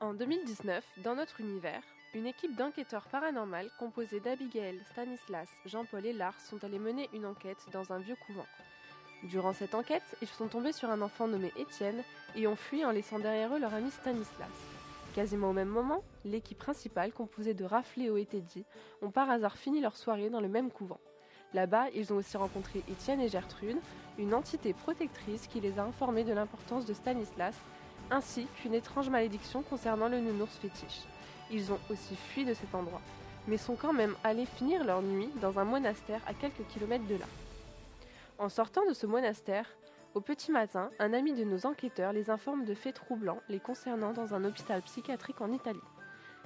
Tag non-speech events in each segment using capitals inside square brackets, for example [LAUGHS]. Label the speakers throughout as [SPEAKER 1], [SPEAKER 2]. [SPEAKER 1] En 2019, dans notre univers, une équipe d'enquêteurs paranormal composée d'Abigail, Stanislas, Jean-Paul et Lars sont allés mener une enquête dans un vieux couvent. Durant cette enquête, ils sont tombés sur un enfant nommé Étienne et ont fui en laissant derrière eux leur ami Stanislas. Quasiment au même moment, l'équipe principale, composée de Raph, Léo et Teddy, ont par hasard fini leur soirée dans le même couvent. Là-bas, ils ont aussi rencontré Étienne et Gertrude, une entité protectrice qui les a informés de l'importance de Stanislas, ainsi qu'une étrange malédiction concernant le nounours fétiche. Ils ont aussi fui de cet endroit, mais sont quand même allés finir leur nuit dans un monastère à quelques kilomètres de là. En sortant de ce monastère, au petit matin, un ami de nos enquêteurs les informe de faits troublants les concernant dans un hôpital psychiatrique en Italie.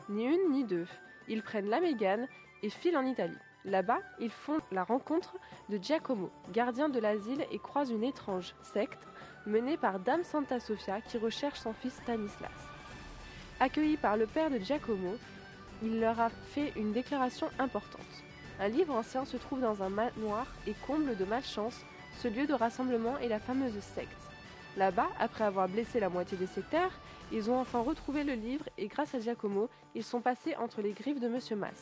[SPEAKER 1] Ni une ni deux, ils prennent la mégane et filent en Italie. Là-bas, ils font la rencontre de Giacomo, gardien de l'asile, et croisent une étrange secte menée par Dame Santa Sofia qui recherche son fils Stanislas. Accueilli par le père de Giacomo, il leur a fait une déclaration importante. Un livre ancien se trouve dans un manoir et comble de malchance, ce lieu de rassemblement est la fameuse secte. Là-bas, après avoir blessé la moitié des sectaires, ils ont enfin retrouvé le livre et grâce à Giacomo, ils sont passés entre les griffes de Monsieur Masque.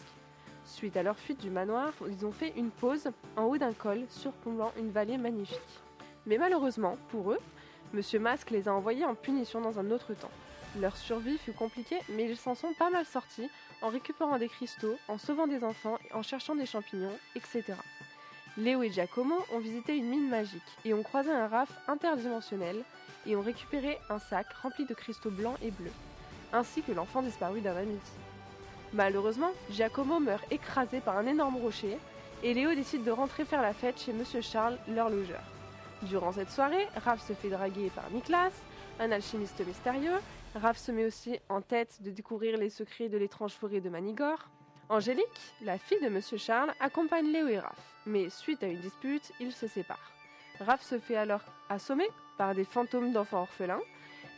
[SPEAKER 1] Suite à leur fuite du manoir, ils ont fait une pause en haut d'un col surplombant une vallée magnifique. Mais malheureusement, pour eux, Monsieur Masque les a envoyés en punition dans un autre temps. Leur survie fut compliquée, mais ils s'en sont pas mal sortis en récupérant des cristaux, en sauvant des enfants, en cherchant des champignons, etc. Léo et Giacomo ont visité une mine magique et ont croisé un raf interdimensionnel et ont récupéré un sac rempli de cristaux blancs et bleus, ainsi que l'enfant disparu d'un ami. Malheureusement, Giacomo meurt écrasé par un énorme rocher et Léo décide de rentrer faire la fête chez Monsieur Charles, leur logeur. Durant cette soirée, Raph se fait draguer par Niklas, un alchimiste mystérieux. Raph se met aussi en tête de découvrir les secrets de l'étrange forêt de Manigore. Angélique, la fille de Monsieur Charles, accompagne Léo et Raph, mais suite à une dispute, ils se séparent. Raph se fait alors assommer par des fantômes d'enfants orphelins,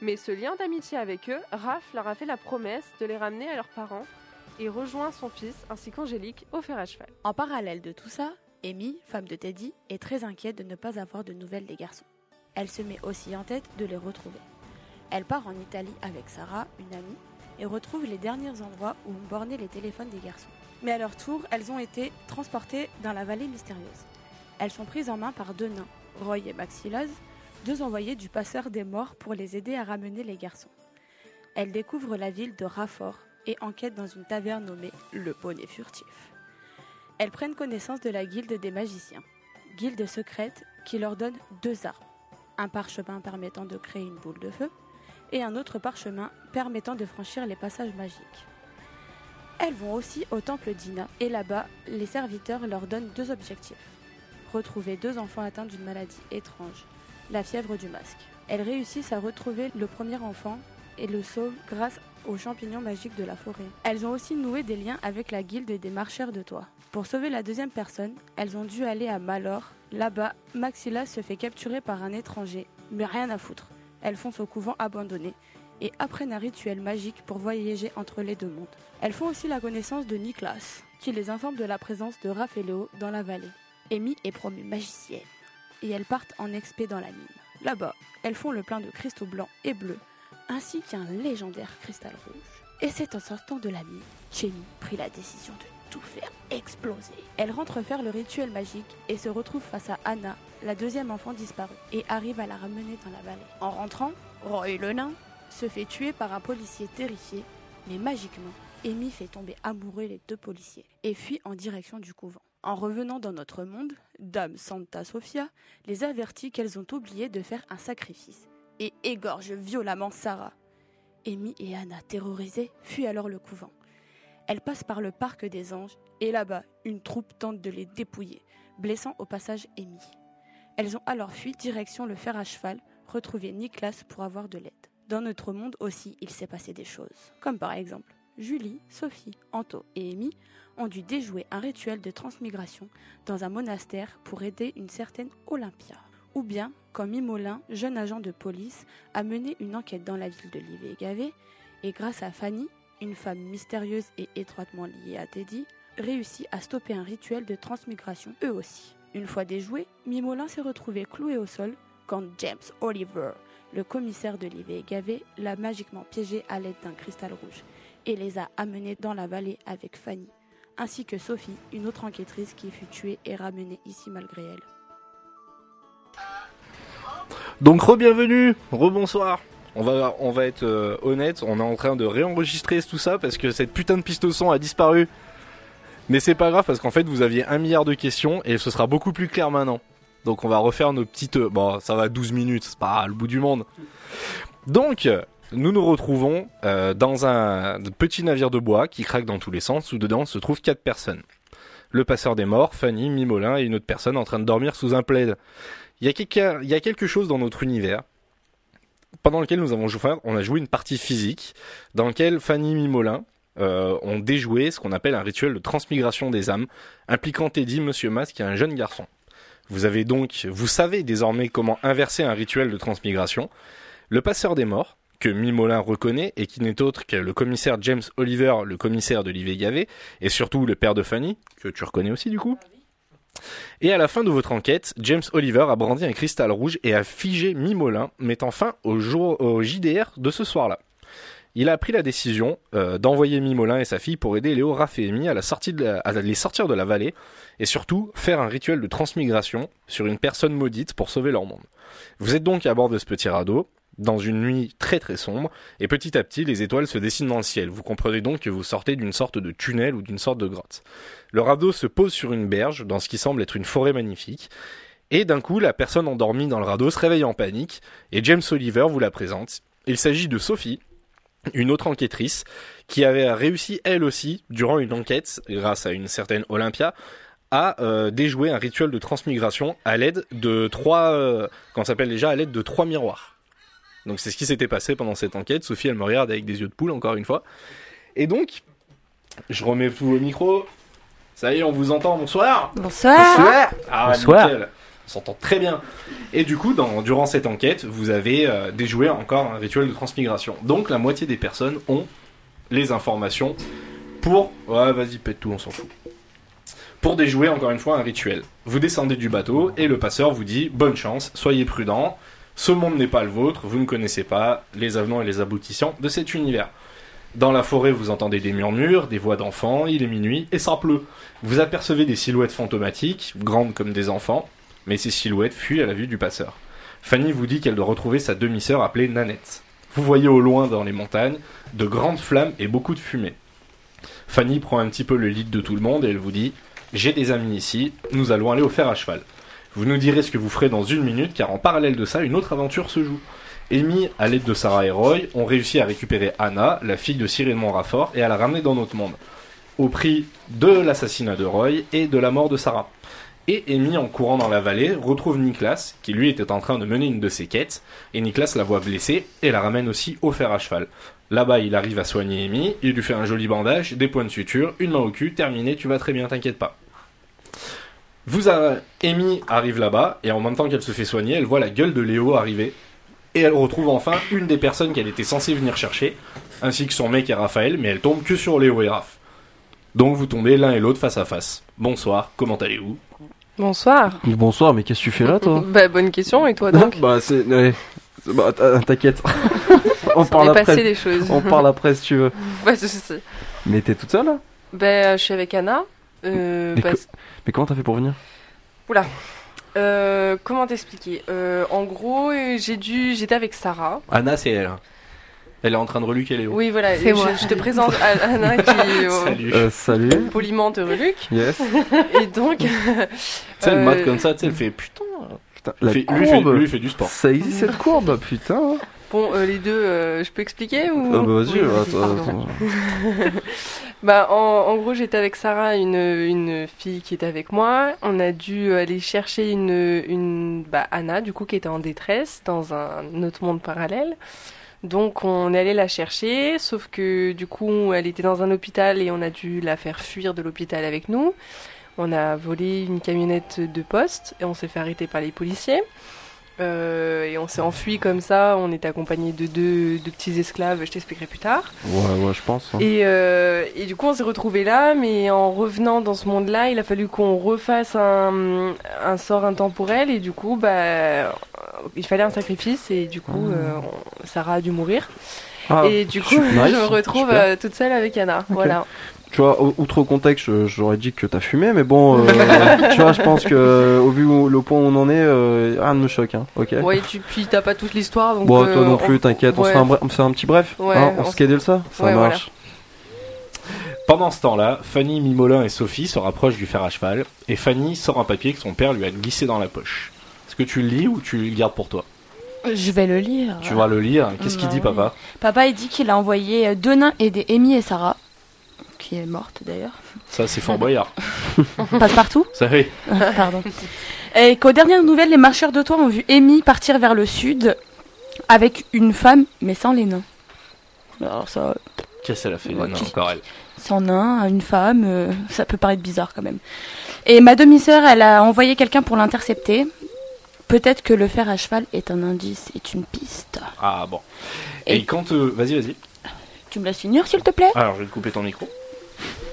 [SPEAKER 1] mais ce lien d'amitié avec eux, Raph leur a fait la promesse de les ramener à leurs parents et rejoint son fils ainsi qu'Angélique au fer à cheval.
[SPEAKER 2] En parallèle de tout ça, Amy, femme de Teddy, est très inquiète de ne pas avoir de nouvelles des garçons. Elle se met aussi en tête de les retrouver. Elle part en Italie avec Sarah, une amie, et retrouve les derniers endroits où ont borné les téléphones des garçons. Mais à leur tour, elles ont été transportées dans la vallée mystérieuse. Elles sont prises en main par deux nains, Roy et Maxilaz, deux envoyés du passeur des morts pour les aider à ramener les garçons. Elles découvrent la ville de Raffort et enquêtent dans une taverne nommée Le Bonnet Furtif. Elles prennent connaissance de la guilde des magiciens, guilde secrète qui leur donne deux armes, un parchemin permettant de créer une boule de feu et un autre parchemin permettant de franchir les passages magiques. Elles vont aussi au temple d'Ina et là-bas, les serviteurs leur donnent deux objectifs. Retrouver deux enfants atteints d'une maladie étrange, la fièvre du masque. Elles réussissent à retrouver le premier enfant et le sauvent grâce aux champignons magiques de la forêt. Elles ont aussi noué des liens avec la guilde des marcheurs de toit. Pour sauver la deuxième personne, elles ont dû aller à Malor. Là-bas, Maxilla se fait capturer par un étranger, mais rien à foutre. Elles foncent au couvent abandonné et apprennent un rituel magique pour voyager entre les deux mondes. Elles font aussi la connaissance de Niklas, qui les informe de la présence de Raffaello dans la vallée. Amy est promue magicienne et elles partent en expé dans la mine. Là-bas, elles font le plein de cristaux blancs et bleus ainsi qu'un légendaire cristal rouge. Et c'est en sortant de la mine qu'Amy prit la décision de tout faire exploser. Elle rentre faire le rituel magique et se retrouve face à Anna, la deuxième enfant disparue, et arrive à la ramener dans la vallée. En rentrant, Roy le nain se fait tuer par un policier terrifié, mais magiquement, Amy fait tomber amoureux les deux policiers et fuit en direction du couvent. En revenant dans notre monde, Dame Santa Sofia les avertit qu'elles ont oublié de faire un sacrifice et égorge violemment Sarah. Amy et Anna, terrorisées, fuient alors le couvent. Elles passent par le parc des anges et là-bas, une troupe tente de les dépouiller, blessant au passage Amy. Elles ont alors fui direction le fer à cheval, retrouver Niklas pour avoir de l'aide. Dans notre monde aussi, il s'est passé des choses. Comme par exemple, Julie, Sophie, Anto et Amy ont dû déjouer un rituel de transmigration dans un monastère pour aider une certaine Olympia. Ou bien, comme Imolin, jeune agent de police, a mené une enquête dans la ville de Livé et Gavé, et grâce à Fanny, une femme mystérieuse et étroitement liée à Teddy, réussit à stopper un rituel de transmigration eux aussi. Une fois déjoué, Mimolin s'est retrouvé cloué au sol quand James Oliver, Le commissaire de l'IV Gavé l'a magiquement piégée à l'aide d'un cristal rouge et les a amenés dans la vallée avec Fanny, ainsi que Sophie, une autre enquêtrice qui fut tuée et ramenée ici malgré elle.
[SPEAKER 3] Donc re-bienvenue, re-bonsoir. On va, on va être euh, honnête, on est en train de réenregistrer tout ça parce que cette putain de piste au son a disparu. Mais c'est pas grave parce qu'en fait vous aviez un milliard de questions et ce sera beaucoup plus clair maintenant. Donc on va refaire nos petites... euh, Bon, ça va 12 minutes, c'est pas le bout du monde. Donc, nous nous retrouvons euh, dans un petit navire de bois qui craque dans tous les sens où dedans se trouvent quatre personnes. Le passeur des morts, Fanny, Mimolin et une autre personne en train de dormir sous un plaid. Il y a quelqu'un- il y a quelque chose dans notre univers pendant lequel nous avons joué, enfin, on a joué une partie physique dans laquelle Fanny Mimolin euh, ont déjoué ce qu'on appelle un rituel de transmigration des âmes impliquant Teddy, Monsieur Masque et un jeune garçon. Vous avez donc, vous savez désormais comment inverser un rituel de transmigration. Le passeur des morts, que Mimolin reconnaît et qui n'est autre que le commissaire James Oliver, le commissaire de l'IV Gavé, et surtout le père de Fanny, que tu reconnais aussi du coup. Et à la fin de votre enquête, James Oliver a brandi un cristal rouge et a figé Mimolin, mettant fin au, jour, au JDR de ce soir-là. Il a pris la décision euh, d'envoyer Mimolin et sa fille pour aider Léo Raffaemi à, la sortie de la- à les sortir de la vallée et surtout faire un rituel de transmigration sur une personne maudite pour sauver leur monde. Vous êtes donc à bord de ce petit radeau, dans une nuit très très sombre, et petit à petit les étoiles se dessinent dans le ciel. Vous comprenez donc que vous sortez d'une sorte de tunnel ou d'une sorte de grotte. Le radeau se pose sur une berge, dans ce qui semble être une forêt magnifique. Et d'un coup, la personne endormie dans le radeau se réveille en panique, et James Oliver vous la présente. Il s'agit de Sophie, une autre enquêtrice, qui avait réussi elle aussi, durant une enquête, grâce à une certaine Olympia, à euh, déjouer un rituel de transmigration à l'aide de trois, euh, qu'on s'appelle déjà, à l'aide de trois miroirs. Donc c'est ce qui s'était passé pendant cette enquête. Sophie, elle me regarde avec des yeux de poule, encore une fois. Et donc, je remets tout au micro. Ça y est, on vous entend. Bonsoir.
[SPEAKER 2] Bonsoir
[SPEAKER 3] Ah,
[SPEAKER 4] Bonsoir.
[SPEAKER 3] nickel. On s'entend très bien. Et du coup, dans- durant cette enquête, vous avez euh, déjoué encore un rituel de transmigration. Donc, la moitié des personnes ont les informations pour. Ouais, vas-y, pète tout, on s'en fout. Pour déjouer encore une fois un rituel. Vous descendez du bateau et le passeur vous dit bonne chance, soyez prudent. Ce monde n'est pas le vôtre, vous ne connaissez pas les avenants et les aboutissants de cet univers. Dans la forêt, vous entendez des murmures, des voix d'enfants, il est minuit et ça pleut. Vous apercevez des silhouettes fantomatiques, grandes comme des enfants, mais ces silhouettes fuient à la vue du passeur. Fanny vous dit qu'elle doit retrouver sa demi-sœur appelée Nanette. Vous voyez au loin dans les montagnes de grandes flammes et beaucoup de fumée. Fanny prend un petit peu le lead de tout le monde et elle vous dit J'ai des amis ici, nous allons aller au fer à cheval. Vous nous direz ce que vous ferez dans une minute car en parallèle de ça, une autre aventure se joue. Amy, à l'aide de Sarah et Roy, ont réussi à récupérer Anna, la fille de Cyril Montrafort, et à la ramener dans notre monde au prix de l'assassinat de Roy et de la mort de Sarah. Et Amy, en courant dans la vallée, retrouve Niklas, qui lui était en train de mener une de ses quêtes, et Niklas la voit blessée et la ramène aussi au fer à cheval. Là-bas, il arrive à soigner Amy, il lui fait un joli bandage, des points de suture, une main au cul, terminé, tu vas très bien, t'inquiète pas. Vous a- Amy arrive là-bas, et en même temps qu'elle se fait soigner, elle voit la gueule de Léo arriver, et elle retrouve enfin une des personnes qu'elle était censée venir chercher, ainsi que son mec et Raphaël, mais elle tombe que sur Léo et Raph. Donc vous tombez l'un et l'autre face à face. Bonsoir, comment allez-vous
[SPEAKER 1] Bonsoir.
[SPEAKER 4] Bonsoir, mais qu'est-ce que tu fais là,
[SPEAKER 1] [LAUGHS]
[SPEAKER 4] toi
[SPEAKER 1] Bah, bonne question, et toi
[SPEAKER 4] [LAUGHS]
[SPEAKER 1] donc
[SPEAKER 4] Bah, c'est. ouais. Bah, t-
[SPEAKER 1] [LAUGHS]
[SPEAKER 4] t'inquiète. on,
[SPEAKER 1] On
[SPEAKER 4] parle
[SPEAKER 1] est passé
[SPEAKER 4] après.
[SPEAKER 1] des choses.
[SPEAKER 4] on parle après si tu veux.
[SPEAKER 1] [LAUGHS] Pas de soucis.
[SPEAKER 4] Mais t'es toute seule hein là
[SPEAKER 1] Ben, je suis avec Anna. Euh,
[SPEAKER 4] Mais
[SPEAKER 1] parce-
[SPEAKER 4] Mais comment t'as fait pour venir
[SPEAKER 1] Euh, comment t'expliquer Euh, En gros, euh, j'ai dû, j'étais avec Sarah.
[SPEAKER 3] Anna, c'est elle. Elle est en train de reluquer Léo.
[SPEAKER 1] Oui, voilà.
[SPEAKER 2] C'est
[SPEAKER 1] je,
[SPEAKER 2] moi.
[SPEAKER 1] je te présente Anna
[SPEAKER 3] [LAUGHS]
[SPEAKER 1] qui euh,
[SPEAKER 3] Salut.
[SPEAKER 4] Euh, Salut.
[SPEAKER 1] poliment te reluque. [LAUGHS]
[SPEAKER 4] Yes.
[SPEAKER 1] Et donc,
[SPEAKER 3] tu sais, le mat
[SPEAKER 1] euh,
[SPEAKER 3] comme ça, tu sais, elle fait putain.
[SPEAKER 4] Putain, la
[SPEAKER 3] Fait-
[SPEAKER 4] courbe.
[SPEAKER 3] lui, fait, lui, fait du sport.
[SPEAKER 4] Ça existe cette courbe, putain.
[SPEAKER 1] bon, euh, les deux, euh, je peux expliquer ou
[SPEAKER 3] Euh,
[SPEAKER 4] Ah bah vas-y,
[SPEAKER 1] Oui, vas-y,
[SPEAKER 4] attends,
[SPEAKER 1] pardon.
[SPEAKER 4] attends.
[SPEAKER 1] Bah, en, en gros, j'étais avec Sarah, une, une fille qui était avec moi. On a dû aller chercher une, une bah, Anna, du coup, qui était en détresse dans un autre monde parallèle. Donc, on allait la chercher, sauf que du coup, elle était dans un hôpital et on a dû la faire fuir de l'hôpital avec nous. On a volé une camionnette de poste et on s'est fait arrêter par les policiers. Euh, et on s'est enfui comme ça. On était accompagné de deux de petits esclaves, je t'expliquerai plus tard.
[SPEAKER 4] Ouais, ouais, je pense. hein.
[SPEAKER 1] Et, euh, et du coup, on s'est retrouvés là, mais en revenant dans ce monde-là, il a fallu qu'on refasse un, un sort intemporel, et du coup, bah, il fallait un sacrifice et du coup, euh, on- Sarah a dû mourir.
[SPEAKER 4] Ah,
[SPEAKER 1] et du
[SPEAKER 4] [LAUGHS]
[SPEAKER 1] coup,
[SPEAKER 4] super, nice,
[SPEAKER 1] je me retrouve
[SPEAKER 4] super.
[SPEAKER 1] euh, toute seule avec Yana. Voilà.
[SPEAKER 4] Tu vois, ou- outre contexte, je- j'aurais dit que t'as fumé, mais bon, euh,
[SPEAKER 1] [LAUGHS]
[SPEAKER 4] tu vois, je pense que euh, au vu où le point où on en est, euh, rien ne me choque, hein. Ok.
[SPEAKER 1] Ouais, et tu, puis t'as pas toute l'histoire. donc,
[SPEAKER 4] bon,
[SPEAKER 1] euh,
[SPEAKER 4] toi non
[SPEAKER 1] on-
[SPEAKER 4] plus, t'inquiète, on, se
[SPEAKER 1] ouais.
[SPEAKER 4] fait un bre- on se fait un petit bref.
[SPEAKER 1] Ouais,
[SPEAKER 4] hein, on
[SPEAKER 1] on
[SPEAKER 4] se
[SPEAKER 1] se-
[SPEAKER 4] cadelle ça, ça
[SPEAKER 1] Ouais,
[SPEAKER 4] marche.
[SPEAKER 3] Pendant ce temps-là, Fanny, Mimolin et Sophie se rapprochent du fer à cheval et Fanny sort un papier que son père lui a glissé dans la poche. Est-ce que tu le lis ou tu le gardes pour toi
[SPEAKER 2] Je vais le lire.
[SPEAKER 3] Tu vas le lire. Qu'est-ce qu'il
[SPEAKER 2] Bah
[SPEAKER 3] dit,
[SPEAKER 2] oui.
[SPEAKER 3] papa
[SPEAKER 2] Papa, il dit qu'il a envoyé euh, deux nains aider Amy et Sarah, qui est morte d'ailleurs.
[SPEAKER 3] Ça, c'est Fort Boyard.
[SPEAKER 2] Passe-partout
[SPEAKER 3] Ça fait.
[SPEAKER 2] Pardon. Et qu'aux dernières nouvelles, les marcheurs de toit ont vu Amy partir vers le sud avec une femme, mais sans les nains. Alors ça,
[SPEAKER 3] Qu'est-ce qu'elle a fait
[SPEAKER 2] Ouais,
[SPEAKER 3] non,
[SPEAKER 2] qu'est-ce-
[SPEAKER 3] encore elle
[SPEAKER 2] sans nain, une femme, euh, ça peut paraître bizarre quand même. Et ma demi-sœur, elle a envoyé quelqu'un pour l'intercepter. Peut-être que le fer à cheval est un indice, est une piste.
[SPEAKER 3] Ah bon. Et,
[SPEAKER 2] Et-
[SPEAKER 3] quand. euh, Vas-y, vas-y.
[SPEAKER 2] Tu me laisses finir, s'il te plaît
[SPEAKER 3] Alors, je vais te couper ton micro.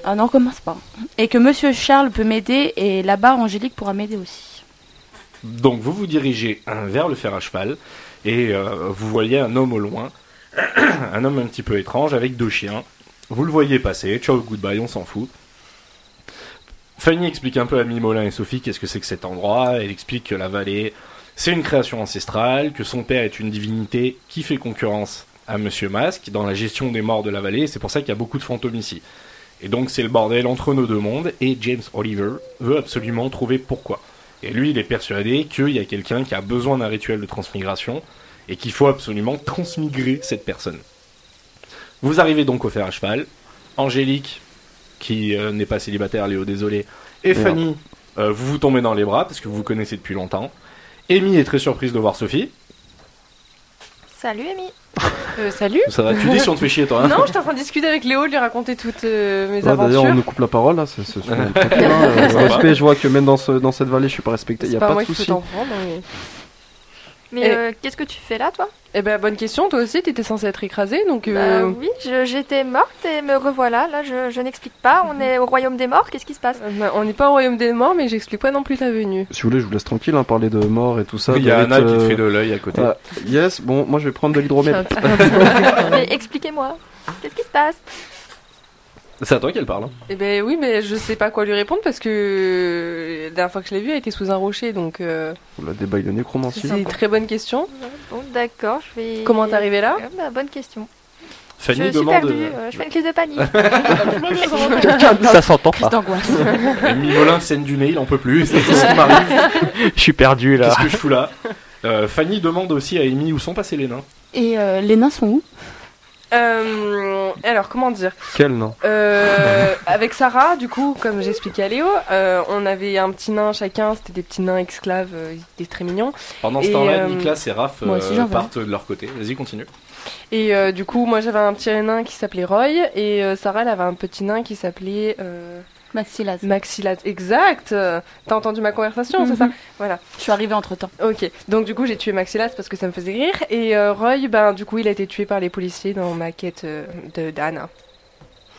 [SPEAKER 2] Ah non, commence pas. Et que Monsieur Charles peut m'aider, et là-bas, Angélique pourra m'aider aussi.
[SPEAKER 3] Donc vous vous dirigez hein, vers le fer à cheval et euh, vous voyez un homme au loin, [CLEARS THROAT] un homme un petit peu étrange avec deux chiens. Vous le voyez passer, ciao, goodbye, on s'en fout. Fanny explique un peu à Mimolin et Sophie qu'est-ce que c'est que cet endroit. Elle explique que la vallée, c'est une création ancestrale, que son père est une divinité qui fait concurrence à Monsieur Masque dans la gestion des morts de la vallée. et C'est pour ça qu'il y a beaucoup de fantômes ici. Et donc c'est le bordel entre nos deux mondes et James Oliver veut absolument trouver pourquoi. Et lui, il est persuadé qu'il y a quelqu'un qui a besoin d'un rituel de transmigration et qu'il faut absolument transmigrer cette personne. Vous arrivez donc au fer à cheval. Angélique, qui euh, n'est pas célibataire, Léo, désolé, et
[SPEAKER 4] Merde.
[SPEAKER 3] Fanny, euh, vous vous tombez dans les bras parce que vous vous connaissez depuis longtemps. Amy est très surprise de voir Sophie.
[SPEAKER 1] Salut, Amy. Euh, salut.
[SPEAKER 3] Ça va, tu dis si on te fait chier, toi.
[SPEAKER 1] [LAUGHS]
[SPEAKER 3] hein
[SPEAKER 1] Non, j'étais en train de discuter avec Léo, de lui raconter toutes euh, mes
[SPEAKER 4] Ouais, bah, D'ailleurs, on
[SPEAKER 1] aventures.
[SPEAKER 4] nous coupe la parole là, c'est c'est [LAUGHS] souvent très bien, euh,
[SPEAKER 3] Ça va.
[SPEAKER 4] respect, je vois que même dans, ce, dans cette vallée, je suis pas respecté, y
[SPEAKER 1] C'est
[SPEAKER 4] a
[SPEAKER 1] pas,
[SPEAKER 4] pas
[SPEAKER 1] moi
[SPEAKER 4] de
[SPEAKER 1] qui peux
[SPEAKER 4] souci.
[SPEAKER 1] t'en prendre. mais-
[SPEAKER 5] Mais
[SPEAKER 1] Et-
[SPEAKER 5] euh, qu'est-ce que tu fais là, toi
[SPEAKER 1] Eh ben, bonne question. Toi aussi, t'étais censé être écrasé, donc.
[SPEAKER 5] Bah
[SPEAKER 1] euh,
[SPEAKER 5] oui, je- j'étais morte et me revoilà. Là, je, je n'explique pas.
[SPEAKER 1] Mhm.
[SPEAKER 5] On est au royaume des morts. Qu'est-ce qui se passe
[SPEAKER 1] [LAUGHS] euh, bah, on n'est pas au royaume des morts, mais j'explique pas non plus ta venue.
[SPEAKER 4] Si vous voulez, je vous laisse tranquille, hein, parler de mort et tout ça.
[SPEAKER 3] Il y a
[SPEAKER 4] David,
[SPEAKER 3] Anna qui te
[SPEAKER 4] euh,
[SPEAKER 3] fait de l'œil à côté.
[SPEAKER 4] voilà. Yes, bon, moi je vais prendre de l'hydromel.
[SPEAKER 5] Mais expliquez-moi. Qu'est-ce qui se passe
[SPEAKER 3] C'est à toi qu'elle parle. hein.
[SPEAKER 1] Eh ben oui, mais je sais pas quoi lui répondre parce que euh, la dernière fois que je l'ai vu, elle était sous un rocher, donc euh,
[SPEAKER 4] Vous la débaille de nécromancie.
[SPEAKER 1] c'est
[SPEAKER 4] [LAUGHS]
[SPEAKER 1] une très bonne question.
[SPEAKER 5] Bon, d'accord, je vais.
[SPEAKER 1] Comment t'es arrivée là
[SPEAKER 5] Euh, bah, Bonne question.
[SPEAKER 3] Fanny
[SPEAKER 5] je suis
[SPEAKER 3] demande.
[SPEAKER 5] perdue. euh, je fais une crise de panique.
[SPEAKER 6] Ça s'entend
[SPEAKER 2] Crise
[SPEAKER 6] pas.
[SPEAKER 2] d'angoisse.
[SPEAKER 3] Et Mimolin scène du nez, il en peut plus. C'est tout ce qui m'arrive.
[SPEAKER 6] Je suis perdu là.
[SPEAKER 3] Qu'est-ce que je fous là Euh, Fanny demande aussi à Amy où sont passés les nains.
[SPEAKER 2] Et euh, les nains sont où
[SPEAKER 1] [LAUGHS] Euh, alors, comment dire
[SPEAKER 4] Quel non
[SPEAKER 1] Euh, Avec Sarah, du coup, comme j'expliquais à Léo, euh, on avait un petit nain chacun, c'était des petits nains esclaves, euh, ils étaient très mignons.
[SPEAKER 3] Pendant ce
[SPEAKER 1] Et,
[SPEAKER 3] temps-là,
[SPEAKER 1] euh,
[SPEAKER 3] Nicolas et Raph
[SPEAKER 2] moi aussi,
[SPEAKER 3] euh,
[SPEAKER 2] j'en veux.
[SPEAKER 3] partent de leur côté. Vas-y, continue.
[SPEAKER 1] Et euh, du coup, moi j'avais un petit nain qui s'appelait Roy, et euh, Sarah, elle avait un petit nain qui s'appelait euh,
[SPEAKER 2] Maxilaz.
[SPEAKER 1] Maxilat. Exact euh, T'as entendu ma conversation, c'est ça
[SPEAKER 2] Mhm.
[SPEAKER 1] Voilà.
[SPEAKER 2] Je suis arrivée entre temps.
[SPEAKER 1] Ok, donc du coup j'ai tué Maxilas parce que ça me faisait rire et euh, Roy, ben du coup il a été tué par les policiers dans ma quête euh, de d'Anna.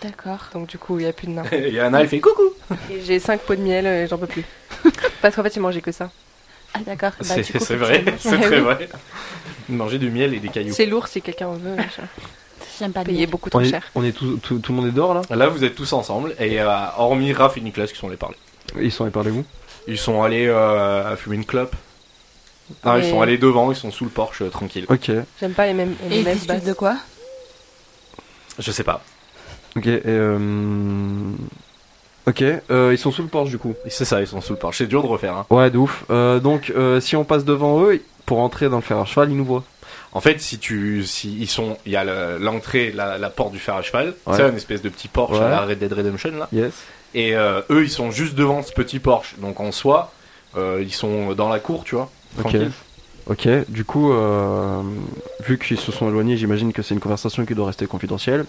[SPEAKER 2] D'accord.
[SPEAKER 1] Donc du coup il n'y a plus [LAUGHS] de nain.
[SPEAKER 3] Et Anna, elle fait coucou.
[SPEAKER 1] Et j'ai 5 pots de miel euh, et j'en peux [LAUGHS] plus. parce qu'en fait il mangeait que ça.
[SPEAKER 2] Ah d'accord. Bah,
[SPEAKER 3] C'est
[SPEAKER 2] du coup,
[SPEAKER 3] c'est vrai,
[SPEAKER 2] [LAUGHS]
[SPEAKER 3] c'est
[SPEAKER 1] Eh
[SPEAKER 3] très
[SPEAKER 1] oui.
[SPEAKER 3] vrai. Manger du miel et des cailloux.
[SPEAKER 1] C'est lourd si quelqu'un en veut, je-
[SPEAKER 2] J'aime pas
[SPEAKER 1] payé
[SPEAKER 2] les
[SPEAKER 1] beaucoup
[SPEAKER 4] On
[SPEAKER 1] trop
[SPEAKER 4] est,
[SPEAKER 1] cher.
[SPEAKER 4] on est tout, tout, tout le monde est dehors là
[SPEAKER 3] Là, vous êtes tous ensemble, et euh, hormis Raph et Nicolas qui sont allés parler.
[SPEAKER 4] Ils sont épargnés vous
[SPEAKER 3] Ils sont allés euh, à fumer une clope. Ah, ils
[SPEAKER 1] Mais-
[SPEAKER 3] sont allés devant, ils sont sous le porche, euh, tranquille.
[SPEAKER 4] Ok,
[SPEAKER 1] J'aime pas les mêmes, les
[SPEAKER 2] Et ils
[SPEAKER 1] mêmes
[SPEAKER 2] discutent
[SPEAKER 1] bases.
[SPEAKER 2] de quoi
[SPEAKER 3] Je sais pas.
[SPEAKER 4] ok, et euh... Ok, euh, ils sont sous le porche du coup.
[SPEAKER 3] C'est ça, ils sont sous le porche. C'est dur de refaire. hein.
[SPEAKER 4] Ouais, de ouf. Euh, donc, euh, si on passe devant eux, pour entrer dans le fer à cheval, ils nous voient.
[SPEAKER 3] En fait, si tu, si ils sont, il y a le- l'entrée, la, la porte du fer à cheval.
[SPEAKER 4] Ouais.
[SPEAKER 3] C'est un espèce de petit porche
[SPEAKER 4] Ouais.
[SPEAKER 3] à la Red Dead Redemption là.
[SPEAKER 4] Yes.
[SPEAKER 3] Et euh, eux, ils sont juste devant ce petit Porsche. Donc en soi, euh, ils sont dans la cour, tu vois. Tranquille.
[SPEAKER 4] Ok, du coup, euh, vu qu'ils se sont éloignés, j'imagine que c'est une conversation qui doit rester confidentielle.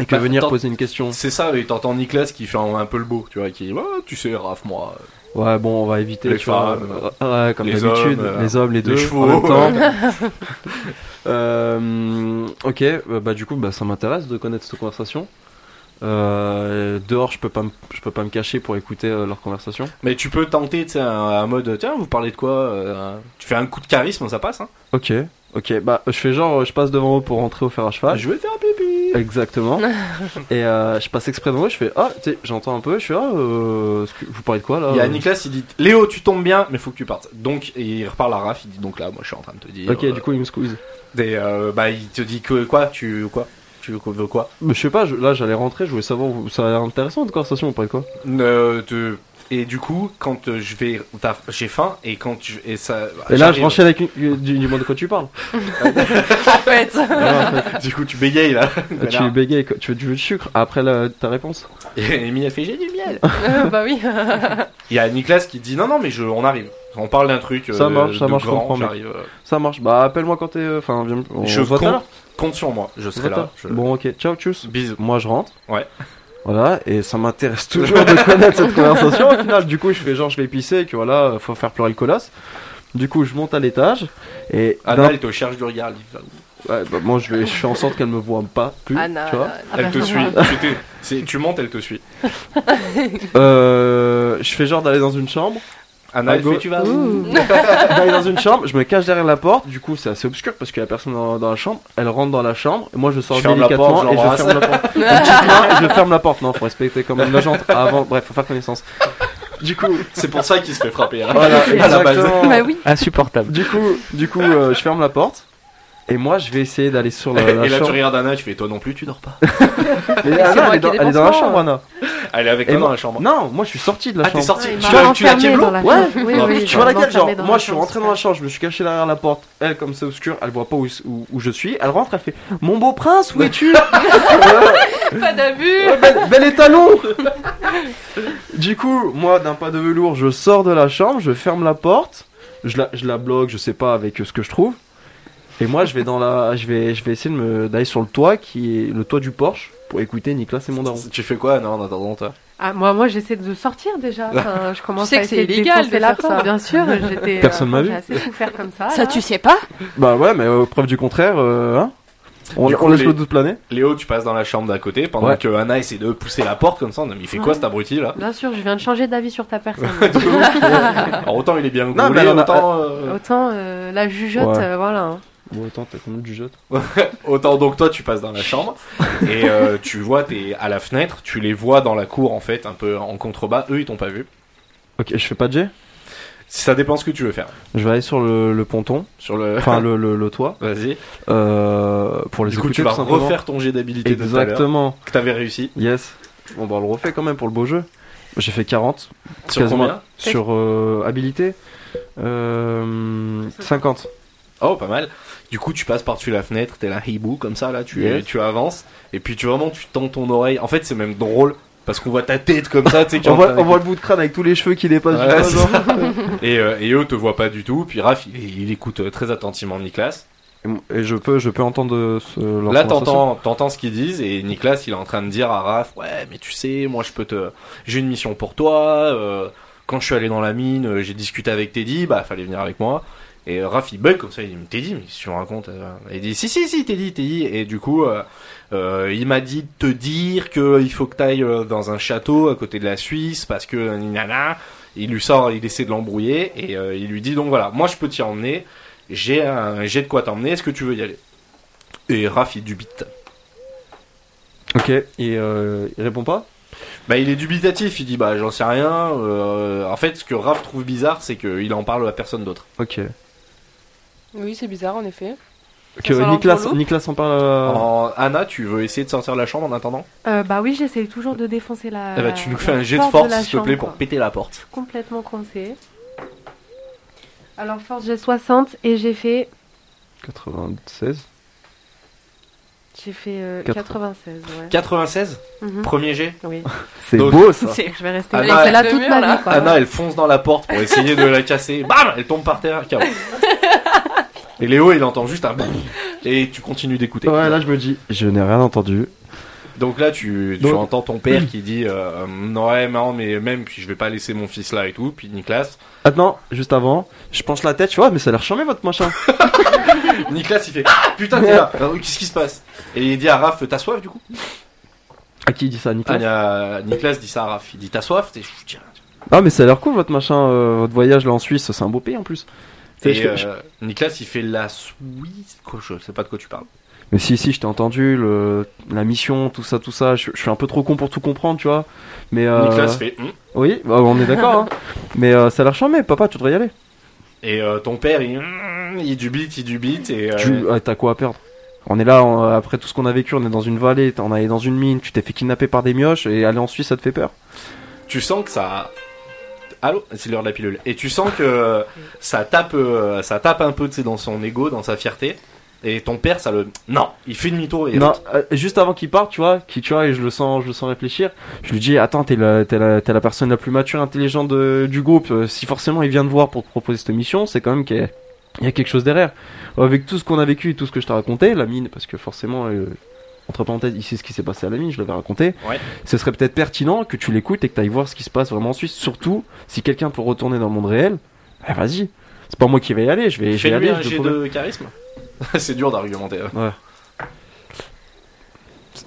[SPEAKER 4] Et que
[SPEAKER 3] Bah,
[SPEAKER 4] venir
[SPEAKER 3] attends.
[SPEAKER 4] poser une question.
[SPEAKER 3] C'est ça, et t'entends Nicolas qui fait un, un peu le beau, tu vois, qui dit Ah, Tu sais, Raph, moi,
[SPEAKER 4] Ouais, bon, on va éviter
[SPEAKER 3] Les
[SPEAKER 4] tu vois,
[SPEAKER 3] femmes,
[SPEAKER 4] euh, ouais, comme
[SPEAKER 3] les
[SPEAKER 4] d'habitude,
[SPEAKER 3] hommes, euh,
[SPEAKER 4] les hommes, les deux,
[SPEAKER 3] les chevaux.
[SPEAKER 4] en même temps.
[SPEAKER 3] [LAUGHS]
[SPEAKER 4] bah, Euh, ok, euh, bah du coup, bah ça m'intéresse de connaître cette conversation. Euh, dehors, je peux pas, me- je peux pas me cacher pour écouter euh, leur conversation.
[SPEAKER 3] Mais tu peux tenter, tu sais, un, un mode, tiens, vous parlez de quoi euh, Tu fais un coup de charisme, ça passe, hein
[SPEAKER 4] Ok, ok. Bah, je fais genre, euh, je passe devant eux pour rentrer au fer à cheval.
[SPEAKER 3] Je vais faire pipi
[SPEAKER 4] Exactement. et euh, je passe exprès devant eux. Je fais, ah, tu sais, j'entends un peu. Je fais, ah, euh, ce que- vous parlez de quoi là
[SPEAKER 3] Il y a Nicolas, il dit Léo, tu tombes bien, mais faut que tu partes. Donc, et il reparle à Raph, il dit Donc là, moi je suis en train de te dire.
[SPEAKER 4] Ok,
[SPEAKER 3] euh,
[SPEAKER 4] du coup, il me squeeze.
[SPEAKER 3] des, euh, bah, il te dit que quoi Tu quoi Tu veux quoi
[SPEAKER 4] Mais je sais pas, je- là j'allais rentrer, je voulais savoir, où- ça a l'air intéressant de conversation, on parle de quoi
[SPEAKER 3] Euh, te- Et du coup, quand euh, je vais. t'as- J'ai faim, et quand je. Et, ça,
[SPEAKER 4] Et là je
[SPEAKER 3] Ah, j'arrive. [LAUGHS]
[SPEAKER 4] renchaîne avec une, du, du monde de quoi tu parles.
[SPEAKER 1] En [LAUGHS] fait,
[SPEAKER 4] Voilà, en fait.
[SPEAKER 3] Du coup, tu bégayes là.
[SPEAKER 4] Ah, tu bégayes, quoi. tu veux du jus de sucre après la- ta réponse.
[SPEAKER 3] Et Amy, elle fait J'ai du miel
[SPEAKER 1] Euh, bah oui.
[SPEAKER 3] Il y a Nicolas qui dit Non, non, mais je, on arrive. On parle d'un truc.
[SPEAKER 4] Ça
[SPEAKER 3] euh,
[SPEAKER 4] marche, ça
[SPEAKER 3] de
[SPEAKER 4] marche, je
[SPEAKER 3] grand,
[SPEAKER 4] comprends, mec.
[SPEAKER 3] j'arrive, euh,
[SPEAKER 4] Ça marche, bah appelle-moi quand t'es. Enfin, viens, on
[SPEAKER 3] Je
[SPEAKER 4] se voit tout à
[SPEAKER 3] compte-
[SPEAKER 4] l'heure.
[SPEAKER 3] compte sur moi, je
[SPEAKER 4] On se
[SPEAKER 3] serai
[SPEAKER 4] voit tout à
[SPEAKER 3] là.
[SPEAKER 4] l'heure.
[SPEAKER 3] Je...
[SPEAKER 4] Bon, ok, ciao, tchuss.
[SPEAKER 3] Bisous.
[SPEAKER 4] Moi je rentre.
[SPEAKER 3] Ouais.
[SPEAKER 4] Voilà, et ça m'intéresse toujours de connaître cette conversation au final. Du coup, je fais genre, je vais pisser, que voilà, faut faire pleurer le colasse. Du coup, je monte à l'étage et
[SPEAKER 3] Anna, elle te cherche du regard. Elle, dit,
[SPEAKER 4] Ouais, bah, moi je, vais, je fais en sorte qu'elle me voit pas plus.
[SPEAKER 1] Anna,
[SPEAKER 4] tu vois.
[SPEAKER 1] Anna,
[SPEAKER 2] Ah
[SPEAKER 3] Elle
[SPEAKER 2] bah,
[SPEAKER 3] te
[SPEAKER 2] ça
[SPEAKER 3] suit.
[SPEAKER 2] va.
[SPEAKER 3] Tu t'es- c'est- Tu montes, elle te suit.
[SPEAKER 4] Euh, je fais genre d'aller dans une chambre.
[SPEAKER 3] Anna,
[SPEAKER 4] À
[SPEAKER 3] elle
[SPEAKER 4] gauche.
[SPEAKER 3] fait Tu vas.
[SPEAKER 4] d'aller dans une chambre, je me cache derrière la porte, du coup c'est assez obscur parce qu'il y a personne dans, dans la chambre, elle rentre dans la chambre, et moi je sors
[SPEAKER 3] Je ferme la
[SPEAKER 4] délicatement
[SPEAKER 3] porte, je
[SPEAKER 4] et je
[SPEAKER 3] l'embrasse.
[SPEAKER 4] ferme la
[SPEAKER 3] [LAUGHS]
[SPEAKER 4] porte. Une petite main, et je ferme la porte, non faut respecter quand même la jante avant, bref faut faire connaissance. Du coup,
[SPEAKER 3] C'est pour ça qu'il se fait frapper. hein.
[SPEAKER 4] [LAUGHS] voilà,
[SPEAKER 3] [LAUGHS] À la base.
[SPEAKER 4] exactement.
[SPEAKER 2] Bah oui.
[SPEAKER 7] Insupportable.
[SPEAKER 4] Du coup, du coup euh, je ferme la porte. Et moi, je vais essayer d'aller sur la, Euh, la
[SPEAKER 3] Et là, tu
[SPEAKER 4] chambre.
[SPEAKER 3] regardes Anna, tu fais Toi non plus, tu dors pas.
[SPEAKER 4] Mais
[SPEAKER 1] c'est
[SPEAKER 4] Anna,
[SPEAKER 1] moi
[SPEAKER 4] elle, est
[SPEAKER 1] qui ai
[SPEAKER 4] dans,
[SPEAKER 1] des
[SPEAKER 4] elle est dans la
[SPEAKER 1] pansements,
[SPEAKER 4] chambre, Anna.
[SPEAKER 3] Elle est avec toi
[SPEAKER 4] Et
[SPEAKER 3] dans
[SPEAKER 4] moi-
[SPEAKER 3] la chambre.
[SPEAKER 4] Non, moi, je suis sorti de la
[SPEAKER 3] Ah, t'es
[SPEAKER 4] chambre.
[SPEAKER 3] sorti.
[SPEAKER 8] Ouais, il
[SPEAKER 3] Tu
[SPEAKER 8] m'a
[SPEAKER 3] l'as- tu l'as
[SPEAKER 8] enfermé
[SPEAKER 3] Keblo
[SPEAKER 8] dans la
[SPEAKER 4] Ouais,
[SPEAKER 8] chambre. oui,
[SPEAKER 4] Non,
[SPEAKER 8] oui,
[SPEAKER 4] tu vois
[SPEAKER 8] m'a
[SPEAKER 4] laquelle genre
[SPEAKER 8] enfermé dans
[SPEAKER 4] moi
[SPEAKER 8] la
[SPEAKER 4] je suis
[SPEAKER 8] chambre.
[SPEAKER 4] rentré dans la chambre, je me suis caché derrière la porte. Elle comme c'est obscur, elle voit pas où, où, où je suis. Elle rentre, elle fait "Mon beau prince, où es-tu [LAUGHS]
[SPEAKER 1] Pas d'abus. [LAUGHS]
[SPEAKER 4] Ouais, bel, bel étalon Du coup, moi, d'un pas de velours, je sors de la chambre, je ferme la porte, je la, je la bloque, je sais pas avec euh, ce que je trouve. Et moi, je vais dans la, je vais, je vais essayer de me- d'aller sur le toit qui est le toit du Porsche pour écouter Nicolas et mon daron.
[SPEAKER 3] Tu fais quoi, Anna, en attendant toi
[SPEAKER 8] Ah, moi, moi j'essaie de sortir
[SPEAKER 3] [LAUGHS]
[SPEAKER 8] déjà. Enfin, je
[SPEAKER 1] Tu
[SPEAKER 8] commence
[SPEAKER 1] sais
[SPEAKER 8] à
[SPEAKER 1] que c'est
[SPEAKER 8] essayer de
[SPEAKER 1] illégal
[SPEAKER 8] défoncer
[SPEAKER 1] de
[SPEAKER 8] la
[SPEAKER 1] faire
[SPEAKER 8] porte,
[SPEAKER 1] ça.
[SPEAKER 8] Bien sûr,
[SPEAKER 1] [LAUGHS]
[SPEAKER 8] j'étais. euh,
[SPEAKER 4] Personne m'a vu.
[SPEAKER 8] J'ai assez souffert comme ça.
[SPEAKER 2] Ça,
[SPEAKER 8] là.
[SPEAKER 2] tu sais pas
[SPEAKER 4] Bah ouais, mais euh, preuve du contraire, euh, hein on,
[SPEAKER 3] Du
[SPEAKER 4] on
[SPEAKER 3] coup,
[SPEAKER 4] laisse
[SPEAKER 3] les-
[SPEAKER 4] le doute planer.
[SPEAKER 3] Léo, tu passes dans la chambre d'à côté pendant
[SPEAKER 4] Ouais.
[SPEAKER 3] que Anna essaie de pousser la porte comme ça. Mais il fait quoi cet abruti
[SPEAKER 8] [LAUGHS]
[SPEAKER 3] là
[SPEAKER 8] Bien sûr, je viens de changer d'avis sur
[SPEAKER 3] [LAUGHS]
[SPEAKER 8] ta personne.
[SPEAKER 3] Alors autant il est bien
[SPEAKER 4] Non,
[SPEAKER 3] roulé,
[SPEAKER 4] mais elle en a-
[SPEAKER 3] autant, euh,
[SPEAKER 8] Autant euh, la jugeote,
[SPEAKER 4] Ouais.
[SPEAKER 8] euh, voilà.
[SPEAKER 4] Bon, attends, t'as combien de jugeotes
[SPEAKER 3] autant donc toi tu passes dans la
[SPEAKER 4] [LAUGHS]
[SPEAKER 3] chambre et euh, tu vois t'es à la fenêtre, tu les vois dans la cour en fait un peu en contrebas. Eux ils t'ont pas vu.
[SPEAKER 4] Ok, je fais pas de jet.
[SPEAKER 3] Ça dépend ce que tu veux faire
[SPEAKER 4] Je vais aller sur le, le ponton,
[SPEAKER 3] sur le.
[SPEAKER 4] enfin le, le, le toit,
[SPEAKER 3] [LAUGHS] Vas-y.
[SPEAKER 4] euh, pour les
[SPEAKER 3] Du coup
[SPEAKER 4] écouter
[SPEAKER 3] tu vas
[SPEAKER 4] tout simplement.
[SPEAKER 3] refaire ton jet d'habilité de tout à l'heure
[SPEAKER 4] Exactement.
[SPEAKER 3] que t'avais réussi.
[SPEAKER 4] Yes. Bon bah on le refait quand même pour le beau jeu. J'ai fait 40
[SPEAKER 3] Sur
[SPEAKER 4] Quasiment.
[SPEAKER 3] combien
[SPEAKER 4] sur euh, habilité. Euh, 50.
[SPEAKER 3] Oh, pas mal. Du coup, tu passes par-dessus la fenêtre, t'es là hibou comme ça, là, tu,
[SPEAKER 4] Yes.
[SPEAKER 3] tu avances, et puis tu vraiment, tu tends ton oreille. En fait, c'est même drôle, parce qu'on voit ta tête comme ça, tu sais, qui est
[SPEAKER 4] On
[SPEAKER 3] en
[SPEAKER 4] voit,
[SPEAKER 3] train
[SPEAKER 4] on voit le bout de crâne avec tous les cheveux qui dépassent
[SPEAKER 3] Ouais,
[SPEAKER 4] du doigt,
[SPEAKER 3] c'est
[SPEAKER 4] genre.
[SPEAKER 3] [LAUGHS] d'écouter. et, euh, et eux te voient pas du tout, puis Raph, il, il écoute euh, très attentivement Nicolas.
[SPEAKER 4] Et mon- Et je peux, je peux entendre euh, ce, leur
[SPEAKER 3] Là,
[SPEAKER 4] conversation.
[SPEAKER 3] t'entends, t'entends ce qu'ils disent, et Nicolas, il est en train de dire à Raph, ouais, mais tu sais, moi, je peux te... J'ai une mission pour toi, euh, quand je suis allé dans la mine, euh, j'ai discuté avec Teddy, bah, fallait venir avec moi. Et euh, Raph, il bug comme ça, il dit, mais Teddy, mais si tu me racontes... euh, Il dit, si, si, si, Teddy, Teddy. Et du coup, euh, euh, il m'a dit de te dire que il faut que t'ailles euh, dans un château à côté de la Suisse, parce que... euh, nanana. Il lui sort, il essaie de l'embrouiller, et euh, il lui dit, donc voilà, moi, je peux t'y emmener, j'ai, un, j'ai de quoi t'emmener, est-ce que tu veux y aller et Raph, il dubite.
[SPEAKER 4] Ok. Et euh, il répond pas
[SPEAKER 3] Bah, il est dubitatif, il dit bah j'en sais rien. euh, en fait, ce que Raph trouve bizarre, c'est qu'il en parle à personne d'autre.
[SPEAKER 4] Ok.
[SPEAKER 1] Oui, c'est bizarre en effet.
[SPEAKER 4] Que
[SPEAKER 1] sent
[SPEAKER 4] Nicolas,
[SPEAKER 1] l'entourloupe.
[SPEAKER 4] Nicolas en parle.
[SPEAKER 3] Ah.
[SPEAKER 4] euh, à-
[SPEAKER 3] En- Anna, tu veux essayer de sortir de la chambre en attendant
[SPEAKER 8] Euh, bah oui, j'essaie toujours de défoncer la.
[SPEAKER 3] Eh bah, tu nous fais un
[SPEAKER 8] Euh, la
[SPEAKER 3] jet de
[SPEAKER 8] porte
[SPEAKER 3] force,
[SPEAKER 8] la
[SPEAKER 3] s'il te plaît,
[SPEAKER 8] chambre,
[SPEAKER 3] pour péter la porte.
[SPEAKER 8] quoi. Complètement coincé. Alors, force, j'ai 60 et j'ai fait.
[SPEAKER 4] 96.
[SPEAKER 8] J'ai fait euh,
[SPEAKER 4] Quatre-
[SPEAKER 8] 96, ouais.
[SPEAKER 3] 96
[SPEAKER 8] Mhm.
[SPEAKER 3] Premier jet. [LAUGHS]
[SPEAKER 8] Oui.
[SPEAKER 4] C'est
[SPEAKER 3] Donc-
[SPEAKER 4] beau ça.
[SPEAKER 8] Je vais rester.
[SPEAKER 3] Ah,
[SPEAKER 8] là.
[SPEAKER 3] bah,
[SPEAKER 2] C'est là
[SPEAKER 1] le
[SPEAKER 2] toute
[SPEAKER 1] mur,
[SPEAKER 2] ma
[SPEAKER 1] là.
[SPEAKER 2] vie, quoi.
[SPEAKER 3] Anna, elle fonce dans la porte pour essayer de la
[SPEAKER 8] [LAUGHS]
[SPEAKER 3] casser. Bam Elle tombe par terre. KO. Et Léo, il entend juste un boum, et tu continues d'écouter.
[SPEAKER 4] Ouais, là je me dis, je n'ai rien entendu.
[SPEAKER 3] Donc là, tu, tu
[SPEAKER 4] Donc-
[SPEAKER 3] entends ton
[SPEAKER 4] [CLEARS THROAT]
[SPEAKER 3] père qui dit euh, ouais, non, mais même, puis je vais pas laisser mon fils là et tout. Puis Nicolas,
[SPEAKER 4] Attends, juste avant, je penche la tête, je vois, mais ça a l'air charmé votre machin.
[SPEAKER 3] [LAUGHS] Ah Nicolas il fait Ah, putain t'es là Alors, qu'est-ce qui se passe Et il dit à Raph t'as soif du coup
[SPEAKER 4] À qui dit ça, Nicolas
[SPEAKER 3] Ah, il y a- Nicolas dit ça à Raph. Il dit T'as soif T'es fou, tiens.
[SPEAKER 4] Ah, mais ça a l'air cool votre machin, euh, votre voyage là en Suisse, c'est un beau pays en plus.
[SPEAKER 3] Et,
[SPEAKER 4] Je- je-
[SPEAKER 3] euh, Nicolas, il fait la Suisse. quoi, Je sais pas de quoi tu parles.
[SPEAKER 4] Mais si, si, je t'ai entendu, le- la mission, tout ça, tout ça, je, je suis un peu trop con pour tout comprendre, tu vois. Mais euh,
[SPEAKER 3] Nicolas fait. Hum
[SPEAKER 4] Oui, bah, on
[SPEAKER 3] [LAUGHS]
[SPEAKER 4] est d'accord, hein. mais euh, ça a l'air charmé, papa, tu devrais y aller.
[SPEAKER 3] Et euh, ton père, il, hum, il dubite, il dubite. Et, euh,
[SPEAKER 4] Tu- ah, T'as quoi à perdre On est là, on- euh, après tout ce qu'on a vécu, on est dans une vallée, on allé dans une mine, tu t'es fait kidnapper par des mioches et aller en Suisse, ça te fait peur.
[SPEAKER 3] tu sens que ça. Allô, c'est l'heure de la pilule. Et tu sens que euh, ça tape, euh, ça tape un peu, tu sais, dans son ego, dans sa fierté. Et ton père, ça le. Non, il fait demi-tour et.
[SPEAKER 4] non, euh, juste avant qu'il parte, tu vois, qui tu vois, et je le sens, je le sens réfléchir. Je lui dis, attends, t'es la, t'es la, t'es la personne la plus mature, intelligente de- du groupe. euh, Si forcément il vient te voir pour te proposer cette mission, c'est quand même qu'il y a, il y a quelque chose derrière. Avec tout ce qu'on a vécu et tout ce que je t'ai raconté, la mine, parce que forcément, euh, entre parenthèses, il sait ce qui s'est passé à la mine, je l'avais raconté.
[SPEAKER 3] Ouais.
[SPEAKER 4] Ce serait peut-être pertinent que tu l'écoutes et que t'ailles voir ce qui se passe vraiment en Suisse. Surtout si quelqu'un peut retourner dans le monde réel, eh, vas-y. C'est pas moi qui vais y aller, je vais, je vais y
[SPEAKER 3] Fais-lui
[SPEAKER 4] aller.
[SPEAKER 3] un
[SPEAKER 4] je te
[SPEAKER 3] jet
[SPEAKER 4] promets.
[SPEAKER 3] de charisme. [LAUGHS] c'est dur d'argumenter. hein.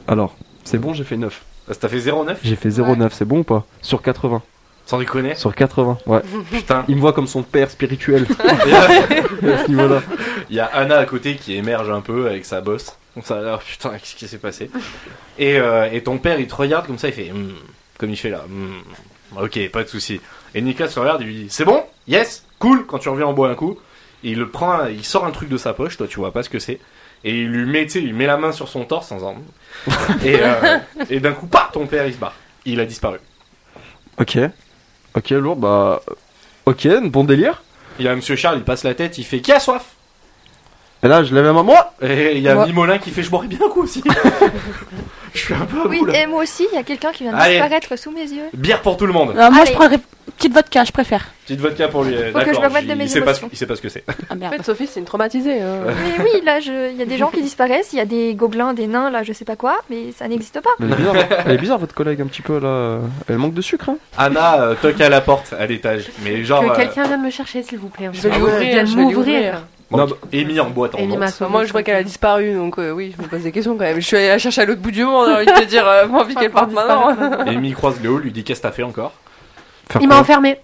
[SPEAKER 4] Alors, c'est bon, j'ai fait 9.
[SPEAKER 3] Parce que t'as Ah, fait 0,9
[SPEAKER 4] J'ai fait 0,9, c'est bon ou pas Sur 80.
[SPEAKER 3] Sans
[SPEAKER 4] [LAUGHS]
[SPEAKER 3] déconner.
[SPEAKER 4] Sur 80, ouais.
[SPEAKER 8] Mmh.
[SPEAKER 3] Putain.
[SPEAKER 4] Il me voit comme son père
[SPEAKER 8] [LAUGHS]
[SPEAKER 4] spirituel à ce niveau-là.
[SPEAKER 3] Il y a Anna à côté qui émerge un peu avec sa bosse. Donc ça a l'air, putain, qu'est-ce qui s'est passé et, euh, et ton père, il te regarde comme ça, il fait, Hmm comme il fait là. Hmm. ok, pas de souci. Et Nicolas se regarde et lui dit, c'est bon Yes Cool Quand tu reviens, on boit un coup. Et il le prend, il sort un truc de sa poche, toi tu vois pas ce que c'est. Et il lui met, tu sais, il met la main sur son torse sans en... et, euh, et d'un coup, pas ton père, il se barre. Il a disparu.
[SPEAKER 4] Ok. Ok, lourd, bah. Ok, bon délire.
[SPEAKER 3] Il y a Monsieur Charles, il passe la tête, il fait, qui a soif
[SPEAKER 4] Et là, je la même à moi.
[SPEAKER 3] Et il y a
[SPEAKER 1] Moi.
[SPEAKER 3] Mimolin qui fait, je boirais bien un coup aussi.
[SPEAKER 5] [LAUGHS]
[SPEAKER 3] je suis un peu à
[SPEAKER 5] Oui,
[SPEAKER 3] bout, là.
[SPEAKER 5] et moi aussi, il y a quelqu'un qui vient de
[SPEAKER 3] Allez.
[SPEAKER 5] disparaître sous mes yeux.
[SPEAKER 3] Bière pour tout le monde.
[SPEAKER 2] Alors, Bah, moi,
[SPEAKER 5] Allez.
[SPEAKER 2] je prendrais petite vodka, je préfère.
[SPEAKER 3] Petite vodka pour lui.
[SPEAKER 5] Faut que je me remette de mes
[SPEAKER 3] il, sait pas ce,
[SPEAKER 5] émotions.
[SPEAKER 3] il sait pas ce que c'est.
[SPEAKER 2] Ah
[SPEAKER 1] En
[SPEAKER 2] merde.
[SPEAKER 1] fait, Sophie, c'est une traumatisée. hein.
[SPEAKER 5] Mais oui, là, je- il y a des gens qui disparaissent, il y a des gobelins, des nains, là, je sais pas quoi, mais ça n'existe pas.
[SPEAKER 4] Elle est bizarre, hein. Elle est bizarre, votre collègue, un petit peu là. Elle manque de sucre, hein.
[SPEAKER 3] Anna euh, toque à la porte à l'étage. Mais genre.
[SPEAKER 8] Que
[SPEAKER 3] euh,
[SPEAKER 8] quelqu'un vienne me chercher, s'il vous plaît.
[SPEAKER 1] Je vais
[SPEAKER 8] Ah
[SPEAKER 1] lui
[SPEAKER 8] ouais.
[SPEAKER 1] ouvrir,
[SPEAKER 8] Vienne
[SPEAKER 1] je vais lui
[SPEAKER 8] m'ouvrir.
[SPEAKER 1] ouvrir.
[SPEAKER 3] bon, Amy en boîte en
[SPEAKER 8] Amy
[SPEAKER 3] boîte.
[SPEAKER 8] m'a
[SPEAKER 1] Enfin, moi, je vois qu'elle a disparu, donc euh, oui, je me pose des questions quand même. Je suis allée la chercher à l'autre bout du monde, j'ai envie de te dire, euh, [LAUGHS] pas envie qu'elle parte maintenant.
[SPEAKER 3] Amy croise Léo, lui dit Qu'est-ce que t'as fait encore
[SPEAKER 4] Faire
[SPEAKER 8] Il m'a
[SPEAKER 4] quoi
[SPEAKER 8] enfermé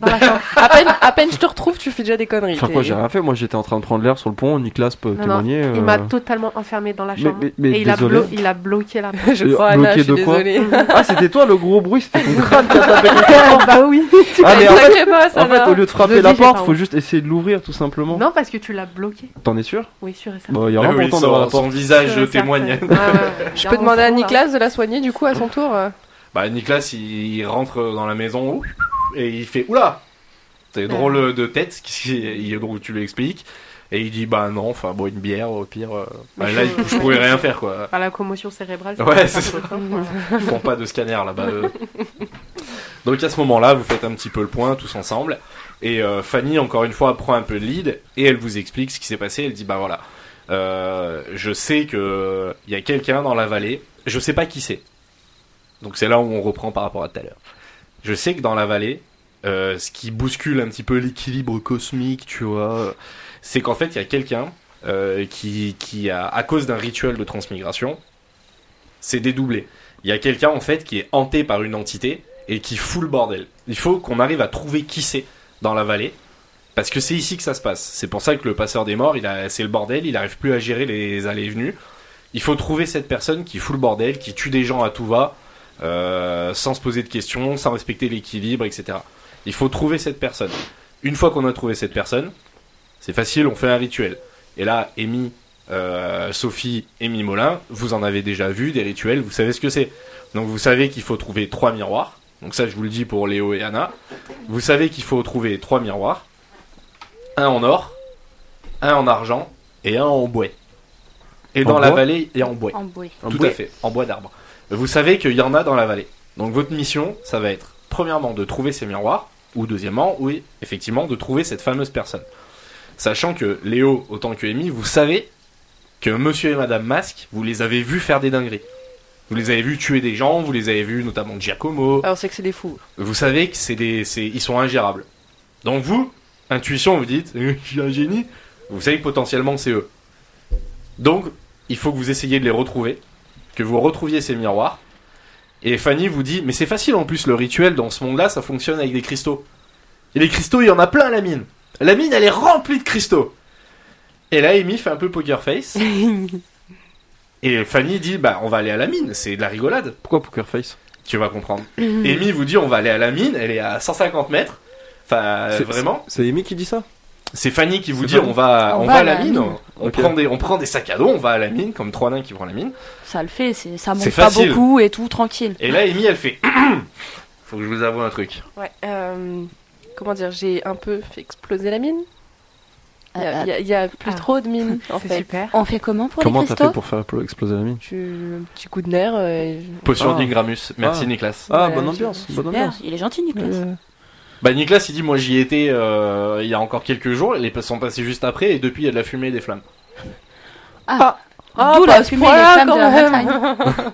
[SPEAKER 8] dans la chambre.
[SPEAKER 1] à, peine, à peine je te retrouve, tu fais déjà des conneries.
[SPEAKER 4] Faire quoi J'ai rien fait. Moi, j'étais en train de prendre l'air sur le pont. Nicolas peut
[SPEAKER 8] Non,
[SPEAKER 4] témoigner.
[SPEAKER 8] Il
[SPEAKER 4] euh,
[SPEAKER 8] m'a totalement enfermé dans la
[SPEAKER 4] Mais-
[SPEAKER 8] chambre.
[SPEAKER 4] mais- mais
[SPEAKER 8] et il a,
[SPEAKER 4] désolé.
[SPEAKER 8] blo- il a bloqué la
[SPEAKER 1] T'es- [LAUGHS] Je
[SPEAKER 4] Euh,
[SPEAKER 1] crois, Anna,
[SPEAKER 4] bloqué
[SPEAKER 1] je suis
[SPEAKER 4] de quoi
[SPEAKER 1] désolée.
[SPEAKER 4] Ah, c'était toi le gros bruit, c'était ton crâne qui a tapé.
[SPEAKER 8] porte. [LAUGHS] bah oui.
[SPEAKER 4] Ah,
[SPEAKER 1] [LAUGHS]
[SPEAKER 4] mais en
[SPEAKER 8] [LAUGHS]
[SPEAKER 4] fait,
[SPEAKER 1] Sacré boss,
[SPEAKER 4] en fait,
[SPEAKER 1] Anna.
[SPEAKER 4] au lieu de frapper
[SPEAKER 8] Je
[SPEAKER 4] la
[SPEAKER 8] dis, j'ai
[SPEAKER 4] porte,
[SPEAKER 8] pas
[SPEAKER 4] faut
[SPEAKER 8] honte.
[SPEAKER 4] juste essayer de l'ouvrir tout simplement.
[SPEAKER 8] Non, parce que tu l'as bloqué.
[SPEAKER 4] T'en es sûr
[SPEAKER 8] Oui, sûr et certain.
[SPEAKER 4] Bon, il y a
[SPEAKER 3] Ah
[SPEAKER 4] vraiment
[SPEAKER 3] oui,
[SPEAKER 4] longtemps
[SPEAKER 3] son,
[SPEAKER 4] d'avoir la porte.
[SPEAKER 3] son visage
[SPEAKER 8] Sûr et
[SPEAKER 3] Ah, témoigne.
[SPEAKER 8] certain. Ouais, ouais, ouais.
[SPEAKER 1] Je
[SPEAKER 8] Dans
[SPEAKER 1] peux demander à
[SPEAKER 8] l'enfant, là.
[SPEAKER 1] Nicolas de la soigner du coup à son tour. euh.
[SPEAKER 3] Bah, Nicolas, il, il rentre dans la maison ouh, et il fait Oula T'es
[SPEAKER 5] Euh.
[SPEAKER 3] drôle de tête, qu'est-ce qui- il est drôle, tu lui expliques. Et il dit Bah non, enfin, bois une bière au pire. euh. Bah,
[SPEAKER 8] Mais
[SPEAKER 3] là,
[SPEAKER 8] je-
[SPEAKER 3] il- je pourrais rien faire quoi.
[SPEAKER 8] Par la commotion cérébrale.
[SPEAKER 3] Ouais,
[SPEAKER 8] pas
[SPEAKER 3] c'est
[SPEAKER 8] ça.
[SPEAKER 3] Ils font pas de scanner là-bas. eux. Donc à ce moment-là, vous faites un petit peu le point tous ensemble. Et euh, Fanny, encore une fois, prend un peu le lead et elle vous explique ce qui s'est passé. Elle dit Bah voilà, euh, je sais que il y a quelqu'un dans la vallée, je sais pas qui c'est. Donc c'est là où on reprend par rapport à tout à l'heure. Je sais que dans la vallée, euh, ce qui bouscule un petit peu l'équilibre cosmique, tu vois, c'est qu'en fait, il y a quelqu'un euh, qui, qui a, à cause d'un rituel de transmigration, s'est dédoublé. Il y a quelqu'un en fait qui est hanté par une entité et qui fout le bordel. Il faut qu'on arrive à trouver qui c'est dans la vallée parce que c'est ici que ça se passe. C'est pour ça que le passeur des morts, il a, c'est le bordel, il n'arrive plus à gérer les allées et venues. Il faut trouver cette personne qui fout le bordel, qui tue des gens à tout va, euh, sans se poser de questions, sans respecter l'équilibre, etc. Il faut trouver cette personne. Une fois qu'on a trouvé cette personne, c'est facile, on fait un rituel. Et là, Amy, euh, Sophie et Mimolin, vous en avez déjà vu des rituels, vous savez ce que c'est. Donc vous savez qu'il faut trouver trois miroirs. Donc ça, je vous le dis pour Léo et Anna. Vous savez qu'il faut trouver trois miroirs. Un en or, un en argent et un en bois. Et
[SPEAKER 4] En
[SPEAKER 3] dans la
[SPEAKER 4] bois
[SPEAKER 3] vallée, il y a en bois.
[SPEAKER 2] En bouée.
[SPEAKER 4] Un
[SPEAKER 3] Tout
[SPEAKER 4] bruit.
[SPEAKER 3] à fait, en bois d'arbre. Vous savez qu'il y en a dans la vallée. Donc votre mission, ça va être premièrement de trouver ces miroirs, ou deuxièmement, oui, effectivement, de trouver cette fameuse personne. Sachant que Léo, autant que Amy, vous savez que Monsieur et Madame Masque, vous les avez vus faire des dingueries. Vous les avez vus tuer des gens, vous les avez vus notamment Giacomo.
[SPEAKER 1] Alors, c'est que c'est des fous.
[SPEAKER 3] Vous savez que c'est des, c'est- ils sont ingérables. Donc vous, intuition, vous dites, "Euh, je suis un génie. Vous savez que potentiellement c'est eux. Donc, il faut que vous essayiez de les retrouver, que vous retrouviez ces miroirs, Et Fanny vous dit, mais c'est facile en plus, le rituel dans ce monde-là, ça fonctionne avec des cristaux. Et les cristaux, il y en a plein à la mine. La mine, elle est remplie de cristaux. Et là, Amy fait un peu poker face. et Fanny dit, bah, on va aller à la mine, c'est de la rigolade.
[SPEAKER 4] Pourquoi Pokerface
[SPEAKER 3] Tu vas comprendre. Amy vous dit, on va aller à la mine, elle est à 150 mètres. Enfin,
[SPEAKER 4] C'est-
[SPEAKER 3] Euh, vraiment.
[SPEAKER 4] C'est Amy qui dit ça
[SPEAKER 3] C'est Fanny qui vous
[SPEAKER 4] C'est
[SPEAKER 3] dit
[SPEAKER 4] Fanny.
[SPEAKER 3] on va, on, va, à la mine, on,
[SPEAKER 4] Ok.
[SPEAKER 3] prend des, on prend des sacs à dos, on va à la mine, comme trois nains qui vont à la mine.
[SPEAKER 2] Ça le fait, c'est- ça
[SPEAKER 3] C'est
[SPEAKER 2] monte pas
[SPEAKER 3] facile.
[SPEAKER 2] beaucoup et tout, tranquille.
[SPEAKER 3] Et là, Amy, elle fait [CLEARS THROAT] Faut que je vous avoue un truc.
[SPEAKER 1] Ouais, euh, comment dire, j'ai un peu fait exploser la mine. Il y a,
[SPEAKER 2] Euh,
[SPEAKER 1] il y a- il y a plus
[SPEAKER 8] Ah.
[SPEAKER 1] trop de mine, [LAUGHS] en
[SPEAKER 8] C'est
[SPEAKER 1] fait.
[SPEAKER 8] super.
[SPEAKER 2] On fait comment pour
[SPEAKER 4] Comment
[SPEAKER 2] les
[SPEAKER 4] t'as fait
[SPEAKER 2] cristaux
[SPEAKER 4] pour faire pour exploser la mine
[SPEAKER 1] Je- Un petit coup de nerf. euh, je-
[SPEAKER 3] Potion
[SPEAKER 4] Ah.
[SPEAKER 3] d'Ingramus. Merci,
[SPEAKER 4] Ah.
[SPEAKER 3] Nicolas.
[SPEAKER 4] Ah,
[SPEAKER 1] Voilà,
[SPEAKER 4] bonne
[SPEAKER 1] je-
[SPEAKER 4] ambiance, bonne
[SPEAKER 2] Super,
[SPEAKER 4] ambiance.
[SPEAKER 2] il est gentil Nicolas.
[SPEAKER 4] Euh,
[SPEAKER 3] Bah, Nicolas, il dit Moi, j'y étais euh, il y a encore quelques jours, les passes sont passés juste après, et depuis, il y a de la fumée et des flammes.
[SPEAKER 1] Ah,
[SPEAKER 2] D'où
[SPEAKER 1] pas à
[SPEAKER 2] la
[SPEAKER 1] ce
[SPEAKER 2] fumée
[SPEAKER 1] point-là,
[SPEAKER 2] des femmes de la
[SPEAKER 1] quand même.
[SPEAKER 2] montagne.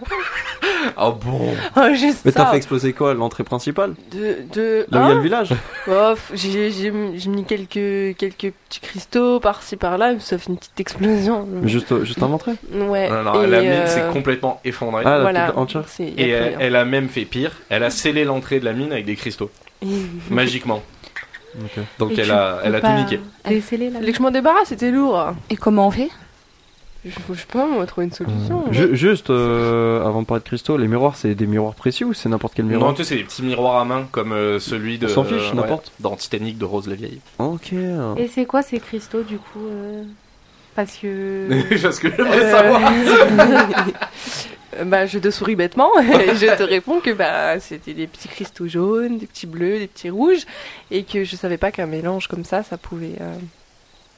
[SPEAKER 3] Ah bon
[SPEAKER 1] [LAUGHS] Oh, juste
[SPEAKER 4] Mais t'as
[SPEAKER 1] ça.
[SPEAKER 4] fait exploser quoi L'entrée principale
[SPEAKER 1] De, de,
[SPEAKER 4] Là où il y a
[SPEAKER 1] hein
[SPEAKER 4] le village
[SPEAKER 1] Bof, j'ai j'ai- j'ai mis quelques, quelques petits cristaux par-ci par-là, mais ça fait une petite explosion.
[SPEAKER 4] Mais Juste, euh, juste à l'entrée
[SPEAKER 1] Ouais.
[SPEAKER 3] Non, non,
[SPEAKER 1] et,
[SPEAKER 3] la mine
[SPEAKER 1] euh,
[SPEAKER 3] s'est complètement effondrée.
[SPEAKER 4] Ah, la
[SPEAKER 1] voilà.
[SPEAKER 4] toute entière.
[SPEAKER 1] c'est- y a
[SPEAKER 3] Et
[SPEAKER 4] euh,
[SPEAKER 1] plus
[SPEAKER 3] elle,
[SPEAKER 1] rien.
[SPEAKER 3] elle a même fait pire, elle a scellé l'entrée de la mine avec des cristaux,
[SPEAKER 4] [LAUGHS]
[SPEAKER 3] magiquement.
[SPEAKER 4] Ok.
[SPEAKER 3] Donc
[SPEAKER 8] Et
[SPEAKER 3] elle
[SPEAKER 8] tu
[SPEAKER 3] a, elle a tout niqué.
[SPEAKER 8] Déceler la
[SPEAKER 1] Fallait que je m'en débarrasse, c'était lourd.
[SPEAKER 2] Et comment on fait
[SPEAKER 1] Je, je sais pas, on va trouver une solution.
[SPEAKER 4] Ju- juste euh, avant de parler de cristaux, les miroirs, c'est des miroirs précis ou c'est n'importe quel
[SPEAKER 3] Non,
[SPEAKER 4] miroir
[SPEAKER 3] tu sais, c'est des petits miroirs à main comme euh, celui de.
[SPEAKER 4] On s'en fiche,
[SPEAKER 3] ouais,
[SPEAKER 4] n'importe.
[SPEAKER 3] Dans Titanic de Rose la Vieille.
[SPEAKER 4] Ah, Ok.
[SPEAKER 8] Et c'est quoi ces cristaux du coup euh, Parce que.
[SPEAKER 3] [LAUGHS] Parce que j'aimerais
[SPEAKER 1] Euh,
[SPEAKER 3] savoir.
[SPEAKER 1] Euh, [LAUGHS] bah, je te souris bêtement [LAUGHS] et je te réponds que bah, c'était des petits cristaux jaunes, des petits bleus, des petits rouges et que je savais pas qu'un mélange comme ça, ça pouvait. euh,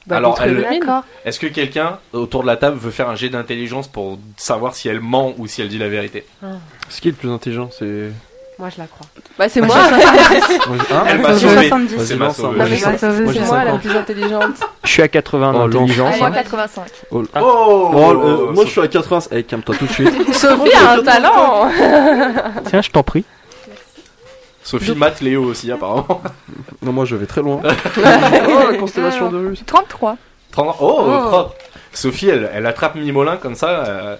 [SPEAKER 1] bah,
[SPEAKER 3] Alors,
[SPEAKER 1] détruire
[SPEAKER 3] elle-
[SPEAKER 1] la mine.
[SPEAKER 8] D'accord.
[SPEAKER 3] Est-ce que quelqu'un autour de la table veut faire un jet d'intelligence pour savoir si elle ment ou si elle dit la vérité
[SPEAKER 4] Ce qui est le plus intelligent, [LAUGHS] c'est.
[SPEAKER 8] Moi je la crois.
[SPEAKER 1] Bah, c'est moi,
[SPEAKER 4] Moi, j'ai- hein
[SPEAKER 3] Elle m'a
[SPEAKER 2] J'ai
[SPEAKER 3] sauvé.
[SPEAKER 2] 70.
[SPEAKER 3] C'est
[SPEAKER 4] Vas-y,
[SPEAKER 3] ma
[SPEAKER 4] lance un-
[SPEAKER 3] sauveuse.
[SPEAKER 4] Moi,
[SPEAKER 8] Non, mais
[SPEAKER 4] j'ai cinq-
[SPEAKER 8] ça- ça-
[SPEAKER 4] moi,
[SPEAKER 1] [LAUGHS] c'est
[SPEAKER 4] j'ai
[SPEAKER 1] moi la
[SPEAKER 4] cinq ans.
[SPEAKER 1] plus intelligente.
[SPEAKER 9] Je suis à 80
[SPEAKER 4] Oh,
[SPEAKER 9] d'intelligence.
[SPEAKER 5] Allez, moi, 85.
[SPEAKER 4] Oh,
[SPEAKER 9] Ah.
[SPEAKER 3] Oh,
[SPEAKER 4] oh, euh, moi je suis à 80. Eh, calme-toi tout de suite.
[SPEAKER 1] Sophie a un talent.
[SPEAKER 9] [LAUGHS] Tiens, je t'en prie.
[SPEAKER 3] Sophie mate Léo aussi,
[SPEAKER 4] [LAUGHS]
[SPEAKER 3] apparemment.
[SPEAKER 4] non, moi je vais très loin. oh, la constellation de Russe.
[SPEAKER 5] 33.
[SPEAKER 3] 30 Oh, propre. Sophie, elle, elle attrape Mimolin comme ça. euh,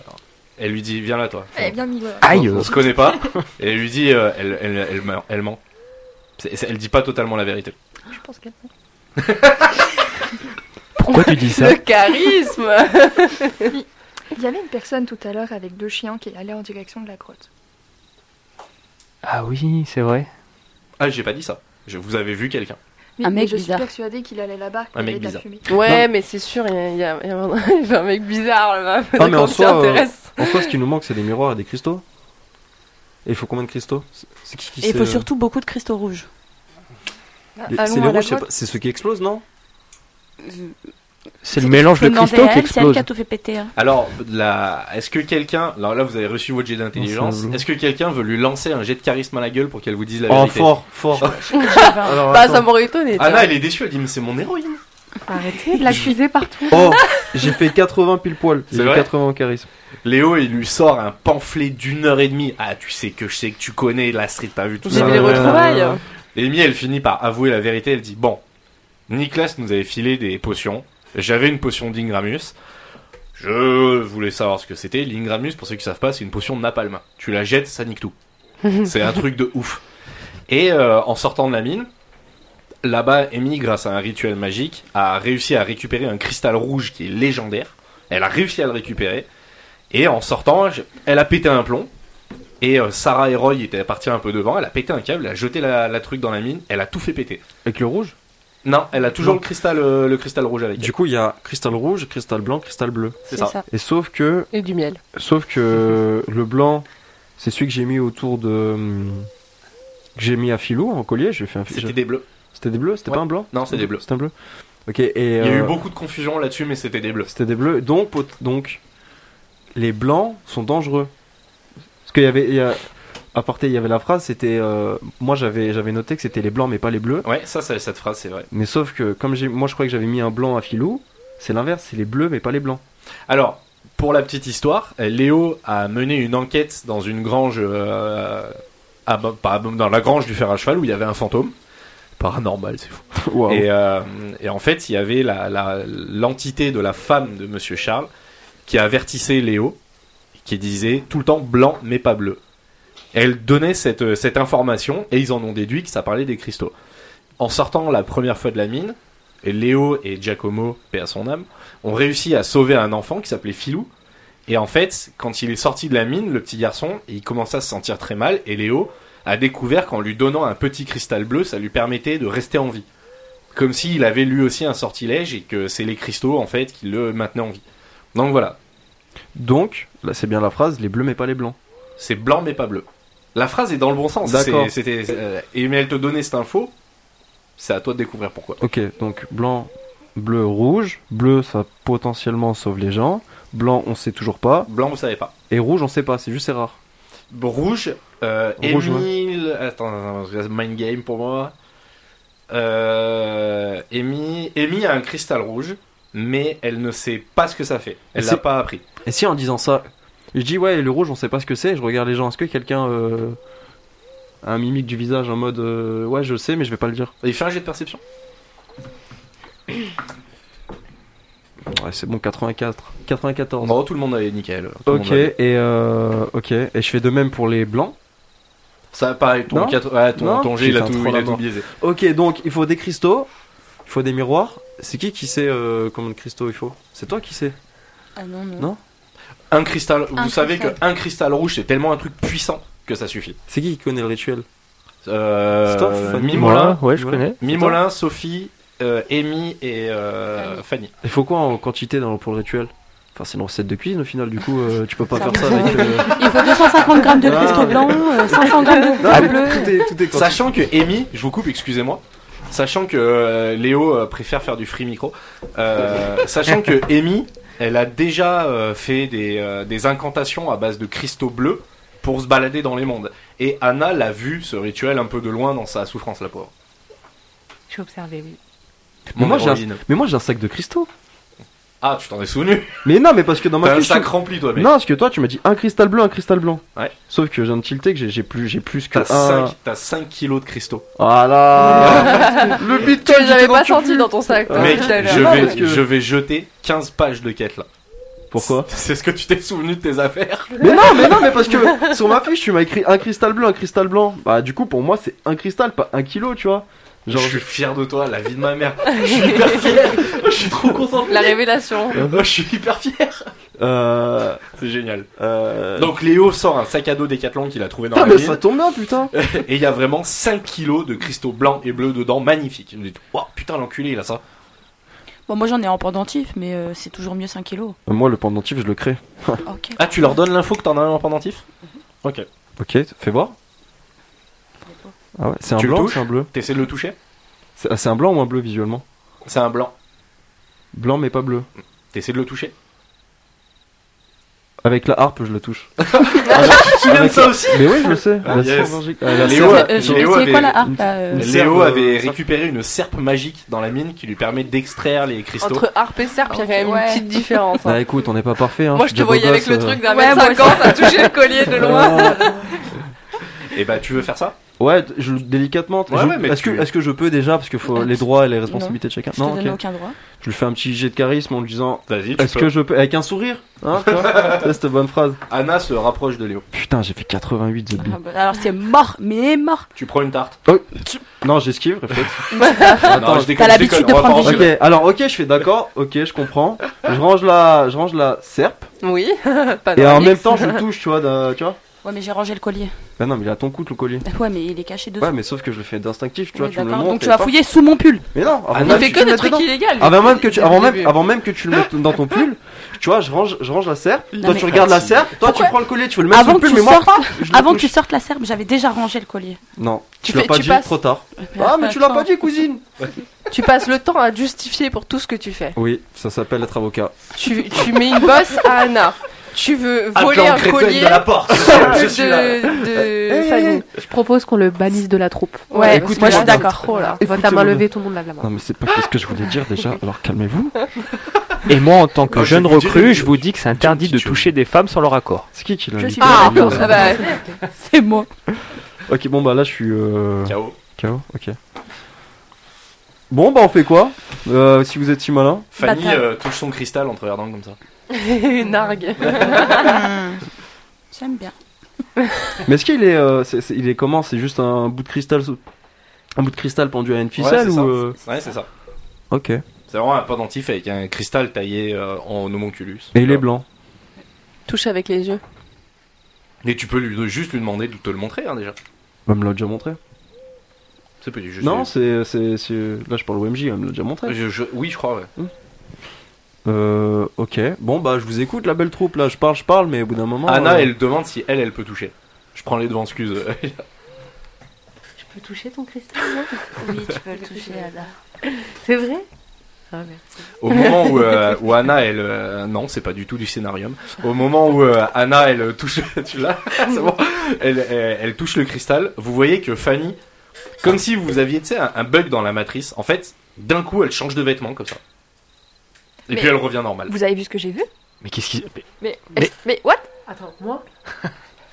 [SPEAKER 3] elle lui dit Viens là, toi.
[SPEAKER 5] Elle est Eh bien mise.
[SPEAKER 9] Aïe
[SPEAKER 3] On se connaît
[SPEAKER 4] [LAUGHS]
[SPEAKER 3] pas. Et elle lui dit euh, elle, elle, elle, meurt- elle ment. C'est- c'est- elle dit pas totalement la vérité.
[SPEAKER 5] Je pense qu'elle
[SPEAKER 9] Pourquoi tu dis [LAUGHS] ça
[SPEAKER 1] Le charisme.
[SPEAKER 5] Il y avait une personne tout à l'heure avec deux chiens qui allait en direction de la grotte.
[SPEAKER 9] Ah oui, c'est vrai.
[SPEAKER 3] Ah, j'ai pas dit ça. Je vous avez vu quelqu'un.
[SPEAKER 5] Mais,
[SPEAKER 2] Un mec
[SPEAKER 5] mais je
[SPEAKER 2] bizarre.
[SPEAKER 5] suis persuadée qu'il allait là-bas. qu'il
[SPEAKER 3] Un mec
[SPEAKER 5] allait de la
[SPEAKER 3] bizarre.
[SPEAKER 5] fumée.
[SPEAKER 1] Ouais, mais c'est sûr, il y a, il y a- il y a un- [LAUGHS] il y a un mec bizarre là-bas.
[SPEAKER 4] Ah, mais en
[SPEAKER 1] Quand tu
[SPEAKER 4] soi, euh,
[SPEAKER 1] t'intéresses.
[SPEAKER 4] En soi, ce qui nous manque, c'est des miroirs et des cristaux. Et il faut combien de cristaux C'est- c'est qui- qui
[SPEAKER 2] Et il
[SPEAKER 4] c'est,
[SPEAKER 2] faut
[SPEAKER 4] euh,
[SPEAKER 2] surtout beaucoup de cristaux rouges.
[SPEAKER 4] les-
[SPEAKER 5] Allons
[SPEAKER 4] C'est les
[SPEAKER 5] à la
[SPEAKER 4] rouges, c'est
[SPEAKER 5] grotte.
[SPEAKER 4] pas- c'est ceux qui explosent, non
[SPEAKER 9] C'est le mélange de
[SPEAKER 2] Faut demander
[SPEAKER 9] cristaux
[SPEAKER 2] à
[SPEAKER 9] qui
[SPEAKER 2] elle, C'est elle
[SPEAKER 9] explose.
[SPEAKER 2] qui a tout fait péter. hein.
[SPEAKER 3] Alors, la... est-ce que quelqu'un. Alors là, vous avez reçu votre jet
[SPEAKER 4] Non,
[SPEAKER 3] d'intelligence.
[SPEAKER 4] c'est un
[SPEAKER 3] Est-ce que quelqu'un veut lui lancer un jet de charisme à la gueule pour qu'elle vous dise la
[SPEAKER 4] Oh,
[SPEAKER 3] vérité
[SPEAKER 4] fort, fort. [LAUGHS] Alors,
[SPEAKER 1] Bah,
[SPEAKER 4] attends. Ah,
[SPEAKER 1] ça m'aurait étonné. tiens.
[SPEAKER 3] Anna, elle est déçue, elle dit Mais c'est mon héroïne
[SPEAKER 8] Arrêtez de l'accuser partout.
[SPEAKER 4] Oh, j'ai fait 80 pile poil.
[SPEAKER 3] C'est
[SPEAKER 4] J'ai
[SPEAKER 3] vrai
[SPEAKER 4] 80 en charisme.
[SPEAKER 3] Léo, il lui sort un pamphlet d'une heure et demie. Ah, tu sais que je sais que tu connais la street, t'as vu tout
[SPEAKER 1] J'ai
[SPEAKER 3] ça.
[SPEAKER 1] vu les
[SPEAKER 4] Ouais, ouais,
[SPEAKER 1] retrouvailles.
[SPEAKER 4] ouais, ouais.
[SPEAKER 3] Amy, elle finit par avouer la vérité. Elle dit Bon, Nicolas nous avait filé des potions. J'avais une potion d'Ingramus. Je voulais savoir ce que c'était. L'Ingramus, pour ceux qui savent pas, c'est une potion de napalm. Tu la jettes, ça nique tout. c'est un truc de ouf. Et euh, en sortant de la mine, là-bas, Amy, grâce à un rituel magique, a réussi à récupérer un cristal rouge qui est légendaire. Elle a réussi à le récupérer. Et en sortant, je- elle a pété un plomb. Et euh, Sarah et Roy étaient partis un peu devant. Elle a pété un câble, elle a jeté la, la truc dans la mine. Elle a tout fait péter.
[SPEAKER 4] Avec le rouge
[SPEAKER 3] Non, elle a toujours
[SPEAKER 4] Non.
[SPEAKER 3] le cristal, euh, le cristal rouge avec. elle.
[SPEAKER 4] Du coup, il y a cristal rouge, cristal blanc, cristal bleu.
[SPEAKER 3] C'est ça.
[SPEAKER 4] Et sauf que,
[SPEAKER 1] Et du miel.
[SPEAKER 4] sauf que le blanc, c'est celui que j'ai mis autour de. hum, que j'ai mis à filou en collier. J'ai fait un
[SPEAKER 3] C'était
[SPEAKER 4] j'ai-
[SPEAKER 3] des bleus.
[SPEAKER 4] C'était des bleus C'était
[SPEAKER 3] Ouais.
[SPEAKER 4] pas un blanc
[SPEAKER 3] Non, c'était des bleus.
[SPEAKER 4] C'était un bleu. Ok, et.
[SPEAKER 3] Il y a eu
[SPEAKER 4] euh,
[SPEAKER 3] beaucoup de confusion là-dessus, mais c'était des bleus.
[SPEAKER 4] C'était des bleus. Donc, pot- donc les blancs sont dangereux. Parce qu'il y avait. il y a- à porter, il y avait la phrase, c'était. euh, moi, j'avais j'avais noté que c'était les blancs, mais pas les bleus.
[SPEAKER 3] Ouais, ça, ça- cette phrase, c'est vrai.
[SPEAKER 4] Mais sauf que, comme j'ai, moi je crois que j'avais mis un blanc à filou, c'est l'inverse, c'est les bleus mais pas
[SPEAKER 3] [LAUGHS]
[SPEAKER 4] les blancs.
[SPEAKER 3] Alors, pour la petite histoire, euh, Léo a mené une enquête dans une grange, euh, à Bo- pas à Bo- dans la grange du fer à cheval où il y avait un fantôme. Paranormal, c'est fou. Et, euh, et en fait, il y avait la- la- l'entité de la femme de Monsieur Charles qui avertissait Léo, qui disait tout le temps blanc mais pas bleu. Elle donnait cette, euh, cette information et ils en ont déduit que ça parlait des cristaux. En sortant la première fois de la mine, Léo et Giacomo, paix à son âme, ont réussi à sauver un enfant qui s'appelait Filou. Et en fait, quand il est sorti de la mine, le petit garçon, il commençait à se sentir très mal et Léo a découvert qu'en lui donnant un petit cristal bleu, ça lui permettait de rester en vie. Comme s'il avait lui aussi un sortilège et que c'est les cristaux en fait qui le maintenaient en vie. Donc voilà,
[SPEAKER 4] Donc, là c'est bien la phrase, les bleus mais pas les blancs.
[SPEAKER 3] c'est blanc mais pas bleu. La phrase est dans le bon sens.
[SPEAKER 4] D'accord.
[SPEAKER 3] C'est- C'était euh, et mais elle te donnait cette info. C'est à toi de découvrir pourquoi.
[SPEAKER 4] Ok, donc blanc, bleu, rouge. Bleu, ça potentiellement sauve les gens. Blanc, on sait toujours pas.
[SPEAKER 3] Blanc, vous savez pas.
[SPEAKER 4] Et rouge, on sait pas, c'est juste c'est rare.
[SPEAKER 3] Rouge. Euh,
[SPEAKER 4] Rouge, ouais.
[SPEAKER 3] Émile. Attends, attends, parce que c'est mind game pour moi. Euh, Amy, Amy a un cristal rouge, mais elle ne sait pas ce que ça fait. Elle
[SPEAKER 4] Et
[SPEAKER 3] l'a
[SPEAKER 4] c'est-
[SPEAKER 3] pas appris.
[SPEAKER 4] Et si en disant ça, je dis ouais, le rouge, on sait pas ce que c'est. Je regarde les gens. Est-ce que quelqu'un euh, a un mimique du visage en mode euh, ouais, je sais, mais je vais pas le dire.
[SPEAKER 3] Il fait un jet de perception.
[SPEAKER 4] Ouais, c'est bon, 84, 94.
[SPEAKER 3] Non, tout le monde avait nickel. Tout le
[SPEAKER 4] Ok,
[SPEAKER 3] monde avait-
[SPEAKER 4] et euh, ok, et je fais de même pour les blancs.
[SPEAKER 3] Ça, pareil, ton,
[SPEAKER 4] Non
[SPEAKER 3] quatre- ah, ton,
[SPEAKER 4] Non
[SPEAKER 3] ton jet, il a
[SPEAKER 4] Putain,
[SPEAKER 3] tout,
[SPEAKER 4] trop
[SPEAKER 3] il a
[SPEAKER 4] la
[SPEAKER 3] tout
[SPEAKER 4] mort.
[SPEAKER 3] biaisé.
[SPEAKER 4] Ok, donc il faut des cristaux, il faut des miroirs. C'est qui qui sait euh, combien de cristaux il faut C'est toi qui sais
[SPEAKER 2] Ah non, non.
[SPEAKER 4] Non.
[SPEAKER 3] Un cristal, vous
[SPEAKER 2] Un
[SPEAKER 3] savez
[SPEAKER 2] cristal.
[SPEAKER 3] qu'un cristal rouge, c'est tellement un truc puissant que ça suffit.
[SPEAKER 4] C'est qui qui connaît le rituel
[SPEAKER 3] Euh,
[SPEAKER 4] Stuff,
[SPEAKER 3] Mimolin,
[SPEAKER 9] ouais, je
[SPEAKER 4] Mimolin.
[SPEAKER 9] connais.
[SPEAKER 3] Mimolin, Sophie, euh, Amy et euh, Fanny.
[SPEAKER 4] Il faut quoi en quantité dans, pour le rituel Enfin, c'est une recette de cuisine au final, du coup, euh, tu peux pas
[SPEAKER 2] Ça
[SPEAKER 4] faire ça
[SPEAKER 2] me
[SPEAKER 4] avec. euh,
[SPEAKER 2] Il faut 250 grammes de cristaux
[SPEAKER 4] Ah.
[SPEAKER 2] blancs, euh, 500 grammes de
[SPEAKER 4] Ah,
[SPEAKER 2] cristaux bleus.
[SPEAKER 4] tout est, tout est quanti-
[SPEAKER 3] Sachant que Amy, je vous coupe, excusez-moi. Sachant que euh, Léo euh, préfère faire du free micro.
[SPEAKER 2] [LAUGHS]
[SPEAKER 3] euh, sachant que Amy, elle a déjà euh, fait des, euh, des incantations à base de cristaux bleus pour se balader dans les mondes. Et Anna l'a vu, ce rituel, un peu de loin dans sa souffrance, la pauvre.
[SPEAKER 8] Je suis observée, oui.
[SPEAKER 4] Mais moi, j'ai un-
[SPEAKER 3] héroïne.
[SPEAKER 4] Mais moi, j'ai un sac de cristaux.
[SPEAKER 3] Ah, tu t'en es souvenu
[SPEAKER 4] Mais non, mais parce que dans ma
[SPEAKER 3] T'as un
[SPEAKER 4] fiche, tu-
[SPEAKER 3] sac rempli, toi, mec.
[SPEAKER 4] Non, parce que toi, tu m'as dit un cristal bleu, un cristal blanc.
[SPEAKER 3] Ouais.
[SPEAKER 4] Sauf que j'ai un tilté que j'ai- j'ai plus, j'ai plus que euh,
[SPEAKER 3] T'as
[SPEAKER 4] un.
[SPEAKER 3] 5, kilos de cristaux.
[SPEAKER 4] Voilà. le
[SPEAKER 1] Tu
[SPEAKER 4] bitcoin.
[SPEAKER 1] les
[SPEAKER 4] j'étais
[SPEAKER 1] avais
[SPEAKER 4] dans
[SPEAKER 1] pas
[SPEAKER 4] le cul.
[SPEAKER 1] senti dans ton sac, toi,
[SPEAKER 3] Mec,
[SPEAKER 1] tout à l'heure.
[SPEAKER 3] je
[SPEAKER 4] Non,
[SPEAKER 3] vais,
[SPEAKER 4] parce que-
[SPEAKER 3] je vais jeter 15 pages de quête là.
[SPEAKER 4] Pourquoi
[SPEAKER 3] C'est ce que tu t'es souvenu de tes affaires.
[SPEAKER 4] Mais non, mais non, mais parce que sur ma fiche, tu m'as écrit un cristal bleu, un cristal blanc. Bah, du coup, pour moi, c'est un cristal, pas un kilo, tu vois. Genre,
[SPEAKER 3] je suis fier de toi, la vie de ma mère. Je suis hyper fier. [LAUGHS] Je suis trop content.
[SPEAKER 1] [LAUGHS] La révélation.
[SPEAKER 3] Je suis hyper fier.
[SPEAKER 4] euh,
[SPEAKER 3] C'est génial.
[SPEAKER 4] euh...
[SPEAKER 3] Donc Léo sort un sac à dos Decathlon qu'il a trouvé dans
[SPEAKER 4] putain,
[SPEAKER 3] la
[SPEAKER 4] mais ça
[SPEAKER 3] ville
[SPEAKER 4] tombe bien, putain.
[SPEAKER 3] et il y a vraiment 5 kilos de cristaux blancs et bleus dedans, magnifique. Je me dis, Waouh, putain l'enculé il a ça.
[SPEAKER 2] Bon, moi j'en ai en pendentif, mais euh, c'est toujours mieux 5 kilos.
[SPEAKER 4] Euh, Moi, le pendentif, je le crée.
[SPEAKER 2] Ok.
[SPEAKER 3] Ah tu leur donnes l'info que t'en as un en pendentif Ok.
[SPEAKER 4] Ok, fais voir. Ah ouais, c'est un
[SPEAKER 3] Tu le
[SPEAKER 4] blanc, ou
[SPEAKER 3] touches
[SPEAKER 4] c'est un bleu.
[SPEAKER 3] T'essaies de le toucher
[SPEAKER 4] C'est ah, c'est un blanc ou un bleu visuellement
[SPEAKER 3] C'est un blanc.
[SPEAKER 4] Blanc mais pas bleu.
[SPEAKER 3] T'essaies de le toucher
[SPEAKER 4] Avec la harpe, je le touche.
[SPEAKER 3] Tu te souviens de ça aussi
[SPEAKER 4] Mais oui, je le sais.
[SPEAKER 3] Ah,
[SPEAKER 4] la
[SPEAKER 3] yes.
[SPEAKER 4] science magique. Ah, la
[SPEAKER 3] Léo
[SPEAKER 4] science-
[SPEAKER 3] a-
[SPEAKER 2] Euh, je-
[SPEAKER 3] Léo
[SPEAKER 2] c'est
[SPEAKER 3] avait-
[SPEAKER 2] quoi la harpe là euh,
[SPEAKER 4] Une
[SPEAKER 3] Léo
[SPEAKER 4] serpe,
[SPEAKER 3] avait
[SPEAKER 4] euh, serpe.
[SPEAKER 3] récupéré une serpe magique dans la mine qui lui permet d'extraire les cristaux.
[SPEAKER 1] Entre harpe et serpe, il y a quand même
[SPEAKER 2] Ouais.
[SPEAKER 1] une petite différence. hein.
[SPEAKER 4] Bah écoute, on n'est pas parfait. Hein.
[SPEAKER 1] Moi, je te
[SPEAKER 4] suis
[SPEAKER 1] voyais
[SPEAKER 4] beau
[SPEAKER 1] avec
[SPEAKER 4] gosse,
[SPEAKER 1] le
[SPEAKER 4] euh.
[SPEAKER 1] truc d'un
[SPEAKER 2] Ouais,
[SPEAKER 1] mètre
[SPEAKER 2] moi
[SPEAKER 1] cinquante à toucher le collier de loin.
[SPEAKER 3] Et bah tu veux faire ça
[SPEAKER 4] Ouais, je, délicatement.
[SPEAKER 3] Ouais,
[SPEAKER 4] Je-
[SPEAKER 3] ouais, mais
[SPEAKER 4] Est-ce que,
[SPEAKER 3] tu-
[SPEAKER 4] est-ce que je peux déjà Parce que faut les droits et les responsabilités de chacun.
[SPEAKER 2] Je te
[SPEAKER 4] Non,
[SPEAKER 2] donne
[SPEAKER 4] ok.
[SPEAKER 2] aucun droit.
[SPEAKER 4] Je lui fais un petit jet de charisme en lui disant
[SPEAKER 3] Vas-y, tu
[SPEAKER 4] Est-ce
[SPEAKER 3] peux.
[SPEAKER 4] que je peux. Avec un sourire Hein
[SPEAKER 3] [LAUGHS]
[SPEAKER 4] tu vois C'est cette bonne phrase.
[SPEAKER 3] Anna se rapproche de Léo.
[SPEAKER 4] Putain, j'ai fait 88 de
[SPEAKER 2] Ah bah, alors c'est mort, mais mort.
[SPEAKER 3] Tu prends une tarte.
[SPEAKER 4] Non, j'esquive, réflexe.
[SPEAKER 3] Attends,
[SPEAKER 4] Attends,
[SPEAKER 3] je déconne, je
[SPEAKER 2] l'habitude
[SPEAKER 3] déconne,
[SPEAKER 2] de
[SPEAKER 3] on va pas
[SPEAKER 2] prendre
[SPEAKER 3] en
[SPEAKER 2] des
[SPEAKER 3] parler.
[SPEAKER 4] ok, alors ok, je fais d'accord. Ok, je comprends. Je range la, je range la serpe.
[SPEAKER 1] Oui, [LAUGHS] pas
[SPEAKER 4] Et en
[SPEAKER 1] d'index.
[SPEAKER 4] même temps, je le touche, tu vois. d'un- Tu vois
[SPEAKER 2] Ouais, mais j'ai rangé le collier. [LAUGHS]
[SPEAKER 4] Bah non, mais il a ton coude le collier.
[SPEAKER 2] Ouais, mais il est caché dessous.
[SPEAKER 4] Ouais, mais sauf que je le fais d'instinctif, tu vois,
[SPEAKER 2] Ouais,
[SPEAKER 4] tu me le
[SPEAKER 2] d'accord.
[SPEAKER 4] montres.
[SPEAKER 2] Donc tu
[SPEAKER 4] et
[SPEAKER 2] vas
[SPEAKER 4] paf.
[SPEAKER 2] fouiller sous mon pull.
[SPEAKER 4] Mais non,
[SPEAKER 3] Ah,
[SPEAKER 4] avant
[SPEAKER 3] non,
[SPEAKER 1] Il
[SPEAKER 4] même
[SPEAKER 1] fait
[SPEAKER 4] tu
[SPEAKER 1] que
[SPEAKER 4] le
[SPEAKER 1] des
[SPEAKER 4] mettes
[SPEAKER 1] trucs
[SPEAKER 4] dedans.
[SPEAKER 1] illégaux.
[SPEAKER 4] Avant même que tu,
[SPEAKER 1] [LAUGHS] dès le
[SPEAKER 4] avant même,
[SPEAKER 1] début.
[SPEAKER 4] avant même que tu le mettes dans ton pull, tu vois, je range, je range la serpe. toi,
[SPEAKER 2] mais-
[SPEAKER 4] tu regardes la serpe. Toi, tu
[SPEAKER 2] Pourquoi
[SPEAKER 4] prends le collier, tu veux le mettre
[SPEAKER 2] Avant
[SPEAKER 4] sur
[SPEAKER 2] que
[SPEAKER 4] le pull,
[SPEAKER 2] tu
[SPEAKER 4] mais moi,
[SPEAKER 2] sortes,
[SPEAKER 4] je le
[SPEAKER 2] avant que
[SPEAKER 4] touche.
[SPEAKER 2] tu sortes la serbe, j'avais déjà rangé le
[SPEAKER 4] [LAUGHS]
[SPEAKER 2] collier.
[SPEAKER 4] Non, tu
[SPEAKER 1] Tu
[SPEAKER 4] l'as
[SPEAKER 1] fais-
[SPEAKER 4] pas
[SPEAKER 1] tu
[SPEAKER 4] dit,
[SPEAKER 1] passes.
[SPEAKER 4] trop tard. Ah, mais tu l'as pas dit, cousine.
[SPEAKER 1] Tu passes le temps à justifier pour tout ce que tu fais.
[SPEAKER 4] Oui, ça s'appelle être avocat.
[SPEAKER 1] Tu, tu mets une bosse à Anna. Tu veux
[SPEAKER 4] Ah,
[SPEAKER 1] voler
[SPEAKER 3] Appelant
[SPEAKER 1] un
[SPEAKER 3] Créteil
[SPEAKER 1] collier
[SPEAKER 3] de la porte.
[SPEAKER 4] [LAUGHS]
[SPEAKER 1] de,
[SPEAKER 3] Je suis là.
[SPEAKER 1] de Fanny.
[SPEAKER 8] Je propose qu'on le bannisse de la troupe.
[SPEAKER 1] Ouais, parce
[SPEAKER 2] écoute, moi,
[SPEAKER 1] que
[SPEAKER 2] je suis
[SPEAKER 1] là, c'est
[SPEAKER 2] d'accord.
[SPEAKER 1] Trop là.
[SPEAKER 8] On va ta main levée, tout le monde lève la main.
[SPEAKER 4] Non, mais c'est pas ce que je voulais dire déjà. Alors calmez-vous.
[SPEAKER 9] Et moi, en tant que
[SPEAKER 3] Non, je
[SPEAKER 9] jeune
[SPEAKER 3] vais vous dire une-
[SPEAKER 9] recrue, je vous dis que c'est interdit de
[SPEAKER 3] petite chose.
[SPEAKER 9] toucher des femmes sans leur accord.
[SPEAKER 4] C'est qui qui l'a
[SPEAKER 8] Je
[SPEAKER 4] dit
[SPEAKER 8] suis
[SPEAKER 1] Ah,
[SPEAKER 8] d'accord.
[SPEAKER 1] ah bah,
[SPEAKER 2] C'est moi.
[SPEAKER 4] Ok, bon bah là, je suis euh,
[SPEAKER 3] K.O.
[SPEAKER 4] KO. Ok. Bon bah on fait quoi Euh, Si vous êtes si malin.
[SPEAKER 3] Fanny
[SPEAKER 2] Bâtard.
[SPEAKER 3] euh, touche son cristal en te regardant comme ça.
[SPEAKER 1] nargue.
[SPEAKER 2] J'aime bien.
[SPEAKER 4] Mais est-ce qu'il est, euh, c'est- c'est- il est comment C'est juste un bout de cristal, sous- un bout de cristal pendu à une ficelle
[SPEAKER 3] c'est ça.
[SPEAKER 4] ou euh,
[SPEAKER 3] Ouais, c'est ça.
[SPEAKER 4] Ok. Et
[SPEAKER 3] C'est vraiment un pendentif avec un cristal taillé euh, en homunculus.
[SPEAKER 4] il est blanc.
[SPEAKER 1] Touche avec les yeux.
[SPEAKER 3] Mais tu peux lui- juste lui demander de te le montrer hein, déjà.
[SPEAKER 4] Elle bah, me l'a déjà montré.
[SPEAKER 3] C'est petit, je
[SPEAKER 4] Non,
[SPEAKER 3] sais-
[SPEAKER 4] c'est, c'est, c'est- là je parle OMJ, elle hein, me l'a déjà montré.
[SPEAKER 3] je- je- Oui, je crois, ouais.
[SPEAKER 4] Euh, ok. Bon bah je vous écoute la belle troupe là. Je parle, je parle, mais au bout d'un moment.
[SPEAKER 3] Anna,
[SPEAKER 4] euh,
[SPEAKER 3] elle demande si elle, elle peut toucher. Je prends les devants, excuse.
[SPEAKER 8] Je peux toucher ton cristal moi
[SPEAKER 2] Oui, tu peux le toucher, Ada.
[SPEAKER 8] [LAUGHS] C'est vrai Ah, merci.
[SPEAKER 3] Au moment où, euh, où Anna, elle. euh, non, c'est pas du tout du scénarium. Au moment où euh, Anna, elle euh, touche. [LAUGHS] tu l'as C'est bon. Elle, elle- elle touche le cristal. Vous voyez que Fanny, comme si vous aviez, tu sais, un, un bug dans la matrice, en fait, d'un coup, elle change de vêtements comme ça. Et
[SPEAKER 5] Mais-
[SPEAKER 3] puis elle revient normale.
[SPEAKER 5] Vous avez vu ce que j'ai vu
[SPEAKER 9] Mais qu'est-ce qui. mais-
[SPEAKER 5] Mais,
[SPEAKER 9] Mais-
[SPEAKER 5] est-ce- mais what
[SPEAKER 8] Attends, moi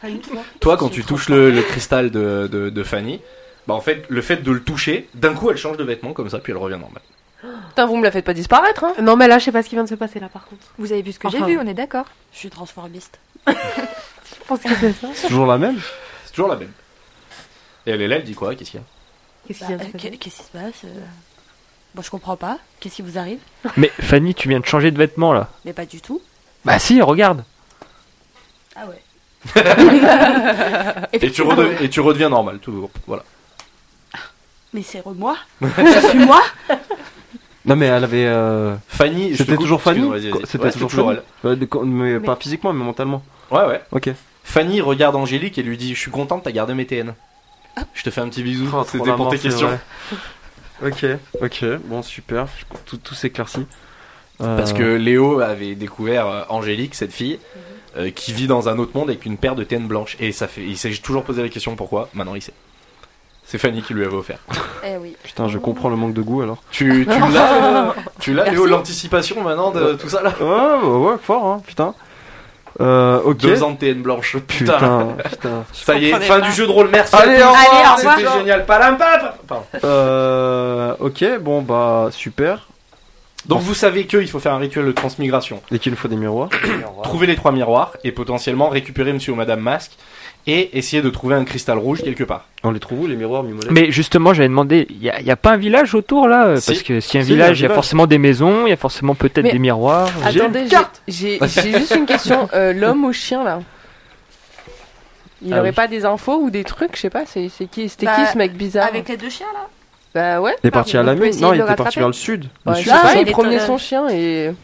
[SPEAKER 8] Fanny, toi
[SPEAKER 3] Toi, quand tu touches le, le cristal de, de- de Fanny, bah en fait, le fait de le toucher, d'un coup, elle change de vêtements comme ça, puis elle revient normale.
[SPEAKER 1] Putain, vous me la faites pas disparaître, hein
[SPEAKER 8] Non, mais là, je sais pas ce qui vient de se passer là par contre.
[SPEAKER 5] Vous avez vu ce que
[SPEAKER 8] Enfin.
[SPEAKER 5] j'ai vu, on est d'accord.
[SPEAKER 10] Je suis transformiste.
[SPEAKER 8] Je pense que c'est
[SPEAKER 5] [LAUGHS]
[SPEAKER 8] ça.
[SPEAKER 4] c'est toujours la même.
[SPEAKER 3] C'est toujours la même. Et elle est là, elle dit quoi Qu'est-ce qu'il y a
[SPEAKER 8] Qu'est-ce qui
[SPEAKER 10] Bah, euh,
[SPEAKER 8] vient de se
[SPEAKER 10] qu'est-
[SPEAKER 8] passer
[SPEAKER 10] Qu'est-ce qui se passe euh Bon, je comprends pas. Qu'est-ce qui vous arrive
[SPEAKER 9] Mais Fanny, tu viens de changer de vêtements là.
[SPEAKER 10] Mais pas du tout.
[SPEAKER 9] Bah si, regarde.
[SPEAKER 10] Ah ouais.
[SPEAKER 3] Et tu, redev- et tu redeviens normal, toujours. Voilà.
[SPEAKER 10] Mais c'est re- moi Je suis moi
[SPEAKER 4] Non mais elle avait. euh,
[SPEAKER 3] Fanny, je te
[SPEAKER 4] C'était
[SPEAKER 3] coupe,
[SPEAKER 4] toujours Fanny.
[SPEAKER 3] excuse-moi, vas-y, vas-y.
[SPEAKER 4] C'était
[SPEAKER 3] Ouais,
[SPEAKER 4] toujours, Fanny. Ouais, de- mais pas physiquement, mais mentalement.
[SPEAKER 3] elle. Ouais, ouais.
[SPEAKER 4] Ok.
[SPEAKER 3] Fanny regarde Angélique et lui dit Je suis contente, t'as gardé mes TN. Je te fais un petit bisou.
[SPEAKER 4] Oh, trop
[SPEAKER 3] C'était pour tes
[SPEAKER 4] l'amorce,
[SPEAKER 3] questions.
[SPEAKER 4] ouais. ok, ok, bon super, Je- tout, tout s'éclaircit. Euh,
[SPEAKER 3] Parce que Léo avait découvert euh, Angélique, cette fille, euh, qui vit dans un autre monde avec une paire de TN blanches. Et ça fait... il s'est toujours posé la question pourquoi. Maintenant, il sait. C'est Fanny qui lui avait offert.
[SPEAKER 5] Eh oui.
[SPEAKER 4] putain, je comprends le manque de goût alors.
[SPEAKER 3] Tu, tu l'as, euh, tu l'as Léo, l'anticipation maintenant de tout ça là
[SPEAKER 4] Ouais, ouais, ouais, fort, hein, putain. Euh, ok.
[SPEAKER 3] Deux ans de TN blanche. Putain.
[SPEAKER 4] Putain, putain.
[SPEAKER 3] Ça y est,
[SPEAKER 2] comprenais
[SPEAKER 3] fin
[SPEAKER 2] pas.
[SPEAKER 3] du jeu de rôle, merci.
[SPEAKER 4] Allez,
[SPEAKER 3] à
[SPEAKER 4] au
[SPEAKER 3] tous.
[SPEAKER 4] revoir.
[SPEAKER 3] C'était génial. Palam, palam. Pardon.
[SPEAKER 4] Euh, ok, bon bah super.
[SPEAKER 3] Donc, vous savez que il faut faire un rituel de transmigration.
[SPEAKER 4] Et qu'il nous faut des miroirs.
[SPEAKER 3] trouver les trois miroirs et potentiellement récupérer Monsieur ou Madame Masque et essayer de trouver un cristal rouge quelque part.
[SPEAKER 4] On les trouve où les miroirs, Mimolette
[SPEAKER 9] Mais justement, j'avais demandé, il n'y a, y a pas un village autour là euh,
[SPEAKER 3] Si.
[SPEAKER 9] Parce que si y a un
[SPEAKER 4] Si, y a un
[SPEAKER 9] village, il y a
[SPEAKER 4] village.
[SPEAKER 9] forcément des maisons, il y a forcément peut-être
[SPEAKER 1] Mais-
[SPEAKER 9] des miroirs.
[SPEAKER 4] J'ai une
[SPEAKER 1] Attendez, j'ai- j'ai j'ai juste une [LAUGHS] question. Euh, L'homme au chien, là il
[SPEAKER 9] Ah
[SPEAKER 1] aurait
[SPEAKER 9] oui.
[SPEAKER 1] pas des infos ou des trucs, je sais pas, c'est c'est qui c'était
[SPEAKER 2] Bah,
[SPEAKER 1] qui ce mec bizarre
[SPEAKER 2] Avec les deux chiens là
[SPEAKER 1] Bah ouais,
[SPEAKER 4] Il est parti à
[SPEAKER 5] on
[SPEAKER 4] la
[SPEAKER 5] peut
[SPEAKER 4] mine,
[SPEAKER 5] essayer
[SPEAKER 4] non,
[SPEAKER 5] de
[SPEAKER 4] il
[SPEAKER 5] le
[SPEAKER 4] était parti
[SPEAKER 5] rattraper.
[SPEAKER 4] vers le sud. Le
[SPEAKER 1] Ouais, je
[SPEAKER 4] sud,
[SPEAKER 1] sais
[SPEAKER 2] ça,
[SPEAKER 4] c'est
[SPEAKER 1] pas,
[SPEAKER 4] ça
[SPEAKER 1] il
[SPEAKER 2] est
[SPEAKER 1] promenait
[SPEAKER 2] étonnant.
[SPEAKER 1] son chien et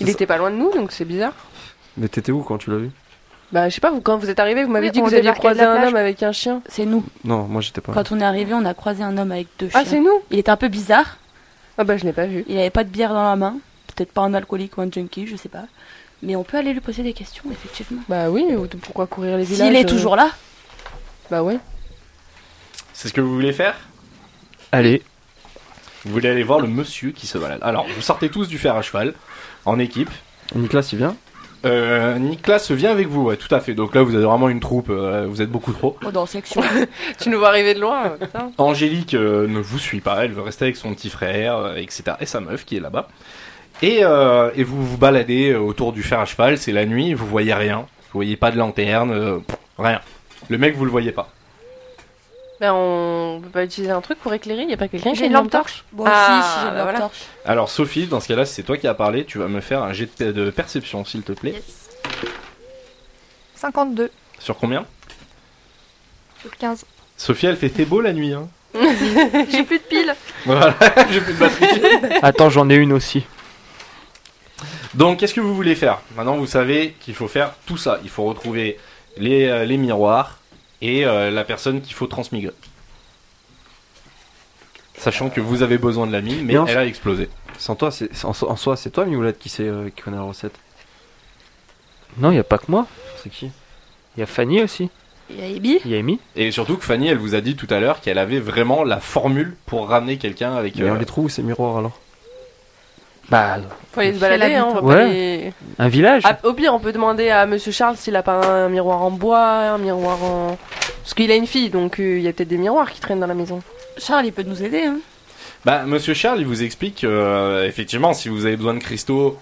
[SPEAKER 1] il
[SPEAKER 4] C'est
[SPEAKER 1] était pas loin de nous donc c'est bizarre.
[SPEAKER 4] Mais t'étais où quand tu l'as vu
[SPEAKER 1] Bah je sais pas, vous, quand vous êtes arrivé, vous m'avez
[SPEAKER 5] Oui,
[SPEAKER 1] dit que
[SPEAKER 5] on
[SPEAKER 1] vous aviez
[SPEAKER 5] débarquait de
[SPEAKER 1] croisé
[SPEAKER 5] la
[SPEAKER 1] un
[SPEAKER 5] plage.
[SPEAKER 1] homme avec un chien.
[SPEAKER 2] C'est nous.
[SPEAKER 4] Non, moi j'étais pas. là.
[SPEAKER 2] Quand on est arrivé, on a croisé un homme avec deux chiens.
[SPEAKER 1] Ah c'est nous
[SPEAKER 2] Il était un peu bizarre.
[SPEAKER 1] Ah bah je l'ai pas vu.
[SPEAKER 2] Il avait pas de bière dans la main. Peut-être pas un alcoolique ou un junkie, je sais pas. Mais on peut aller lui poser des questions, effectivement.
[SPEAKER 1] Bah oui, ou de- pourquoi courir les villages
[SPEAKER 2] S'il est
[SPEAKER 1] euh,
[SPEAKER 2] toujours là,
[SPEAKER 1] Bah ouais.
[SPEAKER 3] C'est ce que vous voulez faire
[SPEAKER 9] Allez,
[SPEAKER 3] Vous voulez aller voir le monsieur qui se balade. Alors, vous sortez tous du fer à cheval en équipe.
[SPEAKER 4] Nicolas, il vient
[SPEAKER 3] Euh, Nicolas vient avec vous, ouais, tout à fait. Donc là, vous avez vraiment une troupe, euh, vous êtes beaucoup trop.
[SPEAKER 2] oh, dans section.
[SPEAKER 1] Tu nous vois arriver de loin. euh, putain.
[SPEAKER 3] Angélique euh, ne vous suit pas, elle veut rester avec son petit frère, euh, etc. Et sa meuf qui est là-bas. Et, euh, et vous vous baladez euh, autour du fer à cheval, c'est la nuit, vous voyez rien. Vous voyez pas de lanterne, euh, pff, rien. Le mec, vous le voyez pas.
[SPEAKER 1] Bah on peut pas utiliser un truc pour éclairer, y a pas quelqu'un qui
[SPEAKER 5] J'ai
[SPEAKER 1] a
[SPEAKER 5] une lampe torche.
[SPEAKER 2] Moi
[SPEAKER 1] Ah,
[SPEAKER 2] aussi, si j'ai
[SPEAKER 1] bah
[SPEAKER 2] une
[SPEAKER 1] voilà.
[SPEAKER 2] torche.
[SPEAKER 3] Alors Sophie, dans ce cas-là, si c'est toi qui as parlé, tu vas me faire un jet de de perception, s'il te plaît.
[SPEAKER 5] 52
[SPEAKER 3] Sur combien
[SPEAKER 5] sur 15.
[SPEAKER 3] Sophie, elle fait t'es beau la nuit. Hein.
[SPEAKER 5] [LAUGHS] j'ai plus de piles.
[SPEAKER 3] Voilà, [LAUGHS] j'ai plus de batterie.
[SPEAKER 9] attends, j'en ai une aussi.
[SPEAKER 3] Donc, qu'est-ce que vous voulez faire Maintenant, vous savez qu'il faut faire tout ça. Il faut retrouver les, euh, les miroirs et euh, la personne qu'il faut transmigrer. Sachant que vous avez besoin de la mine, mais
[SPEAKER 4] Et en-
[SPEAKER 3] elle a explosé.
[SPEAKER 4] Sans toi, c'est en, en soi, c'est toi, Mimoulette, qui sait euh, qui connaît la recette.
[SPEAKER 9] Non, il n'y a pas que moi.
[SPEAKER 4] C'est qui
[SPEAKER 9] Il y a Fanny aussi.
[SPEAKER 2] Il y a Ebi.
[SPEAKER 9] Il y a Amy.
[SPEAKER 3] Et surtout que Fanny, elle vous a dit tout à l'heure qu'elle avait vraiment la formule pour ramener quelqu'un avec.
[SPEAKER 4] Mais
[SPEAKER 3] euh,
[SPEAKER 4] on les trouve où, ces miroirs alors
[SPEAKER 9] Bah,
[SPEAKER 1] Faut aller se
[SPEAKER 8] Chez la
[SPEAKER 1] balader, hein, on va pas
[SPEAKER 9] Ouais.
[SPEAKER 1] les-
[SPEAKER 9] un village.
[SPEAKER 1] Ah, au pire, on peut demander à Monsieur Charles s'il a pas un miroir en bois, un miroir en. Parce qu'il a une fille, donc euh, il y a peut-être des miroirs qui traînent dans la maison.
[SPEAKER 2] Charles, il peut nous aider. Hein.
[SPEAKER 3] Bah, Monsieur Charles, il vous explique que, euh, effectivement, si vous avez besoin de cristaux,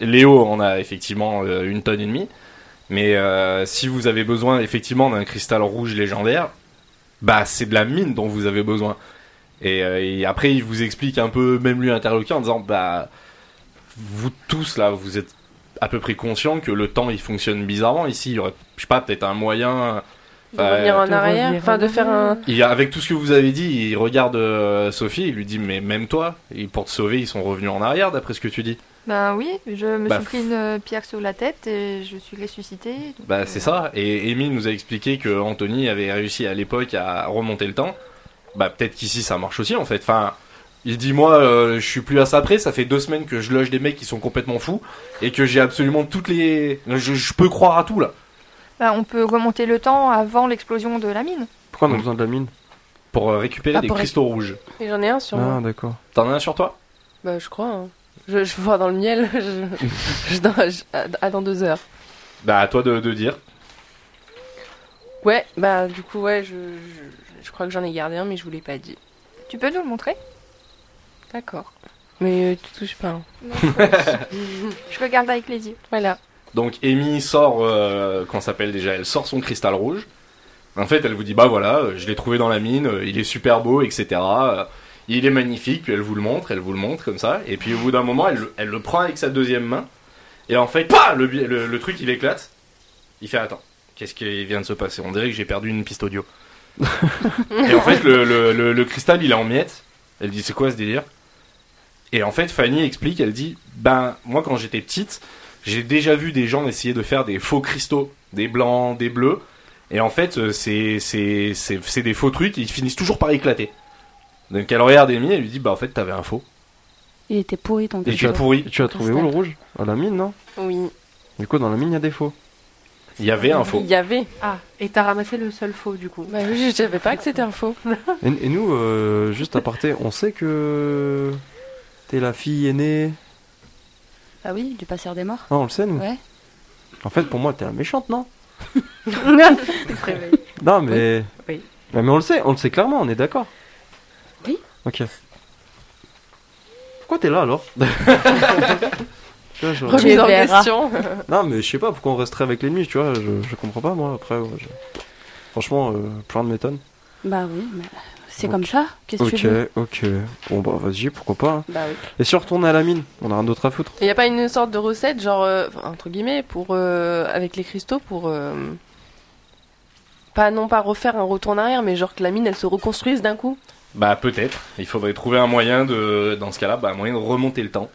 [SPEAKER 3] Léo en a effectivement euh, une tonne et demie. Mais euh, si vous avez besoin effectivement d'un cristal rouge légendaire, bah c'est de la mine dont vous avez besoin. Et, euh, et après, il vous explique un peu, même lui interloqué, en disant bah vous tous là, vous êtes à peu près conscients que le temps il fonctionne bizarrement ici. Il y aurait, je sais pas, peut-être un moyen.
[SPEAKER 11] De
[SPEAKER 3] enfin,
[SPEAKER 11] revenir en
[SPEAKER 8] de
[SPEAKER 11] arrière,
[SPEAKER 8] revenir
[SPEAKER 11] enfin de
[SPEAKER 8] en
[SPEAKER 11] faire un.
[SPEAKER 3] il, avec tout ce que vous avez dit, il regarde euh, Sophie, il lui dit mais même toi, et pour te sauver, ils sont revenus en arrière d'après ce que tu dis.
[SPEAKER 5] Ben oui, je me
[SPEAKER 3] Bah,
[SPEAKER 5] suis pris une euh, pierre sur la tête et je suis ressuscité. donc,
[SPEAKER 3] Bah
[SPEAKER 5] euh,
[SPEAKER 3] c'est ça. Et Amy nous a expliqué que Anthony avait réussi à l'époque à remonter le temps. Bah peut-être qu'ici ça marche aussi en fait. Enfin, il dit moi euh, je suis plus à ça près. Ça fait deux semaines que je loge des mecs qui sont complètement fous et que j'ai absolument toutes les. Je, je peux croire à tout là.
[SPEAKER 5] ben, on peut remonter le temps avant l'explosion de
[SPEAKER 2] [LAUGHS]
[SPEAKER 5] la mine.
[SPEAKER 4] Pourquoi on a besoin de la mine
[SPEAKER 3] Pour euh, récupérer
[SPEAKER 2] Pas
[SPEAKER 3] des
[SPEAKER 2] pour récu-
[SPEAKER 3] cristaux rouges.
[SPEAKER 11] Et j'en ai un sur moi.
[SPEAKER 4] Ah, d'accord.
[SPEAKER 3] T'en as un sur toi
[SPEAKER 1] Bah, je crois. hein. Je, je vois dans le miel. [LAUGHS] Je, je- dans, je- à, à dans deux heures.
[SPEAKER 3] Bah à toi de, de dire.
[SPEAKER 1] Ouais, bah, du coup, ouais, je, je, je crois que j'en ai gardé un, mais je vous l'ai pas dit.
[SPEAKER 5] Tu peux nous le montrer
[SPEAKER 1] D'accord. Mais euh, tu touches pas. hein.
[SPEAKER 5] Non, je- Je regarde avec les yeux.
[SPEAKER 1] Voilà.
[SPEAKER 3] Donc Amy sort, euh, qu'on s'appelle déjà, elle sort son cristal rouge. En fait, elle vous dit, bah voilà, euh, je l'ai trouvé dans la mine, euh, il est super beau, etc. Euh, Il est magnifique, puis elle vous le montre, elle vous le montre comme ça. Et puis au bout d'un moment, elle, le- elle le prend avec sa deuxième main. Et en fait, pah, le, bi- le- le truc, il éclate. Il fait, attends, qu'est-ce qui vient de se passer On dirait que j'ai perdu une piste audio. et en fait, le, le- le- le cristal, il est en miettes. Elle dit, c'est quoi ce délire Et en fait, Fanny explique, elle dit, ben, moi quand j'étais petite, j'ai déjà vu des gens essayer de faire des faux cristaux, des blancs, des bleus, et en fait, euh, c'est c'est- c'est- c'est des faux trucs, et ils finissent toujours par éclater. Donc elle regarde Amy, elle lui dit Bah en fait, t'avais un faux.
[SPEAKER 2] Il était pourri ton
[SPEAKER 3] Et tu as
[SPEAKER 2] cristal.
[SPEAKER 3] pourri.
[SPEAKER 4] Et tu as trouvé où le rouge À la mine, non
[SPEAKER 1] Oui.
[SPEAKER 4] Du coup, dans la mine, il y a des faux.
[SPEAKER 3] Il y avait un faux.
[SPEAKER 1] Il y avait.
[SPEAKER 8] Ah, et t'as ramassé le seul faux du coup.
[SPEAKER 1] Bah oui, je savais pas que c'était un faux.
[SPEAKER 4] Et, et nous, euh, juste à parté, on sait que. T'es la fille aînée.
[SPEAKER 2] Ah oui, du passeur des morts.
[SPEAKER 4] Ah, on le sait, nous
[SPEAKER 2] Ouais.
[SPEAKER 4] En fait, pour moi, t'es la méchante, non
[SPEAKER 2] Il se
[SPEAKER 8] [LAUGHS]
[SPEAKER 2] réveille.
[SPEAKER 4] Non, mais.
[SPEAKER 8] Oui.
[SPEAKER 4] Bah, mais on le sait, on le sait clairement, on est d'accord.
[SPEAKER 2] Oui.
[SPEAKER 4] Ok. Pourquoi t'es là alors [LAUGHS] Tu vois, genre-
[SPEAKER 1] Remise en [LAUGHS]
[SPEAKER 2] verras.
[SPEAKER 1] question.
[SPEAKER 4] Non, mais je sais pas pourquoi on resterait avec l'ennemi, tu vois, je, je comprends pas moi après. ouais, je- Franchement, euh, plein de m'étonne.
[SPEAKER 2] Bah oui, mais c'est
[SPEAKER 4] Ok.
[SPEAKER 2] comme ça. Qu'est-ce que
[SPEAKER 4] Ok,
[SPEAKER 2] tu veux
[SPEAKER 4] ok. Bon bah vas-y, pourquoi pas. hein.
[SPEAKER 1] Bah oui.
[SPEAKER 4] Et si on retourne à la mine, on a rien d'autre à foutre.
[SPEAKER 1] Il n'y a pas une sorte de recette, genre, euh, enfin, entre guillemets, pour, euh, avec les cristaux, pour. euh, pas non pas refaire un retour en arrière, mais genre que la mine elle se reconstruise d'un coup.
[SPEAKER 3] Bah peut-être. Il faudrait trouver un moyen de, dans ce cas-là, bah, un moyen de remonter le temps.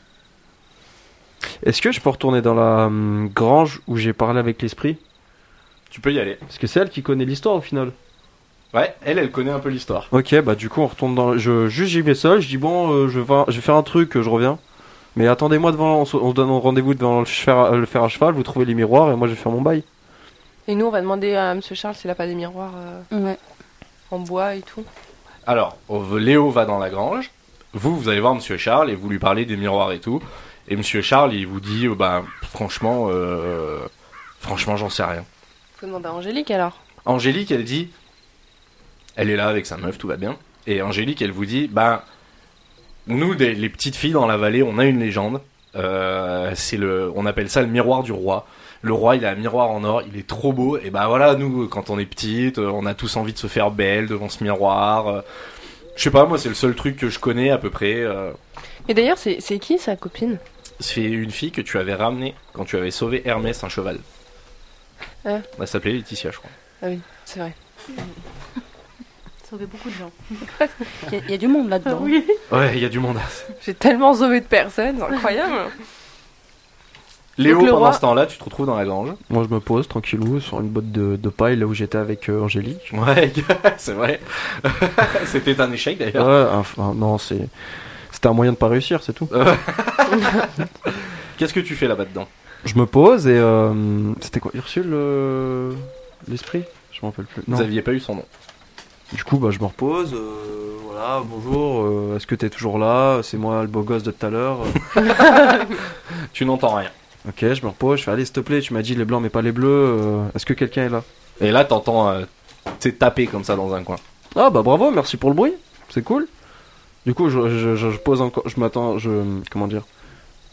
[SPEAKER 4] Est-ce que je peux retourner dans la hum, grange où j'ai parlé avec l'esprit
[SPEAKER 3] Tu peux y aller.
[SPEAKER 4] Parce que c'est elle qui connaît l'histoire au final.
[SPEAKER 3] Ouais, elle, elle connaît un peu l'histoire.
[SPEAKER 4] Ok, bah du coup on retourne dans. Je juste j'y vais seul. Je dis bon, euh, je vais, je vais faire un truc, euh, je reviens. Mais attendez-moi devant, on se on se donne rendez-vous devant le fer, à- le fer à cheval. Vous trouvez les miroirs et moi je vais faire mon bail.
[SPEAKER 1] Et nous on va demander à Monsieur Charles s'il a pas des miroirs euh,
[SPEAKER 2] Ouais.
[SPEAKER 1] en bois et tout.
[SPEAKER 3] Alors, on- Léo va dans la grange. Vous, vous allez voir Monsieur Charles et vous lui parlez des miroirs et tout. Et Monsieur Charles, il vous dit euh, Bah franchement, euh, franchement, j'en sais rien.
[SPEAKER 1] Faut demander à Angélique alors.
[SPEAKER 3] Angélique, elle dit, elle est là avec sa meuf, tout va bien. Et Angélique, elle vous dit, ben, nous, des- les petites filles dans la vallée, on a une légende. Euh, c'est le, on appelle ça le miroir du roi. Le roi, il a un miroir en or, il est trop beau. Et ben voilà, nous, quand on est petite, euh, on a tous envie de se faire belle devant ce miroir. Euh, Je sais pas, moi, c'est le seul truc que je connais à peu près. Euh,
[SPEAKER 1] Et d'ailleurs, c'est c'est qui sa copine
[SPEAKER 3] c'est une fille que tu avais ramenée quand tu avais sauvé Hermès, un cheval.
[SPEAKER 1] Ah.
[SPEAKER 3] Elle s'appelait Laetitia, je crois.
[SPEAKER 1] C'est vrai. [LAUGHS]
[SPEAKER 8] Sauver beaucoup de gens.
[SPEAKER 2] Il y, a- il y a du monde là-dedans.
[SPEAKER 8] oui.
[SPEAKER 3] Ouais, il y a du monde.
[SPEAKER 1] J'ai tellement sauvé de personnes, c'est [LAUGHS] incroyable.
[SPEAKER 3] Léo,
[SPEAKER 1] le
[SPEAKER 3] pendant
[SPEAKER 1] roi-
[SPEAKER 3] ce temps-là, tu te retrouves dans la grange.
[SPEAKER 4] Moi je me pose tranquillou sur une botte de, de paille là où j'étais avec euh, Angélique.
[SPEAKER 3] Ouais, [LAUGHS] c'est vrai. C'était un échec
[SPEAKER 4] Ouais,
[SPEAKER 3] d'ailleurs.
[SPEAKER 4] enfin, non, c'est. C'était un moyen de pas réussir, c'est tout.
[SPEAKER 3] Qu'est-ce que tu fais là-bas dedans
[SPEAKER 4] Je me pose et. euh, C'était quoi Ursule euh, L'esprit Je m'en rappelle plus. Non.
[SPEAKER 3] Vous aviez pas eu son nom.
[SPEAKER 4] Du coup, bah, je me repose. euh, voilà, bonjour. euh, Est-ce que t'es toujours là C'est moi le beau gosse de tout à l'heure. euh.
[SPEAKER 3] Tu n'entends rien.
[SPEAKER 4] ok, je me repose. Je fais allez, s'il te plaît, tu m'as dit les blancs mais pas les bleus. euh, Est-ce que quelqu'un est là
[SPEAKER 3] Et là, t'entends euh, t'es tapé comme ça dans un coin.
[SPEAKER 4] Ah bah bravo, merci pour le bruit, c'est cool. Du coup, je, je- je- je pose encore, je m'attends, je comment dire,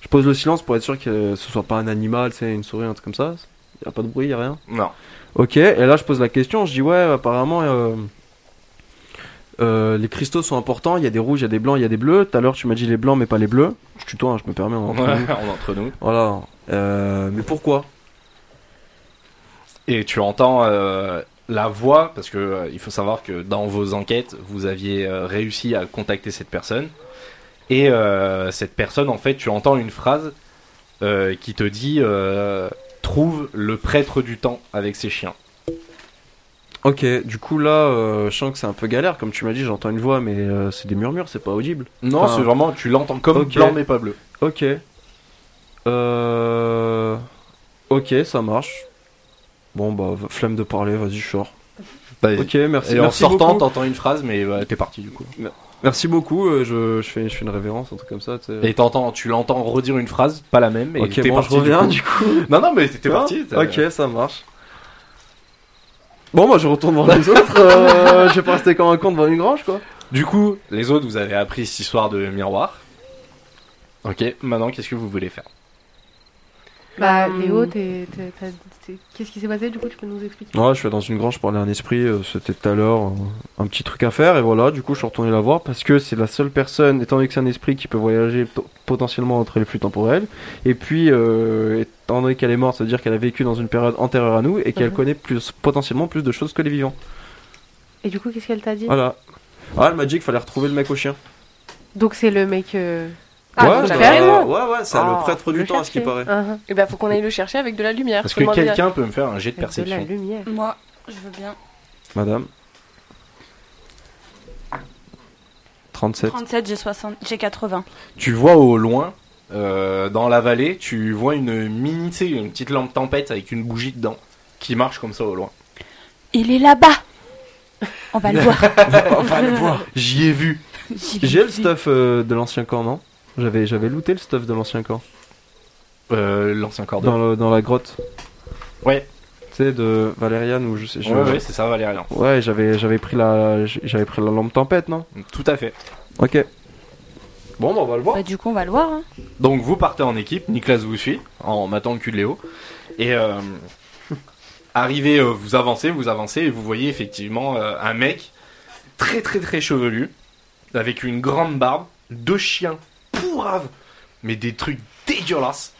[SPEAKER 4] je pose le silence pour être sûr que ce soit pas un animal, c'est une souris, un truc comme ça. Y a pas de bruit, y a rien.
[SPEAKER 3] Non.
[SPEAKER 4] Ok, et là je pose la question, je dis ouais, apparemment euh, euh, les cristaux sont importants, il y a des rouges, il y a des blancs, il y a des bleus. Tout à l'heure tu m'as dit les blancs mais pas les bleus. Je tutoie, hein, je me permets. en-
[SPEAKER 3] on entre [LAUGHS] nous.
[SPEAKER 4] Voilà. Euh, mais pourquoi
[SPEAKER 3] Et tu entends euh, la voix, parce que euh, il faut savoir que dans vos enquêtes, vous aviez euh, réussi à contacter cette personne. Et euh, cette personne, en fait, tu entends une phrase euh, qui te dit euh, Trouve le prêtre du temps avec ses chiens.
[SPEAKER 4] Ok, du coup là, euh, je sens que c'est un peu galère, comme tu m'as dit, j'entends une voix, mais euh, c'est des murmures, c'est pas audible.
[SPEAKER 3] Non,
[SPEAKER 4] Enfin,
[SPEAKER 3] c'est vraiment, tu l'entends comme
[SPEAKER 4] ok.
[SPEAKER 3] blanc mais pas bleu.
[SPEAKER 4] Ok. Euh... Ok, ça marche. Bon bah, v- flemme de parler, vas-y, je sors. Ok, merci.
[SPEAKER 3] Bah, Et en
[SPEAKER 4] merci
[SPEAKER 3] sortant,
[SPEAKER 4] beaucoup.
[SPEAKER 3] t'entends une phrase, mais bah, t'es parti du coup.
[SPEAKER 4] Merci beaucoup, euh, je, je fais, je fais une révérence, un truc comme ça. tu sais.
[SPEAKER 3] Et t'entends, tu l'entends redire une phrase, pas la même, mais
[SPEAKER 4] ok,
[SPEAKER 3] t'es
[SPEAKER 4] bon, je
[SPEAKER 3] parti.
[SPEAKER 4] reviens
[SPEAKER 3] du
[SPEAKER 4] du coup.
[SPEAKER 3] coup. Non, non, mais t'étais parti. t'as-
[SPEAKER 4] ok, ça marche. Bon, moi je retourne voir les autres. euh, je vais pas rester comme un con devant une grange, quoi.
[SPEAKER 3] Du coup, les autres, vous avez appris cette histoire de miroir. Ok, maintenant, qu'est-ce que vous voulez faire
[SPEAKER 8] Bah,
[SPEAKER 1] Hum.
[SPEAKER 8] Léo, t'es- t'es- t'as- t'es- qu'est-ce qui s'est passé du coup Tu peux nous expliquer
[SPEAKER 4] Ouais, je suis dans une grange pour aller à un esprit, euh, c'était tout à l'heure, euh, un petit truc à faire, et voilà, du coup je suis retourné la voir parce que c'est la seule personne, étant donné que c'est un esprit qui peut voyager po- potentiellement entre les flux temporels, et puis euh, étant donné qu'elle est morte, ça veut dire qu'elle a vécu dans une période antérieure à nous et qu'elle
[SPEAKER 8] Mhm.
[SPEAKER 4] connaît plus, potentiellement plus de choses que les vivants.
[SPEAKER 8] Et du coup, qu'est-ce qu'elle t'a dit
[SPEAKER 4] Voilà. Ah, elle m'a dit qu'il fallait retrouver le mec au chien.
[SPEAKER 8] Donc, c'est le mec. euh,
[SPEAKER 1] Ah,
[SPEAKER 4] ouais,
[SPEAKER 1] donc
[SPEAKER 4] bah,
[SPEAKER 1] carrément.
[SPEAKER 4] ouais, ouais, c'est
[SPEAKER 1] Ah,
[SPEAKER 4] le prêtre du
[SPEAKER 8] le
[SPEAKER 4] temps à ce qui paraît.
[SPEAKER 8] chercher. Hein, hein.
[SPEAKER 1] Et ben faut qu'on aille le chercher avec de la lumière.
[SPEAKER 3] Est-ce
[SPEAKER 1] faut
[SPEAKER 3] que
[SPEAKER 1] demander à-
[SPEAKER 3] quelqu'un peut me faire un jet de
[SPEAKER 8] Avec de la
[SPEAKER 3] perception
[SPEAKER 8] lumière.
[SPEAKER 2] Moi, je veux bien.
[SPEAKER 4] Madame. 37.
[SPEAKER 2] 37, j'ai 60, j'ai 80.
[SPEAKER 3] Tu vois au loin, euh, dans la vallée, tu vois une mini, tu sais, une petite lampe tempête avec une bougie dedans qui marche comme ça au loin.
[SPEAKER 2] Il est là-bas. On va le voir.
[SPEAKER 4] [LAUGHS] On va le voir.
[SPEAKER 3] J'y ai vu.
[SPEAKER 2] J'y vais.
[SPEAKER 4] J'ai le stuff euh, de l'ancien camp, non J'avais j'avais looté le stuff de l'ancien camp
[SPEAKER 3] Euh, l'ancien cordeau.
[SPEAKER 4] dans, le- dans la grotte.
[SPEAKER 3] Ouais.
[SPEAKER 4] Tu sais de Valériane ou je sais. je-
[SPEAKER 3] Ouais, ouais, c'est ça, Valérien.
[SPEAKER 4] Ouais, j'avais j'avais pris la j'avais pris la lampe tempête, non
[SPEAKER 3] Tout à fait.
[SPEAKER 4] Ok. Bon, bah, on va le voir.
[SPEAKER 2] Bah, du coup, on va le voir. hein.
[SPEAKER 3] Donc vous partez en équipe, Nicolas vous suit, en matant le cul de Léo. Et euh, arrivé, euh, vous avancez, vous avancez, et vous voyez effectivement euh, un mec très très très chevelu, avec une grande barbe, deux chiens pourraves, mais des trucs dégueulasses.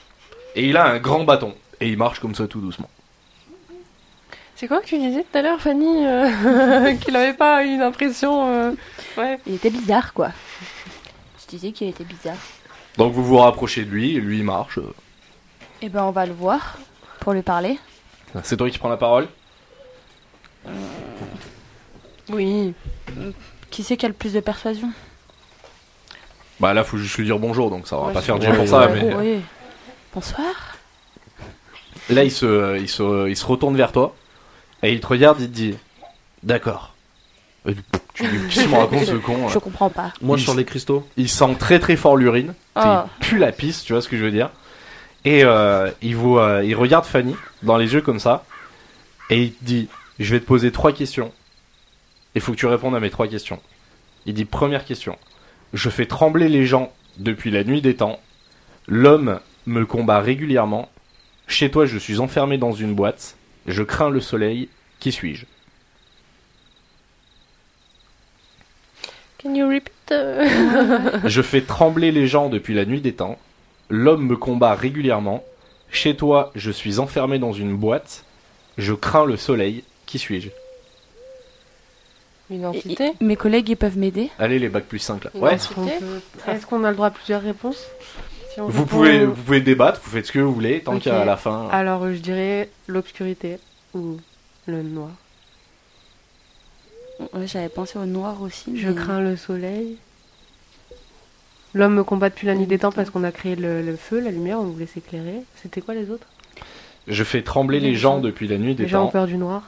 [SPEAKER 3] Et il a un grand bâton, et il marche comme ça tout doucement.
[SPEAKER 1] C'est quoi que tu disais tout à l'heure, Fanny euh, [LAUGHS] Qu'il avait pas une impression. euh, Ouais.
[SPEAKER 2] Il était bizarre, quoi. Je disais qu'il était bizarre.
[SPEAKER 3] Donc vous vous rapprochez de lui, et lui il marche. Euh,
[SPEAKER 2] Eh ben, on va le voir pour lui parler.
[SPEAKER 3] C'est toi qui prends la parole
[SPEAKER 1] Oui.
[SPEAKER 2] Qui c'est qui a le plus de persuasion
[SPEAKER 3] Bah là faut juste lui dire bonjour, donc ça va
[SPEAKER 8] Ouais,
[SPEAKER 3] pas
[SPEAKER 8] je-
[SPEAKER 3] faire de
[SPEAKER 4] ouais,
[SPEAKER 3] jeu pour
[SPEAKER 4] ouais,
[SPEAKER 3] ça,
[SPEAKER 4] ouais.
[SPEAKER 3] mais...
[SPEAKER 2] Oh, Oui. Bonsoir.
[SPEAKER 3] Là, il se, il, se, il se retourne vers toi et il te regarde, il te dit D'accord. Et tu- Tu dis Qu'est-ce qu'il me raconte ce con
[SPEAKER 2] Je comprends pas.
[SPEAKER 4] Moi, je
[SPEAKER 3] Il-
[SPEAKER 4] sens les cristaux.
[SPEAKER 3] Il sent très très fort l'urine.
[SPEAKER 2] Ah.
[SPEAKER 3] Il pue la piste, tu vois ce que je veux dire. Et euh, il, vous, euh, il regarde Fanny dans les yeux comme ça et il te dit Je vais te poser trois questions. Il faut que tu répondes à mes trois questions. Il dit Première question Je fais trembler les gens depuis la nuit des temps. L'homme me combat régulièrement. Chez toi, je suis enfermé dans une boîte. Je crains le soleil. Qui suis-je
[SPEAKER 1] Can you repeat euh,
[SPEAKER 3] Je fais trembler les gens depuis la nuit des temps. L'homme me combat régulièrement. Chez toi, je suis enfermé dans une boîte. Je crains le soleil. Qui suis-je
[SPEAKER 1] Une
[SPEAKER 2] Et- et-
[SPEAKER 1] entité
[SPEAKER 2] mes collègues, ils peuvent m'aider
[SPEAKER 3] Allez, les bacs plus 5 là.
[SPEAKER 1] Une
[SPEAKER 3] Ouais.
[SPEAKER 8] Est-ce qu'on
[SPEAKER 1] entité
[SPEAKER 8] peut- Est-ce qu'on a le droit à plusieurs réponses Si on
[SPEAKER 3] Vous
[SPEAKER 8] répond-
[SPEAKER 3] pouvez, vous pouvez débattre, vous faites ce que vous voulez, tant
[SPEAKER 8] Ok. Ah.
[SPEAKER 3] qu'à la fin.
[SPEAKER 8] Alors, je dirais l'obscurité ou le noir.
[SPEAKER 2] Ouais, J'avais pensé au noir aussi.
[SPEAKER 8] Je
[SPEAKER 2] mais-
[SPEAKER 8] crains le soleil. L'homme me combat depuis la nuit des temps parce qu'on a créé le, le feu, la lumière, on voulait s'éclairer. C'était quoi les autres
[SPEAKER 3] Je fais trembler les
[SPEAKER 8] Les
[SPEAKER 3] gens
[SPEAKER 8] gens.
[SPEAKER 3] depuis la nuit des
[SPEAKER 8] Les gens ont
[SPEAKER 3] temps.
[SPEAKER 8] peur du noir.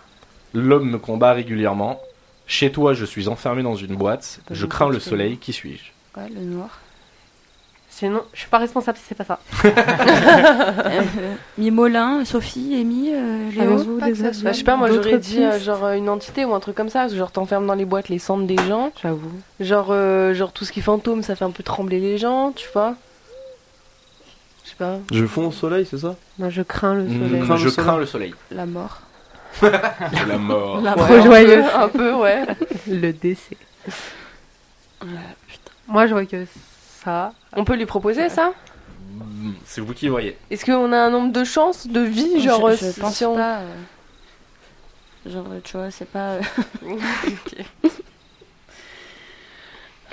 [SPEAKER 3] L'homme me combat régulièrement. Chez toi, je suis enfermé dans une boîte.
[SPEAKER 8] pas
[SPEAKER 3] Je
[SPEAKER 8] bon
[SPEAKER 3] crains
[SPEAKER 8] pour
[SPEAKER 3] le
[SPEAKER 8] toi.
[SPEAKER 3] soleil. Qui suis-je
[SPEAKER 2] Ouais, le noir.
[SPEAKER 8] Sinon, je suis pas responsable si c'est pas ça.
[SPEAKER 2] Euh, Mimolin, Sophie, Amy, euh, Léo.
[SPEAKER 8] Avez-vous
[SPEAKER 12] pas que
[SPEAKER 8] des
[SPEAKER 12] ça
[SPEAKER 8] autres-
[SPEAKER 1] Bah, je sais pas, moi
[SPEAKER 8] d'autres
[SPEAKER 1] j'aurais dit euh,
[SPEAKER 8] pistes
[SPEAKER 1] genre euh, une entité ou un truc comme ça, parce que genre t'enfermes dans les boîtes les cendres des gens,
[SPEAKER 8] J'avoue.
[SPEAKER 1] genre euh, genre tout ce qui est fantôme ça fait un peu trembler les gens, tu vois. Je sais
[SPEAKER 8] sais pas.
[SPEAKER 4] Je fonds au soleil, c'est ça
[SPEAKER 8] Non, je crains le
[SPEAKER 4] Mm,
[SPEAKER 8] soleil.
[SPEAKER 4] crains
[SPEAKER 3] Hmm, je
[SPEAKER 4] le
[SPEAKER 3] Mhm. crains le soleil.
[SPEAKER 1] La mort.
[SPEAKER 3] C'est la mort.
[SPEAKER 8] [LAUGHS] La
[SPEAKER 1] Ah, Ouais, un peu, Un peu, ouais.
[SPEAKER 8] Le décès.
[SPEAKER 2] Ah, putain.
[SPEAKER 8] Moi, je vois que ça.
[SPEAKER 1] [LAUGHS] On peut lui proposer ça
[SPEAKER 3] Mm, C'est vous qui voyez.
[SPEAKER 1] Est-ce qu'on a un nombre de chances de vie Genre,
[SPEAKER 2] je, je
[SPEAKER 1] si-
[SPEAKER 2] pense
[SPEAKER 1] si on-
[SPEAKER 2] pas. euh, Genre, tu vois, c'est [LAUGHS] pas. euh,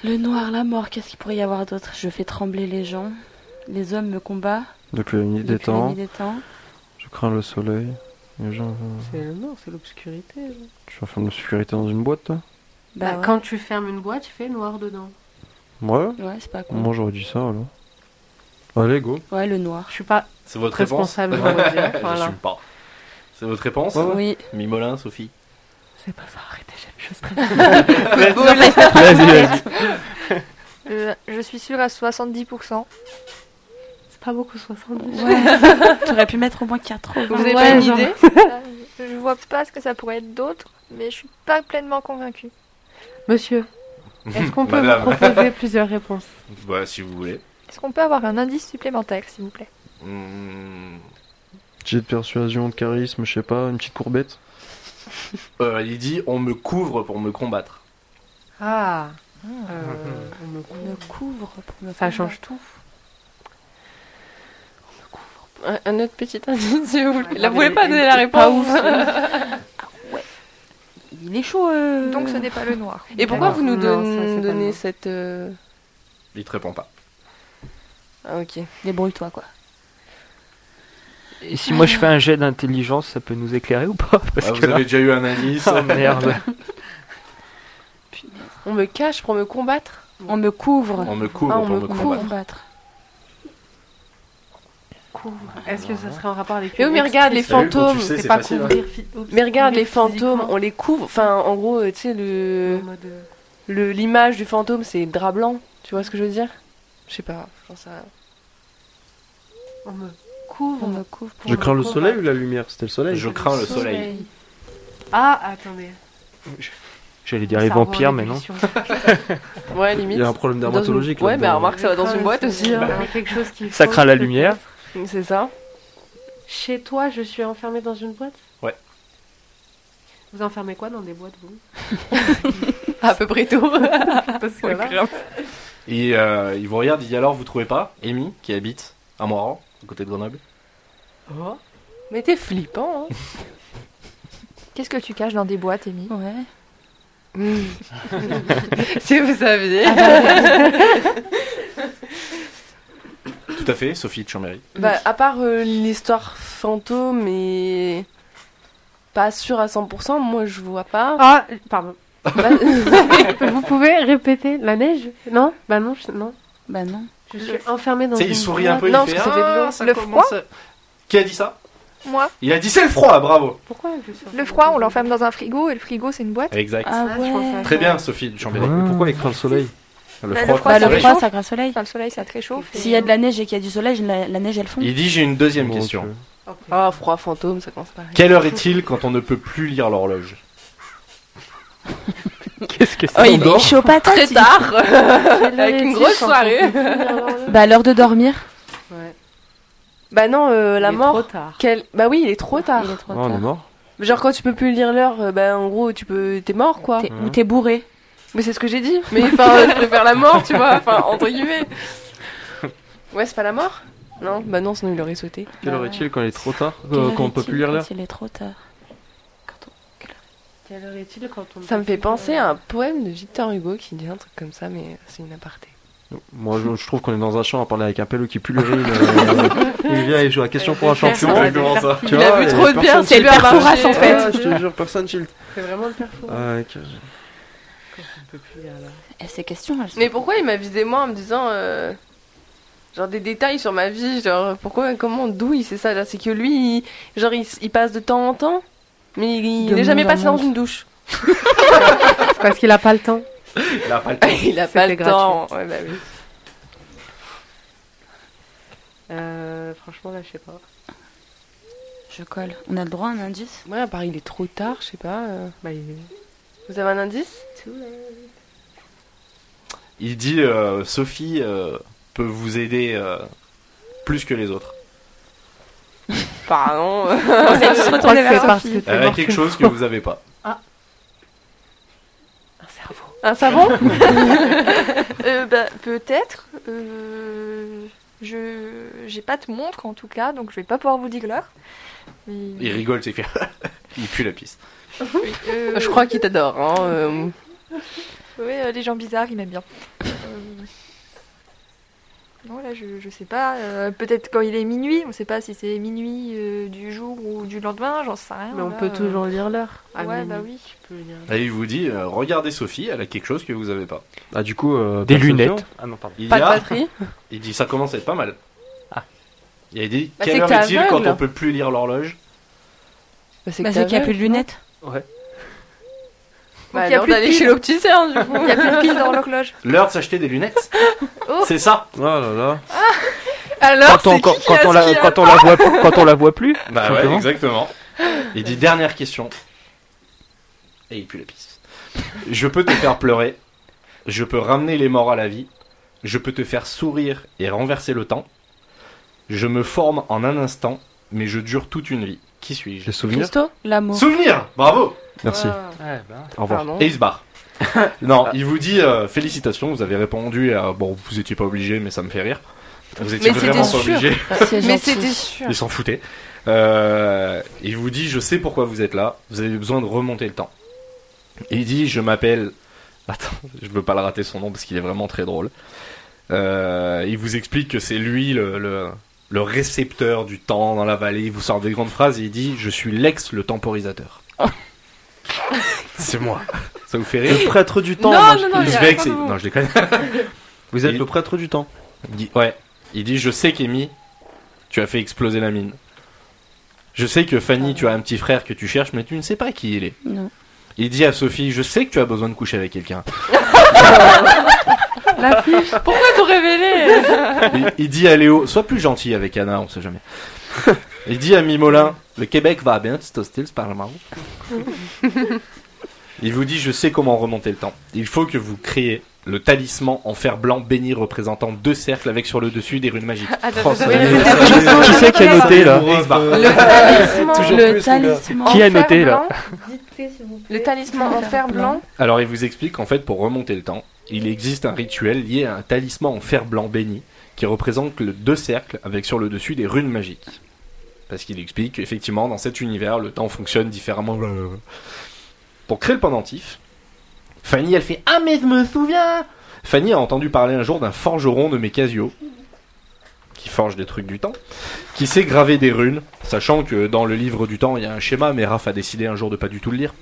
[SPEAKER 2] Le noir, la mort, qu'est-ce qu'il pourrait y avoir d'autre Je fais trembler les gens. Les hommes me combattent.
[SPEAKER 4] Depuis la nuit des
[SPEAKER 2] depuis la
[SPEAKER 4] temps,
[SPEAKER 2] nuit des temps.
[SPEAKER 4] je crains le soleil. Les gens, euh,
[SPEAKER 8] C'est non, c'est l'obscurité. là.
[SPEAKER 4] tu enfermes la sécurité dans une boîte, hein. toi
[SPEAKER 2] Bah,
[SPEAKER 8] Bah, Quand tu fermes une boîte, tu fais noir dedans.
[SPEAKER 4] Ouais,
[SPEAKER 2] ouais. Ouais, c'est pas con.
[SPEAKER 4] moi j'aurais dit ça alors. Allez, go.
[SPEAKER 2] Ouais, le noir.
[SPEAKER 8] Je suis pas
[SPEAKER 3] C'est votre réponse [LAUGHS]
[SPEAKER 8] responsable, on va dire. Voilà.
[SPEAKER 3] J'assume pas. C'est votre réponse [LAUGHS]
[SPEAKER 2] Oui,
[SPEAKER 3] Mimolin, Sophie
[SPEAKER 8] C'est pas ça, arrêtez, j'ai- je stresse.
[SPEAKER 1] [LAUGHS]
[SPEAKER 5] Je, je suis sûre à 70%.
[SPEAKER 8] C'est pas beaucoup, 70.
[SPEAKER 2] [LAUGHS] ouais. T'aurais pu mettre au moins 80.
[SPEAKER 1] Vous avez
[SPEAKER 8] Ouais,
[SPEAKER 1] pas une
[SPEAKER 8] genre-
[SPEAKER 1] idée
[SPEAKER 5] Ça, je je vois pas ce que ça pourrait être d'autre, mais je suis pas pleinement convaincue.
[SPEAKER 8] Monsieur, est-ce qu'on peut
[SPEAKER 3] Madame.
[SPEAKER 8] vous proposer plusieurs réponses
[SPEAKER 3] Bah, si vous voulez.
[SPEAKER 5] Est-ce qu'on peut avoir un indice supplémentaire, s'il vous plaît
[SPEAKER 3] Mm,
[SPEAKER 4] Jet de persuasion, de charisme, je sais pas, une petite courbette.
[SPEAKER 3] euh, il dit on me couvre pour me combattre.
[SPEAKER 8] Ah
[SPEAKER 2] On me couvre pour me
[SPEAKER 8] Ça
[SPEAKER 2] combattre.
[SPEAKER 8] change tout.
[SPEAKER 1] Un- Un autre petit indice, si vous voulez. Là,
[SPEAKER 8] non,
[SPEAKER 1] vous pouvez
[SPEAKER 8] mais-
[SPEAKER 1] pas donner la
[SPEAKER 8] pas
[SPEAKER 1] réponse. [LAUGHS]
[SPEAKER 2] Il est chaud. euh.
[SPEAKER 5] Donc ce n'est pas le noir.
[SPEAKER 1] Et pourquoi
[SPEAKER 8] Non,
[SPEAKER 1] vous nous
[SPEAKER 8] ça,
[SPEAKER 1] don-
[SPEAKER 8] c'est pas
[SPEAKER 1] donnez
[SPEAKER 8] bon.
[SPEAKER 1] cette. euh,
[SPEAKER 3] Il te répond pas.
[SPEAKER 1] Ah, ok.
[SPEAKER 2] Débrouille-toi, quoi.
[SPEAKER 9] Et si moi je fais un jet d'intelligence, ça peut nous éclairer ou pas Parce
[SPEAKER 3] Ah,
[SPEAKER 9] que
[SPEAKER 3] vous
[SPEAKER 9] là-
[SPEAKER 3] avez déjà eu un
[SPEAKER 9] [LAUGHS]
[SPEAKER 3] indice.
[SPEAKER 9] Oh, merde.
[SPEAKER 1] On me cache pour me combattre
[SPEAKER 2] On me couvre.
[SPEAKER 3] on me couvre
[SPEAKER 1] Ah, on
[SPEAKER 3] pour
[SPEAKER 1] me
[SPEAKER 3] me
[SPEAKER 2] pour me
[SPEAKER 3] combattre.
[SPEAKER 2] combattre.
[SPEAKER 8] Est-ce que ça serait en rapport avec
[SPEAKER 1] Mais oui, mais regarde, les
[SPEAKER 3] T'as vu, quand
[SPEAKER 1] fantômes.
[SPEAKER 3] tu le sais,
[SPEAKER 8] C'est
[SPEAKER 3] c'est
[SPEAKER 8] pas
[SPEAKER 3] facile. hein.
[SPEAKER 8] couvrir fi-
[SPEAKER 1] Mais regarde, les
[SPEAKER 8] physiquement.
[SPEAKER 1] fantômes, on les couvre. Enfin, en gros, euh, tu sais, le.
[SPEAKER 8] En mode, euh,
[SPEAKER 1] le- L'image du fantôme, c'est le drap blanc. Tu vois ce que je veux dire Je sais pas. je pense à-
[SPEAKER 8] On me couvre.
[SPEAKER 2] On me couvre pour
[SPEAKER 4] Je
[SPEAKER 2] me
[SPEAKER 4] crains le
[SPEAKER 8] combat.
[SPEAKER 4] soleil ou la lumière C'était le soleil
[SPEAKER 3] Je crains le soleil.
[SPEAKER 8] Ah, attendez.
[SPEAKER 9] J'allais
[SPEAKER 8] Ça
[SPEAKER 9] dire les
[SPEAKER 8] revoit
[SPEAKER 9] vampires,
[SPEAKER 8] en
[SPEAKER 9] mais non.
[SPEAKER 8] ébullition.
[SPEAKER 1] Ouais,
[SPEAKER 4] Il
[SPEAKER 1] limite.
[SPEAKER 4] y a un problème
[SPEAKER 1] Dans une-
[SPEAKER 4] dermatologique
[SPEAKER 1] Ouais, mais
[SPEAKER 4] là-dedans.
[SPEAKER 1] remarque, ça va dans
[SPEAKER 8] Je crains
[SPEAKER 1] une
[SPEAKER 8] le
[SPEAKER 1] boîte
[SPEAKER 8] soleil.
[SPEAKER 1] aussi. hein.
[SPEAKER 8] Il y a quelque chose qui
[SPEAKER 9] Ça
[SPEAKER 8] faut
[SPEAKER 9] craint la
[SPEAKER 8] peut-être.
[SPEAKER 9] lumière.
[SPEAKER 1] C'est
[SPEAKER 8] [LAUGHS]
[SPEAKER 1] ça.
[SPEAKER 8] Chez toi, je suis enfermée dans une boîte
[SPEAKER 3] Ouais.
[SPEAKER 8] Vous enfermez quoi dans des boîtes, vous
[SPEAKER 1] À peu près tout.
[SPEAKER 8] Parce que là,
[SPEAKER 3] Et euh, il vous regarde, il dit alors vous trouvez pas Amy qui habite à Moiran, à côté de Grenoble.
[SPEAKER 1] Oh. Mais t'es flippant,
[SPEAKER 8] [LAUGHS]
[SPEAKER 1] hein.
[SPEAKER 5] Qu'est-ce que tu caches dans des boîtes, Amy
[SPEAKER 2] Ouais.
[SPEAKER 1] si vous saviez.
[SPEAKER 3] Tout à fait, Sophie de Chambéry.
[SPEAKER 1] Bah, à part euh, l'histoire fantôme et pas sûr à 100%, moi je vois pas.
[SPEAKER 8] Ah, pardon.
[SPEAKER 1] Bah, [LAUGHS]
[SPEAKER 8] Vous pouvez répéter la neige Non Bah non, je... non.
[SPEAKER 2] Bah non.
[SPEAKER 8] Je suis enfermée dans
[SPEAKER 3] Tu sais,
[SPEAKER 8] une
[SPEAKER 3] il sourit
[SPEAKER 8] boîte.
[SPEAKER 3] un peu, il
[SPEAKER 1] Non,
[SPEAKER 3] fait
[SPEAKER 1] parce que ça fait de
[SPEAKER 3] ah,
[SPEAKER 1] l'eau.
[SPEAKER 3] ça
[SPEAKER 5] Le
[SPEAKER 3] commence à- Qui a dit ça
[SPEAKER 5] Moi,
[SPEAKER 3] Il a dit c'est le froid, bravo.
[SPEAKER 8] Pourquoi je suis
[SPEAKER 5] le froid, on l'enferme dans un frigo et le frigo, c'est une boîte.
[SPEAKER 3] Exact.
[SPEAKER 2] Ah
[SPEAKER 8] Ah, je pense
[SPEAKER 2] ouais.
[SPEAKER 8] à-
[SPEAKER 3] Très bien, Sophie de Chambéry.
[SPEAKER 4] Mais Pourquoi il craint le soleil
[SPEAKER 3] Le
[SPEAKER 5] Bah,
[SPEAKER 3] froid,
[SPEAKER 5] le
[SPEAKER 3] quoi.
[SPEAKER 5] froid,
[SPEAKER 2] Bah,
[SPEAKER 5] ça
[SPEAKER 2] le
[SPEAKER 5] réchauffe.
[SPEAKER 2] froid, ça craint le soleil.
[SPEAKER 5] Enfin, le soleil, ça te réchauffe. et-
[SPEAKER 2] S'il y a de la neige et qu'il y a du soleil, la, la neige, elle fond.
[SPEAKER 3] Il dit j'ai une deuxième
[SPEAKER 4] Donc,
[SPEAKER 3] question.
[SPEAKER 4] euh,
[SPEAKER 1] Ah, froid fantôme, ça commence par.
[SPEAKER 3] Quelle heure est-il quand on ne peut plus lire l'horloge
[SPEAKER 9] Qu'est-ce que
[SPEAKER 2] Oh,
[SPEAKER 9] c'est
[SPEAKER 2] il est chaud pas
[SPEAKER 1] Très tard Avec une grosse
[SPEAKER 8] quand
[SPEAKER 1] soirée
[SPEAKER 2] Bah, l'heure de dormir.
[SPEAKER 1] [LAUGHS] Bah non, euh, la
[SPEAKER 8] Il est
[SPEAKER 1] mort.
[SPEAKER 8] trop tard.
[SPEAKER 1] Quel... Bah oui, il est trop tard.
[SPEAKER 2] Il est trop
[SPEAKER 4] Ah, on est
[SPEAKER 2] tard.
[SPEAKER 4] mort
[SPEAKER 1] Genre quand tu peux plus lire l'heure, euh, bah en gros tu peux, t'es mort quoi.
[SPEAKER 2] T'es- Ou
[SPEAKER 4] Mmh.
[SPEAKER 2] t'es bourré.
[SPEAKER 1] Mais c'est ce que j'ai dit. Mais [LAUGHS] enfin, je préfère la mort, tu vois. Enfin, entre guillemets. Ouais, c'est pas la mort Non, bah non, sinon il aurait sauté.
[SPEAKER 4] Euh, Quelle heure
[SPEAKER 2] ouais.
[SPEAKER 4] est-il quand il est trop tard euh,
[SPEAKER 2] Quelle heure
[SPEAKER 4] Quand on peut
[SPEAKER 2] est-il
[SPEAKER 4] plus lire
[SPEAKER 2] quand
[SPEAKER 4] l'air
[SPEAKER 2] Il est trop tard. Quand on-
[SPEAKER 8] Quelle heure est-il quand on
[SPEAKER 1] Ça me fait penser à un poème de Victor Hugo qui dit un truc comme ça, mais c'est une aparté.
[SPEAKER 4] Moi, je, je trouve qu'on est dans un champ à parler avec un pélo qui pue le riz. euh, il vient et joue à question pour un champion.
[SPEAKER 8] Ouais,
[SPEAKER 3] Exactement ça.
[SPEAKER 4] Tu
[SPEAKER 1] Il
[SPEAKER 4] vois,
[SPEAKER 1] a vu
[SPEAKER 4] et
[SPEAKER 1] trop de
[SPEAKER 4] personne
[SPEAKER 1] bière, c'est
[SPEAKER 4] chill.
[SPEAKER 1] le perforas en fait.
[SPEAKER 4] Ah, je te jure, personne chill.
[SPEAKER 8] C'est vraiment le perfo.
[SPEAKER 4] Ah, ok.
[SPEAKER 8] On peut plus lire l'heure.
[SPEAKER 2] Eh, Ces questions, elles sont.
[SPEAKER 1] Mais pourquoi il m'a visé moi en me disant euh, genre des détails sur ma vie, genre pourquoi, comment, d'où il sait ça genre, C'est que lui, il- genre il, s- il passe de temps en temps, mais il- il
[SPEAKER 2] De
[SPEAKER 1] n'est jamais
[SPEAKER 2] monde
[SPEAKER 1] passé
[SPEAKER 2] en
[SPEAKER 1] dans
[SPEAKER 2] monde.
[SPEAKER 1] une [LAUGHS] douche.
[SPEAKER 8] [LAUGHS] C'est parce qu'il a pas le temps.
[SPEAKER 3] Il a pas le temps.
[SPEAKER 1] [LAUGHS] il a pas le
[SPEAKER 8] C'était
[SPEAKER 1] temps. Ouais, bah oui.
[SPEAKER 8] Euh, franchement, là, je sais pas.
[SPEAKER 2] Je colle. On a le droit à un indice
[SPEAKER 1] Ouais, à part il est trop tard, je sais pas. euh.
[SPEAKER 8] Bah, il est...
[SPEAKER 1] Vous avez un indice
[SPEAKER 3] Il dit euh, Sophie euh, peut vous aider euh, plus que les autres
[SPEAKER 1] Pardon.
[SPEAKER 2] s'est tous retournés vers Sophie.
[SPEAKER 3] Elle a quelque chose que vous avez pas.
[SPEAKER 1] Un savon
[SPEAKER 5] Euh, bah, peut-être. euh, je j'ai pas de montre en tout cas, donc je vais pas pouvoir vous dire l'heure. Mais-
[SPEAKER 3] Il rigole, c'est fait. [LAUGHS] Il pue la piste.
[SPEAKER 5] oui,
[SPEAKER 9] [LAUGHS]
[SPEAKER 1] [LAUGHS]
[SPEAKER 5] euh,
[SPEAKER 1] Je crois qu'il t'adore. Hein. euh.
[SPEAKER 5] Oui, euh, les gens bizarres, ils m'aiment bien. Euh, Non, là, je, je sais pas. euh, Peut-être quand il est minuit, on sait pas si c'est minuit euh, du jour ou du lendemain, j'en sais rien.
[SPEAKER 8] Mais on
[SPEAKER 5] là,
[SPEAKER 8] peut
[SPEAKER 5] euh,
[SPEAKER 8] toujours lire l'heure. Ah,
[SPEAKER 5] Ouais,
[SPEAKER 8] mais
[SPEAKER 5] bah
[SPEAKER 8] non,
[SPEAKER 5] oui.
[SPEAKER 8] tu peux lire.
[SPEAKER 3] Et il vous dit euh, regardez Sophie, elle a quelque chose que vous avez pas.
[SPEAKER 4] Ah, du coup. euh,
[SPEAKER 9] Des
[SPEAKER 4] perception
[SPEAKER 9] lunettes. Ah non, pardon.
[SPEAKER 3] Il
[SPEAKER 1] Pas
[SPEAKER 3] y
[SPEAKER 1] de
[SPEAKER 3] a-
[SPEAKER 1] batterie
[SPEAKER 3] Il dit ça commence à être pas mal.
[SPEAKER 9] Ah.
[SPEAKER 3] Il a dit
[SPEAKER 1] Bah, c'est
[SPEAKER 3] quelle
[SPEAKER 1] que
[SPEAKER 3] heure
[SPEAKER 1] t'es
[SPEAKER 3] est-il quand
[SPEAKER 1] aveugle.
[SPEAKER 3] on peut plus lire l'horloge
[SPEAKER 1] c'est
[SPEAKER 2] Bah, c'est qu'il n'y a plus de lunettes.
[SPEAKER 1] Bah,
[SPEAKER 5] il y a
[SPEAKER 1] alors
[SPEAKER 5] plus de
[SPEAKER 1] d'aller
[SPEAKER 5] pile.
[SPEAKER 1] chez l'opticien, du coup.
[SPEAKER 5] Il y a plus de pile dans l'horloge.
[SPEAKER 3] L'heure de s'acheter des lunettes
[SPEAKER 5] Oh.
[SPEAKER 3] C'est ça
[SPEAKER 4] Oh là là.
[SPEAKER 1] [LAUGHS] Alors,
[SPEAKER 9] Quand on,
[SPEAKER 1] c'est
[SPEAKER 9] quand,
[SPEAKER 1] qui qui
[SPEAKER 9] quand
[SPEAKER 1] a
[SPEAKER 9] on
[SPEAKER 1] ce
[SPEAKER 9] la,
[SPEAKER 1] qu'il y a
[SPEAKER 9] quand on la voit, quand on la voit plus.
[SPEAKER 3] Bah ouais,
[SPEAKER 9] simplement.
[SPEAKER 3] exactement. Il dit dernière question. Et il pue la piste. Je peux te faire pleurer. Je peux ramener les morts à la vie. Je peux te faire sourire et renverser le temps. Je me forme en un instant, mais je dure toute une vie. Qui suis-je
[SPEAKER 4] Les souvenirs.
[SPEAKER 2] Christo, l'amour.
[SPEAKER 3] Souvenir Bravo
[SPEAKER 4] Merci.
[SPEAKER 1] Ah,
[SPEAKER 9] Ouais, bah.
[SPEAKER 4] Au revoir.
[SPEAKER 1] pardon.
[SPEAKER 3] Et il se barre. non, il vous dit euh, félicitations, vous avez répondu à bon, vous étiez pas obligé, mais ça me fait rire. Vous étiez
[SPEAKER 1] Mais c'était
[SPEAKER 3] vraiment pas
[SPEAKER 1] sûr.
[SPEAKER 3] obligé.
[SPEAKER 2] C'est
[SPEAKER 1] Mais
[SPEAKER 2] gentil.
[SPEAKER 1] c'était sûr.
[SPEAKER 3] Il s'en foutait. Euh, il vous dit, je sais pourquoi vous êtes là, vous avez besoin de remonter le temps. Et il dit, je m'appelle... Attends, je veux pas le rater son nom parce qu'il est vraiment très drôle. Euh, il vous explique que c'est lui le, le, le récepteur du temps dans la vallée, il vous sort des grandes phrases et il dit, je suis l'ex le temporisateur. [LAUGHS] c'est moi. Ça vous fait rire
[SPEAKER 4] Le prêtre du temps.
[SPEAKER 1] Non,
[SPEAKER 4] moi,
[SPEAKER 1] non,
[SPEAKER 4] je-
[SPEAKER 1] non,
[SPEAKER 3] Il
[SPEAKER 1] il y
[SPEAKER 3] se
[SPEAKER 1] a-
[SPEAKER 3] vexe et-
[SPEAKER 1] pardon.
[SPEAKER 3] Non, je déconne.
[SPEAKER 4] Vous êtes
[SPEAKER 3] Il-
[SPEAKER 4] le prêtre du temps.
[SPEAKER 3] Il dit, ouais. Il dit, je sais qu'Amy, tu as fait exploser la mine. Je sais que Fanny, tu as un petit frère que tu cherches, mais tu ne sais pas qui il est.
[SPEAKER 2] Non.
[SPEAKER 3] Il dit à Sophie, je sais que tu as besoin de coucher avec quelqu'un. [LAUGHS]
[SPEAKER 1] Pourquoi tout révéler
[SPEAKER 3] il, il dit à Léo, sois plus gentil avec Anna, on sait jamais. Il dit à Mimolin, le Québec va bien, c'est hostile, c'est pas le Maroc. Il vous dit, je sais comment remonter le temps. Il faut que vous créez le talisman en fer blanc béni représentant deux cercles avec sur le dessus des runes magiques.
[SPEAKER 1] Attends,
[SPEAKER 4] ça
[SPEAKER 1] attends,
[SPEAKER 4] va être-
[SPEAKER 1] attends.
[SPEAKER 9] Qui c'est qui a noté là
[SPEAKER 3] Et il se barre.
[SPEAKER 9] [LAUGHS]
[SPEAKER 1] Le talisman,
[SPEAKER 4] Toujours
[SPEAKER 2] le
[SPEAKER 4] plus,
[SPEAKER 2] talisman.
[SPEAKER 9] Qui a
[SPEAKER 1] en fer
[SPEAKER 9] noté, là
[SPEAKER 1] blanc. Le talisman en fer blanc.
[SPEAKER 3] Alors il vous explique qu'en fait pour remonter le temps, il existe un rituel lié à un talisman en fer blanc béni qui représente le deux cercles avec sur le dessus des runes magiques. Parce qu'il explique qu'effectivement dans cet univers le temps fonctionne différemment. blablabla. Pour créer le pendentif, Fanny elle fait Ah mais je me souviens Fanny a entendu parler un jour d'un forgeron nommé Casio qui forge des trucs du temps, qui sait graver des runes, sachant que dans le livre du temps il y a un schéma, mais Raph a décidé un jour de pas du tout le lire.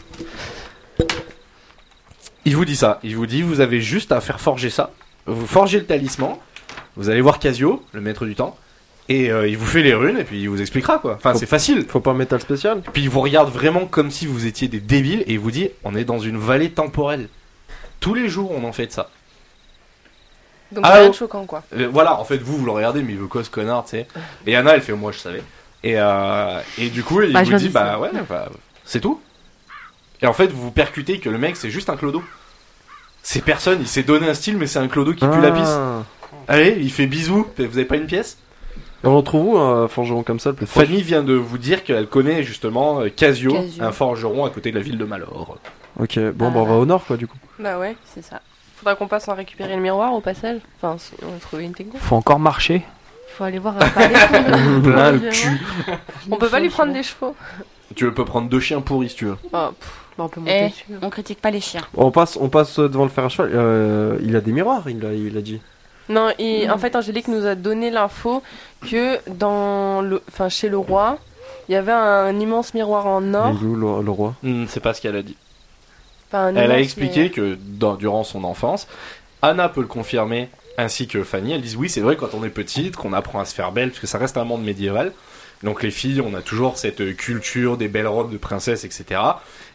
[SPEAKER 3] Il vous dit ça. Il vous dit, vous avez juste à faire forger ça. Vous forgez le talisman. Vous allez voir Casio, le maître du temps. Et euh, il vous fait les runes et puis il vous expliquera quoi. Enfin, c'est facile.
[SPEAKER 4] Faut pas un métal spécial.
[SPEAKER 3] Puis il vous regarde vraiment comme si vous étiez des débiles et il vous dit, on est dans une vallée temporelle. Tous les jours, on en fait de ça.
[SPEAKER 1] Donc
[SPEAKER 3] Ah,
[SPEAKER 1] rien
[SPEAKER 3] oh.
[SPEAKER 1] de choquant, quoi.
[SPEAKER 3] Euh, voilà, en fait, vous, vous le regardez, mais il veut quoi ce connard, tu sais. Et Anna, elle fait, moi, je savais. Et, euh, et du coup, il
[SPEAKER 8] Bah, je
[SPEAKER 3] vous
[SPEAKER 8] me
[SPEAKER 3] dit,
[SPEAKER 8] dis
[SPEAKER 3] bah ouais, bah, c'est tout. Et en fait, vous vous percutez que le mec, c'est juste un clodo. C'est personne, il s'est donné un style, mais c'est un clodo qui pue la pisse.
[SPEAKER 4] Ah.
[SPEAKER 3] Allez, il fait bisous. Vous avez pas une pièce
[SPEAKER 4] On le trouve où un forgeron comme ça le plus proche
[SPEAKER 3] Fanny vient de vous dire qu'elle connaît justement euh, Casio,
[SPEAKER 2] Casio.
[SPEAKER 3] un forgeron à côté de la ville de Malor.
[SPEAKER 4] Ok, bon, bah on va au nord quoi du coup.
[SPEAKER 1] Bah ouais.
[SPEAKER 2] C'est ça.
[SPEAKER 1] Faudra qu'on passe en récupérer le miroir au passage. Enfin, si on a trouvé une technique.
[SPEAKER 9] Faut encore marcher.
[SPEAKER 8] Faut aller voir euh, un palais.
[SPEAKER 4] [LAUGHS]
[SPEAKER 3] Plein le
[SPEAKER 8] Bien.
[SPEAKER 3] cul.
[SPEAKER 1] On peut pas lui prendre des chevaux.
[SPEAKER 3] Tu peux prendre deux chiens pourris si tu veux.
[SPEAKER 1] Ah, pff, bah, on peut monter
[SPEAKER 2] Eh,
[SPEAKER 1] dessus.
[SPEAKER 2] on critique pas les chiens.
[SPEAKER 4] On passe, on passe devant le fer à cheval. euh, il a des miroirs, il a, il a dit.
[SPEAKER 1] Non, et en fait, Angélique nous a donné l'info que dans le, enfin, chez le roi, il y avait un immense miroir en or.
[SPEAKER 4] Il est où le, le roi
[SPEAKER 3] Hmm, c'est pas ce qu'elle a dit.
[SPEAKER 1] Enfin, un
[SPEAKER 3] Elle a
[SPEAKER 1] immense,
[SPEAKER 3] expliqué que dans- durant son enfance, Anna peut le confirmer, ainsi que Fanny, elles disent oui, c'est vrai, quand on est petite, qu'on apprend à se faire belle, parce que ça reste un monde médiéval. Donc les filles, on a toujours cette culture des belles robes de princesse, etc.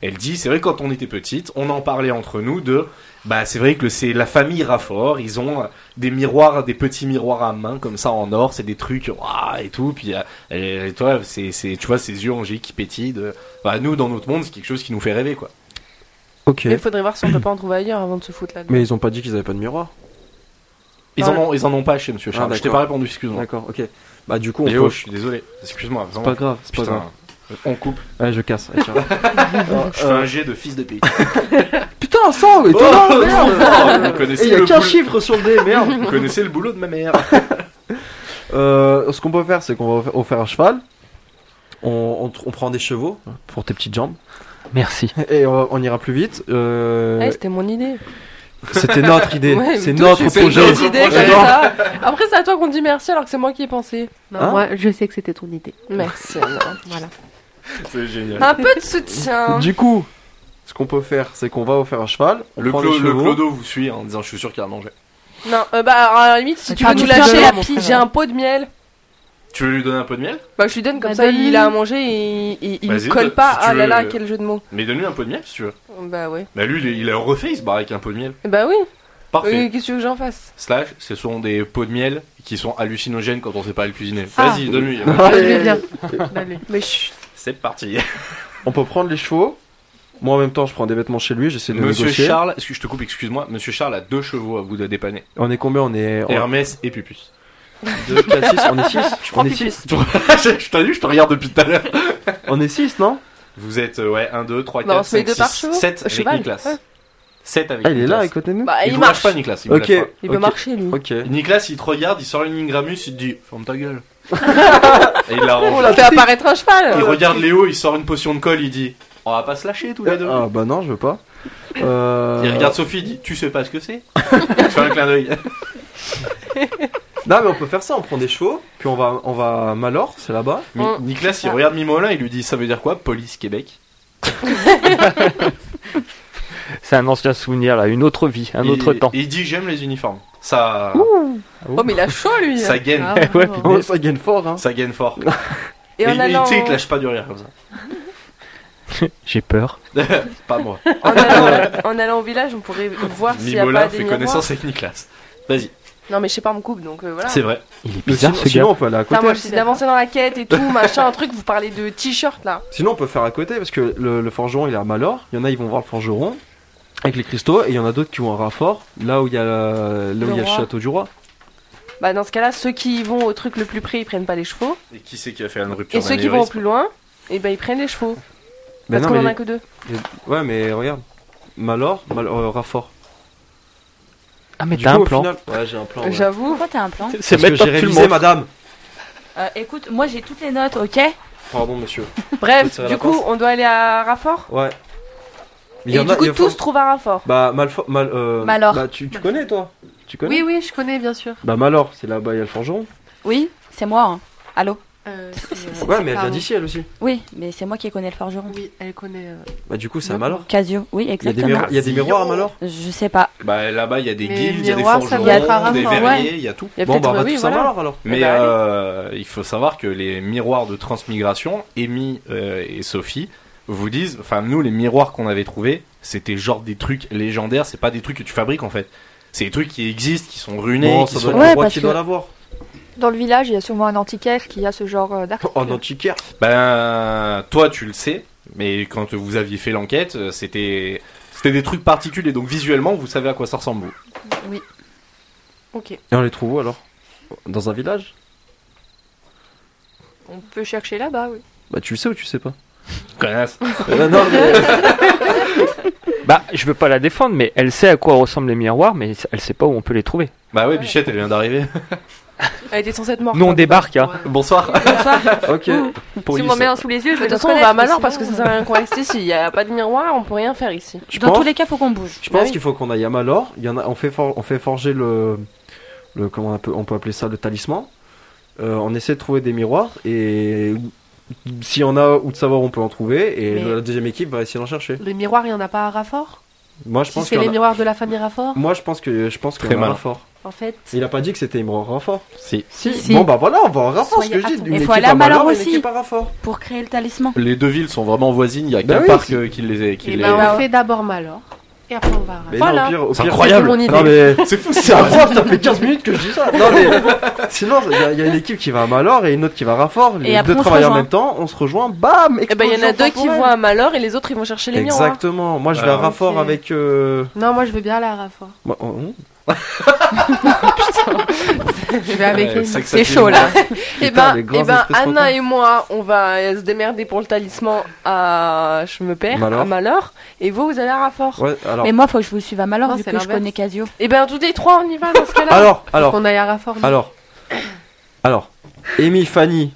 [SPEAKER 3] Elle dit, c'est vrai, quand on était petite, on en parlait entre nous de, bah c'est vrai que le- c'est la famille Raffort, ils ont euh, des miroirs, des petits miroirs à main comme ça en or, c'est des trucs, waouh, et tout. Puis euh, et toi, c'est, c'est- tu vois ces yeux angéliques qui pétillent. de- Bah, nous, dans notre monde, c'est quelque chose qui nous fait rêver, quoi.
[SPEAKER 4] Ok.
[SPEAKER 1] Mais faudrait voir si on peut pas en trouver ailleurs avant de se foutre là-dedans.
[SPEAKER 4] Mais ils ont pas dit qu'ils avaient pas de miroir.
[SPEAKER 3] Ils,
[SPEAKER 4] Ah
[SPEAKER 3] en ont, ils en ont pas chez Monsieur Charles.
[SPEAKER 4] Ah,
[SPEAKER 3] je t'ai
[SPEAKER 4] d'accord.
[SPEAKER 3] pas répondu, excuse-moi.
[SPEAKER 4] D'accord, ok. Bah du coup, on
[SPEAKER 3] Et
[SPEAKER 4] peut...
[SPEAKER 3] je suis désolé. Excuse-moi.
[SPEAKER 4] C'est pas grave, c'est pas grave.
[SPEAKER 3] On coupe.
[SPEAKER 4] Ouais, je casse. Allez, ciao.
[SPEAKER 3] Je fais un jet de fils de pays.
[SPEAKER 4] [LAUGHS] Putain, ça, mais
[SPEAKER 3] Euh, [LAUGHS] Oh,
[SPEAKER 4] toi, non,
[SPEAKER 3] non, vous
[SPEAKER 4] [LAUGHS] merde Eh,
[SPEAKER 3] connaissez
[SPEAKER 4] Il y a
[SPEAKER 3] le
[SPEAKER 4] qu'un
[SPEAKER 3] boule-
[SPEAKER 4] chiffre sur des merde
[SPEAKER 3] Vous connaissez le boulot de ma mère.
[SPEAKER 4] Euh, ce qu'on peut faire, c'est qu'on va au- au faire un cheval. On, on tr- on prend des chevaux pour tes petites jambes
[SPEAKER 9] Merci.
[SPEAKER 4] et on, on ira plus vite. Euh,
[SPEAKER 1] Ouais, Eh, c'était mon
[SPEAKER 3] [LAUGHS]
[SPEAKER 1] idée. [LAUGHS]
[SPEAKER 4] C'était notre idée,
[SPEAKER 1] Ouais,
[SPEAKER 4] c'est
[SPEAKER 1] mais
[SPEAKER 4] notre
[SPEAKER 1] tout, c'est
[SPEAKER 4] projet.
[SPEAKER 1] des idées comme
[SPEAKER 4] J'adore.
[SPEAKER 1] ça. Après, c'est à toi qu'on dit merci alors que c'est moi qui ai pensé.
[SPEAKER 8] Non,
[SPEAKER 4] Hein
[SPEAKER 8] moi, je sais que c'était ton idée.
[SPEAKER 1] [LAUGHS] Merci. alors, voilà.
[SPEAKER 3] [LAUGHS] C'est génial.
[SPEAKER 5] Un peu de
[SPEAKER 9] [LAUGHS]
[SPEAKER 5] soutien.
[SPEAKER 4] Du coup, ce qu'on peut faire, c'est qu'on va au faire un cheval. On
[SPEAKER 3] Le,
[SPEAKER 4] prend
[SPEAKER 3] clo-
[SPEAKER 4] des
[SPEAKER 3] le
[SPEAKER 4] chevaux.
[SPEAKER 3] clodo vous suit hein, en disant je suis sûr qu'il a mangé.
[SPEAKER 1] Non, euh, bah alors, à la limite, si tu
[SPEAKER 2] Ah,
[SPEAKER 1] veux
[SPEAKER 2] tu
[SPEAKER 1] nous
[SPEAKER 2] fais
[SPEAKER 1] lâcher,
[SPEAKER 2] la
[SPEAKER 1] la j'ai un pot de miel.
[SPEAKER 3] Tu veux lui donner un peu de miel
[SPEAKER 1] Bah, je lui donne comme
[SPEAKER 2] Bah,
[SPEAKER 1] ça,
[SPEAKER 2] donne-lui.
[SPEAKER 1] il a à manger et il, il
[SPEAKER 3] Vas-y,
[SPEAKER 1] me colle
[SPEAKER 3] donne-
[SPEAKER 1] pas.
[SPEAKER 3] si tu
[SPEAKER 1] ah là
[SPEAKER 3] veux,
[SPEAKER 1] là,
[SPEAKER 3] euh,
[SPEAKER 1] quel jeu de mots.
[SPEAKER 3] Mais donne-lui un peu de miel si tu veux.
[SPEAKER 1] Bah oui.
[SPEAKER 3] Bah lui, il- il a refait, il se barre avec un pot de miel.
[SPEAKER 1] Bah oui.
[SPEAKER 3] Parfait.
[SPEAKER 1] Euh, Qu'est-ce que tu veux que j'en fasse
[SPEAKER 3] Slash, ce sont des pots de miel qui sont hallucinogènes quand on sait pas le cuisiner.
[SPEAKER 8] Ah.
[SPEAKER 3] Vas-y, [LAUGHS] donne-lui.
[SPEAKER 8] [LAUGHS] Je
[SPEAKER 4] Allez.
[SPEAKER 8] vais bien. Allez.
[SPEAKER 1] Mais je...
[SPEAKER 3] C'est parti.
[SPEAKER 4] On peut prendre les chevaux. Moi en même temps, je prends des vêtements chez lui, j'essaie de
[SPEAKER 3] Monsieur
[SPEAKER 4] négocier.
[SPEAKER 3] Charles, est-ce que je te coupe, excuse-moi, Monsieur Charles a deux chevaux à vous de dépanner.
[SPEAKER 4] On est combien On est on...
[SPEAKER 3] Hermès et Pupus. [LAUGHS]
[SPEAKER 4] 2, 4, 6, on
[SPEAKER 1] [LAUGHS]
[SPEAKER 4] est 6.
[SPEAKER 3] Je
[SPEAKER 4] on est 6.
[SPEAKER 3] je t'ai vu, je te regarde depuis tout à l'heure.
[SPEAKER 4] On est 6, non
[SPEAKER 3] Vous êtes, euh, ouais, 1, 2, 3,
[SPEAKER 1] Bah, on
[SPEAKER 3] 4,
[SPEAKER 1] se met
[SPEAKER 3] 5,
[SPEAKER 1] deux par
[SPEAKER 3] 6,
[SPEAKER 1] chevaux.
[SPEAKER 3] 7
[SPEAKER 1] Au
[SPEAKER 3] avec
[SPEAKER 1] cheval,
[SPEAKER 3] Nicolas.
[SPEAKER 1] ouais.
[SPEAKER 3] 7 avec
[SPEAKER 4] Ah, il est là
[SPEAKER 3] Nicolas.
[SPEAKER 4] à côté de nous
[SPEAKER 1] Bah,
[SPEAKER 3] Il
[SPEAKER 1] il,
[SPEAKER 3] vous lâche
[SPEAKER 1] marche.
[SPEAKER 3] pas, Nicolas. Il vous
[SPEAKER 4] Ok.
[SPEAKER 3] lâche pas.
[SPEAKER 1] Il peut
[SPEAKER 4] Ok.
[SPEAKER 1] marcher, lui.
[SPEAKER 4] Ok.
[SPEAKER 3] Nicolas, il te regarde, il sort une ingramus, il te dit Ferme
[SPEAKER 1] [LAUGHS]
[SPEAKER 3] ta gueule. et il la
[SPEAKER 4] Oh,
[SPEAKER 3] range.
[SPEAKER 1] On fait apparaître un cheval.
[SPEAKER 3] Il regarde Léo, il sort une potion de colle, il dit On va pas se lâcher tous les deux.
[SPEAKER 4] Ah bah non, je veux pas. Euh...
[SPEAKER 3] Il regarde Sophie, il dit Tu sais pas ce que
[SPEAKER 4] [LAUGHS]
[SPEAKER 3] c'est Il fait un clin d'œil.
[SPEAKER 4] Non mais on peut faire ça, on prend des chevaux, puis on va on va à Malor, c'est là-bas.
[SPEAKER 3] Mi-
[SPEAKER 1] Mm.
[SPEAKER 3] Nicolas, il regarde Mimolin, il lui dit Ça veut dire quoi Police Québec.
[SPEAKER 9] [LAUGHS] C'est un ancien souvenir, là, une autre vie, un
[SPEAKER 3] Il-
[SPEAKER 9] autre temps.
[SPEAKER 3] Il dit J'aime les uniformes. Ça.
[SPEAKER 1] Oh, mais il a chaud, lui.
[SPEAKER 3] Ça gaine.
[SPEAKER 4] [LAUGHS]
[SPEAKER 8] Ah,
[SPEAKER 9] Ouais,
[SPEAKER 8] bravo.
[SPEAKER 4] Oh, ça gagne fort hein.
[SPEAKER 3] Ça gaine fort.
[SPEAKER 1] Et
[SPEAKER 3] Mais
[SPEAKER 1] en
[SPEAKER 3] il, il-
[SPEAKER 1] allant,
[SPEAKER 3] tu sais, il te lâche pas du rire comme
[SPEAKER 9] J'ai peur.
[SPEAKER 3] ça. [LAUGHS] pas moi.
[SPEAKER 1] en, allant,
[SPEAKER 4] [LAUGHS]
[SPEAKER 1] en allant au village, on pourrait voir s'il y a pas
[SPEAKER 3] Mimolin
[SPEAKER 1] des
[SPEAKER 3] fait
[SPEAKER 1] miroirs.
[SPEAKER 3] connaissance avec Nicolas. Vas-y,
[SPEAKER 1] Non, mais je sais pas, on me coupe, donc euh, voilà.
[SPEAKER 3] c'est vrai.
[SPEAKER 9] Il est
[SPEAKER 4] Mais
[SPEAKER 9] bizarre,
[SPEAKER 4] sinon,
[SPEAKER 9] ce
[SPEAKER 4] sinon,
[SPEAKER 9] gars.
[SPEAKER 4] on peut aller à
[SPEAKER 1] Putain,
[SPEAKER 4] côté.
[SPEAKER 1] moi, j'essaie d'avancer dans la quête et tout, machin, un truc. Vous parlez de t-shirt, là.
[SPEAKER 4] Sinon on peut faire à côté parce que le, le forgeron il est à Malor, il y en a ils vont voir le forgeron avec les cristaux et il y en a d'autres qui vont à Raffort, là où il y a la- là
[SPEAKER 1] Le
[SPEAKER 4] où il y a le
[SPEAKER 1] roi.
[SPEAKER 4] château du roi.
[SPEAKER 1] Bah, dans ce cas-là, ceux qui y vont au truc le plus près, ils prennent pas les chevaux.
[SPEAKER 3] Et qui c'est qui a fait une rupture
[SPEAKER 1] Et ceux qui vont au plus loin, et ben ils prennent les chevaux.
[SPEAKER 4] Mais
[SPEAKER 1] parce
[SPEAKER 4] Bah non,
[SPEAKER 1] qu'on
[SPEAKER 4] mais
[SPEAKER 1] en a
[SPEAKER 4] les-
[SPEAKER 1] que deux.
[SPEAKER 4] les- Ouais, mais regarde. Malor, Mal- euh, Raffort.
[SPEAKER 9] Ah, mais
[SPEAKER 4] Du
[SPEAKER 9] t'as
[SPEAKER 4] coup,
[SPEAKER 9] un
[SPEAKER 4] au
[SPEAKER 9] plan.
[SPEAKER 4] final- Ouais, j'ai un plan. Oh, ouais.
[SPEAKER 1] J'avoue.
[SPEAKER 2] Pourquoi t'as un plan
[SPEAKER 9] C'est
[SPEAKER 4] Parce que j'ai révisé madame.
[SPEAKER 2] Euh, Écoute, moi j'ai toutes les notes, ok
[SPEAKER 4] Pardon monsieur. Faut
[SPEAKER 1] Bref,
[SPEAKER 4] tirer
[SPEAKER 1] du
[SPEAKER 4] la
[SPEAKER 1] coup,
[SPEAKER 4] pince.
[SPEAKER 1] on doit aller à Raffort.
[SPEAKER 4] Ouais.
[SPEAKER 1] Et
[SPEAKER 4] Il y en
[SPEAKER 1] du
[SPEAKER 4] a-
[SPEAKER 1] coup,
[SPEAKER 4] il y a
[SPEAKER 1] tout
[SPEAKER 4] fort-
[SPEAKER 1] se trouve à Raffort.
[SPEAKER 4] Bah, Malfo- Mal, euh,
[SPEAKER 2] Malor.
[SPEAKER 4] Bah, tu, tu connais, toi Tu connais
[SPEAKER 8] Oui, oui, je connais, bien sûr.
[SPEAKER 4] Bah, Malor, c'est là-bas, il y a le forgeron.
[SPEAKER 2] Oui, c'est moi. hein. Allô
[SPEAKER 8] Euh,
[SPEAKER 2] C'est-
[SPEAKER 4] Ouais,
[SPEAKER 2] c'est
[SPEAKER 4] mais elle
[SPEAKER 2] pas moi.
[SPEAKER 4] vient d'ici, elle aussi.
[SPEAKER 2] Oui, mais c'est moi qui connais le forgeron.
[SPEAKER 8] oui, elle connaît. euh,
[SPEAKER 4] Bah, du coup, c'est à Malor.
[SPEAKER 2] Casio, oui,
[SPEAKER 4] Il y a des,
[SPEAKER 2] exactement.
[SPEAKER 4] miroirs- il y a des miroirs à Malor
[SPEAKER 2] Je sais pas.
[SPEAKER 3] Bah là-bas, il y a des
[SPEAKER 8] Mais
[SPEAKER 3] guildes, il y a des
[SPEAKER 8] miroir, ça
[SPEAKER 3] forgerons,
[SPEAKER 2] doit être à
[SPEAKER 3] des
[SPEAKER 2] Raffort,
[SPEAKER 3] verriers, il y a tout.
[SPEAKER 1] Il y a
[SPEAKER 4] Bon,
[SPEAKER 1] peut-être euh,
[SPEAKER 4] bah, on va
[SPEAKER 1] oui,
[SPEAKER 4] tous
[SPEAKER 1] voilà.
[SPEAKER 4] à Malor alors.
[SPEAKER 3] Mais
[SPEAKER 1] Eh ben, allez.
[SPEAKER 3] euh, il faut savoir que les miroirs de transmigration, Amy euh, et Sophie vous disent, enfin nous les miroirs qu'on avait trouvés, c'était genre des trucs légendaires, c'est pas des trucs que tu fabriques en fait. C'est des trucs qui existent, qui sont runés,
[SPEAKER 4] Bon,
[SPEAKER 3] qui
[SPEAKER 4] ça
[SPEAKER 3] sont...
[SPEAKER 4] doit être le roi
[SPEAKER 2] parce
[SPEAKER 4] qui
[SPEAKER 2] que-
[SPEAKER 4] doit l'avoir.
[SPEAKER 5] Dans le village, il y a sûrement un antiquaire qui a ce genre euh, d'article.
[SPEAKER 4] En antiquaire.
[SPEAKER 3] Ben toi tu le sais, mais quand vous aviez fait l'enquête, euh, c'était c'était des trucs particuliers, donc visuellement vous savez à quoi ça ressemble. vous.
[SPEAKER 1] Ok.
[SPEAKER 4] Et on les trouve où alors Dans un village
[SPEAKER 5] On peut chercher là-bas, oui.
[SPEAKER 4] Bah, tu le sais ou tu sais pas
[SPEAKER 3] Connasse.
[SPEAKER 4] [LAUGHS] Euh, Non, mais.
[SPEAKER 9] Bah, je veux pas la défendre, mais elle sait à quoi ressemblent les miroirs, mais elle sait pas où on peut les trouver.
[SPEAKER 3] Bah ouais, Bichette elle vient d'arriver. [LAUGHS]
[SPEAKER 1] Elle était censée être morte.
[SPEAKER 9] Nous, on débarque, hein.
[SPEAKER 3] Bonsoir.
[SPEAKER 4] euh, Ok.
[SPEAKER 5] Si
[SPEAKER 3] Police.
[SPEAKER 5] on met un sous les yeux, je
[SPEAKER 1] De
[SPEAKER 5] vais
[SPEAKER 1] toute façon, on va à Malheur parce que ça sert à rien qu'on reste ici. Il n'y a pas de miroir, on peut rien faire ici.
[SPEAKER 4] Je
[SPEAKER 2] Dans tous
[SPEAKER 4] pense,
[SPEAKER 2] les cas, faut qu'on bouge.
[SPEAKER 4] je
[SPEAKER 1] Bah
[SPEAKER 4] pense
[SPEAKER 1] oui.
[SPEAKER 4] qu'il faut qu'on aille à Malor. Il y en a, on, fait for- on fait forger le. le comment on peut, on peut appeler ça Le talisman. Euh, on essaie de trouver des miroirs et. S'il y en a ou de savoir où on peut en trouver, et
[SPEAKER 8] Mais-
[SPEAKER 4] la deuxième équipe va essayer d'en chercher.
[SPEAKER 8] Le miroir, il n'y en a pas à Raffort
[SPEAKER 4] Moi je
[SPEAKER 8] Si
[SPEAKER 4] pense
[SPEAKER 8] c'est
[SPEAKER 4] qu'il
[SPEAKER 8] les
[SPEAKER 4] y en a-
[SPEAKER 8] miroirs de la famille Raffort
[SPEAKER 4] Moi je pense que je pense qu'il y
[SPEAKER 3] Très
[SPEAKER 4] en a
[SPEAKER 3] malin.
[SPEAKER 4] un fort.
[SPEAKER 8] En fait,
[SPEAKER 4] Il a pas dit que c'était Imran Raffort.
[SPEAKER 3] Si.
[SPEAKER 8] si.
[SPEAKER 2] Si.
[SPEAKER 4] Bon bah voilà, on va en Raffort ce
[SPEAKER 8] Soyez
[SPEAKER 4] que je dis.
[SPEAKER 8] attendus.
[SPEAKER 4] Une
[SPEAKER 2] Il faut
[SPEAKER 4] équipe
[SPEAKER 2] aller à
[SPEAKER 4] à Malor,
[SPEAKER 2] Malor
[SPEAKER 4] une
[SPEAKER 2] aussi.
[SPEAKER 4] équipe à Raffort.
[SPEAKER 2] Pour créer le talisman.
[SPEAKER 3] Les deux villes sont vraiment voisines, il y a
[SPEAKER 4] Bah
[SPEAKER 3] qu'un
[SPEAKER 4] oui,
[SPEAKER 3] parc
[SPEAKER 4] c'est-
[SPEAKER 3] euh, qui les est- qui
[SPEAKER 8] Et
[SPEAKER 3] les-
[SPEAKER 8] ben, on fait d'abord Malor. Et après, on va à Raffort.
[SPEAKER 4] Mais
[SPEAKER 1] Voilà.
[SPEAKER 4] non, au pire, au
[SPEAKER 3] C'est
[SPEAKER 4] pire-
[SPEAKER 3] incroyable.
[SPEAKER 1] Mon idée.
[SPEAKER 4] Non mais
[SPEAKER 3] C'est fou,
[SPEAKER 4] [LAUGHS] c'est incroyable, ça fait 15 minutes que je dis ça. Non mais [LAUGHS] sinon il y, a- il y a une équipe qui va à Malor et une autre qui va à Raffort. Les
[SPEAKER 2] Et après,
[SPEAKER 4] deux
[SPEAKER 2] on se
[SPEAKER 4] travaillent en
[SPEAKER 2] rejoint.
[SPEAKER 4] même temps, on se rejoint, bam.
[SPEAKER 1] Et ben, il y en a
[SPEAKER 4] explosion
[SPEAKER 1] deux qui hein.
[SPEAKER 4] temporelle.
[SPEAKER 1] vont à Malheur et les autres, ils vont chercher les miroirs.
[SPEAKER 4] Exactement. Moi je vais à
[SPEAKER 3] Ah,
[SPEAKER 4] Raffort
[SPEAKER 8] ok.
[SPEAKER 4] avec. euh,
[SPEAKER 8] Non, moi, je veux bien aller à Raffort.
[SPEAKER 4] moi- oh, hmm, on-
[SPEAKER 1] Je vais avec
[SPEAKER 13] Ouais,
[SPEAKER 1] Amy.
[SPEAKER 13] ça que ça
[SPEAKER 1] C'est
[SPEAKER 13] fait
[SPEAKER 1] chaud là.
[SPEAKER 4] Putain,
[SPEAKER 1] et ben,
[SPEAKER 4] les grands
[SPEAKER 1] eh ben,
[SPEAKER 4] espèces
[SPEAKER 1] Anna
[SPEAKER 4] fantômes.
[SPEAKER 1] et moi, on va euh, se démerder pour le talisman à je me perds,
[SPEAKER 4] Malheur.
[SPEAKER 1] à Malheur, et vous, vous allez à Raffort.
[SPEAKER 4] Ouais, alors,
[SPEAKER 2] Mais moi, faut que je vous suive à Malheur,
[SPEAKER 1] Non,
[SPEAKER 2] vu
[SPEAKER 1] c'est
[SPEAKER 2] que je
[SPEAKER 1] l'inverse.
[SPEAKER 2] connais Casio.
[SPEAKER 1] Et ben, tous les trois, on y va dans ce cas-là.
[SPEAKER 4] alors, alors,
[SPEAKER 8] Qu'on aille à Rafford.
[SPEAKER 4] alors, alors,
[SPEAKER 1] [LAUGHS]
[SPEAKER 4] Amy, Fanny,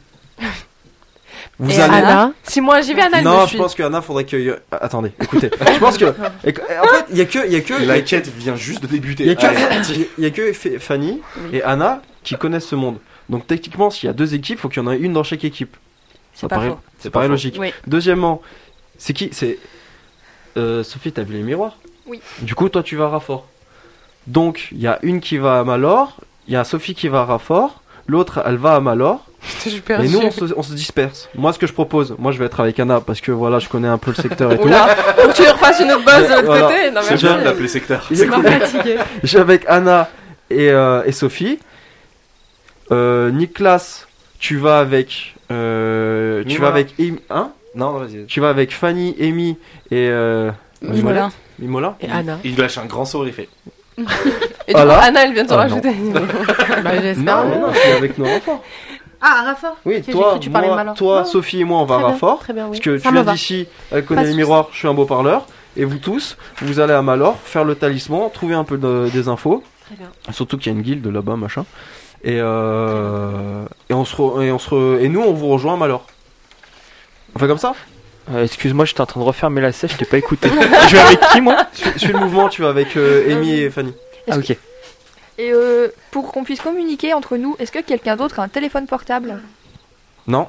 [SPEAKER 4] vous
[SPEAKER 1] Et
[SPEAKER 4] allez.
[SPEAKER 8] Anna,
[SPEAKER 1] Si moi j'y vais, Anna, elle
[SPEAKER 4] non,
[SPEAKER 1] me
[SPEAKER 4] je
[SPEAKER 1] suit.
[SPEAKER 4] pense qu'Anna faudrait que. euh, Attendez, écoutez. je
[SPEAKER 1] [LAUGHS]
[SPEAKER 4] pense que. et que- En fait, il y a que. Il y a que. il y a
[SPEAKER 3] La
[SPEAKER 4] que-
[SPEAKER 3] quête vient juste de débuter.
[SPEAKER 4] Il y a que,
[SPEAKER 3] Allez.
[SPEAKER 4] il y a que F- Fanny et Anna qui connaissent ce monde. Donc techniquement, s'il y a deux équipes, faut qu'il y en ait une dans chaque équipe.
[SPEAKER 2] C'est
[SPEAKER 4] Ça
[SPEAKER 2] pas
[SPEAKER 4] paraît-
[SPEAKER 2] faux.
[SPEAKER 4] Ça paraît logique.
[SPEAKER 2] Oui.
[SPEAKER 4] Deuxièmement, c'est qui C'est euh, Sophie. T'as vu les miroirs
[SPEAKER 5] Oui.
[SPEAKER 4] Du coup, toi, tu vas à Raffort. Donc, il y a une qui va à Malor, il y a Sophie qui va à Raffort, l'autre, elle va à Malor.
[SPEAKER 1] Je suis
[SPEAKER 4] Et
[SPEAKER 1] perdue.
[SPEAKER 4] nous, on se, on se disperse. Moi, ce que je propose, moi, je vais être avec Anna parce que voilà, je connais un peu le
[SPEAKER 2] [LAUGHS]
[SPEAKER 4] secteur et tout.
[SPEAKER 1] Oula, faut que tu leur fasses une autre base de l'autre
[SPEAKER 4] Voilà.
[SPEAKER 1] côté. Non,
[SPEAKER 3] C'est
[SPEAKER 1] merci.
[SPEAKER 3] bien de l'appeler secteur.
[SPEAKER 4] C'est cool. [LAUGHS] Je suis avec Anna et, euh, et Sophie. Euh, Nicolas, tu vas avec. euh, tu
[SPEAKER 3] Mimola.
[SPEAKER 4] vas avec. Em- hein
[SPEAKER 3] Non, vas-y.
[SPEAKER 4] tu vas avec Fanny, Amy et. euh,
[SPEAKER 2] Mimola.
[SPEAKER 4] Mimola
[SPEAKER 8] et Anna.
[SPEAKER 3] Il lâche un grand sourire, il fait.
[SPEAKER 1] Et du coup,
[SPEAKER 4] Voilà.
[SPEAKER 1] Anna, elle vient de se
[SPEAKER 4] Ah,
[SPEAKER 1] rajouter.
[SPEAKER 8] Bah,
[SPEAKER 4] Non,
[SPEAKER 8] j'espère.
[SPEAKER 4] mais non, je suis avec nos enfants.
[SPEAKER 8] Ah, Rafford.
[SPEAKER 4] Oui,
[SPEAKER 2] Ok, j'ai
[SPEAKER 4] toi,
[SPEAKER 2] cru que tu parlais
[SPEAKER 4] moi,
[SPEAKER 2] de Malor.
[SPEAKER 4] toi
[SPEAKER 2] Non.
[SPEAKER 4] Sophie et moi, on va à
[SPEAKER 8] Très bien,
[SPEAKER 4] Raffort.
[SPEAKER 8] Très bien,
[SPEAKER 4] Parce
[SPEAKER 8] oui.
[SPEAKER 4] que
[SPEAKER 2] Ça
[SPEAKER 4] tu
[SPEAKER 2] me
[SPEAKER 4] viens
[SPEAKER 2] va.
[SPEAKER 4] d'ici, elle
[SPEAKER 2] Pas
[SPEAKER 4] connaît
[SPEAKER 2] de
[SPEAKER 4] les miroirs, je suis un beau parleur. Et vous tous, vous allez à Malor faire le talisman, trouver un peu de- des infos.
[SPEAKER 8] Très bien.
[SPEAKER 4] Surtout qu'il y a une guilde là-bas, machin. Et, euh, et, on se re- et, on se re- et nous, on vous rejoint à Malor. On fait comme ça
[SPEAKER 9] Euh, Excuse-moi, j'étais en train de refermer la sèche, je t'ai pas [LAUGHS] écouté. je vais avec qui moi
[SPEAKER 4] suis, suis le mouvement, tu vas avec euh, Amy et Fanny.
[SPEAKER 9] Ah ok.
[SPEAKER 5] Et euh, pour qu'on puisse communiquer entre nous, est-ce que quelqu'un d'autre a un téléphone portable
[SPEAKER 4] Non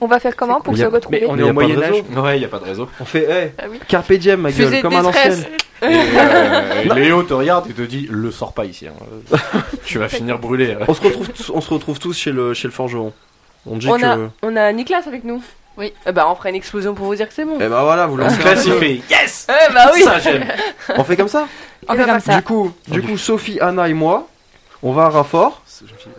[SPEAKER 5] On va faire comment pour
[SPEAKER 9] Mais
[SPEAKER 5] se
[SPEAKER 9] y a-
[SPEAKER 5] retrouver
[SPEAKER 9] mais on
[SPEAKER 4] Mais
[SPEAKER 9] est
[SPEAKER 4] y a
[SPEAKER 9] au
[SPEAKER 4] pas de
[SPEAKER 9] Moyen Âge.
[SPEAKER 4] réseau.
[SPEAKER 3] Ouais, il a pas de réseau.
[SPEAKER 4] On fait, hey,
[SPEAKER 5] Ah oui.
[SPEAKER 4] Carpe diem, ma gueule,
[SPEAKER 1] Fusée de
[SPEAKER 4] comme à
[SPEAKER 1] détresse.
[SPEAKER 4] l'ancienne.
[SPEAKER 3] Et, euh, et Léo te regarde et te dit le sors pas ici. hein. tu vas finir brûlé. hein.
[SPEAKER 4] On se retrouve, tous- on se retrouve tous chez le, chez le forgeron. On dit
[SPEAKER 1] On
[SPEAKER 4] que.
[SPEAKER 1] a, on a Nicolas avec nous.
[SPEAKER 2] Oui.
[SPEAKER 1] Eh ben, on fera une explosion pour vous dire que c'est bon.
[SPEAKER 4] Eh bah voilà, vous lancez.
[SPEAKER 3] Classe, il fait yes
[SPEAKER 1] Eh ben oui.
[SPEAKER 3] Ça, [LAUGHS] j'aime.
[SPEAKER 4] On fait comme ça
[SPEAKER 2] On fait comme ça.
[SPEAKER 4] Du coup, du coup, Sophie, Anna et moi, on va à Raffort.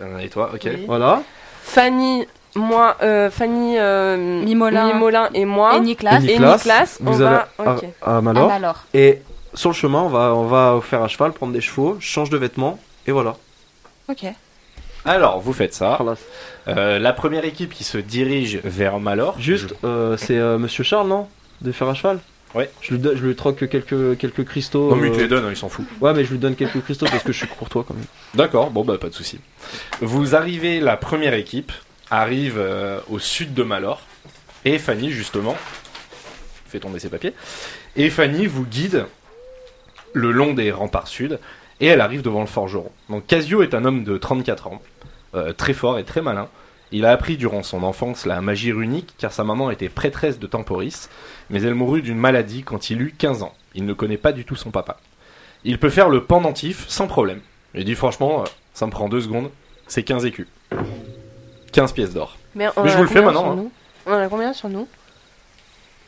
[SPEAKER 3] Euh, Et toi, ok.
[SPEAKER 1] Oui.
[SPEAKER 4] Voilà.
[SPEAKER 1] Fanny, moi, euh, Fanny, euh,
[SPEAKER 2] Mimolin.
[SPEAKER 1] Mimolin et moi.
[SPEAKER 2] Et Nicolas.
[SPEAKER 4] Et
[SPEAKER 1] Et
[SPEAKER 4] Nicolas,
[SPEAKER 1] Nicolas, on
[SPEAKER 4] vous
[SPEAKER 1] va.
[SPEAKER 4] allez à-
[SPEAKER 1] ok.
[SPEAKER 4] à,
[SPEAKER 2] Ah,
[SPEAKER 4] Malor.
[SPEAKER 2] bah alors.
[SPEAKER 4] Et sur le chemin, on va, on va faire à cheval, prendre des chevaux, je change de vêtements, et voilà.
[SPEAKER 2] Ok.
[SPEAKER 3] Alors, vous faites ça.
[SPEAKER 4] Voilà.
[SPEAKER 3] Euh, la première équipe qui se dirige vers Malor.
[SPEAKER 4] Juste, euh, c'est euh, Monsieur Charles, non De faire à cheval
[SPEAKER 3] Ouais.
[SPEAKER 4] Je lui, donne- je lui troque quelques, quelques cristaux.
[SPEAKER 3] Non, mais il
[SPEAKER 4] euh,
[SPEAKER 3] te les donne, hein, il s'en fout.
[SPEAKER 4] Ouais, mais je lui donne quelques cristaux parce que je suis courtois quand même.
[SPEAKER 3] D'accord, bon bah pas de souci. Vous arrivez, la première équipe arrive euh, au sud de Malor et Fanny justement fait tomber ses papiers et Fanny vous guide le long des remparts sud et elle arrive devant le forgeron. Donc Casio est un homme de 34 ans, euh, très fort et très malin. Il a appris durant son enfance la magie runique car sa maman était prêtresse de Temporis, mais elle mourut d'une maladie quand il eut 15 ans. Il ne connaît pas du tout son papa. Il peut faire le pendentif sans problème. Il dit franchement, euh, ça me prend deux secondes, c'est 15 écus. 15 pièces d'or.
[SPEAKER 1] Mais, on
[SPEAKER 3] Mais
[SPEAKER 1] en
[SPEAKER 3] je
[SPEAKER 1] a
[SPEAKER 3] vous le fais
[SPEAKER 1] combien
[SPEAKER 3] maintenant,
[SPEAKER 1] sur
[SPEAKER 3] hein.
[SPEAKER 1] nous On en a combien sur nous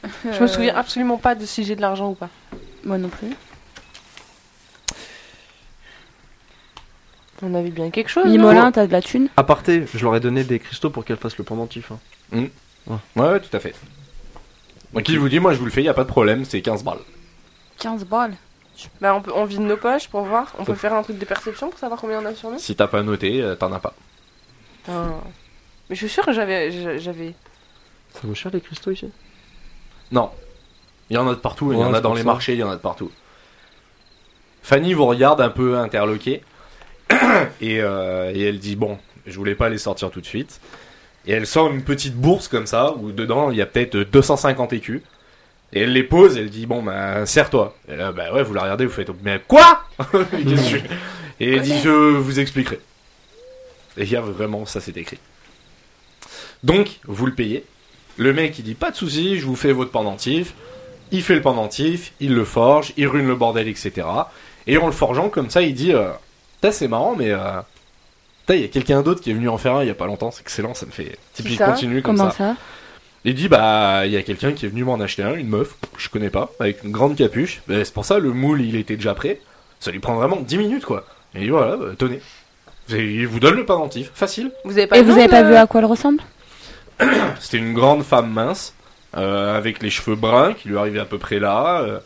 [SPEAKER 5] Euh,
[SPEAKER 1] Je me souviens absolument pas de si j'ai de l'argent ou pas.
[SPEAKER 2] Euh, Moi non plus.
[SPEAKER 1] On avait bien quelque chose. non
[SPEAKER 2] Mimolin, t'as de la thune
[SPEAKER 4] À parté, je leur ai donné des cristaux pour qu'elle fasse le pendentif. hein.
[SPEAKER 3] Ouais, ouais, tout à fait. Donc il vous dit, moi je vous le fais, y a pas de problème, c'est 15 balles.
[SPEAKER 2] 15 balles.
[SPEAKER 1] Bah, on, peut, on vide nos poches pour voir. On peut faire un truc de perception pour savoir combien on a sur nous.
[SPEAKER 3] Si t'as pas noté, euh, t'en as pas.
[SPEAKER 1] Ah. Mais je suis sûr que j'avais. je- j'avais...
[SPEAKER 4] Ça vaut cher les cristaux ici
[SPEAKER 3] Non. Il y en a de partout, il y
[SPEAKER 4] Ouais,
[SPEAKER 3] en a
[SPEAKER 4] c'est
[SPEAKER 3] dans
[SPEAKER 4] pour
[SPEAKER 3] les
[SPEAKER 4] ça.
[SPEAKER 3] marchés, il y en a de partout. Fanny vous regarde un peu interloquée [COUGHS] et, euh, et elle dit, bon, je voulais pas les sortir tout de suite. Et elle sort une petite bourse comme ça, où dedans il y a peut-être 250 écus. Et elle les pose, elle dit, bon, ben, serre-toi. Et là, bah ouais, vous la regardez, vous faites, mais quoi [LAUGHS] Qu'est-ce que tu- Et elle dit, je vous expliquerai. Et il y a vraiment, ça c'est écrit. Donc, vous le payez. Le mec, il dit, pas de souci, je vous fais votre pendentif. Il fait le pendentif, il le forge, il ruine le bordel, etc. Et en le forgeant, comme ça, il dit, euh, Putain, c'est marrant, mais... euh, putain, il y a quelqu'un d'autre qui est venu en faire un il y a pas longtemps, c'est excellent, ça me fait... Typique
[SPEAKER 1] ça
[SPEAKER 3] continue comme ça.
[SPEAKER 2] Comment ça,
[SPEAKER 3] Il dit bah il y a quelqu'un qui est venu m'en acheter un, une meuf, je connais pas, avec une grande capuche. Bah, c'est pour ça le moule il était déjà prêt. Ça lui prend vraiment 10 minutes quoi. Et il dit, voilà, bah, tenez. Et il vous donne le pendentif, facile.
[SPEAKER 1] Vous avez pas
[SPEAKER 2] Et
[SPEAKER 1] le
[SPEAKER 2] vous
[SPEAKER 1] nom
[SPEAKER 2] avez
[SPEAKER 1] de-
[SPEAKER 2] pas vu à quoi elle ressemble
[SPEAKER 3] C'était une grande femme mince, euh, avec les cheveux bruns qui lui arrivaient à peu près là, euh,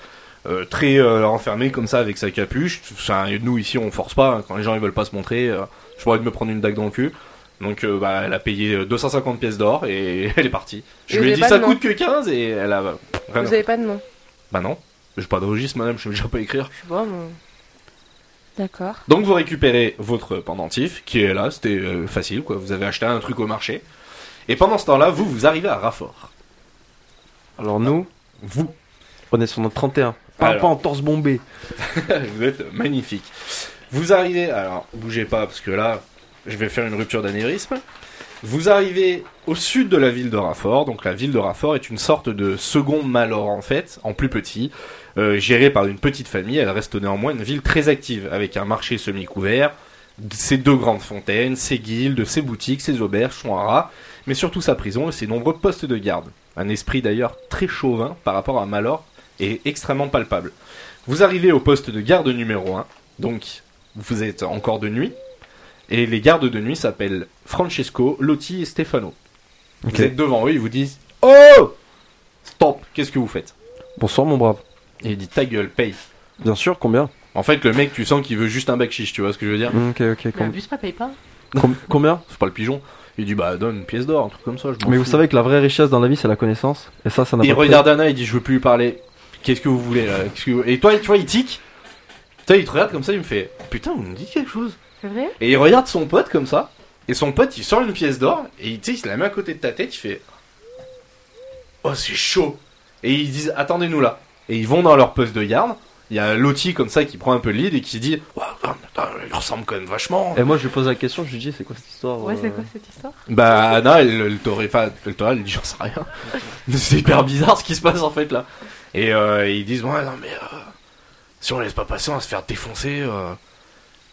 [SPEAKER 3] euh, très euh, renfermé comme ça avec sa capuche. Enfin, nous ici on force pas, hein. quand les gens ils veulent pas se montrer, euh, je pourrais me prendre une dague dans le cul. Donc euh, bah, elle a payé 250 pièces d'or et [LAUGHS] elle est partie. Je
[SPEAKER 1] Et
[SPEAKER 3] lui ai
[SPEAKER 1] j'ai
[SPEAKER 3] dit
[SPEAKER 1] pas
[SPEAKER 3] ça
[SPEAKER 1] de nom.
[SPEAKER 3] coûte que 15 et elle a... bah, pff, rien à
[SPEAKER 1] Vous avez pas de nom
[SPEAKER 3] Bah non, j'ai pas de registre madame, je sais déjà pas écrire.
[SPEAKER 1] Je sais pas, moi.
[SPEAKER 2] D'accord.
[SPEAKER 3] Donc vous récupérez votre pendentif qui est là, c'était euh, facile quoi, vous avez acheté un truc au marché. Et pendant ce temps-là, vous, vous arrivez à Raffort.
[SPEAKER 4] Alors nous,
[SPEAKER 3] Vous,
[SPEAKER 4] on est sur notre 31. Pas
[SPEAKER 3] Alors.
[SPEAKER 4] pas en torse bombé.
[SPEAKER 3] [LAUGHS] vous êtes magnifique. Vous arrivez, alors bougez pas parce que là, je vais faire une rupture d'anévrisme. Vous arrivez au sud de la ville de Raffort. Donc la ville de Raffort est une sorte de second Malor en fait, en plus petit, euh, gérée par une petite famille. Elle reste néanmoins une ville très active avec un marché semi-couvert, ses deux grandes fontaines, ses guildes, ses boutiques, ses auberges, son haras, mais surtout sa prison et ses nombreux postes de garde. Un esprit d'ailleurs très chauvin par rapport à Malor et extrêmement palpable. Vous arrivez au poste de garde numéro 1, donc vous êtes encore de nuit, et les gardes de nuit s'appellent Francesco, Lotti et Stefano.
[SPEAKER 4] Ok.
[SPEAKER 3] Vous êtes devant eux, ils vous disent Oh Stop, qu'est-ce que vous faites
[SPEAKER 4] Bonsoir mon brave.
[SPEAKER 3] Et il dit Ta gueule, paye.
[SPEAKER 4] Bien sûr, combien
[SPEAKER 3] En fait, le mec, tu sens qu'il veut juste un bac chiche, tu vois ce que je veux dire
[SPEAKER 4] Mm, Ok, ok.
[SPEAKER 8] Mais
[SPEAKER 4] com-
[SPEAKER 8] abuse pas, paye pas.
[SPEAKER 4] com-
[SPEAKER 3] [LAUGHS]
[SPEAKER 4] combien
[SPEAKER 3] C'est pas le pigeon. Il dit Bah, donne une pièce d'or, un truc comme ça. Je m'en
[SPEAKER 4] Mais vous
[SPEAKER 3] fous.
[SPEAKER 4] savez que la vraie richesse dans la vie, c'est la connaissance. Et ça, ça n'a
[SPEAKER 3] Il
[SPEAKER 4] pas de prix.
[SPEAKER 3] regarde Anna, il dit Je veux plus lui parler. Qu'est-ce que vous voulez là Qu'est-ce que vous- Et toi, tu vois, il tique. Tu sais, il te regarde comme ça, il me fait Putain, vous me dites quelque chose
[SPEAKER 8] C'est vrai
[SPEAKER 3] Et il regarde son pote comme ça. Et son pote, il sort une pièce d'or. Et il, tu sais, il se la met à côté de ta tête. Il fait Oh, c'est chaud. Et ils disent Attendez-nous là. Et ils vont dans leur poste de garde. Il y a Lotti comme ça qui prend un peu le lead et qui dit Ouais, regarde, putain, il ressemble quand même vachement.
[SPEAKER 4] Et moi, je lui pose la question, je lui dis, c'est quoi cette histoire
[SPEAKER 8] Ouais, c'est
[SPEAKER 4] euh,
[SPEAKER 8] quoi cette histoire
[SPEAKER 3] Bah, Anna, elle, elle t'aurait enfin, Elle t'aurait elle dit J'en sais rien. [LAUGHS] c'est hyper bizarre ce qui se passe en fait là. Et euh, ils disent Ouais, non, mais euh, si on laisse pas passer, on va se faire défoncer. euh.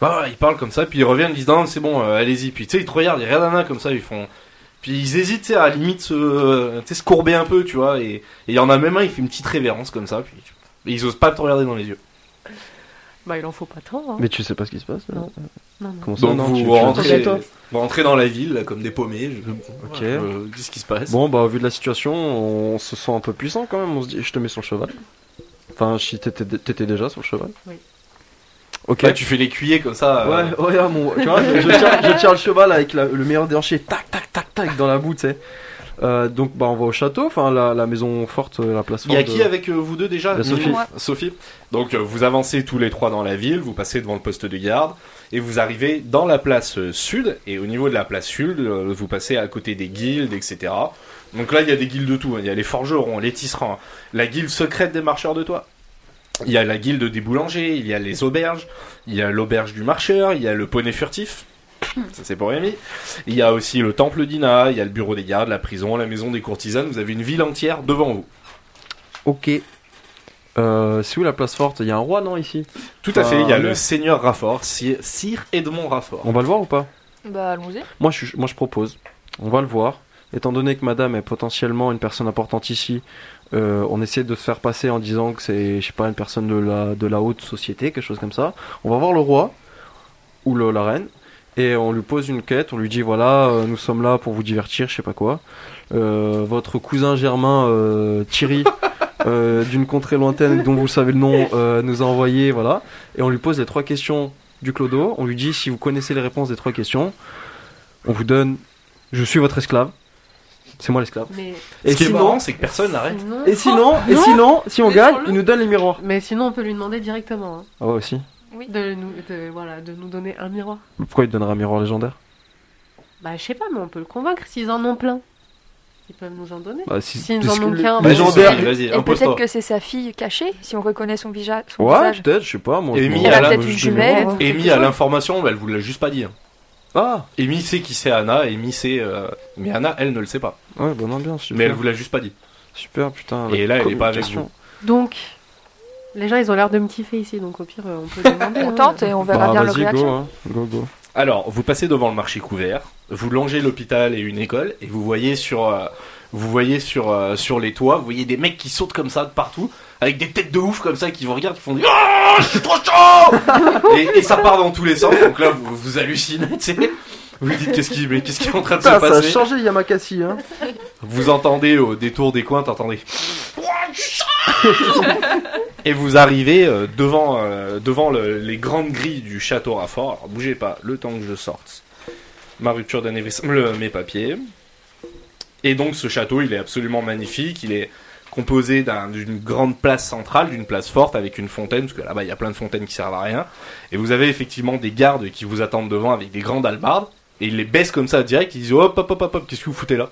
[SPEAKER 3] Bah, voilà, ils parlent comme ça, puis ils reviennent, ils disent non, non, c'est bon, euh, allez-y. Puis tu sais, ils te regardent, ils regardent Anna comme ça, ils font. Puis ils hésitent, tu sais, à la limite se, euh, tu sais, se courber un peu, tu vois. Et et il y en a même un, il fait une petite révérence comme ça, puis et ils osent pas te regarder dans les yeux.
[SPEAKER 8] Bah, il en faut pas tant. Hein.
[SPEAKER 4] Mais tu sais pas ce qui se passe là
[SPEAKER 8] Non. Non, non.
[SPEAKER 4] Comment ça
[SPEAKER 3] Donc
[SPEAKER 4] non,
[SPEAKER 3] vous,
[SPEAKER 4] tu- tu-
[SPEAKER 8] [LAUGHS]
[SPEAKER 3] rentrez,
[SPEAKER 8] toi.
[SPEAKER 3] vous rentrez dans la ville, là, comme des paumés. Je,
[SPEAKER 4] Ok.
[SPEAKER 3] je- je dis ce qui se passe.
[SPEAKER 4] Bon, bah, au vu de la situation, on se sent un peu puissant quand même. On se dit, je te mets sur le cheval. Enfin, si t'étais t'étais déjà sur le cheval.
[SPEAKER 8] Oui.
[SPEAKER 4] Ok.
[SPEAKER 3] Là, tu fais l'écuyer comme ça. euh,
[SPEAKER 4] Ouais, ouais, ah, mon- tu vois, je, je tire, je tire le cheval avec la- le meilleur déhanché, tac, tac, tac, tac, dans la boue, tu sais. Euh, donc, bah, on va au château, enfin, la, la maison forte, euh, la place
[SPEAKER 3] Il
[SPEAKER 4] forte.
[SPEAKER 3] y a
[SPEAKER 4] de-
[SPEAKER 3] qui avec euh, vous deux déjà
[SPEAKER 4] Il y a Sophie.
[SPEAKER 3] Mimi, Sophie. Donc euh, vous avancez tous les trois dans la ville, vous passez devant le poste de garde et vous arrivez dans la place euh, sud. Et au niveau de la place sud, euh, vous passez à côté des guildes, etc. Donc là, il y a des guildes de tout. hein. Il y a les forgerons, les tisserands, la guilde secrète des marcheurs de toit. Il y a la guilde des boulangers, il y a les auberges, il y a l'auberge du marcheur, il y a le poney furtif. Ça c'est pour Rémi. Il y a aussi le temple d'Ina, il y a le bureau des gardes, la prison, la maison des courtisanes. Vous avez une ville entière devant vous.
[SPEAKER 4] Ok. Euh, c'est où la place forte Il y a un roi, non, ici
[SPEAKER 3] Tout à
[SPEAKER 4] Enfin,
[SPEAKER 3] fait, il y a
[SPEAKER 4] le-
[SPEAKER 3] le seigneur Raffort, Sire Sire Edmond Raffort.
[SPEAKER 4] On va le voir ou pas
[SPEAKER 5] Bah allons-y.
[SPEAKER 4] Moi je, moi, je propose. On va le voir. Étant donné que madame est potentiellement une personne importante ici, euh, on essaie de se faire passer en disant que c'est, je sais pas, une personne de la, de la haute société, quelque chose comme ça. On va voir le roi ou le- la reine et on lui pose une quête. On lui dit voilà, euh, nous sommes là pour vous divertir, je sais pas quoi. Euh, votre cousin germain euh,
[SPEAKER 5] [LAUGHS]
[SPEAKER 4] Thierry. euh, d'une contrée lointaine dont vous savez le nom euh, nous a envoyé voilà et on lui pose les trois questions du clodo on lui dit si vous connaissez les réponses des trois questions on vous donne. Je suis votre esclave. C'est moi l'esclave.
[SPEAKER 8] Mais
[SPEAKER 4] Et
[SPEAKER 3] Ce qui est
[SPEAKER 4] sinon,
[SPEAKER 3] marrant, c'est que personne n'arrête.
[SPEAKER 8] sinon...
[SPEAKER 4] et sinon, et
[SPEAKER 8] Non
[SPEAKER 4] sinon, si on gagne,
[SPEAKER 8] Laissons-le.
[SPEAKER 4] il nous donne les miroirs.
[SPEAKER 8] Mais sinon, on peut lui demander directement hein,
[SPEAKER 4] Ah ouais aussi.
[SPEAKER 8] de, nous, de, voilà, de nous donner un miroir.
[SPEAKER 4] Pourquoi il donnera un miroir légendaire
[SPEAKER 8] Bah, je sais pas, mais on peut le convaincre s'ils en ont plein. Ils peuvent nous en donner.
[SPEAKER 4] Bah si.
[SPEAKER 8] S'ils
[SPEAKER 4] parce
[SPEAKER 8] en ont
[SPEAKER 4] que le-
[SPEAKER 8] qu'un, bah,
[SPEAKER 4] légendaire.
[SPEAKER 3] Vas-y, vas-y,
[SPEAKER 5] Et peut-être
[SPEAKER 3] impose-toi.
[SPEAKER 5] que c'est sa fille cachée, si on reconnaît son, vija- son
[SPEAKER 4] Ouais,
[SPEAKER 5] visage.
[SPEAKER 4] peut-être, je sais pas. Moi, je
[SPEAKER 3] Amy,
[SPEAKER 4] m'en-
[SPEAKER 3] elle
[SPEAKER 5] Elle
[SPEAKER 3] là,
[SPEAKER 5] a peut-être
[SPEAKER 3] moi,
[SPEAKER 5] une
[SPEAKER 3] je
[SPEAKER 5] jumelle.
[SPEAKER 8] demande.
[SPEAKER 3] Amy a l'information, mais elle vous l'a juste pas dit. hein.
[SPEAKER 4] Ah,
[SPEAKER 3] Amy sait qui c'est Anna, Amy sait. euh, Mais Anna, elle ne le sait pas.
[SPEAKER 4] ouais, bonne ambiance. Super.
[SPEAKER 3] Mais elle vous l'a juste pas dit.
[SPEAKER 4] Super, putain.
[SPEAKER 3] Et
[SPEAKER 4] la
[SPEAKER 3] là, elle est pas avec
[SPEAKER 4] communication.
[SPEAKER 8] Donc, les gens, ils ont l'air de me kiffer ici, donc au pire, euh, on peut
[SPEAKER 5] [LAUGHS]
[SPEAKER 8] demander.
[SPEAKER 5] On
[SPEAKER 8] hein.
[SPEAKER 5] tente et on verra
[SPEAKER 4] Bah,
[SPEAKER 5] bien leur
[SPEAKER 4] vas-y, go,
[SPEAKER 5] réaction.
[SPEAKER 4] hein. go, go.
[SPEAKER 3] Alors, vous passez devant le marché couvert, vous longez l'hôpital et une école, et vous voyez sur, euh, vous voyez sur, euh, sur les toits, vous voyez des mecs qui sautent comme ça de partout, avec des têtes de ouf comme ça, qui vous regardent, qui font des Ah, je suis trop chaud et, et ça part dans tous les sens, donc là, vous, vous hallucinez, tu sais. Vous dites qu'est-ce qui, mais qu'est-ce qui est en train de
[SPEAKER 4] Putain,
[SPEAKER 3] se
[SPEAKER 4] ça a
[SPEAKER 3] passer
[SPEAKER 4] changé Yamakasi, hein.
[SPEAKER 3] Vous entendez au détour des coins, t'entendez. Et vous arrivez euh, devant, euh, devant le- les grandes grilles du château Raffort. Alors bougez pas, le temps que je sorte ma rupture d'anévrisme, le- mes papiers. Et donc ce château, il est absolument magnifique. Il est composé d'un- d'une grande place centrale, d'une place forte avec une fontaine, parce que là-bas il y a plein de fontaines qui servent à rien. Et vous avez effectivement des gardes qui vous attendent devant avec des grandes halbardes. Et ils les baissent comme ça direct. Ils disent hop hop hop hop, hop, qu'est-ce que vous foutez là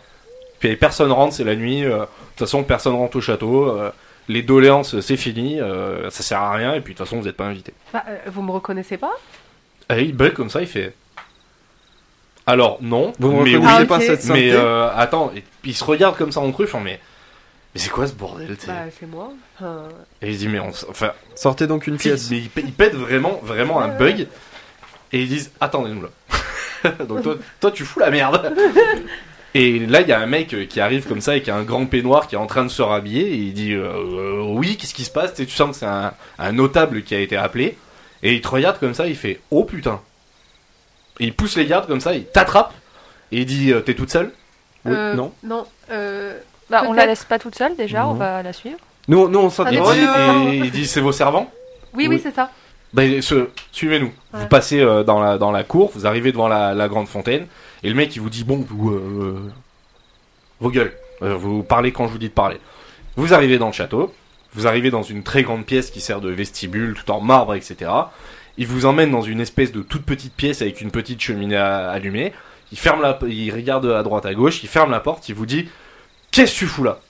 [SPEAKER 3] Puis personne rentre, c'est la nuit. euh, De toute façon, personne rentre au château. euh, les doléances, c'est fini, euh, ça sert à rien, et puis de toute façon, vous n'êtes pas invité.
[SPEAKER 8] Bah, euh, vous me reconnaissez pas
[SPEAKER 3] Et il bug comme ça, il fait. Alors, non,
[SPEAKER 4] Vous ne
[SPEAKER 3] mais oui,
[SPEAKER 4] reconnaissez
[SPEAKER 8] oui.
[SPEAKER 4] pas
[SPEAKER 8] Ah, ok.
[SPEAKER 4] cette
[SPEAKER 3] mais
[SPEAKER 4] sainteté
[SPEAKER 3] euh, attends, et- puis il se regarde comme ça en truffe, hein, mais. Mais c'est quoi ce bordel t'sais
[SPEAKER 8] Bah, c'est moi. Enfin,
[SPEAKER 3] Et il dit, mais on. s- Enfin,
[SPEAKER 4] Sortez donc une
[SPEAKER 3] si,
[SPEAKER 4] pièce.
[SPEAKER 3] mais il, pè- il pète vraiment, vraiment un bug, et ils disent, attendez-nous là. [LAUGHS] Donc toi, toi, tu fous la merde. Et là, il y a un mec euh, qui arrive comme ça, et qui a un grand peignoir, qui est en train de se rhabiller, et il dit, euh, euh, oui, qu'est-ce qui se passe T'sais, Tu sens que c'est un, un notable qui a été appelé, et il te regarde comme ça, il fait, oh putain. Et il pousse les gardes comme ça, il t'attrape, et il dit, euh, t'es toute seule
[SPEAKER 4] Oui,
[SPEAKER 8] euh,
[SPEAKER 4] Non.
[SPEAKER 8] Non. euh,
[SPEAKER 5] Bah, on la
[SPEAKER 8] Peut-être.
[SPEAKER 5] laisse pas toute seule déjà, on
[SPEAKER 4] Mhm.
[SPEAKER 5] va la suivre.
[SPEAKER 4] Nous, nous on
[SPEAKER 3] Et
[SPEAKER 4] s'interdit.
[SPEAKER 8] Ah, mais-
[SPEAKER 3] il dit, et il dit, c'est vos servants
[SPEAKER 8] Oui, oui, c'est ça.
[SPEAKER 3] Ben, ce- suivez-nous. Vous
[SPEAKER 8] Ouais.
[SPEAKER 3] passez euh, dans, la, dans la cour, vous arrivez devant la, la grande fontaine, et le mec il vous dit Bon, vous, euh, vos gueules, Euh, vous parlez quand je vous dis de parler. Vous arrivez dans le château, vous arrivez dans une très grande pièce qui sert de vestibule, tout en marbre, etc. Il vous emmène dans une espèce de toute petite pièce avec une petite cheminée à- allumée. Il ferme la, il regarde à droite à gauche, il ferme la porte, il vous dit Qu'est-ce que tu fous là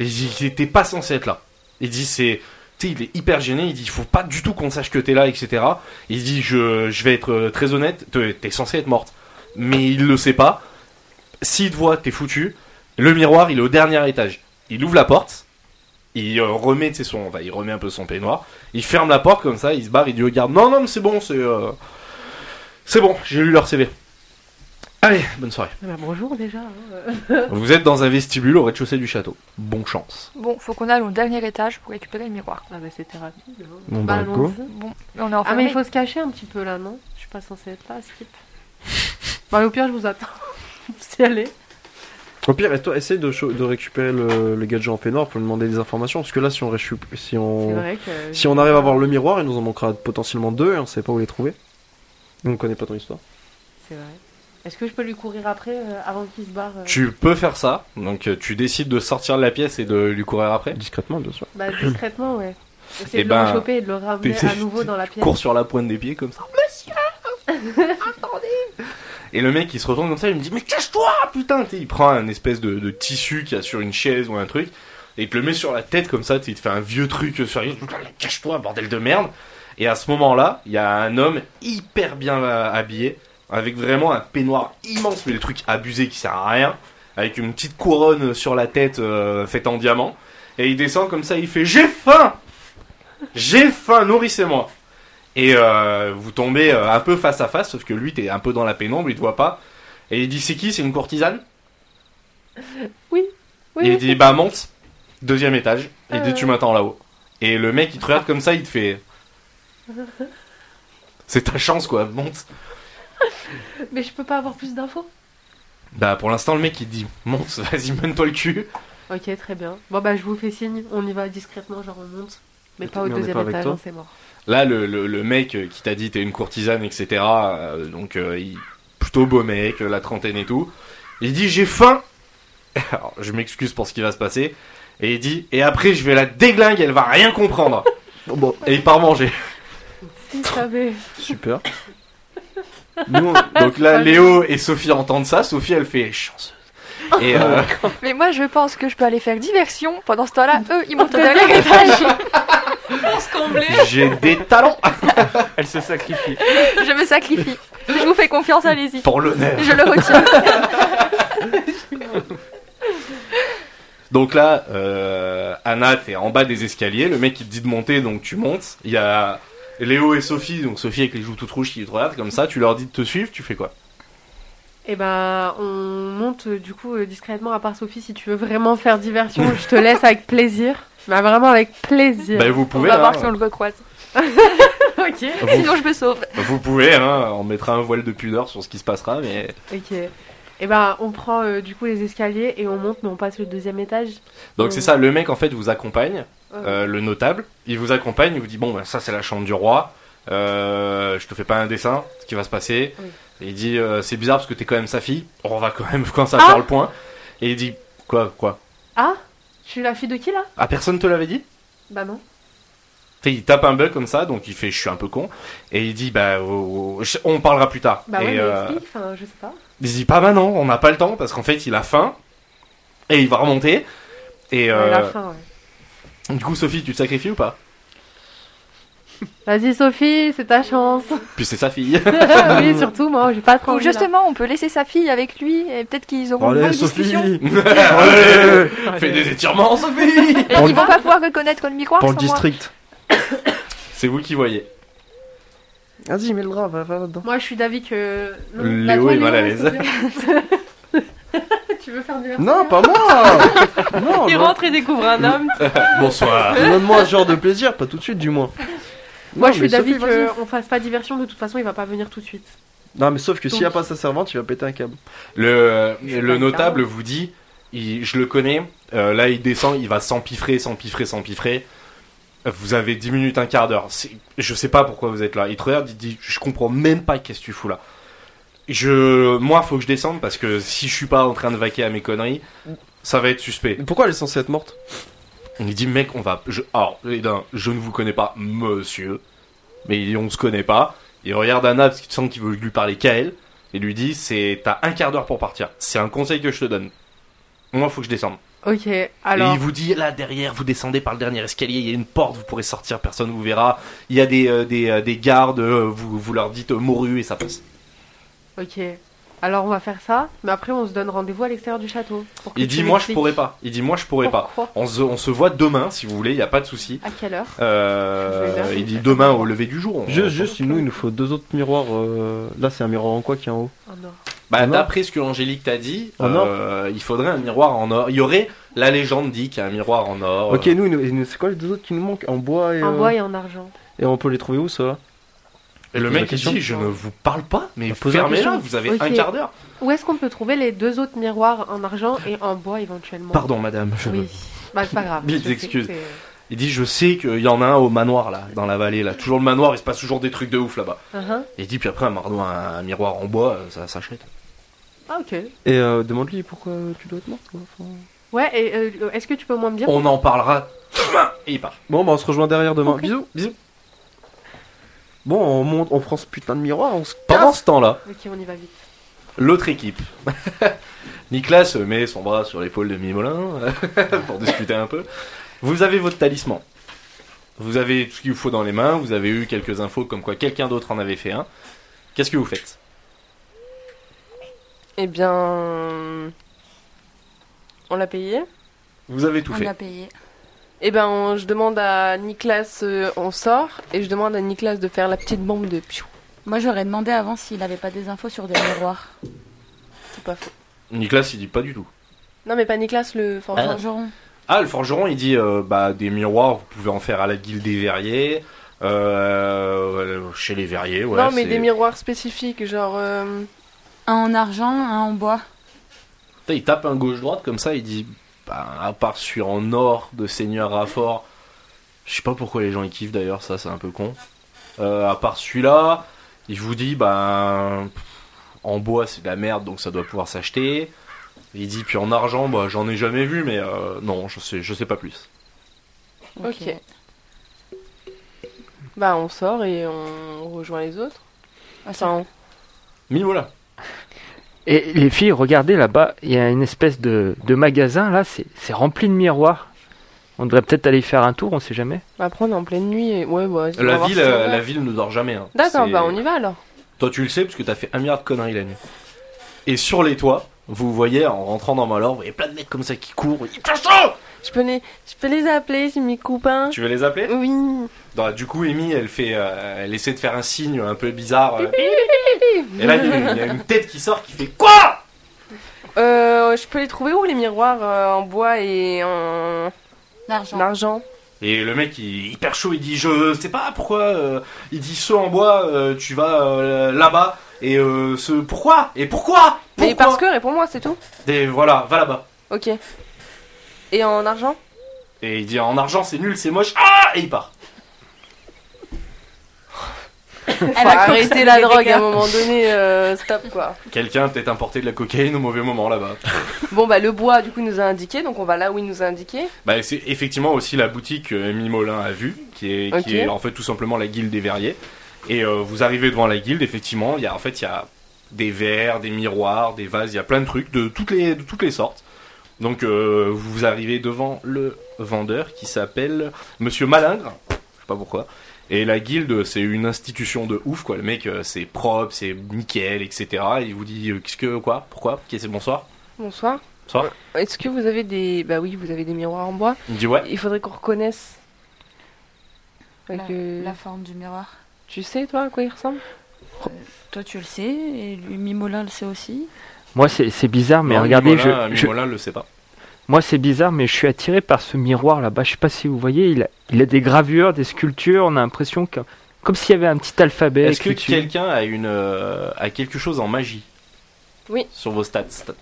[SPEAKER 3] Et il dit Il était pas censé être là. Il dit C'est tu sais, il est hyper gêné, il dit, il faut pas du tout qu'on sache que t'es là, etc. Il dit, je, je vais être euh, très honnête, te- t'es censé être morte. Mais il le sait pas. S'il te voit, t'es foutu. Le miroir, il est au dernier étage. Il ouvre la porte, il euh, remet, tu sais, son, bah, il remet un peu son peignoir, il ferme la porte comme ça, il se barre, il dit au garde, non, non, mais c'est bon, c'est... euh, c'est bon, j'ai lu leur CV. Allez, bonne soirée.
[SPEAKER 8] Ah bah, bonjour déjà. hein.
[SPEAKER 3] Vous êtes dans un vestibule au rez-de-chaussée du château. Bonne chance.
[SPEAKER 5] Bon, faut qu'on aille au dernier étage pour récupérer le miroir.
[SPEAKER 8] Ah bah c'était rapide. hein.
[SPEAKER 4] Bon, bah, go.
[SPEAKER 8] allons-y.
[SPEAKER 5] Bon, on est
[SPEAKER 8] Ah
[SPEAKER 5] enfermé.
[SPEAKER 8] mais il faut se cacher un petit peu là, non Je suis pas censée être là, [LAUGHS] skip. Bah au pire, je vous attends. [LAUGHS] si elle est.
[SPEAKER 4] Au pire, et toi, essaye de, cho- de récupérer le, le gadget en peignoir pour lui demander des informations. Parce que là, si on, réchu- si
[SPEAKER 8] C'est
[SPEAKER 4] on,
[SPEAKER 8] vrai que...
[SPEAKER 4] si on arrive à voir le miroir, il nous en manquera potentiellement deux et on sait pas où les trouver. On connaît pas ton histoire.
[SPEAKER 8] C'est vrai. Est-ce que je peux lui courir après, euh, avant qu'il se barre euh
[SPEAKER 3] Tu peux faire ça, donc euh, tu décides de sortir de la pièce et de lui courir après.
[SPEAKER 4] Discrètement, bien sûr.
[SPEAKER 8] Bah discrètement, ouais. Essayer
[SPEAKER 3] Eh
[SPEAKER 8] de
[SPEAKER 3] ben,
[SPEAKER 8] le choper et de le ramener
[SPEAKER 3] t'essaies-
[SPEAKER 8] à nouveau dans la pièce.
[SPEAKER 3] cours sur la pointe des pieds comme ça. Monsieur, [LAUGHS] attendez. Et le mec il se retourne comme ça, il me dit mais cache-toi putain. Tu sais, il prend un espèce de, de tissu qu'il y a sur une chaise ou un truc et il te le met sur la tête comme ça. tu sais, Il te fait un vieux truc sur la Putain, mais Cache-toi bordel de merde. Et à ce moment-là, il y a un homme hyper bien euh, habillé avec vraiment un peignoir immense mais le truc abusé qui sert à rien avec une petite couronne sur la tête euh, faite en diamant. Et il descend comme ça, il fait j'ai faim. J'ai faim, nourrissez-moi. Et euh, vous tombez euh, un peu face à face, sauf que lui, t'es un peu dans la pénombre, il te voit pas. Et il dit C'est qui C'est une courtisane
[SPEAKER 8] Oui,
[SPEAKER 3] Et il
[SPEAKER 8] oui, Euh.
[SPEAKER 3] dit Bah, monte, deuxième étage. Et il dit Tu m'attends là-haut. Et le mec, il te regarde comme ça, il te
[SPEAKER 8] [LAUGHS]
[SPEAKER 3] fait C'est ta chance, quoi, monte.
[SPEAKER 8] Mais je peux pas avoir plus d'infos.
[SPEAKER 3] Bah, pour l'instant, le mec, il te dit Monte, [LAUGHS] vas-y, mène-toi le cul.
[SPEAKER 8] Ok, très bien. Bon bah je vous fais signe, on y va discrètement, genre on monte. Mais pas au
[SPEAKER 4] Mais on est
[SPEAKER 8] deuxième
[SPEAKER 4] pas avec
[SPEAKER 8] étage,
[SPEAKER 4] toi.
[SPEAKER 8] hein, c'est mort.
[SPEAKER 3] Là, le, le- le mec euh, qui t'a dit T'es une courtisane, etc. euh, donc, euh, il- plutôt beau mec, euh, la trentaine et tout. Il dit J'ai faim [LAUGHS] Alors, je m'excuse pour ce qui va se passer. Et il dit, et après je vais la déglingue, elle va rien comprendre.
[SPEAKER 4] Bon, Oh, bon,
[SPEAKER 3] Et il part manger.
[SPEAKER 8] [LAUGHS] Si je savais.
[SPEAKER 4] super. [LAUGHS] Nous, on-
[SPEAKER 3] Donc là, Léo et Sophie entendent ça. Sophie, elle fait chanceuse.
[SPEAKER 4] [LAUGHS]
[SPEAKER 3] Et euh,
[SPEAKER 5] Mais moi, je pense que je peux aller faire diversion. Pendant ce temps-là, eux, ils
[SPEAKER 8] [LAUGHS]
[SPEAKER 5] montent au dernier étage.
[SPEAKER 3] j'ai des talents
[SPEAKER 9] Elle se sacrifie.
[SPEAKER 5] [LAUGHS] Je me sacrifie. Je vous fais confiance, allez-y.
[SPEAKER 3] pour l'honneur.
[SPEAKER 5] Je le retire.
[SPEAKER 3] Donc là, euh, Anna, t'es en bas des escaliers. Le mec, il te dit de monter, donc tu montes. Il y a Léo et Sophie, donc Sophie avec les joues toutes rouges qui te regardent comme ça. Tu leur dis de te suivre, tu fais quoi
[SPEAKER 8] Et bah on monte euh, du coup euh, discrètement à part Sophie si tu veux vraiment faire diversion, je te laisse avec plaisir. Bah vraiment avec plaisir.
[SPEAKER 3] Ben vous
[SPEAKER 5] Euh, On
[SPEAKER 3] pouvez,
[SPEAKER 5] va voir
[SPEAKER 3] hein.
[SPEAKER 5] si on le recroise.
[SPEAKER 8] [LAUGHS] ok.
[SPEAKER 3] vous,
[SPEAKER 5] Sinon, je me sauve.
[SPEAKER 3] vous pouvez, hein. on mettra un voile de pudeur sur ce qui se passera, mais
[SPEAKER 8] Ok. Et bah on prend euh, du coup les escaliers et on monte mais on passe le deuxième étage.
[SPEAKER 5] Mm.
[SPEAKER 3] Donc c'est ça, le mec en fait vous accompagne euh, le notable. Il vous accompagne, il vous dit Bon, ben, ça c'est la chambre du roi. Euh, je te fais pas un dessin, ce qui va se passer.
[SPEAKER 8] Oui.
[SPEAKER 3] Et il dit euh, C'est bizarre parce que t'es quand même sa fille. On va quand même [LAUGHS] quand ça
[SPEAKER 8] Ah.
[SPEAKER 3] faire le point. Et il dit Quoi Quoi
[SPEAKER 8] Ah Je suis la fille de qui là
[SPEAKER 3] Ah, personne te l'avait dit
[SPEAKER 8] Bah non.
[SPEAKER 3] Fait, il tape un bug comme ça, donc il fait je suis un peu con, et il dit bah oh, oh, je- on parlera plus tard.
[SPEAKER 8] Bah
[SPEAKER 3] et
[SPEAKER 8] ouais, mais
[SPEAKER 3] euh,
[SPEAKER 8] explique, enfin, je sais pas.
[SPEAKER 3] il dit pas maintenant, on n'a pas le temps parce qu'en fait il a faim et il va remonter. Et
[SPEAKER 8] Ouais, la
[SPEAKER 3] euh,
[SPEAKER 8] fin, ouais.
[SPEAKER 3] du coup Sophie, tu te sacrifies ou pas
[SPEAKER 8] Vas-y Sophie, c'est
[SPEAKER 3] [LAUGHS]
[SPEAKER 8] ta chance. [LAUGHS]
[SPEAKER 3] Puis c'est sa fille.
[SPEAKER 8] oui, surtout moi, j'ai pas trop.
[SPEAKER 5] Ou
[SPEAKER 8] envie, Oh là.
[SPEAKER 5] justement, on peut laisser sa fille avec lui et peut-être qu'ils auront une
[SPEAKER 4] Allez,
[SPEAKER 5] longue
[SPEAKER 4] Sophie
[SPEAKER 5] discussion.
[SPEAKER 3] Allez, [LAUGHS] Fais des étirements Sophie.
[SPEAKER 5] Et
[SPEAKER 4] Pour
[SPEAKER 5] ils
[SPEAKER 4] le-
[SPEAKER 5] vont pas pouvoir reconnaître Call Me Quarks
[SPEAKER 4] Pour le
[SPEAKER 5] sans moi.
[SPEAKER 4] district.
[SPEAKER 3] C'est vous qui voyez.
[SPEAKER 4] Vas-y, mets le drap, va, va dedans.
[SPEAKER 8] Moi, je suis d'avis que. non,
[SPEAKER 3] Léo
[SPEAKER 8] la toile
[SPEAKER 3] est mal à
[SPEAKER 8] rouge, c'est- [LAUGHS] tu veux faire du
[SPEAKER 4] Non, pas moi Non,
[SPEAKER 1] Il
[SPEAKER 4] non.
[SPEAKER 1] rentre et découvre un homme.
[SPEAKER 3] Bonsoir.
[SPEAKER 4] Donne-moi ce genre de plaisir, pas tout de suite du moins.
[SPEAKER 8] Moi,
[SPEAKER 4] Non,
[SPEAKER 8] je euh, suis
[SPEAKER 4] mais
[SPEAKER 8] d'avis
[SPEAKER 4] Sophie, vas-y.
[SPEAKER 8] qu'on fasse pas diversion, de toute façon, il va pas venir tout de suite.
[SPEAKER 4] Non, mais sauf que s'il n'y a
[SPEAKER 8] Donc-
[SPEAKER 4] pas sa servante, il va péter un câble.
[SPEAKER 3] Le,
[SPEAKER 8] Je suis
[SPEAKER 3] le
[SPEAKER 8] pas
[SPEAKER 3] notable vous dit, il- je le connais, euh, là il descend, il va s'empiffrer, s'empiffrer, s'empiffrer. Vous avez 10 minutes, un quart d'heure. C'est- Je sais pas pourquoi vous êtes là. Il te regarde, il dit, je comprends même pas qu'est-ce que tu fous là. Je, moi, faut que je descende parce que si je suis pas en train de vaquer à mes conneries, ça va être suspect.
[SPEAKER 4] Mais Pourquoi elle est censée être morte
[SPEAKER 3] Il dit, mec, on va. Je, alors, les dents, je ne vous connais pas, monsieur. Mais il dit, on se connaît pas. Il regarde Anna parce qu'il sent qu'il veut lui parler qu'à elle. Et lui dit, c'est t'as un quart d'heure pour partir. C'est un conseil que je te donne. Moi, faut que je descende.
[SPEAKER 8] Ok,
[SPEAKER 3] Et
[SPEAKER 8] alors.
[SPEAKER 3] il vous dit, là, derrière, vous descendez par le dernier escalier. Il y a une porte, vous pourrez sortir, personne vous verra. Il y a des, euh, des, euh, des gardes, euh, vous, vous leur dites euh, morue et ça passe.
[SPEAKER 8] Ok. Alors, on va faire ça, mais après, on se donne rendez-vous à l'extérieur du château. pour que
[SPEAKER 3] Il
[SPEAKER 8] tu
[SPEAKER 3] dit, moi, je
[SPEAKER 8] m'expliques
[SPEAKER 3] pourrais pas. Il dit, moi, je pourrais pas.
[SPEAKER 8] pourquoi,
[SPEAKER 3] On se, on se voit demain, si vous voulez, il n'y a pas de souci.
[SPEAKER 8] À quelle heure
[SPEAKER 3] Euh,
[SPEAKER 8] Je vais là.
[SPEAKER 3] il dit demain au lever du jour. on-
[SPEAKER 4] Juste, juste, nous, il nous faut deux autres miroirs. euh, Là, c'est un miroir en quoi qui est en haut
[SPEAKER 8] En or.
[SPEAKER 3] Bah,
[SPEAKER 4] En or.
[SPEAKER 3] d'après ce que Angélique t'a dit,
[SPEAKER 4] En
[SPEAKER 3] euh, il faudrait un miroir en or. Il y aurait, la légende dit qu'il y a un miroir en or.
[SPEAKER 4] Ok,
[SPEAKER 3] Euh,
[SPEAKER 4] nous, il nous- il nous- c'est quoi les deux autres qui nous manquent En bois et.
[SPEAKER 8] En
[SPEAKER 4] euh,
[SPEAKER 8] bois et en argent.
[SPEAKER 4] Et on peut les trouver où, ceux-là
[SPEAKER 3] Et le
[SPEAKER 4] Pose la
[SPEAKER 3] mec il
[SPEAKER 4] question.
[SPEAKER 3] dit Je ne vous parle pas, mais
[SPEAKER 4] Bah, pose la
[SPEAKER 3] fermez-la,
[SPEAKER 4] question.
[SPEAKER 3] vous avez
[SPEAKER 8] Ok.
[SPEAKER 3] un quart d'heure.
[SPEAKER 8] Où est-ce qu'on peut trouver les deux autres miroirs en argent et en bois éventuellement
[SPEAKER 3] Pardon, madame. je-
[SPEAKER 8] Oui. Bah, c'est pas
[SPEAKER 3] [LAUGHS]
[SPEAKER 8] grave.
[SPEAKER 3] Mille
[SPEAKER 8] je sais,
[SPEAKER 3] excuses.
[SPEAKER 8] c'est-
[SPEAKER 3] Il dit Je sais qu'il y en a un au manoir, là, dans la vallée, là. Toujours le manoir, il se passe toujours des trucs de ouf là-bas.
[SPEAKER 8] Uhum.
[SPEAKER 3] Et il dit Puis après, un, mardeau, un, un miroir en bois, euh, ça s'achète.
[SPEAKER 8] Ah, ok.
[SPEAKER 4] Et euh, demande-lui pourquoi tu dois être morte. quoi. Enfin,
[SPEAKER 8] Ouais, et euh, est-ce que tu peux moi me dire
[SPEAKER 3] On en parlera demain. Et il part.
[SPEAKER 4] Bon, bah, on se rejoint derrière demain.
[SPEAKER 3] Ok.
[SPEAKER 4] Bisous.
[SPEAKER 3] Bisous.
[SPEAKER 4] Bon, on monte, on prend ce putain de miroir, on se
[SPEAKER 3] Pendant
[SPEAKER 4] casse.
[SPEAKER 3] ce temps-là,
[SPEAKER 8] Ok, on y va vite.
[SPEAKER 3] l'autre équipe. [LAUGHS] Nicolas met son bras sur l'épaule de Mimolin euh, [LAUGHS] pour discuter un peu. Vous avez votre talisman. Vous avez tout ce qu'il vous faut dans les mains. Vous avez eu quelques infos comme quoi quelqu'un d'autre en avait fait un. Qu'est-ce que vous faites
[SPEAKER 1] Eh bien. On l'a payé
[SPEAKER 3] Vous avez tout
[SPEAKER 2] On
[SPEAKER 3] fait.
[SPEAKER 2] l'a payé.
[SPEAKER 1] Eh ben, on- je demande à Nicolas, euh, on sort, et je demande à Nicolas de faire la petite bombe de piou.
[SPEAKER 2] Moi, j'aurais demandé avant s'il avait pas des infos sur des miroirs.
[SPEAKER 1] C'est pas faux.
[SPEAKER 3] Nicolas, il dit pas du tout.
[SPEAKER 1] Non, mais pas Nicolas, le forgeron.
[SPEAKER 2] Forgeron.
[SPEAKER 3] Ah, le forgeron, il dit euh, bah, des miroirs, vous pouvez en faire à la guilde des verriers. euh, chez les verriers, ouais.
[SPEAKER 1] non, mais
[SPEAKER 3] c'est-
[SPEAKER 1] des miroirs spécifiques, genre. euh,
[SPEAKER 2] Un en argent, un en bois.
[SPEAKER 3] Putain, Il tape un gauche-droite comme ça, il dit bah, à part sur en or de Seigneur Raffort, je sais pas pourquoi les gens ils kiffent d'ailleurs, ça c'est un peu con. Euh, à part celui-là, il vous dit bah pff, en bois c'est de la merde donc ça doit pouvoir s'acheter. Il dit puis en argent, bah j'en ai jamais vu mais euh, non, je sais, je sais pas plus.
[SPEAKER 1] Ok. Bah, on sort et on rejoint les autres.
[SPEAKER 8] Ah,
[SPEAKER 1] Enfin, on-
[SPEAKER 3] Mimola,
[SPEAKER 9] Et les filles, regardez là-bas, il y a une espèce de, de magasin là, c'est c'est rempli de miroirs. On devrait peut-être aller y faire un tour, on sait jamais.
[SPEAKER 1] on va prendre en pleine nuit. Et... Ouais, bah, vas-y, on
[SPEAKER 3] la
[SPEAKER 1] va voir
[SPEAKER 3] ville,
[SPEAKER 1] si ça va.
[SPEAKER 3] euh, la ville ne dort jamais. hein.
[SPEAKER 1] D'accord,
[SPEAKER 3] C'est-
[SPEAKER 1] bah, on y va alors.
[SPEAKER 3] Toi, tu le sais, parce que t'as fait un milliard de conneries la nuit. Et sur les toits, vous voyez, en rentrant dans Malor, vous voyez plein de mecs comme ça qui courent. Il fait chaud
[SPEAKER 1] Je peux les, je peux les appeler, c'est mes copains.
[SPEAKER 3] Tu veux les appeler
[SPEAKER 1] Oui.
[SPEAKER 3] Non, du coup, Amy, elle fait, euh, elle essaie de faire un signe un peu bizarre. euh, et là, il y a une- il y, a une tête qui sort qui fait quoi
[SPEAKER 1] Euh, je peux les trouver où les miroirs euh, en bois et en en
[SPEAKER 2] L'argent.
[SPEAKER 1] argent
[SPEAKER 3] Et le mec, il est hyper chaud, il dit je sais pas pourquoi. euh, il dit saut en bois, euh, tu vas euh, là-bas. Et euh, ce pourquoi Et pourquoi Pourquoi
[SPEAKER 1] Mais parce que, réponds-moi, c'est tout.
[SPEAKER 3] Et voilà, va là-bas.
[SPEAKER 1] Ok. Et en argent
[SPEAKER 3] Et il dit en argent c'est nul, c'est moche. Ah Et il part.
[SPEAKER 1] Elle a arrêté la drogue à un moment donné, euh, stop quoi.
[SPEAKER 3] Quelqu'un a peut-être importé de la cocaïne au mauvais moment là-bas.
[SPEAKER 1] Bon bah le bois du coup nous a indiqué, donc on va là où il nous a indiqué.
[SPEAKER 3] Bah, c'est effectivement aussi la boutique que Amy Molin a vue, qui est,
[SPEAKER 1] Ok.
[SPEAKER 3] qui est en fait tout simplement la guilde des verriers. Et euh, vous arrivez devant la guilde, effectivement, il y a en fait il y a des verres, des miroirs, des vases, il y a plein de trucs de toutes les de toutes les sortes. Donc euh, vous arrivez devant le vendeur qui s'appelle Monsieur Malingre, je sais pas pourquoi. Et la guilde, c'est une institution de ouf quoi. Le mec, euh, c'est propre, c'est nickel, etc. Et il vous dit euh, qu'est-ce que quoi, pourquoi, qu'est-ce que bonsoir,
[SPEAKER 1] Bonsoir.
[SPEAKER 3] bonsoir.
[SPEAKER 1] Est-ce que vous avez des... Bah oui, vous avez des miroirs en bois.
[SPEAKER 3] Il dit ouais.
[SPEAKER 1] Il faudrait qu'on reconnaisse. Ouais,
[SPEAKER 2] euh,
[SPEAKER 1] que-
[SPEAKER 5] La forme du miroir.
[SPEAKER 1] Tu sais toi à quoi il ressemble
[SPEAKER 2] Toi, tu le sais, et lui, Mimolin le sait aussi.
[SPEAKER 9] Moi, c'est c'est bizarre, mais
[SPEAKER 3] Non,
[SPEAKER 9] regardez,
[SPEAKER 3] Mimolin-
[SPEAKER 9] je, je-
[SPEAKER 3] Mimolin le sait pas.
[SPEAKER 9] moi, c'est bizarre, mais je suis attiré par ce miroir là-bas. Je sais pas si vous voyez, il a, il a des gravures, des sculptures. On a l'impression que, comme s'il y avait un petit alphabet.
[SPEAKER 3] Est-ce que
[SPEAKER 9] écrit dessus.
[SPEAKER 3] quelqu'un a une euh, a quelque chose en magie
[SPEAKER 1] Oui.
[SPEAKER 3] Sur vos stats. stats.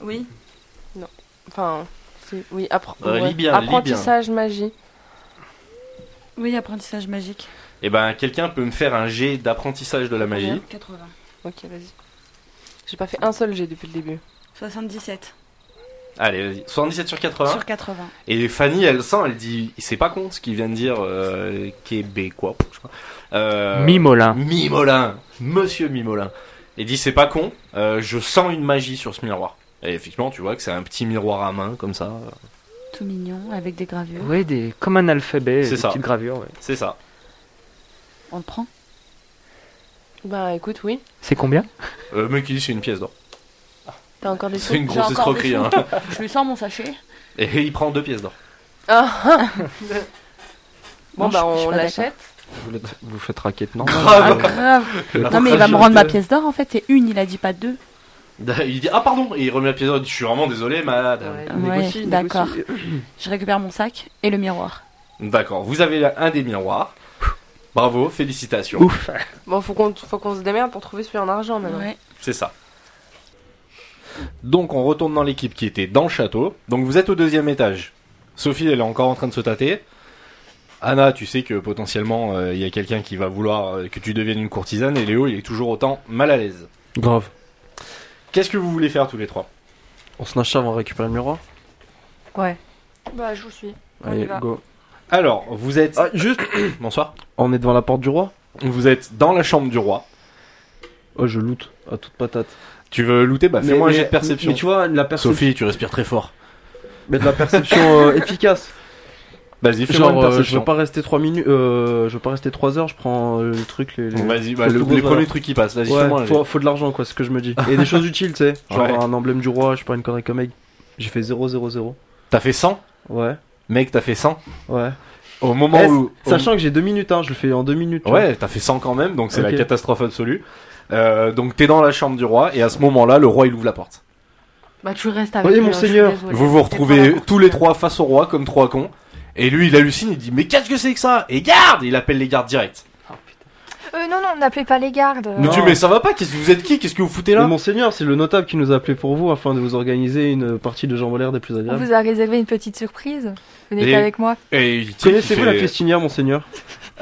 [SPEAKER 5] Oui.
[SPEAKER 1] Enfin, c'est- oui, appre-
[SPEAKER 3] Euh,
[SPEAKER 1] ouais.
[SPEAKER 3] Libyen,
[SPEAKER 1] apprentissage magie.
[SPEAKER 2] Oui, apprentissage magique.
[SPEAKER 3] Eh ben, quelqu'un peut me faire un jet d'apprentissage de la magie.
[SPEAKER 2] 80.
[SPEAKER 1] Ok, vas-y. J'ai pas fait un seul jet depuis le début.
[SPEAKER 2] 77.
[SPEAKER 3] Allez, vas-y. 77 sur 80.
[SPEAKER 2] Sur 80.
[SPEAKER 3] Et Fanny, elle sent, elle dit, c'est pas con ce qu'il vient de dire, euh, québécois, je sais pas. Euh,
[SPEAKER 9] Mimolin.
[SPEAKER 3] Mimolin, Monsieur Mimolin. Il dit c'est pas con, euh, je sens une magie sur ce miroir. Et effectivement, tu vois que c'est un petit miroir à main comme ça.
[SPEAKER 2] Tout mignon, avec des gravures.
[SPEAKER 9] Oui, des, comme un alphabet,
[SPEAKER 3] C'est
[SPEAKER 9] des
[SPEAKER 3] ça.
[SPEAKER 9] petites gravures. ouais.
[SPEAKER 3] C'est ça.
[SPEAKER 2] On le prend
[SPEAKER 1] Bah écoute, oui.
[SPEAKER 9] C'est combien
[SPEAKER 3] Euh, mais qui dit c'est une pièce d'or.
[SPEAKER 1] T'as encore des
[SPEAKER 3] C'est
[SPEAKER 1] trucs.
[SPEAKER 3] une grosse
[SPEAKER 2] encore des
[SPEAKER 3] escroquerie. Hein.
[SPEAKER 2] Je lui sors mon sachet.
[SPEAKER 3] Et il prend deux pièces d'or.
[SPEAKER 1] Bon
[SPEAKER 2] Non,
[SPEAKER 1] bah
[SPEAKER 2] je- je suis
[SPEAKER 1] on
[SPEAKER 2] pas
[SPEAKER 1] l'achète.
[SPEAKER 4] Vous, le- vous faites raquette, non
[SPEAKER 2] Ah, grave Non, mais il va me rendre ma pièce d'or en fait, c'est une, il a dit pas deux.
[SPEAKER 3] [LAUGHS] Il dit ah pardon et il remet la pièce d'or. Il dit, Je suis vraiment désolé madame.
[SPEAKER 1] Ouais,
[SPEAKER 2] Ouais,
[SPEAKER 1] négocie,
[SPEAKER 2] d'accord.
[SPEAKER 1] négocie.
[SPEAKER 2] Je récupère mon sac et le miroir.
[SPEAKER 3] D'accord. Vous avez là un des miroirs. Bravo, félicitations.
[SPEAKER 9] Ouf.
[SPEAKER 1] Bon, faut qu'on faut qu'on se démerde pour trouver celui en argent maintenant.
[SPEAKER 2] Ouais.
[SPEAKER 3] C'est ça. Donc on retourne dans l'équipe qui était dans le château. Donc vous êtes au deuxième étage. Sophie, elle est encore en train de se tâter. Anna, tu sais que potentiellement euh, il y a quelqu'un qui va vouloir euh, que tu deviennes une courtisane et Léo, il est toujours autant mal à l'aise.
[SPEAKER 4] Grave.
[SPEAKER 3] Qu'est-ce que vous voulez faire tous les trois
[SPEAKER 4] On se lâche avant de récupérer le miroir
[SPEAKER 5] Bah, je vous suis. On y
[SPEAKER 4] Allez,
[SPEAKER 5] va.
[SPEAKER 4] go.
[SPEAKER 3] Alors, vous êtes
[SPEAKER 4] Ah, juste,
[SPEAKER 3] [COUGHS] bonsoir.
[SPEAKER 4] on est devant la porte du roi
[SPEAKER 3] Vous êtes dans la chambre du roi.
[SPEAKER 4] Oh, je loot à toute patate.
[SPEAKER 3] Tu veux looter Bah
[SPEAKER 4] Mais-
[SPEAKER 3] fais-moi un
[SPEAKER 4] mais-
[SPEAKER 3] jet de perception.
[SPEAKER 4] Mais tu vois, de la perception.
[SPEAKER 3] Sophie, tu respires très fort.
[SPEAKER 4] Mais de la perception [LAUGHS] euh, efficace.
[SPEAKER 3] Vas-y, fais-moi
[SPEAKER 4] Genre,
[SPEAKER 3] une
[SPEAKER 4] euh, je
[SPEAKER 3] perception.
[SPEAKER 4] veux pas rester 3 minutes. Euh, je veux pas rester 3 heures, je prends euh, le truc. Les, les-
[SPEAKER 3] Vas-y, bah,
[SPEAKER 4] Faut
[SPEAKER 3] le, les
[SPEAKER 4] tout bonne valeur.
[SPEAKER 3] premiers trucs qui passent. Vas-y, fais-moi
[SPEAKER 4] Ouais,
[SPEAKER 3] un
[SPEAKER 4] faut,
[SPEAKER 3] jet.
[SPEAKER 4] faut de l'argent, quoi, c'est ce que je me dis. Et des choses utiles, tu
[SPEAKER 3] [LAUGHS]
[SPEAKER 4] sais. Genre
[SPEAKER 3] Ouais.
[SPEAKER 4] un emblème du roi, je sais pas, une connerie comme egg. J'ai fait 0, 0, 0.
[SPEAKER 3] T'as fait 100
[SPEAKER 4] Ouais,
[SPEAKER 3] Mec, t'as fait 100
[SPEAKER 4] ouais.
[SPEAKER 3] Au moment
[SPEAKER 4] Eh,
[SPEAKER 3] où. au-
[SPEAKER 4] Sachant que j'ai 2 minutes, hein, je le fais en 2 minutes. tu vois.
[SPEAKER 3] Oh. Ouais, t'as fait 100 quand même, donc c'est
[SPEAKER 4] Ok.
[SPEAKER 3] la catastrophe absolue. Euh, donc t'es dans la chambre du roi, et à ce moment-là, le roi il ouvre la porte.
[SPEAKER 8] Bah, tu restes avec
[SPEAKER 4] Voyez,
[SPEAKER 8] lui,
[SPEAKER 4] mon
[SPEAKER 8] hein, je suis
[SPEAKER 4] seigneur,
[SPEAKER 8] désolée.
[SPEAKER 3] vous vous
[SPEAKER 8] C'était
[SPEAKER 3] retrouvez
[SPEAKER 8] pas la
[SPEAKER 3] tous les
[SPEAKER 8] courtisane.
[SPEAKER 3] trois face au roi comme trois cons, et lui il hallucine, il dit Mais qu'est-ce que c'est que ça Et garde Il appelle les gardes directs.
[SPEAKER 5] Euh, non, non, n'appelez pas les gardes.
[SPEAKER 3] Mais tu Mais ça va pas, qu'est-ce que vous êtes qui Qu'est-ce que vous foutez là
[SPEAKER 4] Mais Monseigneur, c'est le notable qui nous a appelé pour vous afin de vous organiser une partie de jambes l'air des plus
[SPEAKER 5] On
[SPEAKER 4] agréables.
[SPEAKER 5] vous a réservé une petite surprise. Venez
[SPEAKER 3] Et-
[SPEAKER 5] avec moi.
[SPEAKER 3] Et il tire, il
[SPEAKER 4] Connaissez-vous la
[SPEAKER 3] fait-
[SPEAKER 4] festinière, Monseigneur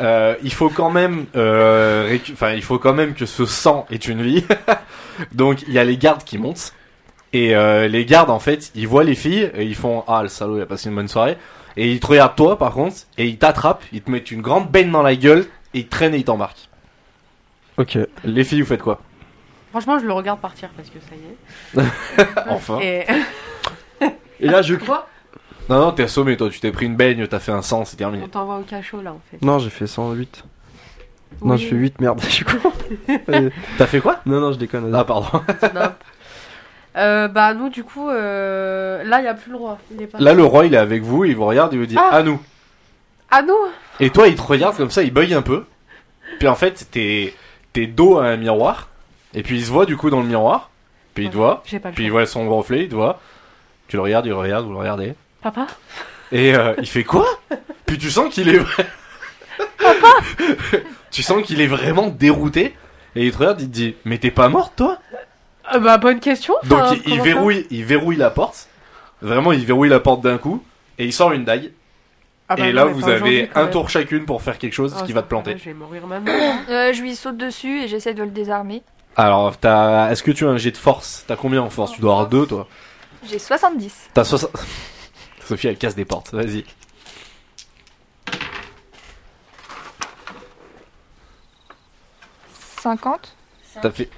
[SPEAKER 3] Euh, il faut quand même, euh, récu- enfin, il faut quand même que ce sang est une vie. [LAUGHS] Donc, il y a les gardes qui montent. Et euh, les gardes, en fait, ils voient les filles et ils font Ah, le salaud, il a passé une bonne soirée. Et ils te regardent, toi, par contre, et ils t'attrapent, ils te mettent une grande benne dans la gueule, et ils te traînent et ils t'embarquent.
[SPEAKER 4] Ok.
[SPEAKER 3] Les filles, vous faites quoi
[SPEAKER 8] Franchement, je le regarde partir parce que ça y est.
[SPEAKER 3] Enfin.
[SPEAKER 8] Et... [LAUGHS]
[SPEAKER 4] Et là, je.
[SPEAKER 8] Quoi
[SPEAKER 3] Non, non, t'es assommé, toi, tu t'es pris une baigne, t'as fait un sang, c'est terminé.
[SPEAKER 8] On t'envoie au cachot là en fait.
[SPEAKER 4] Non, j'ai fait 108. Non, je fais 8, merde, [LAUGHS] je suis con. Euh,
[SPEAKER 3] T'as fait quoi
[SPEAKER 4] non, non, je déconne.
[SPEAKER 3] Ah, pardon.
[SPEAKER 8] [LAUGHS] Euh, bah, nous, du coup, euh, là, il n'y a plus le roi. Il est pas...
[SPEAKER 3] Là, le roi, il est avec vous, il vous regarde, il vous dit
[SPEAKER 8] Ah.
[SPEAKER 3] À nous.
[SPEAKER 8] Ah non
[SPEAKER 3] Et toi, il te regarde comme ça, il bug un peu. Puis en fait, t'es t'es dos à un miroir. Et puis il se voit du coup dans le miroir. Puis il te voit.
[SPEAKER 8] J'ai pas le
[SPEAKER 3] Puis il
[SPEAKER 8] choix.
[SPEAKER 3] voit son reflet, il te voit. Tu le regardes, il le regarde, vous le regardez.
[SPEAKER 8] Papa
[SPEAKER 3] Et euh, il fait quoi Puis tu sens qu'il est. Papa [LAUGHS] Tu sens qu'il est vraiment dérouté. Et il te regarde, il te dit Mais t'es pas morte toi
[SPEAKER 8] Ah bah, bonne question.
[SPEAKER 3] Donc
[SPEAKER 8] enfin,
[SPEAKER 3] il- il,
[SPEAKER 8] comment ça
[SPEAKER 3] verrouille, il verrouille la porte. Vraiment, il verrouille la porte d'un coup. Et il sort une dague.
[SPEAKER 8] Ah bah,
[SPEAKER 3] et
[SPEAKER 8] non,
[SPEAKER 3] là,
[SPEAKER 8] mais
[SPEAKER 3] vous
[SPEAKER 8] pas aujourd'hui,
[SPEAKER 3] avez
[SPEAKER 8] quand
[SPEAKER 3] un
[SPEAKER 8] même.
[SPEAKER 3] tour chacune pour faire quelque chose
[SPEAKER 8] Ah,
[SPEAKER 3] qui va
[SPEAKER 8] ça,
[SPEAKER 3] te planter.
[SPEAKER 8] Je vais mourir maintenant.
[SPEAKER 5] Euh, je lui saute dessus et j'essaie de le désarmer.
[SPEAKER 3] Alors, t'as- est-ce que tu as un jet de force T'as combien en force Tu dois avoir deux, toi.
[SPEAKER 5] J'ai 70.
[SPEAKER 3] T'as 60. [LAUGHS] Sophie, elle casse des portes. Vas-y.
[SPEAKER 5] cinquante
[SPEAKER 3] T'as fait.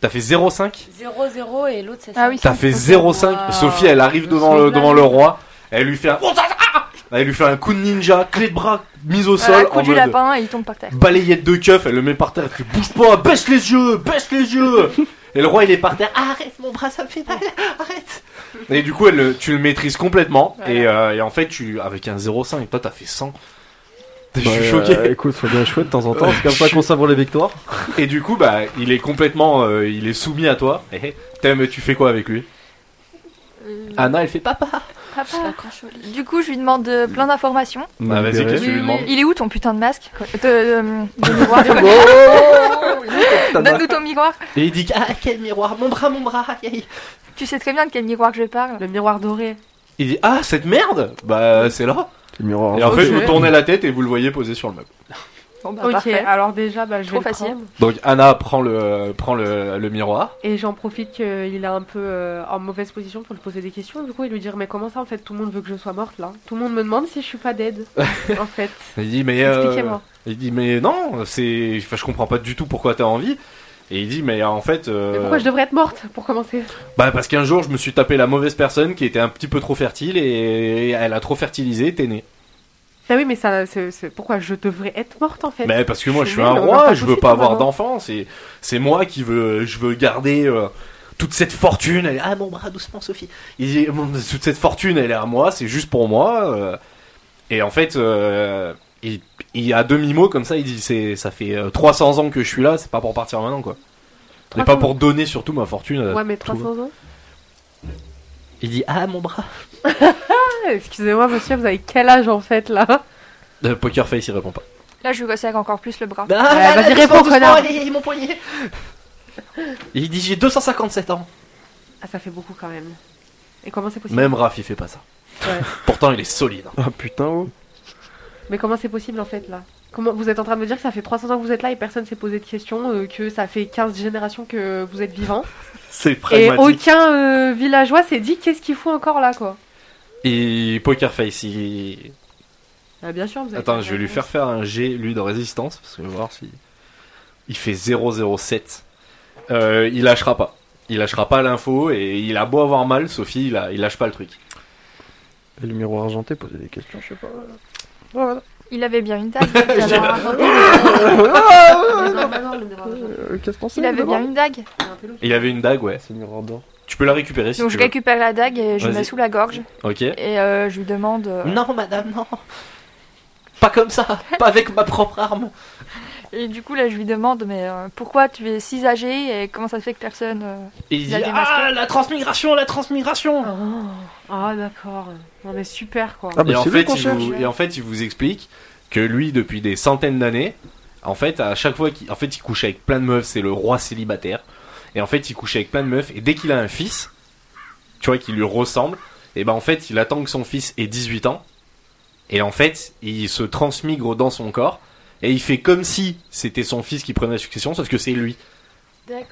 [SPEAKER 3] T'as fait 0,5
[SPEAKER 2] 0-0 et l'autre c'est
[SPEAKER 5] Ah oui.
[SPEAKER 3] T'as fait 0,5
[SPEAKER 8] Wow.
[SPEAKER 3] Sophie, elle arrive devant le, devant le roi. Elle lui fait un. Ah! Elle lui fait un coup de ninja, clé de bras, mise au
[SPEAKER 5] Voilà,
[SPEAKER 3] sol.
[SPEAKER 5] coup
[SPEAKER 3] en
[SPEAKER 5] du
[SPEAKER 3] mode-
[SPEAKER 5] lapin et il tombe par terre.
[SPEAKER 3] balayette de keuf, elle le met par terre, elle fait bouge pas, baisse les yeux, baisse les yeux Et le roi il est par terre, arrête mon bras ça me fait mal, arrête Et du coup elle, le- tu le maîtrises complètement, et, euh, et en fait tu avec un 0,5, toi t'as fait 100. Je suis choqué.
[SPEAKER 4] euh, écoute, faut bien jouer de temps en temps, c'est comme ça qu'on savoure les victoires.
[SPEAKER 3] Et du coup bah il est complètement, euh, il est soumis à toi. Eh, eh. T'aimes, tu fais quoi avec lui Anna elle fait papa.
[SPEAKER 5] Du coup, je lui demande euh, plein d'informations.
[SPEAKER 3] Ah, vas-y qu'est-ce que tu
[SPEAKER 8] Oui,
[SPEAKER 3] lui
[SPEAKER 8] oui.
[SPEAKER 3] demandes
[SPEAKER 5] Il est où ton putain de masque De, de-
[SPEAKER 3] [LAUGHS]
[SPEAKER 5] de miroir.
[SPEAKER 3] Oh,
[SPEAKER 5] Donne-nous ton miroir.
[SPEAKER 3] Et il dit ah quel miroir, mon bras, mon bras. aïe.
[SPEAKER 5] Tu sais très bien de quel miroir que je parle.
[SPEAKER 8] [COUGHS] Le miroir doré.
[SPEAKER 3] Il dit ah cette merde, bah c'est là.
[SPEAKER 4] Le miroir.
[SPEAKER 3] Et en fait
[SPEAKER 8] Ok.
[SPEAKER 3] vous tournez la tête et vous le voyez posé sur le meuble.
[SPEAKER 5] Bon, bah,
[SPEAKER 8] Ok,
[SPEAKER 5] parfait.
[SPEAKER 8] alors déjà, bah, je
[SPEAKER 5] Trop
[SPEAKER 8] vais le
[SPEAKER 5] facile.
[SPEAKER 8] prendre.
[SPEAKER 3] Donc Anna prend le, prend le, le miroir.
[SPEAKER 8] Et j'en profite qu'il est un peu euh, en mauvaise position pour lui poser des questions, du coup, et lui dire Mais comment ça, en fait, tout le monde veut que je sois morte là Tout le monde me demande si je suis
[SPEAKER 3] [LAUGHS]
[SPEAKER 8] pas dead, en fait.
[SPEAKER 3] Il dit mais euh,
[SPEAKER 8] Expliquez-moi.
[SPEAKER 3] il dit mais non, c'est enfin, je comprends pas du tout pourquoi t'as envie. Et il dit mais en fait euh,
[SPEAKER 8] Mais pourquoi je devrais être morte pour commencer
[SPEAKER 3] bah parce qu'un jour je me suis tapé la mauvaise personne qui était un petit peu trop fertile et elle a trop fertilisé, t'es né.
[SPEAKER 8] Ah oui, mais ça, c'est- c'est- pourquoi je devrais être morte en fait
[SPEAKER 3] Mais parce que moi je
[SPEAKER 8] Je
[SPEAKER 3] suis
[SPEAKER 8] suis
[SPEAKER 3] un
[SPEAKER 8] nulle, on n'a
[SPEAKER 3] roi,
[SPEAKER 8] pas
[SPEAKER 3] je veux
[SPEAKER 8] touché
[SPEAKER 3] pas
[SPEAKER 8] ton
[SPEAKER 3] avoir
[SPEAKER 8] maman.
[SPEAKER 3] d'enfants, c'est c'est moi qui veux je veux garder euh, toute cette fortune, elle est- ah mon bras doucement Sophie. Il dit Mon- toute cette fortune elle est à moi, c'est juste pour moi euh. et en fait euh, il, il a demi mot comme ça, il dit c'est ça fait euh, 300 ans que je suis là, c'est pas pour partir maintenant quoi. Et
[SPEAKER 8] 300
[SPEAKER 3] pas pour donner surtout ma fortune. euh, à
[SPEAKER 4] Euh,
[SPEAKER 8] Ouais, mais
[SPEAKER 3] tout le monde.
[SPEAKER 8] 300 ans
[SPEAKER 3] Il dit ah mon bras.
[SPEAKER 8] Ah, Excusez-moi, monsieur, vous avez quel age en fait là
[SPEAKER 3] Le poker face il répond pas.
[SPEAKER 5] Là, je lui resserre encore plus le bras.
[SPEAKER 3] Ah,
[SPEAKER 8] Ouais, vas-y, réponds, connard.
[SPEAKER 3] mon poignet. Il dit j'ai 257 ans.
[SPEAKER 8] Ah, ça fait beaucoup quand même. Et comment c'est possible
[SPEAKER 3] Même Raph il fait pas ça.
[SPEAKER 8] Ouais.
[SPEAKER 3] [LAUGHS] Pourtant il est solide. hein.
[SPEAKER 4] Ah putain, oh.
[SPEAKER 8] Mais comment c'est possible en fait là Comment vous êtes en train de me dire que ça fait 300 ans que vous êtes là et personne s'est posé de questions, euh, que ça fait 15 générations que vous êtes vivant
[SPEAKER 3] [LAUGHS] C'est
[SPEAKER 8] et
[SPEAKER 3] pragmatique.
[SPEAKER 8] aucun euh, villageois s'est dit qu'est-ce qu'il faut encore là quoi.
[SPEAKER 3] Et Pokerface, il...
[SPEAKER 8] Ah, bien sûr, vous avez
[SPEAKER 3] Attends,
[SPEAKER 8] pas
[SPEAKER 3] je vais lui
[SPEAKER 8] réponse.
[SPEAKER 3] faire faire un G, lui, de résistance, parce que je vais voir si... Il fait 007. Euh, il lâchera pas. Il lâchera pas l'info, et il a beau avoir mal, Sophie, il, a- il lâche pas le truc.
[SPEAKER 4] Et le miroir argenté posait des questions, je sais pas.
[SPEAKER 5] Il avait bien une dague.
[SPEAKER 3] [LAUGHS]
[SPEAKER 8] Le miroir argenté, le miroir- Non, non, le miroir argenté,
[SPEAKER 4] Euh, Qu'est-ce qu'on sait
[SPEAKER 5] Il avait
[SPEAKER 4] le miroir
[SPEAKER 5] bien une dague.
[SPEAKER 8] c'est un peu louche.
[SPEAKER 3] Il avait une dague, ouais.
[SPEAKER 4] C'est le miroir d'or.
[SPEAKER 3] Tu peux la récupérer si
[SPEAKER 5] Donc,
[SPEAKER 3] tu
[SPEAKER 5] je
[SPEAKER 3] veux.
[SPEAKER 5] récupère la dague et je lui
[SPEAKER 3] Vas-y.
[SPEAKER 5] mets sous la gorge.
[SPEAKER 3] Ok.
[SPEAKER 5] Et euh, je lui demande. euh,
[SPEAKER 3] Non, madame, non Pas comme ça Pas avec ma propre arme
[SPEAKER 5] Et du coup, là, je lui demande Mais euh, pourquoi tu es si âgé et comment ça se fait que personne. euh,
[SPEAKER 3] Et il
[SPEAKER 5] Il a
[SPEAKER 3] dit,
[SPEAKER 5] démasqué.
[SPEAKER 3] ah, la transmigration, la transmigration
[SPEAKER 8] Ah d'accord. Non mais super quoi.
[SPEAKER 4] Ah
[SPEAKER 3] et, en
[SPEAKER 4] c'est lui
[SPEAKER 3] fait,
[SPEAKER 4] qu'on
[SPEAKER 3] il
[SPEAKER 4] cherche.
[SPEAKER 3] vous, et en fait, il vous explique que lui, depuis des centaines d'années, en fait, à chaque fois qu'il en fait, il couche avec plein de meufs, c'est le roi célibataire. Et en fait, il couche avec plein de meufs, et dès qu'il a un fils, tu vois, qui lui ressemble, et ben en fait, il attend que son fils ait 18 ans, et en fait, il se transmigre dans son corps, et il fait comme si c'était son fils qui prenait la succession, sauf que c'est lui.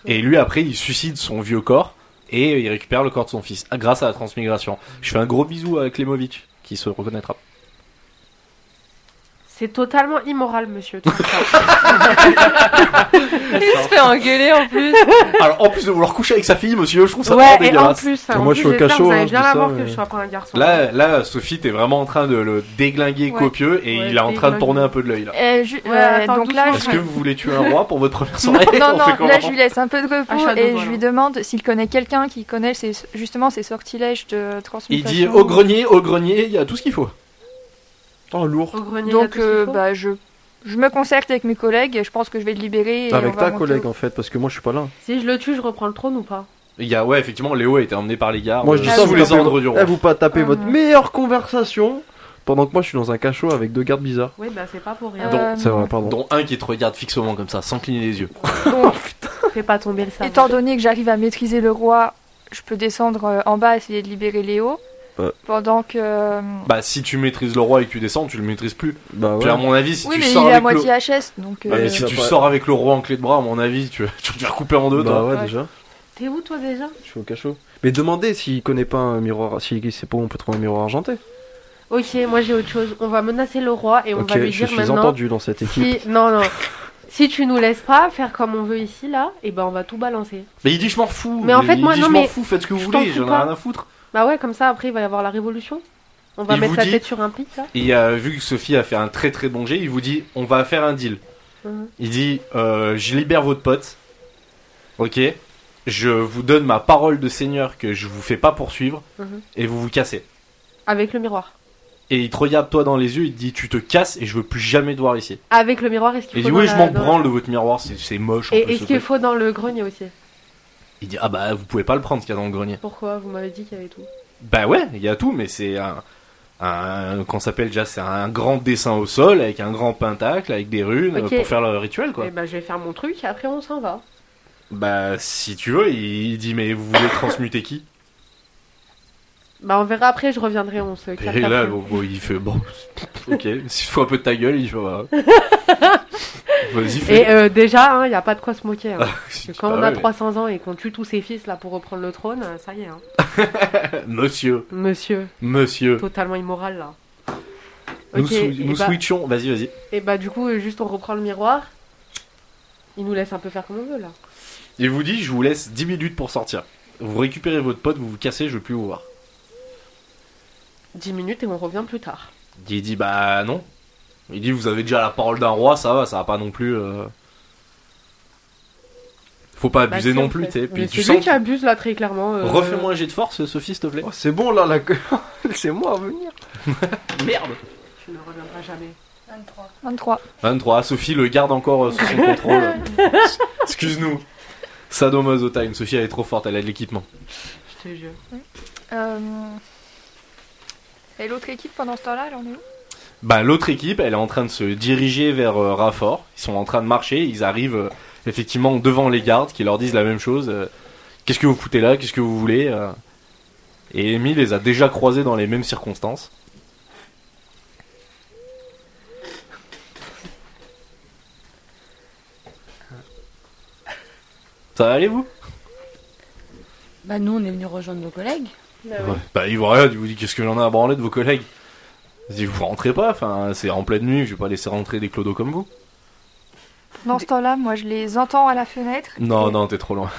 [SPEAKER 3] Et lui, après, il suicide son vieux corps, et il récupère le corps de son fils, grâce à la transmigration. Je fais un gros bisou à Klemovic, qui se reconnaîtra.
[SPEAKER 8] C'est totalement
[SPEAKER 4] [LAUGHS]
[SPEAKER 8] immoral monsieur. tout ça.
[SPEAKER 1] Il se fait engueuler en
[SPEAKER 5] [LAUGHS]
[SPEAKER 1] plus.
[SPEAKER 3] Alors, en plus de vouloir coucher avec sa fille, monsieur, je trouve ça
[SPEAKER 8] ouais
[SPEAKER 3] vraiment
[SPEAKER 8] et en
[SPEAKER 3] dégueulasse.
[SPEAKER 8] plus.
[SPEAKER 4] Moi,
[SPEAKER 8] en
[SPEAKER 4] je
[SPEAKER 8] plus,
[SPEAKER 4] suis au
[SPEAKER 8] j'espère que
[SPEAKER 4] cachot,
[SPEAKER 8] Vous
[SPEAKER 4] hein,
[SPEAKER 8] allez
[SPEAKER 4] je
[SPEAKER 8] bien
[SPEAKER 4] dis ça,
[SPEAKER 8] l'avoir que
[SPEAKER 4] mais-
[SPEAKER 8] je sois pas un garçon.
[SPEAKER 3] Là, là, Sophie, t'es vraiment en train de le déglinguer
[SPEAKER 8] Ouais.
[SPEAKER 3] copieux et
[SPEAKER 8] Ouais,
[SPEAKER 3] il est en train de
[SPEAKER 8] déglinguer.
[SPEAKER 3] tourner un peu de l'œil là.
[SPEAKER 5] euh, ju-
[SPEAKER 8] Ouais,
[SPEAKER 5] euh,
[SPEAKER 8] attends,
[SPEAKER 5] donc là,
[SPEAKER 8] doucement,
[SPEAKER 5] je-
[SPEAKER 3] Est-ce que vous voulez tuer un roi pour
[SPEAKER 5] [LAUGHS]
[SPEAKER 3] votre première soirée
[SPEAKER 5] Non,
[SPEAKER 3] On fait
[SPEAKER 5] non,
[SPEAKER 3] comment
[SPEAKER 5] là je lui laisse un peu de
[SPEAKER 8] Ah, je suis
[SPEAKER 5] repos
[SPEAKER 8] à deux
[SPEAKER 5] et
[SPEAKER 8] doigts,
[SPEAKER 5] je lui
[SPEAKER 8] là.
[SPEAKER 5] demande s'il connaît quelqu'un qui connaît ses- justement ces sortilèges de
[SPEAKER 3] Il
[SPEAKER 5] transmutation.
[SPEAKER 3] dit "Oh, au grenier, au grenier, il y a tout ce qu'il faut.
[SPEAKER 4] Oh, lourd.
[SPEAKER 8] Au grenier.
[SPEAKER 5] Donc
[SPEAKER 8] il y a tout ce
[SPEAKER 5] euh,
[SPEAKER 8] qu'il faut.
[SPEAKER 5] bah, je, je me concerte avec mes collègues et je pense que je vais le libérer. Et on
[SPEAKER 4] Avec
[SPEAKER 5] va
[SPEAKER 4] ta
[SPEAKER 5] monter
[SPEAKER 4] collègue
[SPEAKER 5] au-
[SPEAKER 4] en fait, parce que moi je suis pas là.
[SPEAKER 8] Si je le tue, je reprends le trône ou pas
[SPEAKER 3] Il y a, ouais, effectivement, Léo a été emmené par les gardes.
[SPEAKER 4] Moi je dis
[SPEAKER 3] euh,
[SPEAKER 4] ça,
[SPEAKER 3] sous
[SPEAKER 4] vous
[SPEAKER 3] les
[SPEAKER 4] tapez-
[SPEAKER 3] ordres du roi.
[SPEAKER 4] Eh, vous pas taper
[SPEAKER 5] Ah.
[SPEAKER 4] votre meilleure conversation pendant que moi je suis dans un cachot avec deux gardes bizarres.
[SPEAKER 8] Oui, bah c'est pas pour rien.
[SPEAKER 5] Euh,
[SPEAKER 4] C'est vrai, pardon.
[SPEAKER 8] Oh,
[SPEAKER 3] Dont un qui te regarde fixement comme ça, sans cligner les yeux.
[SPEAKER 5] donc,
[SPEAKER 8] Fais pas tomber le sabre.
[SPEAKER 5] Étant donné que j'arrive à maîtriser le roi, je peux descendre euh, en bas, essayer de libérer Léo.
[SPEAKER 4] Ouais.
[SPEAKER 5] Pendant que. euh,
[SPEAKER 3] Bah, si tu maîtrises le roi et que tu descends, tu le maîtrises plus.
[SPEAKER 4] Bah ouais.
[SPEAKER 3] Puis, à mon avis, si
[SPEAKER 5] oui,
[SPEAKER 3] tu
[SPEAKER 5] mais il
[SPEAKER 3] sors
[SPEAKER 5] est à
[SPEAKER 3] avec le...
[SPEAKER 5] moitié HS, donc.
[SPEAKER 3] Ouais, Ah, mais
[SPEAKER 5] euh,
[SPEAKER 3] si
[SPEAKER 4] ça
[SPEAKER 3] tu
[SPEAKER 4] paraît-
[SPEAKER 3] sors avec le roi en clé de bras, à mon avis, tu, tu te fais couper en deux.
[SPEAKER 4] Bah
[SPEAKER 3] toi.
[SPEAKER 4] ouais,
[SPEAKER 5] Ouais.
[SPEAKER 4] déjà.
[SPEAKER 8] T'es où toi déjà
[SPEAKER 4] Je suis au cachot. Mais demandez s'il connaît pas un miroir. S'il sait pas où on peut trouver un miroir argenté.
[SPEAKER 8] Ok, moi j'ai autre chose. On va menacer le roi et on
[SPEAKER 4] ok,
[SPEAKER 8] va lui
[SPEAKER 4] je
[SPEAKER 8] dire
[SPEAKER 4] suis
[SPEAKER 8] maintenant.
[SPEAKER 4] entendu dans cette équipe.
[SPEAKER 8] Si... Non, non. Si tu nous laisses pas faire comme on veut ici, là, et ben on va tout balancer.
[SPEAKER 3] Mais il dit, je m'en fous.
[SPEAKER 8] Mais en fait,
[SPEAKER 3] il
[SPEAKER 8] moi,
[SPEAKER 3] dit,
[SPEAKER 8] non,
[SPEAKER 3] je m'en
[SPEAKER 8] mais
[SPEAKER 3] fous, faites ce que vous
[SPEAKER 8] je
[SPEAKER 3] voulez,
[SPEAKER 8] t'en fous
[SPEAKER 3] j'en ai
[SPEAKER 8] pas.
[SPEAKER 3] rien à foutre.
[SPEAKER 8] Bah ouais, comme ça après il va y avoir la révolution. On va
[SPEAKER 3] Il
[SPEAKER 8] mettre
[SPEAKER 3] vous
[SPEAKER 8] sa
[SPEAKER 3] dit-
[SPEAKER 8] tête sur un pic là.
[SPEAKER 3] Et euh, vu que Sophie a fait un très très bon jet, il vous dit on va faire un deal.
[SPEAKER 8] Mhm.
[SPEAKER 3] Il dit euh, je libère votre pote. Ok. Je vous donne ma parole de seigneur que je vous fais pas poursuivre
[SPEAKER 8] Mhm.
[SPEAKER 3] et vous vous cassez.
[SPEAKER 8] Avec le miroir.
[SPEAKER 3] Et il te regarde toi dans les yeux, il te dit tu te casses et je veux plus jamais te voir ici.
[SPEAKER 8] Avec le miroir, est-ce
[SPEAKER 3] Il
[SPEAKER 8] qu'il faut.
[SPEAKER 3] dit
[SPEAKER 8] dans
[SPEAKER 3] oui
[SPEAKER 8] la-
[SPEAKER 3] je m'en
[SPEAKER 8] dans la-
[SPEAKER 3] branle de votre miroir, c'est c'est moche. un peu,
[SPEAKER 8] Et
[SPEAKER 3] ce
[SPEAKER 8] est-ce qu'il
[SPEAKER 3] truc.
[SPEAKER 8] faut dans le grenier aussi
[SPEAKER 3] Il dit ah bah vous pouvez pas le prendre ce qu'il y a dans le grenier.
[SPEAKER 8] Pourquoi Vous m'avez dit qu'il y avait tout.
[SPEAKER 3] Bah ouais il y a tout mais c'est un un qu'on s'appelle déjà c'est un grand dessin au sol avec un grand pentacle avec des runes
[SPEAKER 8] Ok.
[SPEAKER 3] euh, pour faire le rituel quoi.
[SPEAKER 8] Et bah je vais faire mon truc et après on s'en va.
[SPEAKER 3] Bah, si tu veux, il il dit, mais vous voulez transmuter
[SPEAKER 8] [LAUGHS]
[SPEAKER 3] qui
[SPEAKER 8] Bah on verra après, je reviendrai, on se capte
[SPEAKER 3] Et là,
[SPEAKER 8] après.
[SPEAKER 3] bon, bon, il fait, bon, [LAUGHS] ok, s'il faut un peu de ta gueule, il fait,
[SPEAKER 8] [LAUGHS]
[SPEAKER 3] bah, vas-y, fais. [LAUGHS]
[SPEAKER 8] Et euh, déjà, il n'y a pas de quoi se moquer. hein. Parce que quand
[SPEAKER 3] Bah
[SPEAKER 8] on a
[SPEAKER 3] ouais.
[SPEAKER 8] 300 ans et qu'on tue tous ses fils là pour reprendre le trône, euh, ça y est. hein.
[SPEAKER 3] [LAUGHS] Monsieur,
[SPEAKER 8] Monsieur,
[SPEAKER 3] monsieur,
[SPEAKER 8] totalement immoral là.
[SPEAKER 3] Euh. nous,
[SPEAKER 8] Ok,
[SPEAKER 3] sou-
[SPEAKER 8] et
[SPEAKER 3] nous
[SPEAKER 8] bah-
[SPEAKER 3] switchons, vas-y, vas-y.
[SPEAKER 8] Et bah du coup, euh, juste on reprend le miroir. Il nous laisse un peu faire comme on veut là.
[SPEAKER 3] Il vous dit, je vous laisse 10 minutes pour sortir. Vous récupérez votre pote, vous vous cassez, je veux plus vous voir.
[SPEAKER 8] 10 minutes et on revient plus tard.
[SPEAKER 3] Il dit, bah, non. Il dit, vous avez déjà la parole d'un roi, ça va, ça va pas non plus. euh. Faut pas
[SPEAKER 8] Bah,
[SPEAKER 3] abuser
[SPEAKER 8] si, en
[SPEAKER 3] non plus,
[SPEAKER 8] fait.
[SPEAKER 3] tu sais. Puis
[SPEAKER 8] Mais
[SPEAKER 3] tu
[SPEAKER 8] C'est lui
[SPEAKER 3] sens.
[SPEAKER 8] qui abuse là très clairement. euh,
[SPEAKER 3] Refais-moi un jet de force, Sophie, s'il te plaît.
[SPEAKER 4] Oh, c'est bon là, la... [LAUGHS] c'est moi à venir.
[SPEAKER 3] Merde!
[SPEAKER 8] Tu ne reviendras jamais.
[SPEAKER 5] 23.
[SPEAKER 3] 23, Sophie le garde encore euh, sous son contrôle. S- Excuse-nous. Sadomaso time, Sophie elle est trop forte, elle a de l'équipement.
[SPEAKER 8] Je te jure. [LAUGHS]
[SPEAKER 5] Euh, Et l'autre équipe pendant ce temps-là, elle en est où
[SPEAKER 3] Bah l'autre équipe, elle est en train de se diriger vers euh, Raffort. Ils sont en train de marcher, ils arrivent euh, effectivement devant les gardes qui leur disent la même chose. euh, Qu'est-ce que vous foutez là Qu'est-ce que vous voulez euh. Et Amy les a déjà croisés dans les mêmes circonstances. Ça va aller vous
[SPEAKER 2] Bah nous, on est venu rejoindre nos collègues.
[SPEAKER 3] Bah, il voit rien, il vous dit qu'est-ce que j'en ai à branler de vos collègues. Il dit, vous rentrez pas, enfin, c'est en pleine nuit, je vais pas laisser rentrer des clodos comme vous.
[SPEAKER 5] Pendant ce temps-là, moi je les entends à la fenêtre.
[SPEAKER 3] Non,
[SPEAKER 5] Et-
[SPEAKER 3] non, t'es trop loin.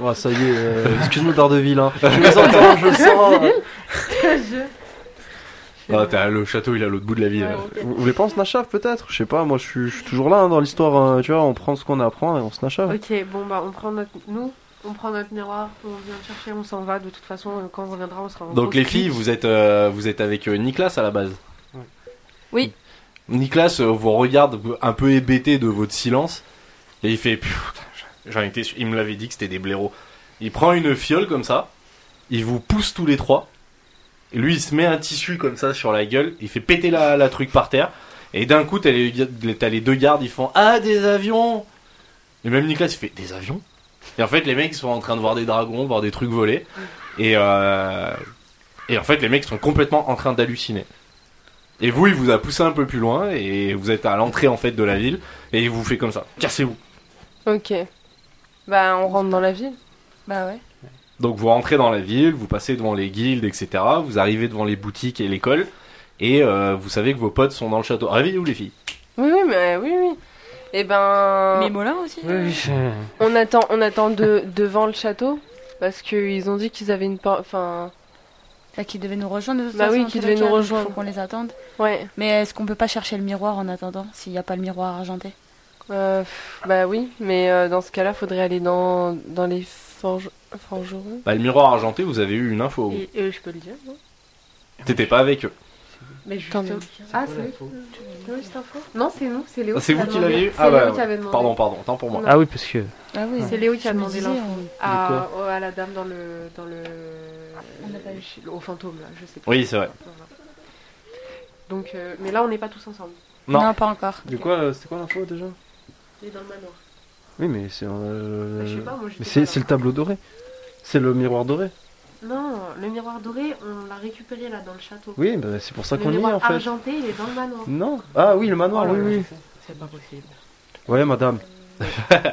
[SPEAKER 4] Oh, ça y est, euh, excuse-nous d'Ardeville. Hein. [LAUGHS] Je les entends, je le sens.
[SPEAKER 3] Ah, t'as euh, le château, il est à l'autre bout de la ville.
[SPEAKER 4] Vous vous voulez pas en snachave peut-être Je sais pas, moi je suis, je suis toujours là hein, dans l'histoire, euh, tu vois, on prend ce qu'on apprend et on snachave.
[SPEAKER 8] Ok, bon bah on prend notre nous, on prend notre miroir, on vient le chercher, on s'en va. De toute façon, euh, quand on reviendra, on sera. en
[SPEAKER 3] Donc,
[SPEAKER 8] grosse
[SPEAKER 3] les
[SPEAKER 8] clique.
[SPEAKER 3] filles, vous êtes, euh, vous êtes avec euh, Nicolas à la base.
[SPEAKER 2] Oui.
[SPEAKER 3] Nicolas euh, vous regarde un peu hébété de votre silence, et il fait, putain, j'en étais sûr, il me l'avait dit que c'était des blaireaux. Il prend une fiole comme ça, il vous pousse tous les trois. Et Lui, il se met un tissu comme ça sur la gueule, il fait péter la, la truc par terre. Et d'un coup, t'as les, t'as les deux gardes, ils font Ah, des avions Et même Nicolas, il fait Des avions Et en fait, les mecs sont en train de voir des dragons, voir des trucs voler. Et, euh, et en fait, les mecs sont complètement en train d'halluciner. Et vous, il vous a poussé un peu plus loin, et vous êtes à l'entrée en fait de la ville, et il vous fait comme ça Cassez-vous
[SPEAKER 1] Ok. Bah, on rentre dans la ville.
[SPEAKER 2] Bah ouais.
[SPEAKER 3] Donc vous rentrez dans la ville, vous passez devant les guildes, etc. Vous arrivez devant les boutiques et l'école, et euh, vous savez que vos potes sont dans le château. Réveillez-vous les filles.
[SPEAKER 1] Oui, oui, mais euh, oui, oui. Et ben.
[SPEAKER 2] Mais Molin aussi. hein.
[SPEAKER 9] Oui, je-
[SPEAKER 1] On attend, on attend de, devant le château parce qu'ils ont dit qu'ils avaient une. por- Enfin,
[SPEAKER 2] Là, qui devait nous rejoindre de toute
[SPEAKER 1] Bah
[SPEAKER 2] façon,
[SPEAKER 1] oui,
[SPEAKER 2] en
[SPEAKER 1] qui
[SPEAKER 2] tous
[SPEAKER 1] devait
[SPEAKER 2] les
[SPEAKER 1] nous
[SPEAKER 2] cas, donc
[SPEAKER 1] rejoindre.
[SPEAKER 2] Faut qu'on les attende.
[SPEAKER 1] ouais.
[SPEAKER 2] Mais est-ce qu'on peut pas chercher le miroir en attendant s'il n'y a pas le miroir argenté
[SPEAKER 1] euh, pff, bah oui, mais euh, dans ce cas-là, faudrait aller dans, dans les forge- forgerons.
[SPEAKER 3] Bah, le miroir argenté, vous avez eu une info. vous.
[SPEAKER 8] Et euh, je peux le dire. non
[SPEAKER 3] T'étais pas avec eux.
[SPEAKER 8] Mais juste.
[SPEAKER 1] Attendez.
[SPEAKER 8] Ah c'est lui. C'est lui, cette info Non, c'est nous, c'est Léo.
[SPEAKER 3] Ah, c'est
[SPEAKER 8] qui
[SPEAKER 3] vous
[SPEAKER 8] l'a
[SPEAKER 3] qui
[SPEAKER 8] demandé.
[SPEAKER 3] l'aviez eu
[SPEAKER 8] C'est
[SPEAKER 3] Ah
[SPEAKER 8] Léo
[SPEAKER 3] bah,
[SPEAKER 8] qui avait demandé.
[SPEAKER 3] Pardon, pardon, tant pour moi.
[SPEAKER 8] Non.
[SPEAKER 9] Ah oui, parce que.
[SPEAKER 2] Ah oui.
[SPEAKER 8] C'est Léo qui a
[SPEAKER 2] Je me
[SPEAKER 8] demandé
[SPEAKER 2] disais, euh,
[SPEAKER 8] l'info
[SPEAKER 2] on-
[SPEAKER 8] à, au- à la dame dans le dans le. chez- au fantôme là, je sais pas.
[SPEAKER 3] Oui, c'est vrai.
[SPEAKER 8] Voilà. Donc, euh, mais là on n'est pas tous ensemble.
[SPEAKER 3] Non.
[SPEAKER 2] Non, pas encore.
[SPEAKER 4] De quoi, euh, c'était quoi l'info déjà
[SPEAKER 8] Il est dans le manoir.
[SPEAKER 4] Oui, mais c'est. euh,
[SPEAKER 8] Bah, Je sais pas, moi, j'étais
[SPEAKER 4] mais c'est
[SPEAKER 8] pas
[SPEAKER 4] c'est
[SPEAKER 8] là.
[SPEAKER 4] le tableau doré. C'est le miroir doré.
[SPEAKER 8] Non, le miroir doré, on l'a récupéré là dans le château.
[SPEAKER 4] Oui, bah, c'est pour ça
[SPEAKER 8] Le
[SPEAKER 4] qu'on y est
[SPEAKER 8] miroir Oh
[SPEAKER 4] en fait.
[SPEAKER 8] argenté, il est dans le manoir.
[SPEAKER 4] Non. Ah oui, le manoir, oui, oui.
[SPEAKER 8] C'est pas possible.
[SPEAKER 4] Ouais, madame.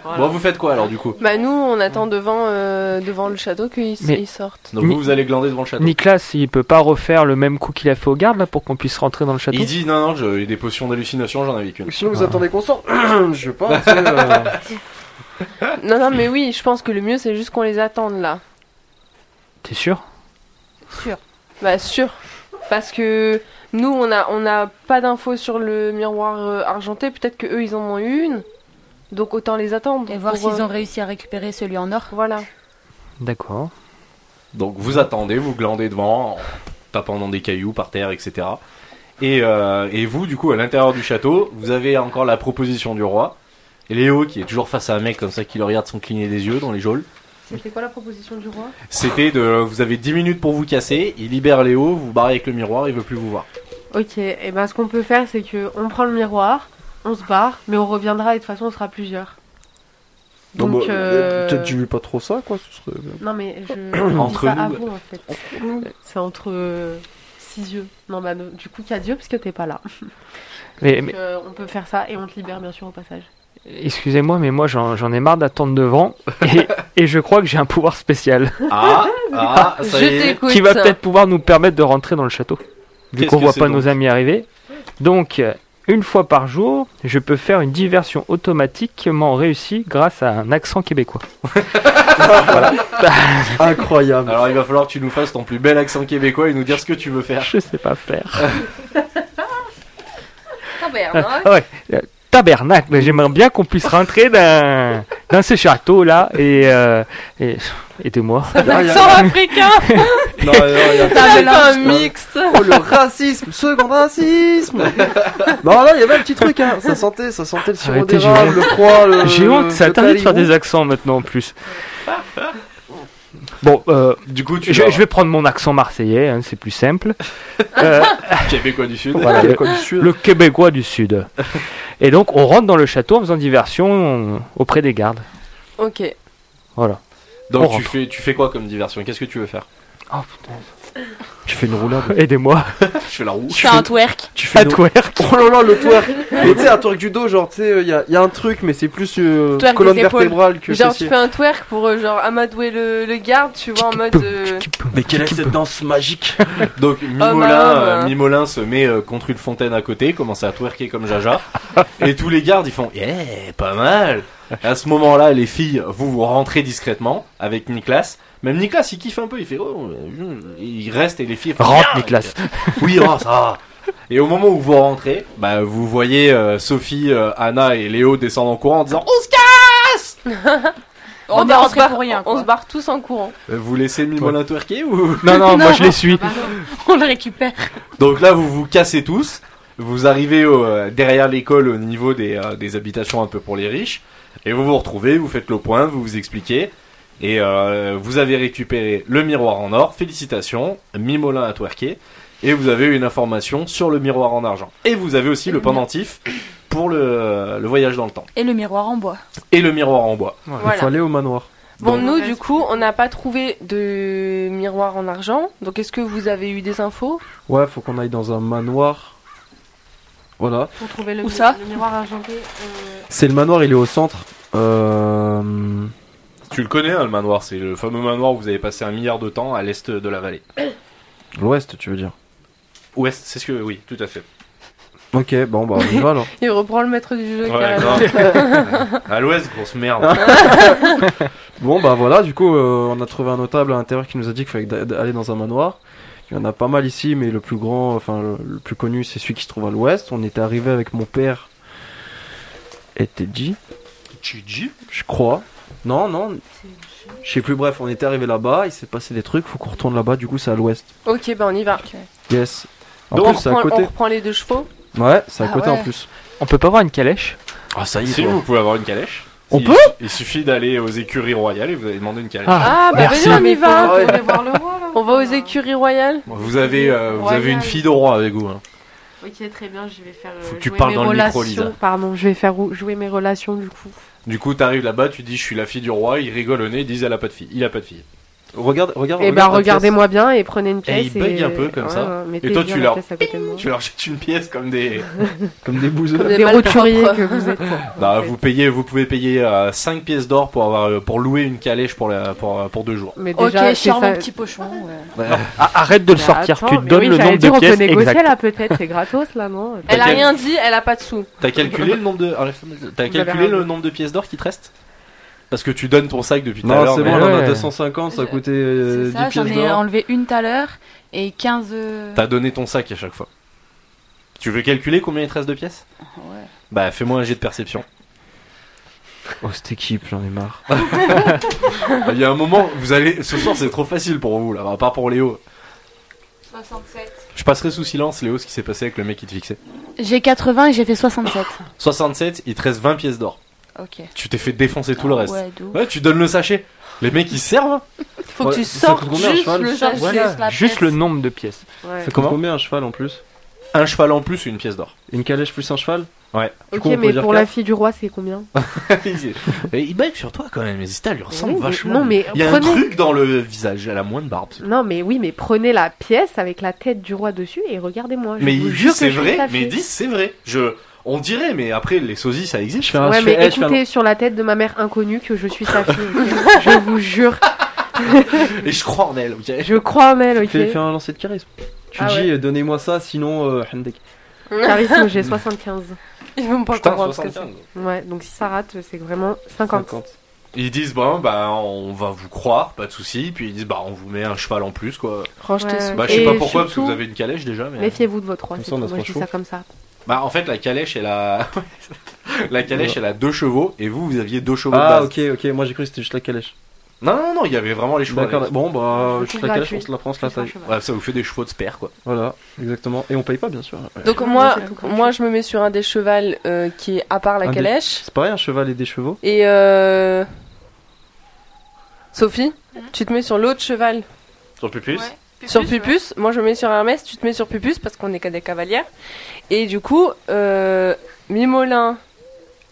[SPEAKER 1] Voilà.
[SPEAKER 4] Bon, vous faites quoi alors du coup
[SPEAKER 1] Bah nous, on attend devant, euh, devant le château qu'ils
[SPEAKER 9] Mais-
[SPEAKER 1] ils sortent.
[SPEAKER 3] Donc vous, vous allez glander devant le château.
[SPEAKER 9] Nicolas, il peut pas refaire le même coup qu'il a fait au garde là pour qu'on puisse rentrer dans le château.
[SPEAKER 3] Il dit non, non, j'ai des potions d'hallucination, j'en avais qu'une.
[SPEAKER 4] Sinon, vous
[SPEAKER 9] Ah.
[SPEAKER 4] attendez qu'on sorte [CLEARS THROAT] Je sais pas. tu sais, euh,
[SPEAKER 1] Non, non, mais oui, je pense que le mieux, c'est juste qu'on les attende là.
[SPEAKER 9] [LAUGHS] T'es sûr
[SPEAKER 1] Bah sûr, parce que nous, on a, on a pas d'infos sur le miroir euh, argenté. Peut-être que eux, ils en ont eu une. Donc autant les attendre.
[SPEAKER 2] Et voir
[SPEAKER 1] pour,
[SPEAKER 2] s'ils
[SPEAKER 1] euh,
[SPEAKER 2] ont réussi à récupérer celui en or.
[SPEAKER 1] Voilà.
[SPEAKER 9] D'accord.
[SPEAKER 3] Donc vous attendez, vous glandez devant, en tapant dans des cailloux par terre, etc. Et, euh, et vous, du coup, à l'intérieur du château, vous avez encore la proposition du roi. Et Léo, qui est toujours face à un mec comme ça, qui le regarde sans cligner des yeux dans les geôles,
[SPEAKER 8] C'était quoi la proposition du roi
[SPEAKER 3] c'était de... Vous avez 10 minutes pour vous casser, il libère Léo, vous barrez avec le miroir, il veut plus vous voir.
[SPEAKER 8] Ok, et ben ce qu'on peut faire, c'est que on prend le miroir, on se barre, mais on reviendra et de toute façon on sera plusieurs. Donc,
[SPEAKER 4] non, bah,
[SPEAKER 8] euh,
[SPEAKER 4] Peut-être dis-lui pas trop ça, quoi. Ce serait...
[SPEAKER 8] Non mais
[SPEAKER 3] [CLEARS THROAT]
[SPEAKER 8] je
[SPEAKER 3] Entre
[SPEAKER 8] entre pas
[SPEAKER 3] nous,
[SPEAKER 8] à
[SPEAKER 3] ouais.
[SPEAKER 8] vous en fait. [LAUGHS] C'est entre euh, six yeux. Non bah non, du coup qu'à Dieu parce que t'es pas là.
[SPEAKER 9] Mais,
[SPEAKER 8] Donc, euh, on peut faire ça et on te libère bien sûr au passage.
[SPEAKER 9] Excusez-moi, mais moi j'en j'en ai marre d'attendre devant et, et je crois que j'ai un pouvoir spécial
[SPEAKER 3] Ah,
[SPEAKER 1] [LAUGHS]
[SPEAKER 3] ah, ça y
[SPEAKER 1] Je
[SPEAKER 3] est.
[SPEAKER 1] t'écoute.
[SPEAKER 9] qui va peut-être pouvoir nous permettre de rentrer dans le château vu
[SPEAKER 3] Qu'est-ce
[SPEAKER 9] qu'on
[SPEAKER 3] que
[SPEAKER 9] voit
[SPEAKER 3] c'est
[SPEAKER 9] pas
[SPEAKER 3] donc
[SPEAKER 9] nos amis arriver. Donc euh, une fois par jour, je peux faire une diversion automatiquement réussie grâce à un accent québécois.
[SPEAKER 4] Incroyable.
[SPEAKER 3] Alors il va falloir que tu nous fasses ton plus bel accent québécois et nous dire ce que tu veux faire.
[SPEAKER 9] Je sais pas faire.
[SPEAKER 1] Tabernacle.
[SPEAKER 9] Ah ouais, euh, tabernacle. J'aimerais bien qu'on puisse rentrer dans, dans ce château là et euh, et aidez-moi.
[SPEAKER 1] Accent africain.
[SPEAKER 4] Non, non, il y a-
[SPEAKER 1] Ça fait un mixte.
[SPEAKER 4] Oh, le racisme, second racisme
[SPEAKER 9] [LAUGHS]
[SPEAKER 4] Non, là, il y avait un petit truc, hein. Ça sentait, ça sentait le sirop
[SPEAKER 9] Arrêtez,
[SPEAKER 4] d'érable, le croix, le...
[SPEAKER 9] J'ai honte,
[SPEAKER 4] euh, le
[SPEAKER 9] ça t'arrive de faire
[SPEAKER 4] talibou.
[SPEAKER 9] des accents maintenant en plus. Bon, euh,
[SPEAKER 3] Du coup, tu
[SPEAKER 9] je,
[SPEAKER 3] vas-
[SPEAKER 9] je vais prendre mon accent marseillais, hein, c'est plus simple. Euh,
[SPEAKER 3] Québécois du Sud.
[SPEAKER 9] voilà, le,
[SPEAKER 4] Comme sûr.
[SPEAKER 9] le Québécois du Sud. Et donc, on rentre dans le château en faisant diversion euh, auprès des gardes.
[SPEAKER 1] Ok.
[SPEAKER 9] Voilà.
[SPEAKER 3] Donc
[SPEAKER 9] On
[SPEAKER 3] tu fais, tu fais quoi comme diversion Qu'est-ce que tu veux faire
[SPEAKER 9] Oh putain.
[SPEAKER 4] Tu fais une roulade.
[SPEAKER 9] Aidez-moi.
[SPEAKER 3] Je fais la roue.
[SPEAKER 2] Je fais un twerk.
[SPEAKER 4] Tu fais
[SPEAKER 9] À
[SPEAKER 4] une...
[SPEAKER 9] twerk.
[SPEAKER 4] [LAUGHS] Oh là là, le
[SPEAKER 9] [LAUGHS]
[SPEAKER 4] twerk Mais tu sais, un twerk du dos, genre, tu sais, il y a, y a un truc, mais c'est plus euh,
[SPEAKER 1] Twerk des
[SPEAKER 4] colonne
[SPEAKER 1] épaules.
[SPEAKER 4] vertébrale que
[SPEAKER 1] Genre, tu
[SPEAKER 4] fessier.
[SPEAKER 1] fais un twerk pour euh, genre amadouer le, le garde, tu vois, en mode. euh,
[SPEAKER 4] Mais quelle est cette danse magique
[SPEAKER 3] Donc
[SPEAKER 1] Homme
[SPEAKER 3] Mimolin,
[SPEAKER 1] à homme.
[SPEAKER 3] euh, Mimolin se met euh, contre une fontaine à côté, commence à twerker comme
[SPEAKER 1] [LAUGHS]
[SPEAKER 3] Jaja, et tous les gardes ils font yeah, pas mal. À ce moment-là, les filles, vous vous rentrez discrètement avec Nicolas. Même Nicolas, il kiffe un peu, il fait oh, euh, il reste et les filles font,
[SPEAKER 9] Rentre,
[SPEAKER 3] Bien
[SPEAKER 9] Nicolas.
[SPEAKER 3] Oui, oh, ça. va. Et au moment où vous rentrez, bah vous voyez euh, Sophie, euh, Anna et Léo descendre en courant en disant on se casse.
[SPEAKER 2] On est
[SPEAKER 1] bah, se
[SPEAKER 2] rentré
[SPEAKER 1] barre-
[SPEAKER 2] pour rien,
[SPEAKER 1] On
[SPEAKER 2] quoi.
[SPEAKER 1] se barre tous en courant.
[SPEAKER 3] Vous laissez Mimolin twerker ou
[SPEAKER 9] Non, non, moi je les suis.
[SPEAKER 2] [LAUGHS] On le récupère.
[SPEAKER 3] Donc là, vous vous cassez tous. Vous arrivez au, euh, derrière l'école au niveau des, euh, des habitations un peu pour les riches. Et vous vous retrouvez, vous faites le point, vous vous expliquez. Et euh, vous avez récupéré le miroir en or. Félicitations, Mimolin a twerké. Et vous avez une information sur le miroir en argent. Et vous avez aussi le pendentif pour le, le voyage dans le temps.
[SPEAKER 2] Et le miroir en bois.
[SPEAKER 3] Et le miroir en bois.
[SPEAKER 4] Il faut
[SPEAKER 1] Voilà.
[SPEAKER 4] aller au manoir.
[SPEAKER 1] Bon,
[SPEAKER 8] Bon,
[SPEAKER 1] nous,
[SPEAKER 8] reste-
[SPEAKER 1] du coup, on n'a pas trouvé de miroir en argent. Donc, est-ce que vous avez eu des infos
[SPEAKER 4] Ouais, faut qu'on aille dans un manoir. Voilà.
[SPEAKER 8] Pour trouver le,
[SPEAKER 2] Où
[SPEAKER 8] mi-
[SPEAKER 2] ça
[SPEAKER 8] le miroir argenté. euh,
[SPEAKER 4] C'est le manoir, il est au centre. Euh...
[SPEAKER 3] Tu le connais, hein, le manoir. C'est le fameux manoir où vous avez passé un milliard de temps à l'est de la vallée.
[SPEAKER 4] L'ouest, tu veux dire.
[SPEAKER 3] Ouest, c'est ce que... Oui, tout à fait.
[SPEAKER 4] Ok, bon, bah, on y va alors.
[SPEAKER 1] Il reprend le maître du jeu.
[SPEAKER 3] Ouais,
[SPEAKER 1] carrément.
[SPEAKER 8] [LAUGHS]
[SPEAKER 3] grave. à l'ouest, grosse merde.
[SPEAKER 4] Bon bah voilà, du coup euh, on a trouvé un notable à l'intérieur qui nous a dit qu'il fallait d'a- aller dans un manoir. Il y en a pas mal ici, mais le plus grand, enfin le, le plus connu, c'est celui qui se trouve à l'ouest. On était arrivé avec mon père et Teddy,
[SPEAKER 3] Gigi
[SPEAKER 4] je crois. Non, non, je sais plus. Bref, on était arrivé là-bas, il s'est passé des trucs, faut qu'on retourne là-bas. Du coup, c'est à l'ouest.
[SPEAKER 1] Ok, ben on y va.
[SPEAKER 4] Yes. En
[SPEAKER 1] Donc, on,
[SPEAKER 4] plus, c'est à
[SPEAKER 1] reprend, on
[SPEAKER 4] côté.
[SPEAKER 1] reprend les deux chevaux.
[SPEAKER 4] Ouais, c'est à
[SPEAKER 2] Ah
[SPEAKER 4] côté
[SPEAKER 2] ouais.
[SPEAKER 4] en plus.
[SPEAKER 9] On peut pas avoir une calèche
[SPEAKER 4] Ah ça
[SPEAKER 3] Si vous pouvez avoir une calèche.
[SPEAKER 4] On
[SPEAKER 3] Il-
[SPEAKER 4] peut
[SPEAKER 3] Il suffit d'aller aux écuries royales et vous allez demander une calèche.
[SPEAKER 1] Ah, bah
[SPEAKER 9] merci.
[SPEAKER 1] venez, on y va.
[SPEAKER 8] on va voir le roi là.
[SPEAKER 1] On va aux écuries royales.
[SPEAKER 3] Vous avez, euh, vous avez une
[SPEAKER 8] Royale.
[SPEAKER 3] fille de roi avec vous. hein.
[SPEAKER 8] Ok, très bien, je vais faire. euh,
[SPEAKER 3] Faut que tu
[SPEAKER 8] jouer
[SPEAKER 3] parles
[SPEAKER 8] mes
[SPEAKER 3] dans le micro,
[SPEAKER 8] relations.
[SPEAKER 3] Lisa.
[SPEAKER 8] Pardon, je vais faire ou- jouer mes relations du coup.
[SPEAKER 3] Du coup, t'arrives là-bas, tu dis je suis la fille du roi, ils rigolent au nez, ils disent elle a pas de fille, il a pas de fille.
[SPEAKER 4] Regarde,
[SPEAKER 3] Oh,
[SPEAKER 4] regarde.
[SPEAKER 2] Eh
[SPEAKER 8] Et ben
[SPEAKER 4] regarde la
[SPEAKER 8] regardez-moi bien et prenez une
[SPEAKER 3] Et
[SPEAKER 8] pièce.
[SPEAKER 3] il bug un peu comme
[SPEAKER 8] ouais,
[SPEAKER 3] ça.
[SPEAKER 8] ouais, mettez
[SPEAKER 3] toi,
[SPEAKER 8] bien
[SPEAKER 3] tu
[SPEAKER 8] la
[SPEAKER 3] leur-
[SPEAKER 8] pièce à côté de moi.
[SPEAKER 3] Tu leur jettes une pièce comme
[SPEAKER 8] [LAUGHS]
[SPEAKER 3] des.
[SPEAKER 4] pièce, Comme des bouseux.
[SPEAKER 8] Des roturiers que vous êtes.
[SPEAKER 3] Bah, vous payez, vous pouvez payer 5 pièces d'or pour avoir, euh, pour louer une calèche pour la, pour, euh, pour deux jours.
[SPEAKER 8] Mais
[SPEAKER 2] Ok,
[SPEAKER 8] déjà, c'est
[SPEAKER 2] charme
[SPEAKER 8] ça.
[SPEAKER 2] mon petit pochon. ouais.
[SPEAKER 9] Ah, arrête de le
[SPEAKER 8] Mais
[SPEAKER 9] sortir,
[SPEAKER 8] attends,
[SPEAKER 9] tu te
[SPEAKER 8] mais
[SPEAKER 9] donnes
[SPEAKER 8] oui,
[SPEAKER 9] le
[SPEAKER 8] j'allais
[SPEAKER 9] nombre
[SPEAKER 8] dire,
[SPEAKER 9] de
[SPEAKER 8] on peut
[SPEAKER 9] pièces
[SPEAKER 8] négocier
[SPEAKER 9] exactes.
[SPEAKER 8] là peut-être, c'est gratos là, [LAUGHS] non
[SPEAKER 3] Elle
[SPEAKER 1] Elle
[SPEAKER 3] a
[SPEAKER 1] a
[SPEAKER 3] T'inquiète. rien
[SPEAKER 1] rien dit, elle a pas de sous.
[SPEAKER 3] T'as calculé le nombre de, ah, la femme, t'as
[SPEAKER 8] Vous avez
[SPEAKER 3] calculé le
[SPEAKER 8] raison.
[SPEAKER 3] nombre de pièces d'or qui te reste Parce que tu donnes ton sac depuis tout à
[SPEAKER 4] Non,
[SPEAKER 3] l'heure.
[SPEAKER 4] c'est
[SPEAKER 3] mais- euh,
[SPEAKER 4] bon, là, on a
[SPEAKER 9] ouais.
[SPEAKER 4] 250, ça coûtait euh,
[SPEAKER 2] C'est
[SPEAKER 4] 10
[SPEAKER 2] ça, j'en
[SPEAKER 4] pièces
[SPEAKER 2] ai
[SPEAKER 4] d'or.
[SPEAKER 2] enlevé une tout à l'heure et 15. euh,
[SPEAKER 3] T'as donné ton sac à chaque fois. Tu veux calculer combien il te reste de pièces
[SPEAKER 8] Ah
[SPEAKER 2] ouais.
[SPEAKER 3] Bah, fais-moi un jet de perception.
[SPEAKER 4] Oh, cette équipe, j'en ai marre.
[SPEAKER 3] [LAUGHS] Il y a un moment, vous allez. Ce soir, c'est trop facile pour vous, là, à part pour Léo.
[SPEAKER 5] 67.
[SPEAKER 3] Je passerai sous silence, Léo, ce qui s'est passé avec le mec qui te fixait.
[SPEAKER 2] J'ai 80 et j'ai fait 67.
[SPEAKER 3] 67, il te reste 20 pièces d'or.
[SPEAKER 2] ok.
[SPEAKER 3] Tu t'es fait défoncer tout le
[SPEAKER 8] Ah
[SPEAKER 3] reste.
[SPEAKER 2] Ouais, d'où
[SPEAKER 3] Ouais, tu donnes le sachet. Les mecs, ils servent.
[SPEAKER 5] Faut
[SPEAKER 4] Ouais,
[SPEAKER 5] que tu
[SPEAKER 4] ça
[SPEAKER 5] sortes
[SPEAKER 4] coûte combien, un
[SPEAKER 5] juste
[SPEAKER 4] cheval
[SPEAKER 5] le
[SPEAKER 2] Sortir
[SPEAKER 5] sachet.
[SPEAKER 2] la
[SPEAKER 9] Juste
[SPEAKER 2] pièce.
[SPEAKER 9] le nombre de pièces.
[SPEAKER 8] Ouais.
[SPEAKER 4] Ça coûte
[SPEAKER 3] Comment
[SPEAKER 4] combien un cheval en plus
[SPEAKER 3] Un cheval en plus, une pièce
[SPEAKER 4] [LAUGHS]
[SPEAKER 3] d'or.
[SPEAKER 4] Une calèche plus un cheval Du
[SPEAKER 8] Ok,
[SPEAKER 4] coup, on peut
[SPEAKER 8] mais
[SPEAKER 4] dire
[SPEAKER 8] pour la
[SPEAKER 4] quatre.
[SPEAKER 8] fille du roi, c'est combien
[SPEAKER 3] Et il bug sur toi quand même, Zista lui ressemble
[SPEAKER 8] oui, mais-
[SPEAKER 3] vachement.
[SPEAKER 8] non, mais
[SPEAKER 3] il y a un
[SPEAKER 8] prenez-
[SPEAKER 3] truc dans le visage, elle a moins de barbe.
[SPEAKER 8] Non, mais oui, mais prenez la pièce avec la tête du roi dessus et regardez-moi. Je
[SPEAKER 3] mais
[SPEAKER 8] vous
[SPEAKER 3] il dit
[SPEAKER 8] jure que
[SPEAKER 3] c'est
[SPEAKER 8] je suis
[SPEAKER 3] vrai,
[SPEAKER 8] sa
[SPEAKER 3] mais
[SPEAKER 8] fille.
[SPEAKER 3] il dit c'est vrai. Je, on dirait, mais après les sosies ça
[SPEAKER 4] Je
[SPEAKER 3] existe.
[SPEAKER 8] [LAUGHS]
[SPEAKER 4] fais un-
[SPEAKER 8] Ouais,
[SPEAKER 4] je
[SPEAKER 8] mais
[SPEAKER 4] fais- eh, je fais un-
[SPEAKER 8] écoutez sur la tête de ma mère inconnue que je suis sa fille. ok je vous jure,
[SPEAKER 3] Et je crois en elle. ok
[SPEAKER 8] je crois en elle,
[SPEAKER 4] Fais, fais
[SPEAKER 8] ok.
[SPEAKER 4] un lancer de charisme. Tu
[SPEAKER 8] Ah
[SPEAKER 4] dis,
[SPEAKER 8] ouais.
[SPEAKER 4] euh, donnez-moi ça, sinon, euh, Hendek.
[SPEAKER 8] Charisme, j'ai 75.
[SPEAKER 1] [LAUGHS] Ils vont pas
[SPEAKER 3] Putain,
[SPEAKER 1] comprendre ce que
[SPEAKER 3] 75.
[SPEAKER 1] c'est.
[SPEAKER 8] Ouais, donc si ça rate, c'est vraiment 50.
[SPEAKER 3] Ils disent bon bah on va vous croire, pas de souci. Puis ils disent bah on vous met un cheval en plus quoi.
[SPEAKER 1] Range tes
[SPEAKER 8] Ouais.
[SPEAKER 1] sous.
[SPEAKER 3] Bah je sais
[SPEAKER 8] Et
[SPEAKER 3] pas pourquoi parce que
[SPEAKER 8] surtout-
[SPEAKER 3] vous avez une calèche déjà. Mais...
[SPEAKER 8] Méfiez-vous de votre roi,
[SPEAKER 4] Comme
[SPEAKER 8] c'est
[SPEAKER 4] ça, on
[SPEAKER 8] tout.
[SPEAKER 4] a
[SPEAKER 8] Moi,
[SPEAKER 4] trois
[SPEAKER 8] je dis
[SPEAKER 4] chevaux.
[SPEAKER 8] ça comme ça.
[SPEAKER 3] Bah en fait la calèche elle a, [LAUGHS] la calèche elle a deux chevaux et vous vous aviez deux chevaux de
[SPEAKER 4] Ah,
[SPEAKER 3] base.
[SPEAKER 4] ok, ok, moi j'ai cru que c'était juste la calèche.
[SPEAKER 3] Non non non il y avait vraiment les chevaux.
[SPEAKER 4] D'accord,
[SPEAKER 3] avec.
[SPEAKER 4] bon, bah,
[SPEAKER 8] Je
[SPEAKER 4] juste
[SPEAKER 8] trouve
[SPEAKER 4] la calèche,
[SPEAKER 8] gratuit.
[SPEAKER 4] on se la prend, on se la
[SPEAKER 8] C'est un
[SPEAKER 4] taille.
[SPEAKER 8] cheval.
[SPEAKER 3] Ouais, ça vous fait des chevaux de sperre quoi.
[SPEAKER 4] Voilà, exactement. Et on paye pas, bien sûr. Ouais.
[SPEAKER 1] Donc moi, moi je me mets sur un des chevals euh, qui est à part
[SPEAKER 4] Un
[SPEAKER 1] la
[SPEAKER 4] des-
[SPEAKER 1] calèche.
[SPEAKER 4] C'est pareil, un cheval et des chevaux
[SPEAKER 1] Et euh... Sophie, tu te mets sur l'autre cheval.
[SPEAKER 3] Sur Pupus.
[SPEAKER 5] Ouais. Pupus,
[SPEAKER 1] sur
[SPEAKER 5] ouais.
[SPEAKER 1] Mhm. Pupus, moi je me mets sur Hermès, tu te mets sur Pupus parce qu'on est qu'à des cavalières. Et du coup, euh, Mimolin,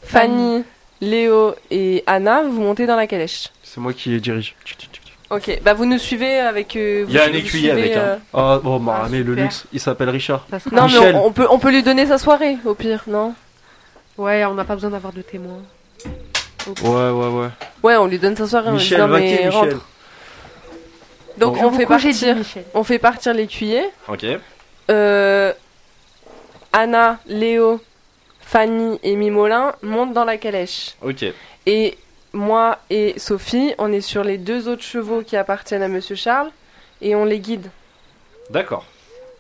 [SPEAKER 1] Fanny, Léo et Anna, vous montez dans la calèche.
[SPEAKER 4] C'est moi qui les dirige.
[SPEAKER 1] Ok, bah vous nous suivez avec. euh, vous-
[SPEAKER 3] Il y a un
[SPEAKER 1] vous
[SPEAKER 3] écuyer
[SPEAKER 1] suivez,
[SPEAKER 3] avec, hein.
[SPEAKER 1] euh,
[SPEAKER 4] Ah, oh, bah,
[SPEAKER 8] Ah,
[SPEAKER 4] mais le
[SPEAKER 8] super.
[SPEAKER 4] luxe, il s'appelle Richard.
[SPEAKER 8] Ça sera-
[SPEAKER 1] Non,
[SPEAKER 4] Michel.
[SPEAKER 1] mais on, on peut, on peut lui donner sa soirée au pire, non
[SPEAKER 8] Ouais, on n'a pas besoin d'avoir de témoins.
[SPEAKER 4] Ouais, ouais, ouais.
[SPEAKER 1] Ouais, on lui donne sa
[SPEAKER 8] Ah,
[SPEAKER 1] soirée.
[SPEAKER 4] Michel,
[SPEAKER 1] on lui dit, non, mais
[SPEAKER 4] vaquer, Michel.
[SPEAKER 1] rentre. Donc
[SPEAKER 4] Bon.
[SPEAKER 1] on, fait
[SPEAKER 8] Pourquoi j'ai dit
[SPEAKER 1] partir,
[SPEAKER 8] Michel
[SPEAKER 1] on fait partir l'écuyer.
[SPEAKER 3] Ok.
[SPEAKER 1] Euh, Anna, Léo, Fanny et Mimolin montent dans la calèche.
[SPEAKER 3] Ok.
[SPEAKER 1] Et moi et Sophie, on est sur les deux autres chevaux qui appartiennent à Monsieur Charles et on les guide.
[SPEAKER 3] D'accord.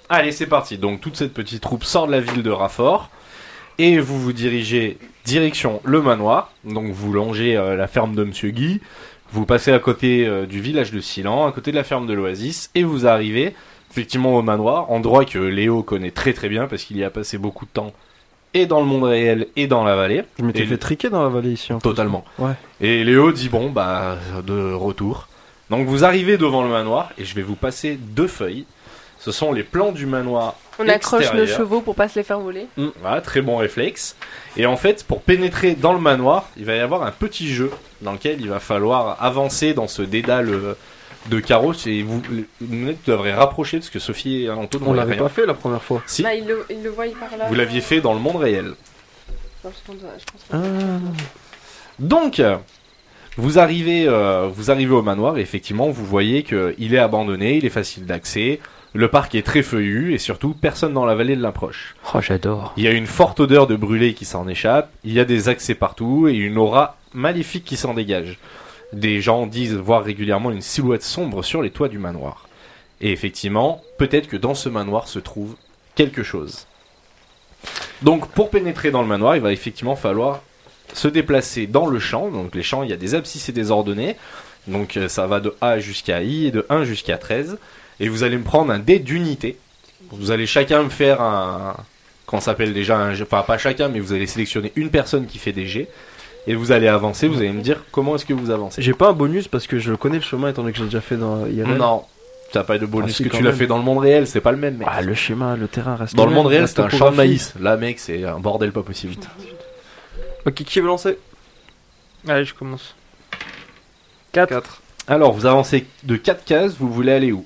[SPEAKER 3] Allez, c'est parti. Donc toute cette petite troupe sort de la ville de Raffort et vous vous dirigez direction le manoir. Donc vous longez euh, la ferme de Monsieur Guy, vous passez à côté euh, du village de Silan, à côté de la ferme de l'Oasis et vous arrivez effectivement au manoir, endroit que Léo connaît très très bien parce qu'il y a passé beaucoup de temps et dans le monde réel et dans la vallée.
[SPEAKER 4] Je m'étais
[SPEAKER 3] Et-
[SPEAKER 4] fait triquer dans la vallée ici. hein.
[SPEAKER 3] Totalement.
[SPEAKER 4] Ouais.
[SPEAKER 3] Et Léo dit bon bah de retour. Donc vous arrivez devant le manoir et je vais vous passer deux feuilles. Ce sont les plans du manoir.
[SPEAKER 1] On accroche nos
[SPEAKER 3] extérieur.
[SPEAKER 1] chevaux pour pas se les faire voler.
[SPEAKER 3] Voilà, très bon réflexe. Et en fait, pour pénétrer dans le manoir, il va y avoir un petit jeu dans lequel il va falloir avancer dans ce dédale euh, de carrosse et vous, vous devrez rapprocher parce que Sophie et Anto ne
[SPEAKER 4] On
[SPEAKER 3] voyaient
[SPEAKER 4] l'avait
[SPEAKER 3] rien.
[SPEAKER 4] pas fait la première fois.
[SPEAKER 3] Si,
[SPEAKER 1] Bah, il le, il le voit, il part là.
[SPEAKER 3] vous l'aviez fait dans le monde réel.
[SPEAKER 1] Non, je pense- je pense-
[SPEAKER 3] Donc, euh, vous arrivez, euh, vous arrivez au manoir et effectivement, vous voyez qu'il est abandonné, il est facile d'accès, le parc est très feuillu et surtout, personne dans la vallée ne l'approche.
[SPEAKER 9] Oh, j'adore.
[SPEAKER 3] Il y a une forte odeur de brûlé qui s'en échappe, il y a des accès partout et une aura maléfique qui s'en dégage. Des gens disent voir régulièrement une silhouette sombre sur les toits du manoir. Et effectivement, peut-être que dans ce manoir se trouve quelque chose. Donc pour pénétrer dans le manoir, il va effectivement falloir se déplacer dans le champ. Donc les champs, il y a des abscisses et des ordonnées. Donc euh, ça va de A jusqu'à I et de 1 jusqu'à 13. Et vous allez me prendre un dé d'unité. Vous allez chacun me faire un, qu'on s'appelle déjà un jeu, enfin pas chacun, mais vous allez sélectionner une personne qui fait des jets et vous allez avancer. Vous allez me dire comment est-ce que vous avancez.
[SPEAKER 4] J'ai pas un bonus parce que je connais le chemin étant donné que j'ai déjà fait dans IRL.
[SPEAKER 3] Non, t'as pas de bonus
[SPEAKER 4] Ah, si,
[SPEAKER 3] que
[SPEAKER 4] quand
[SPEAKER 3] tu l'as
[SPEAKER 4] même.
[SPEAKER 3] fait dans le monde réel, c'est pas le même. Mec.
[SPEAKER 4] Ah, le schéma, le terrain reste.
[SPEAKER 3] dans le
[SPEAKER 4] même,
[SPEAKER 3] monde réel,
[SPEAKER 4] reste
[SPEAKER 3] c'est un
[SPEAKER 4] topographie.
[SPEAKER 3] champ de maïs. Là, mec, c'est un bordel pas possible.
[SPEAKER 4] Ok, qui veut lancer
[SPEAKER 9] Allez, je commence. 4.
[SPEAKER 3] Alors, vous avancez de 4 cases, vous voulez aller où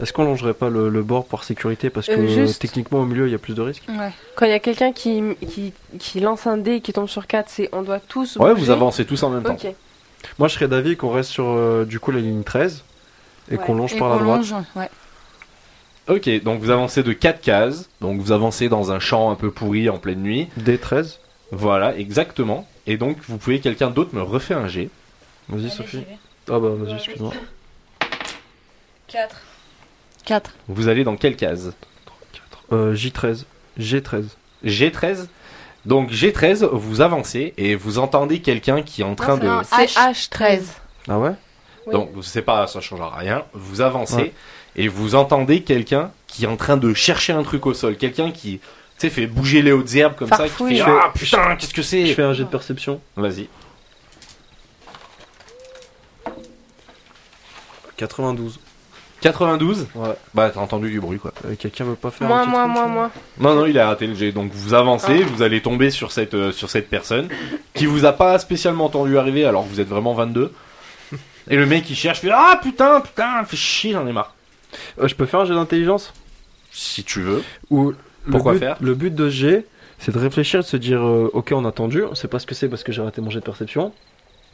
[SPEAKER 4] Est-ce qu'on longerait pas le, le bord par sécurité Parce que
[SPEAKER 1] Euh, juste.
[SPEAKER 4] techniquement, au milieu, il y a plus de risques.
[SPEAKER 2] Ouais.
[SPEAKER 1] Quand il y a quelqu'un qui, qui, qui lance un dé et qui tombe sur 4, c'est on doit tous.
[SPEAKER 3] Ouais,
[SPEAKER 1] bouger
[SPEAKER 3] vous avancez tous en même temps.
[SPEAKER 1] Ok.
[SPEAKER 4] Moi, je serais d'avis qu'on reste sur euh, du coup la ligne 13 et
[SPEAKER 1] Ouais.
[SPEAKER 4] qu'on longe
[SPEAKER 2] Et
[SPEAKER 4] par la
[SPEAKER 2] qu'on
[SPEAKER 4] droite.
[SPEAKER 2] longe, ouais.
[SPEAKER 3] Ok, donc vous avancez de 4 cases, donc vous avancez dans un champ un peu pourri en pleine nuit.
[SPEAKER 4] D13.
[SPEAKER 3] Voilà, exactement. Et donc, vous pouvez, quelqu'un d'autre me refait un jet.
[SPEAKER 4] Vas-y, Sophie. Ah bah, vas-y, excuse-moi.
[SPEAKER 2] 4. 4.
[SPEAKER 3] Vous allez dans quelle case
[SPEAKER 4] Euh, J13. G13.
[SPEAKER 3] G13 Donc G13, vous avancez et vous entendez quelqu'un qui est en train de...
[SPEAKER 1] C'est H13.
[SPEAKER 4] Ah ouais
[SPEAKER 1] oui.
[SPEAKER 3] Donc c'est pas, ça changera rien. Vous avancez
[SPEAKER 4] Ouais.
[SPEAKER 3] et vous entendez quelqu'un qui est en train de chercher un truc au sol. Quelqu'un qui, tu sais, fait bouger les hautes herbes comme ça. Qui
[SPEAKER 1] Farfouille.
[SPEAKER 3] fait,
[SPEAKER 4] Je fais-
[SPEAKER 3] ah putain, qu'est-ce que
[SPEAKER 4] Je
[SPEAKER 3] c'est
[SPEAKER 4] fais un jet de perception.
[SPEAKER 3] Vas-y.
[SPEAKER 4] 92.
[SPEAKER 3] 92
[SPEAKER 4] Ouais.
[SPEAKER 3] Bah t'as entendu du bruit quoi.
[SPEAKER 4] Euh, Quelqu'un veut pas faire
[SPEAKER 1] Moi,
[SPEAKER 4] un petit
[SPEAKER 1] moi,
[SPEAKER 4] truc,
[SPEAKER 1] moi,
[SPEAKER 4] là
[SPEAKER 1] moi.
[SPEAKER 3] Non, non, il a raté le jet. Donc vous avancez, vous allez tomber sur cette, euh, sur cette personne qui vous a pas spécialement entendu arriver alors que vous êtes vraiment 22. Et le mec il cherche, fait Ah putain, putain, fait chier, j'en ai marre.
[SPEAKER 4] Euh, je peux faire un jet d'intelligence
[SPEAKER 3] Si tu veux.
[SPEAKER 4] Ou le
[SPEAKER 3] Pourquoi
[SPEAKER 4] but-
[SPEAKER 3] faire
[SPEAKER 4] Le but de ce jet, c'est de réfléchir, de se dire euh, Ok, on a tendu, on sait pas ce que c'est parce que j'ai raté mon jet de perception.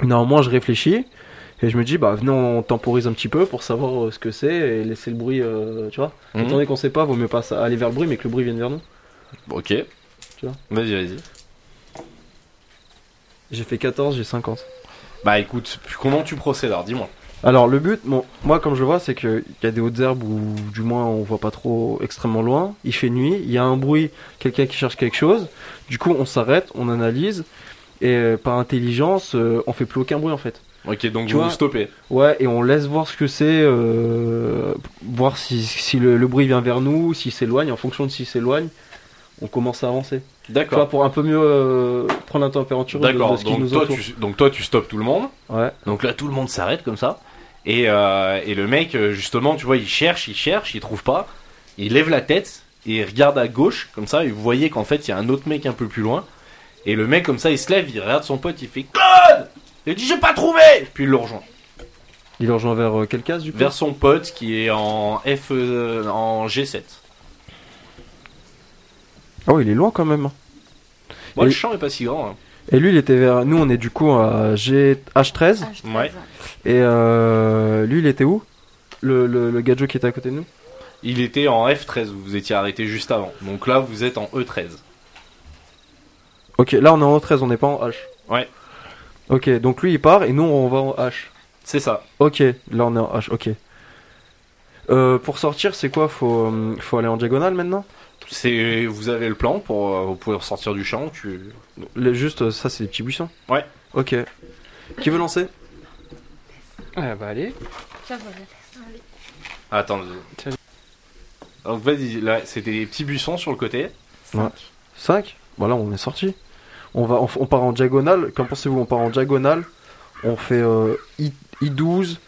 [SPEAKER 4] Néanmoins, je réfléchis et je me dis Bah, venez, on temporise un petit peu pour savoir euh, ce que c'est et laisser le bruit, euh, tu vois.
[SPEAKER 3] Mhm.
[SPEAKER 4] Attendez qu'on sait pas, vaut mieux pas ça- aller vers le bruit, mais que le bruit vienne vers nous.
[SPEAKER 3] Ok.
[SPEAKER 4] Tu vois.
[SPEAKER 3] Vas-y, vas-y.
[SPEAKER 4] J'ai fait 14, j'ai 50.
[SPEAKER 3] Bah écoute, comment tu procèdes alors Dis-moi.
[SPEAKER 4] Alors le but, bon, moi comme je vois, c'est qu'il y a des hautes herbes où du moins on voit pas trop extrêmement loin, il fait nuit, il y a un bruit, quelqu'un qui cherche quelque chose, du coup on s'arrête, on analyse, et euh, par intelligence euh, on fait plus aucun bruit en fait.
[SPEAKER 3] Ok, donc
[SPEAKER 4] Tu
[SPEAKER 3] vous
[SPEAKER 4] vois-
[SPEAKER 3] vous stoppez.
[SPEAKER 4] Ouais, et on laisse voir ce que c'est, euh, voir si, si le, le bruit vient vers nous, s'il s'éloigne, en fonction de s'il s'éloigne, on commence à avancer. Tu vois,
[SPEAKER 3] D'accord.
[SPEAKER 4] pour un peu mieux euh, prendre la température de, de
[SPEAKER 3] D'accord.
[SPEAKER 4] ce qui
[SPEAKER 3] Donc
[SPEAKER 4] nous
[SPEAKER 3] toi,
[SPEAKER 4] entoure.
[SPEAKER 3] tu, donc toi, tu stoppes tout le monde.
[SPEAKER 4] Ouais.
[SPEAKER 3] Donc là, tout le monde s'arrête comme ça. Et, euh, et le mec, euh, justement, tu vois, il cherche, il cherche, il trouve pas. Il lève la tête et il regarde à gauche comme ça. Et vous voyez qu'en fait, il y a un autre mec un peu plus loin. Et le mec comme ça, il se lève, il regarde son pote, il fait Claude. Il dit j'ai pas trouvé. Puis il le rejoint.
[SPEAKER 4] Il le rejoint vers euh, quelle case du coup
[SPEAKER 3] Vers son pote qui est en F euh, en G7.
[SPEAKER 4] Oh, il est loin quand même.
[SPEAKER 3] Bon,
[SPEAKER 4] Et-
[SPEAKER 3] le champ est pas si grand. hein.
[SPEAKER 4] Et lui, il était vers. Nous, on est du coup à G... H13.
[SPEAKER 3] Ouais.
[SPEAKER 4] Et euh, lui, il était où le, le, le gadget qui était à côté de nous
[SPEAKER 3] Il était en F13, vous vous étiez arrêté juste avant. Donc là, vous êtes en E E13.
[SPEAKER 4] Ok, là, on est en H13, on n'est pas en H.
[SPEAKER 3] Ouais.
[SPEAKER 4] Ok, donc lui, il part et nous, on va en H.
[SPEAKER 3] C'est ça.
[SPEAKER 4] Ok, là, on est en H, ok. Euh, pour sortir, c'est quoi faut, euh, faut aller en diagonale maintenant
[SPEAKER 3] C'est vous avez le plan pour euh, vous pouvez ressortir du champ. Tu...
[SPEAKER 4] Les- Juste, euh, ça, c'est des petits buissons
[SPEAKER 3] Ouais.
[SPEAKER 4] Ok. Qui veut lancer
[SPEAKER 9] Ah bah allez.
[SPEAKER 3] Attends. Donc vas-y, là c'était des petits buissons sur le côté.
[SPEAKER 4] 5 Voilà, on est sorti. On, va, on, on part en diagonale. Qu'en pensez-vous On part en diagonale. On fait euh, I, 12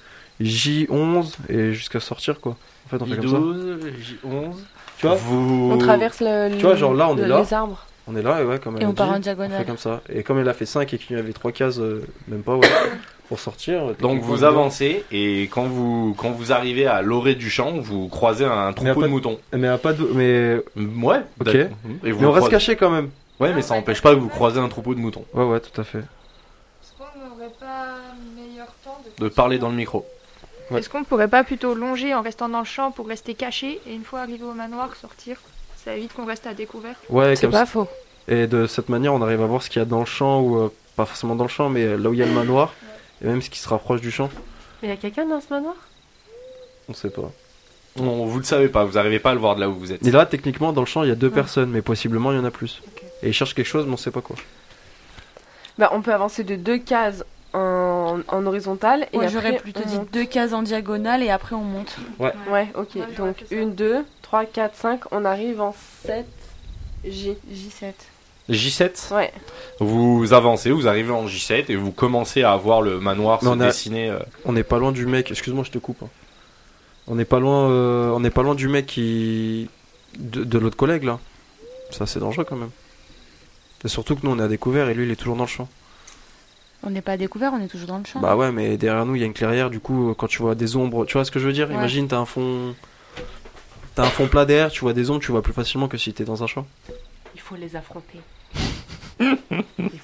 [SPEAKER 4] J11 et jusqu'à sortir quoi. En fait, on fait comme ça.
[SPEAKER 3] I12, J11.
[SPEAKER 4] Tu vois
[SPEAKER 3] vous...
[SPEAKER 1] On traverse le,
[SPEAKER 4] Tu vois, genre là, on est
[SPEAKER 1] le-
[SPEAKER 4] là.
[SPEAKER 1] les arbres.
[SPEAKER 4] On est là et ouais, comme
[SPEAKER 2] Et
[SPEAKER 4] elle
[SPEAKER 2] on
[SPEAKER 4] a
[SPEAKER 2] part en
[SPEAKER 4] dit, on fait
[SPEAKER 2] diagonale.
[SPEAKER 4] comme ça. Et comme elle a fait 5 et qu'il y avait 3 cases, euh, même pas, ouais, [COUGHS] pour sortir. euh,
[SPEAKER 3] Donc vous avancez et quand vous quand vous arrivez à l'orée du champ, vous croisez un troupeau
[SPEAKER 4] pas
[SPEAKER 3] de
[SPEAKER 4] de-
[SPEAKER 3] moutons.
[SPEAKER 4] Mais, à pas de... mais...
[SPEAKER 3] Mm, Ouais.
[SPEAKER 4] Ok.
[SPEAKER 3] d'accord. Et vous
[SPEAKER 4] mais on reste
[SPEAKER 3] croisez-
[SPEAKER 4] caché quand même.
[SPEAKER 3] Ouais, mais ça n'empêche pas que vous croisez un troupeau de moutons.
[SPEAKER 4] Ouais, ouais, tout à fait.
[SPEAKER 5] Est-ce qu'on n'aurait pas meilleur temps
[SPEAKER 3] De parler dans le micro.
[SPEAKER 4] Ouais.
[SPEAKER 5] Est-ce qu'on pourrait pas plutôt longer en restant dans le champ pour rester caché et une fois arrivé au manoir sortir Ça évite qu'on reste à découvert.
[SPEAKER 4] Ouais,
[SPEAKER 1] C'est
[SPEAKER 4] comme
[SPEAKER 1] pas faux.
[SPEAKER 4] Et de cette manière, on arrive à voir ce qu'il y a dans le champ, ou euh, pas forcément dans le champ, mais euh, là où il y a le manoir, et même ce qui se rapproche du champ,
[SPEAKER 8] Mais il y a quelqu'un dans ce manoir
[SPEAKER 4] on sait pas.
[SPEAKER 3] On, vous le savez pas, vous arrivez pas à le voir de là où vous êtes.
[SPEAKER 4] Et là, techniquement, dans le champ, il y a deux
[SPEAKER 2] Ah.
[SPEAKER 4] personnes, mais possiblement il y en a plus. Et ils cherchent quelque chose, mais on sait pas quoi.
[SPEAKER 1] Bah, on peut avancer de deux cases en, en horizontale et
[SPEAKER 2] Moi,
[SPEAKER 1] après,
[SPEAKER 2] j'aurais plutôt
[SPEAKER 1] on
[SPEAKER 2] dit
[SPEAKER 1] monte.
[SPEAKER 2] deux cases en diagonale et après on monte.
[SPEAKER 1] Ouais, ok.
[SPEAKER 5] Moi, j'aurais
[SPEAKER 1] Donc
[SPEAKER 5] fait ça.
[SPEAKER 1] 1, 2, 3, 4, 5. On arrive en 7. J, J7.
[SPEAKER 3] J7
[SPEAKER 1] Ouais.
[SPEAKER 3] Vous avancez, vous arrivez en J7 et vous commencez à voir le manoir
[SPEAKER 4] Mais
[SPEAKER 3] se
[SPEAKER 4] on a-
[SPEAKER 3] dessiner. euh.
[SPEAKER 4] On n'est pas loin du mec, excuse-moi, je te coupe. hein. On n'est pas loin, euh, on n'est pas loin du mec qui. de, de l'autre collègue là. C'est assez dangereux quand même. Et surtout que nous, on est à découvert et lui, il est toujours dans le champ.
[SPEAKER 2] On n'est pas découvert, on est toujours dans le champ.
[SPEAKER 4] Bah ouais, mais derrière nous, il y a une clairière, du coup, quand tu vois des ombres, tu vois ce que je veux dire
[SPEAKER 2] Ouais.
[SPEAKER 4] Imagine, t'as un fond. T'as un fond plat derrière, tu vois des ombres, tu vois plus facilement que si t'es dans un champ.
[SPEAKER 8] Il faut
[SPEAKER 4] [LAUGHS]
[SPEAKER 8] les affronter. Il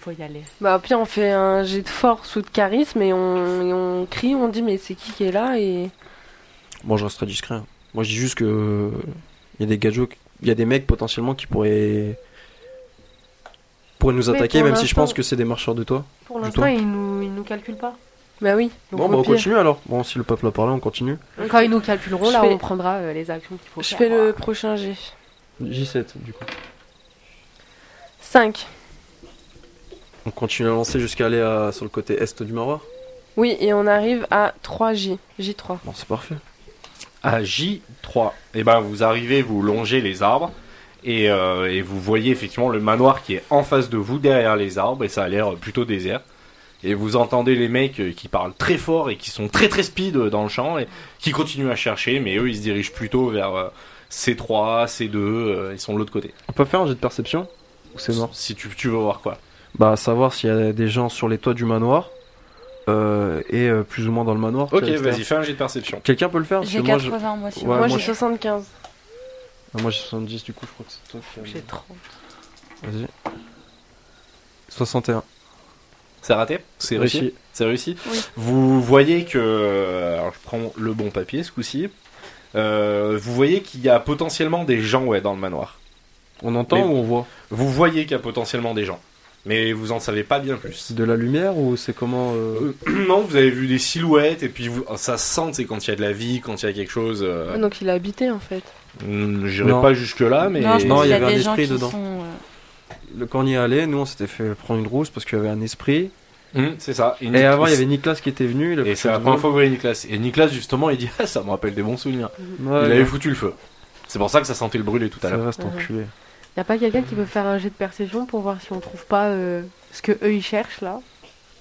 [SPEAKER 8] faut y aller.
[SPEAKER 1] Bah, au pire, on fait un jet de force ou de charisme et on, et on crie, on dit mais c'est qui qui est là et.
[SPEAKER 4] Moi, je resterai discret. hein. Moi, je dis juste que. Il y a des gadgets, il y a des mecs potentiellement qui pourraient. pourraient nous
[SPEAKER 8] Oui,
[SPEAKER 4] attaquer,
[SPEAKER 8] pour
[SPEAKER 4] même si je
[SPEAKER 8] l'instant-
[SPEAKER 4] pense que c'est des marcheurs de toi.
[SPEAKER 8] Pour
[SPEAKER 4] Du
[SPEAKER 8] l'instant,
[SPEAKER 4] tout.
[SPEAKER 8] ils nous, ils nous calculent pas.
[SPEAKER 1] Bah oui.
[SPEAKER 4] bon,
[SPEAKER 1] au
[SPEAKER 4] bah on
[SPEAKER 1] pire.
[SPEAKER 4] continue alors. Bon, si le peuple a parlé, on continue.
[SPEAKER 8] Quand ils nous calculeront,
[SPEAKER 1] Je
[SPEAKER 8] là,
[SPEAKER 1] fais-
[SPEAKER 8] on prendra euh, les actions qu'il faut
[SPEAKER 1] Je
[SPEAKER 8] faire.
[SPEAKER 1] fais le prochain jet.
[SPEAKER 4] J7, du coup.
[SPEAKER 1] 5.
[SPEAKER 4] On continue à lancer jusqu'à aller à- sur le côté est du miroir.
[SPEAKER 1] Oui, et on arrive à 3J. J3.
[SPEAKER 4] Bon, c'est parfait.
[SPEAKER 3] à J3. Et ben vous arrivez, vous longez les arbres et, euh, et vous voyez effectivement le manoir qui est en face de vous derrière les arbres et ça a l'air plutôt désert. Et vous entendez les mecs euh, qui parlent très fort et qui sont très très speed euh, dans le champ et qui continuent à chercher, mais eux ils se dirigent plutôt vers euh, C3, C2, euh, ils sont de l'autre côté.
[SPEAKER 4] On peut faire un jet de perception Ou c'est mort
[SPEAKER 3] Si tu, tu veux voir quoi.
[SPEAKER 4] Bah, savoir s'il y a des gens sur les toits du manoir. euh, et euh, plus ou moins dans le manoir. tu
[SPEAKER 3] Ok,
[SPEAKER 4] vois, etc.
[SPEAKER 3] vas-y, fais un jet de perception.
[SPEAKER 4] Quelqu'un peut le faire Parce que
[SPEAKER 2] J'ai
[SPEAKER 4] moi, je-
[SPEAKER 2] 80 moi si.
[SPEAKER 4] Ouais,
[SPEAKER 1] moi,
[SPEAKER 4] moi,
[SPEAKER 1] j'ai 75.
[SPEAKER 4] Ah, moi, j'ai 70, du coup, je crois que c'est toi qui as-
[SPEAKER 8] J'ai 30.
[SPEAKER 4] Vas-y. 61.
[SPEAKER 3] C'est raté C'est réussi C'est réussi
[SPEAKER 1] Oui.
[SPEAKER 3] Vous voyez que. Alors, je prends le bon papier ce coup-ci. Euh, vous voyez qu'il y a potentiellement des gens ouais, dans le manoir.
[SPEAKER 4] On entend
[SPEAKER 3] Mais-
[SPEAKER 4] ou on voit
[SPEAKER 3] Vous voyez qu'il y a potentiellement des gens. Mais vous en savez pas bien plus.
[SPEAKER 4] C'est de la lumière ou c'est comment euh,
[SPEAKER 3] Euh, non, vous avez vu des silhouettes et puis vous... ça se sent, c'est quand il y a de la vie, quand il y a quelque chose. euh,
[SPEAKER 1] Ah, Donc il a habité en fait.
[SPEAKER 3] hmm, J'irai
[SPEAKER 4] Non.
[SPEAKER 3] pas jusque-là, mais.
[SPEAKER 2] Non, je
[SPEAKER 4] Non,
[SPEAKER 2] pense
[SPEAKER 4] il y
[SPEAKER 2] qu'il y a
[SPEAKER 4] avait un
[SPEAKER 2] des gens
[SPEAKER 4] esprit
[SPEAKER 2] qui
[SPEAKER 4] dedans.
[SPEAKER 2] sont. euh,
[SPEAKER 4] le- Quand on y est allé, nous, on s'était fait prendre une rousse parce qu'il y avait un esprit.
[SPEAKER 3] Hmm, c'est ça.
[SPEAKER 4] Et avant, il y avait Nicolas qui était venu. il a
[SPEAKER 3] Et
[SPEAKER 4] fait
[SPEAKER 3] c'est la
[SPEAKER 4] du
[SPEAKER 3] première
[SPEAKER 4] bruit.
[SPEAKER 3] fois que vous voyez Nicolas. Et Nicolas, justement, il dit Ah, ça me rappelle des bons souvenirs.
[SPEAKER 4] Ouais,
[SPEAKER 3] il avait
[SPEAKER 4] ouais.
[SPEAKER 3] foutu le feu. C'est pour ça que ça sentait le brûler tout à
[SPEAKER 4] Ça
[SPEAKER 3] l'heure.
[SPEAKER 4] va, cet enculé.
[SPEAKER 8] Y a pas quelqu'un qui peut faire un jet de perception pour voir si on trouve pas euh, ce que eux ils cherchent là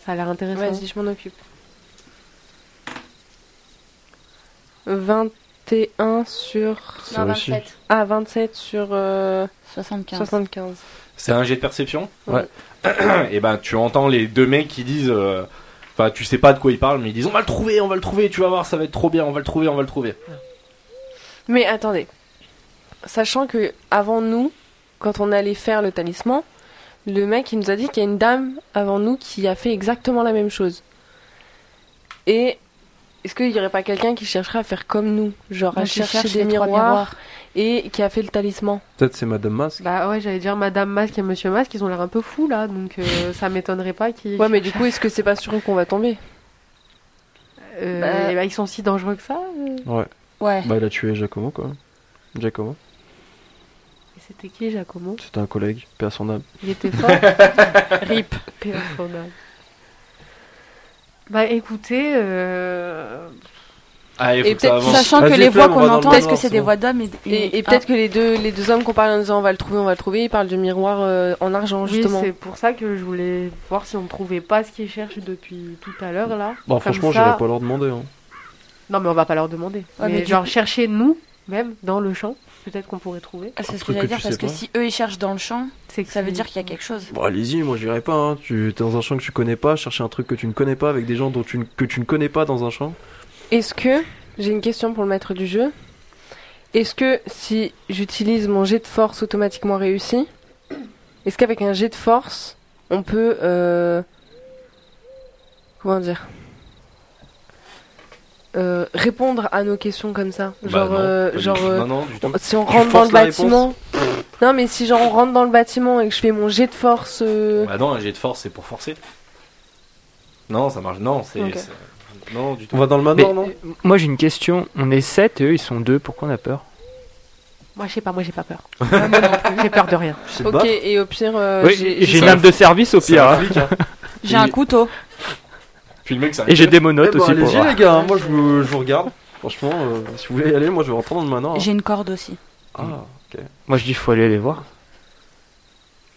[SPEAKER 8] Ça a l'air intéressant.
[SPEAKER 1] Vas-y, je m'en occupe. 21 sur.
[SPEAKER 4] Ça
[SPEAKER 2] Non,
[SPEAKER 4] réussit.
[SPEAKER 2] 27.
[SPEAKER 1] Ah, 27 sur euh,
[SPEAKER 2] 75.
[SPEAKER 1] 75.
[SPEAKER 3] C'est un jet de perception [CLEARS THROAT]
[SPEAKER 4] Ouais.
[SPEAKER 3] et ben tu entends les deux mecs qui disent euh, enfin tu sais pas de quoi ils parlent mais ils disent on va le trouver, on va le trouver, tu vas voir ça va être trop bien, on va le trouver, on va le trouver.
[SPEAKER 1] Mais attendez. Sachant que avant nous, quand on allait faire le talisman, le mec il nous a dit qu'il y a une dame avant nous qui a fait exactement la même chose. Et est-ce qu'il n'y aurait pas quelqu'un qui chercherait à faire comme nous Genre à
[SPEAKER 2] Donc, ils
[SPEAKER 1] chercher
[SPEAKER 2] cherchent
[SPEAKER 1] des
[SPEAKER 2] Bah, les trois
[SPEAKER 1] miroirs, et qui a fait le talisman.
[SPEAKER 4] Peut-être c'est Madame
[SPEAKER 8] [LAUGHS]
[SPEAKER 4] Masque.
[SPEAKER 8] Bah ouais, j'allais dire Madame Masque et Monsieur Masque, ils ont l'air un peu fous là,
[SPEAKER 2] [LAUGHS]
[SPEAKER 8] donc euh, ça m'étonnerait pas qu'ils.
[SPEAKER 1] Ouais, mais du coup, est-ce que c'est pas sur eux qu'on va tomber
[SPEAKER 8] Euh,
[SPEAKER 2] Bah-
[SPEAKER 8] eh ben, ils sont si dangereux que ça. euh.
[SPEAKER 2] Ouais.
[SPEAKER 4] Bah, il a tué Giacomo, quoi. Giacomo,
[SPEAKER 8] Et C'était qui Giacomo
[SPEAKER 4] c'était un collègue, paix à son âme.
[SPEAKER 2] [LAUGHS]
[SPEAKER 8] Il était fort. Rip. Personnage. Bah écoutez, euh,
[SPEAKER 3] Allez, Ah, faut
[SPEAKER 1] Et
[SPEAKER 3] que ça
[SPEAKER 1] peut-être
[SPEAKER 3] avance.
[SPEAKER 2] Sachant
[SPEAKER 4] Vas-y,
[SPEAKER 2] que les voix
[SPEAKER 4] Flamme, on va
[SPEAKER 2] qu'on
[SPEAKER 4] dans le
[SPEAKER 2] entend, est-ce
[SPEAKER 4] manoir,
[SPEAKER 2] que c'est
[SPEAKER 4] c'est
[SPEAKER 2] des
[SPEAKER 4] bon.
[SPEAKER 2] voix d'hommes et,
[SPEAKER 1] Et, et peut-être que les deux, les deux hommes qu'on parle en disant on va le trouver, on va le trouver, ils parlent du miroir euh, en argent,
[SPEAKER 8] oui,
[SPEAKER 1] justement.
[SPEAKER 8] c'est pour ça que je voulais voir si on trouvait pas ce qu'ils cherchent depuis tout à l'heure là.
[SPEAKER 4] Bon,
[SPEAKER 8] Comme
[SPEAKER 4] franchement,
[SPEAKER 8] ça-
[SPEAKER 4] j'irai pas leur demander. Hein.
[SPEAKER 8] Non, mais on va pas leur demander.
[SPEAKER 2] Ouais,
[SPEAKER 8] mais
[SPEAKER 2] mais du
[SPEAKER 8] genre,
[SPEAKER 2] coup-
[SPEAKER 8] chercher nous, même, dans le champ, peut-être qu'on pourrait trouver.
[SPEAKER 2] Ah, c'est ce
[SPEAKER 4] Un
[SPEAKER 2] que
[SPEAKER 4] truc
[SPEAKER 2] j'allais
[SPEAKER 4] que
[SPEAKER 2] dire
[SPEAKER 4] tu
[SPEAKER 2] parce
[SPEAKER 4] sais
[SPEAKER 2] que
[SPEAKER 4] pas.
[SPEAKER 2] si eux ils cherchent dans le champ,
[SPEAKER 8] C'est que
[SPEAKER 2] ça veut dire qu'il y a quelque chose.
[SPEAKER 4] Bon, allez-y, moi j'irai pas. Hein. Tu es dans un champ que tu connais pas, chercher un truc que tu ne connais pas avec des gens dont tu ne- que tu ne connais pas dans un champ.
[SPEAKER 1] Est-ce que, j'ai une question pour le maître du jeu, est-ce que si j'utilise mon jet de force automatiquement réussi, est-ce qu'avec un jet de force, on peut... euh, comment dire euh, Répondre à nos questions comme ça
[SPEAKER 3] Bah
[SPEAKER 1] Genre,
[SPEAKER 3] non,
[SPEAKER 1] euh,
[SPEAKER 3] pas du
[SPEAKER 1] genre
[SPEAKER 3] tout.
[SPEAKER 1] euh,
[SPEAKER 3] non, non, du tout.
[SPEAKER 1] si on
[SPEAKER 4] Tu
[SPEAKER 1] rentre dans le
[SPEAKER 4] forces la réponse.
[SPEAKER 1] bâtiment... Non mais si genre on rentre dans le bâtiment et que je fais mon jet de force... euh,
[SPEAKER 3] Bah non, un jet de force c'est pour forcer. Non, ça marche. Non, c'est
[SPEAKER 1] Ok.
[SPEAKER 3] c'est- non du tout.
[SPEAKER 4] On va dans le
[SPEAKER 9] Mais,
[SPEAKER 4] manoir, non
[SPEAKER 9] euh, moi j'ai une question, on est 7 et eux ils sont 2, pourquoi on a peur
[SPEAKER 8] Moi, je sais pas, moi, j'ai pas peur. Ouais,
[SPEAKER 2] Ah,
[SPEAKER 8] moi non plus, j'ai peur de rien.
[SPEAKER 4] Tu sais te
[SPEAKER 1] Ok,
[SPEAKER 4] battre
[SPEAKER 1] et au pire... euh,
[SPEAKER 9] Bah. Oui, J'ai
[SPEAKER 1] ça.
[SPEAKER 9] une arme de service au
[SPEAKER 4] C'est
[SPEAKER 9] pire,
[SPEAKER 4] un
[SPEAKER 9] hein.
[SPEAKER 4] flic, hein.
[SPEAKER 2] J'ai un couteau.
[SPEAKER 3] Puis le mec ça
[SPEAKER 9] et j'ai des
[SPEAKER 4] Eh
[SPEAKER 9] monotes
[SPEAKER 4] ben,
[SPEAKER 9] aussi pour
[SPEAKER 4] allez-y,
[SPEAKER 9] voir.
[SPEAKER 4] les gars, hein, moi je vous, je vous regarde. Franchement, euh, si vous voulez y aller, moi je vais rentrer dans le manoir. hein.
[SPEAKER 2] J'ai une corde aussi.
[SPEAKER 4] Ah, ok.
[SPEAKER 9] Moi je dis faut aller les voir.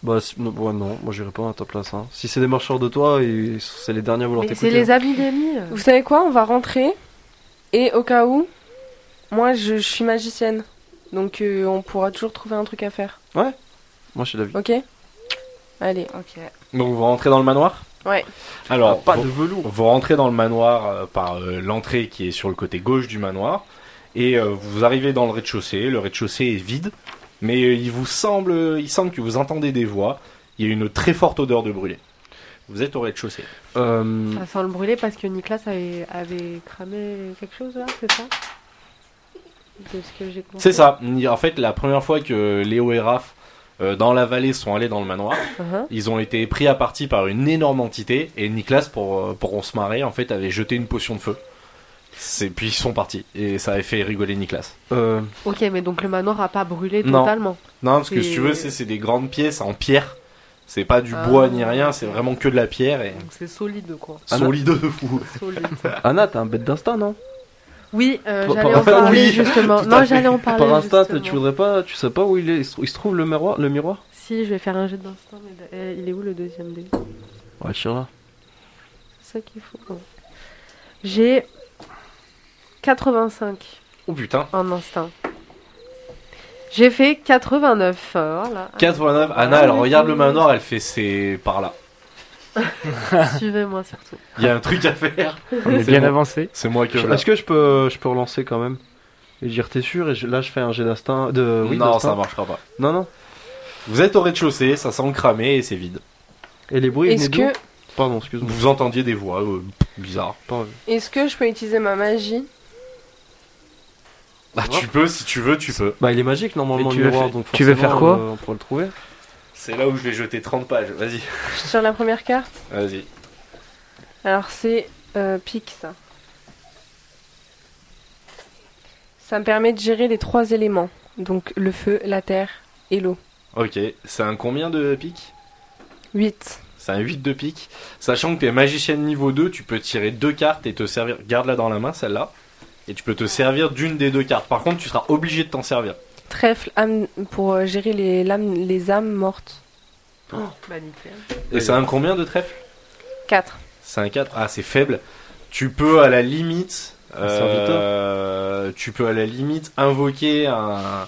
[SPEAKER 4] Bah, si- non, ouais, non, moi j'irai pas à ta place. Hein. Si c'est des marcheurs de toi, ils- c'est les derniers à vouloir
[SPEAKER 8] Mais c'est
[SPEAKER 4] t'écouter.
[SPEAKER 8] les amis d'Amy. euh.
[SPEAKER 1] Vous savez quoi On va rentrer et au cas où, moi je, je suis magicienne, donc euh, on pourra toujours trouver un truc à faire.
[SPEAKER 4] hein. Moi je suis d'avis.
[SPEAKER 1] Ok Allez.
[SPEAKER 2] Ok.
[SPEAKER 3] Donc vous rentrez dans le manoir
[SPEAKER 1] Ouais.
[SPEAKER 4] Ah,
[SPEAKER 3] Alors,
[SPEAKER 4] pas
[SPEAKER 3] vous,
[SPEAKER 4] de velours.
[SPEAKER 3] vous rentrez dans le manoir euh, par euh, l'entrée qui est sur le côté gauche du manoir et euh, vous arrivez dans le rez-de-chaussée. Le rez-de-chaussée est vide, mais euh, il vous semble, il semble que vous entendez des voix. Il y a une très forte odeur de brûlé. Vous êtes au rez-de-chaussée.
[SPEAKER 4] Euh,
[SPEAKER 8] Ça sent le brûler parce que Nicolas avait, avait cramé quelque chose là, c'est ça De ce que j'ai compris.
[SPEAKER 3] C'est ça. En fait, la première fois que Léo et Raph euh, dans la vallée sont allés dans le manoir,
[SPEAKER 8] Uh-huh.
[SPEAKER 3] ils ont été pris à partie par une énorme entité et Nicolas, pour, euh, pour on se marrer, en fait, avait jeté une potion de feu. C'est puis ils sont partis et ça avait fait rigoler Nicolas.
[SPEAKER 4] euh,
[SPEAKER 8] Ok, mais donc le manoir a pas brûlé
[SPEAKER 3] Non.
[SPEAKER 8] totalement.
[SPEAKER 3] Non, parce que
[SPEAKER 8] Et-
[SPEAKER 3] si tu veux, c'est c'est des grandes pièces en pierre. C'est pas du
[SPEAKER 8] Ah.
[SPEAKER 3] bois ni rien, c'est vraiment que de la pierre et
[SPEAKER 8] Donc c'est solide quoi.
[SPEAKER 4] Ah, non.
[SPEAKER 3] solide de fou.
[SPEAKER 8] [LAUGHS] Solide.
[SPEAKER 4] Anna, t'as un bête d'instinct, non
[SPEAKER 8] Oui, euh,
[SPEAKER 4] Par-
[SPEAKER 8] j'allais
[SPEAKER 4] par-
[SPEAKER 8] en parler
[SPEAKER 4] oui,
[SPEAKER 8] justement.
[SPEAKER 4] tout à
[SPEAKER 8] Non,
[SPEAKER 4] fait.
[SPEAKER 8] j'allais en parler.
[SPEAKER 4] Par instinct,
[SPEAKER 8] justement.
[SPEAKER 4] tu voudrais pas, tu sais pas où il, est, il se- il se trouve le miroir, le miroir
[SPEAKER 8] Si, je vais faire un jet d'instinct, mais d- euh, il est où le deuxième dé
[SPEAKER 4] Ouais, je là.
[SPEAKER 8] C'est ça qu'il faut. ouais. J'ai 85
[SPEAKER 3] Oh putain.
[SPEAKER 8] en instinct. J'ai fait 89. euh, Voilà.
[SPEAKER 3] 89, Anna, elle regarde le manoir, elle fait c'est par là.
[SPEAKER 8] Suivez-moi surtout.
[SPEAKER 3] Il y a un truc à faire.
[SPEAKER 9] On est
[SPEAKER 3] C'est
[SPEAKER 9] bien
[SPEAKER 3] bon.
[SPEAKER 9] avancé.
[SPEAKER 3] C'est moi qui
[SPEAKER 4] Est-ce que je peux, je peux relancer quand même et dire t'es sûr et je- là je fais un jet d'instinct de oui,
[SPEAKER 3] Non,
[SPEAKER 4] d'instinct.
[SPEAKER 3] ça marchera pas.
[SPEAKER 4] non non
[SPEAKER 3] Vous êtes au rez-de-chaussée, ça sent le cramé et c'est vide.
[SPEAKER 4] et les bruits
[SPEAKER 1] Est-ce
[SPEAKER 4] venaient d'où
[SPEAKER 1] que,
[SPEAKER 4] pardon excuse-moi
[SPEAKER 3] Vous entendiez des voix euh, bizarres.
[SPEAKER 4] Pardon.
[SPEAKER 1] est-ce que je peux utiliser ma magie
[SPEAKER 3] Bah, tu peux, si tu veux, tu peux.
[SPEAKER 4] bah il est magique normalement
[SPEAKER 9] Mais
[SPEAKER 4] le
[SPEAKER 9] tu veux
[SPEAKER 4] miroir
[SPEAKER 9] faire-
[SPEAKER 4] donc
[SPEAKER 9] tu veux
[SPEAKER 4] forcément,
[SPEAKER 9] faire quoi
[SPEAKER 4] euh, on pourra le trouver
[SPEAKER 3] C'est là où je vais jeter 30 pages. Vas-y.
[SPEAKER 1] Je tire la première carte.
[SPEAKER 3] Vas-y.
[SPEAKER 1] Alors c'est euh, pique ça. Ça me permet de gérer les trois éléments. Donc le feu, la terre et l'eau.
[SPEAKER 3] Ok, c'est un combien de piques
[SPEAKER 1] 8.
[SPEAKER 3] C'est un 8 de pique. Sachant que t'es magicienne niveau 2, tu peux tirer deux cartes et te servir. Garde-la dans la main, celle-là. Et tu peux te servir d'une des deux cartes. Par contre, tu seras obligé de t'en servir.
[SPEAKER 1] Trèfle, âme pour euh, gérer les, lames, les âmes mortes.
[SPEAKER 8] Bah nickel.
[SPEAKER 3] Et c'est un combien de trèfle
[SPEAKER 1] 4.
[SPEAKER 3] C'est un 4. Ah, c'est faible. Tu peux à la limite.
[SPEAKER 4] c'est un veto.
[SPEAKER 3] euh, tu peux à la limite invoquer un.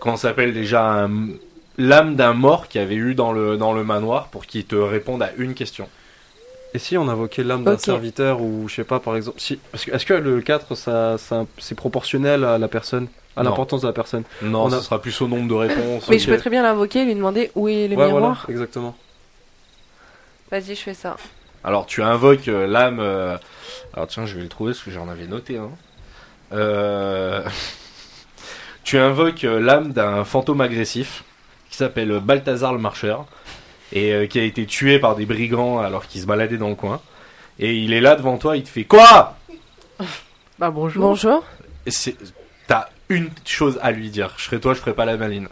[SPEAKER 3] Comment ça s'appelle déjà un- L'âme d'un mort qu'il y avait eu dans le, dans le manoir pour qu'il te réponde à une question.
[SPEAKER 4] et si on invoquait l'âme d'un
[SPEAKER 1] Ok.
[SPEAKER 4] serviteur ou je sais pas par exemple si parce que est-ce que le 4 ça, ça- c'est proportionnel à la personne à
[SPEAKER 3] Non.
[SPEAKER 4] l'importance de la personne
[SPEAKER 3] Non,
[SPEAKER 4] On a-
[SPEAKER 3] ce sera plus au nombre de réponses.
[SPEAKER 1] Mais
[SPEAKER 4] Ok.
[SPEAKER 1] je peux très bien l'invoquer et lui demander où est le
[SPEAKER 4] ouais voilà
[SPEAKER 1] miroir.
[SPEAKER 4] exactement
[SPEAKER 1] Vas-y, je fais ça.
[SPEAKER 3] Alors tu invoques euh, l'âme. euh, Alors tiens, je vais le trouver parce que j'en avais noté. hein. Euh, [LAUGHS] tu invoques euh, l'âme d'un fantôme agressif qui s'appelle Balthazar le Marcheur et euh, qui a été tué par des brigands alors qu'il se baladait dans le coin. Et il est là devant toi, il te fait quoi
[SPEAKER 8] Bah bonjour.
[SPEAKER 1] Bonjour.
[SPEAKER 3] Et c'est- T'as une chose à lui dire. Je serais toi, je ferais pas la maline.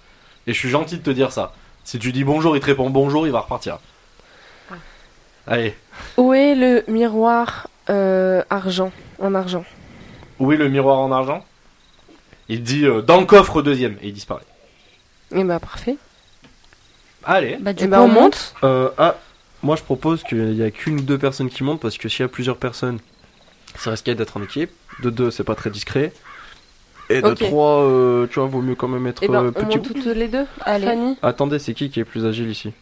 [SPEAKER 3] Et je suis gentil de te dire ça. Si tu dis bonjour, il te répond bonjour, il va repartir. Allez,
[SPEAKER 1] Où est le miroir euh, argent En argent.
[SPEAKER 3] Où est le miroir en argent Il dit euh, dans le coffre au deuxième et il disparaît.
[SPEAKER 1] Et bah parfait.
[SPEAKER 3] Allez.
[SPEAKER 2] Bah, du
[SPEAKER 1] Et
[SPEAKER 2] coup,
[SPEAKER 1] bah on monte.
[SPEAKER 4] Euh, ah, moi je propose qu'il n'y a qu'une ou deux personnes qui montent parce que s'il y a plusieurs personnes, ça risque d'être en équipe. De deux, c'est pas très discret. Et de
[SPEAKER 1] Ok.
[SPEAKER 4] trois, euh, tu vois, vaut mieux quand même être
[SPEAKER 1] Et
[SPEAKER 4] euh,
[SPEAKER 1] ben on
[SPEAKER 4] petit.
[SPEAKER 1] monte toutes les deux.
[SPEAKER 2] Allez.
[SPEAKER 1] Fanny.
[SPEAKER 4] Attendez, c'est qui qui est plus agile ici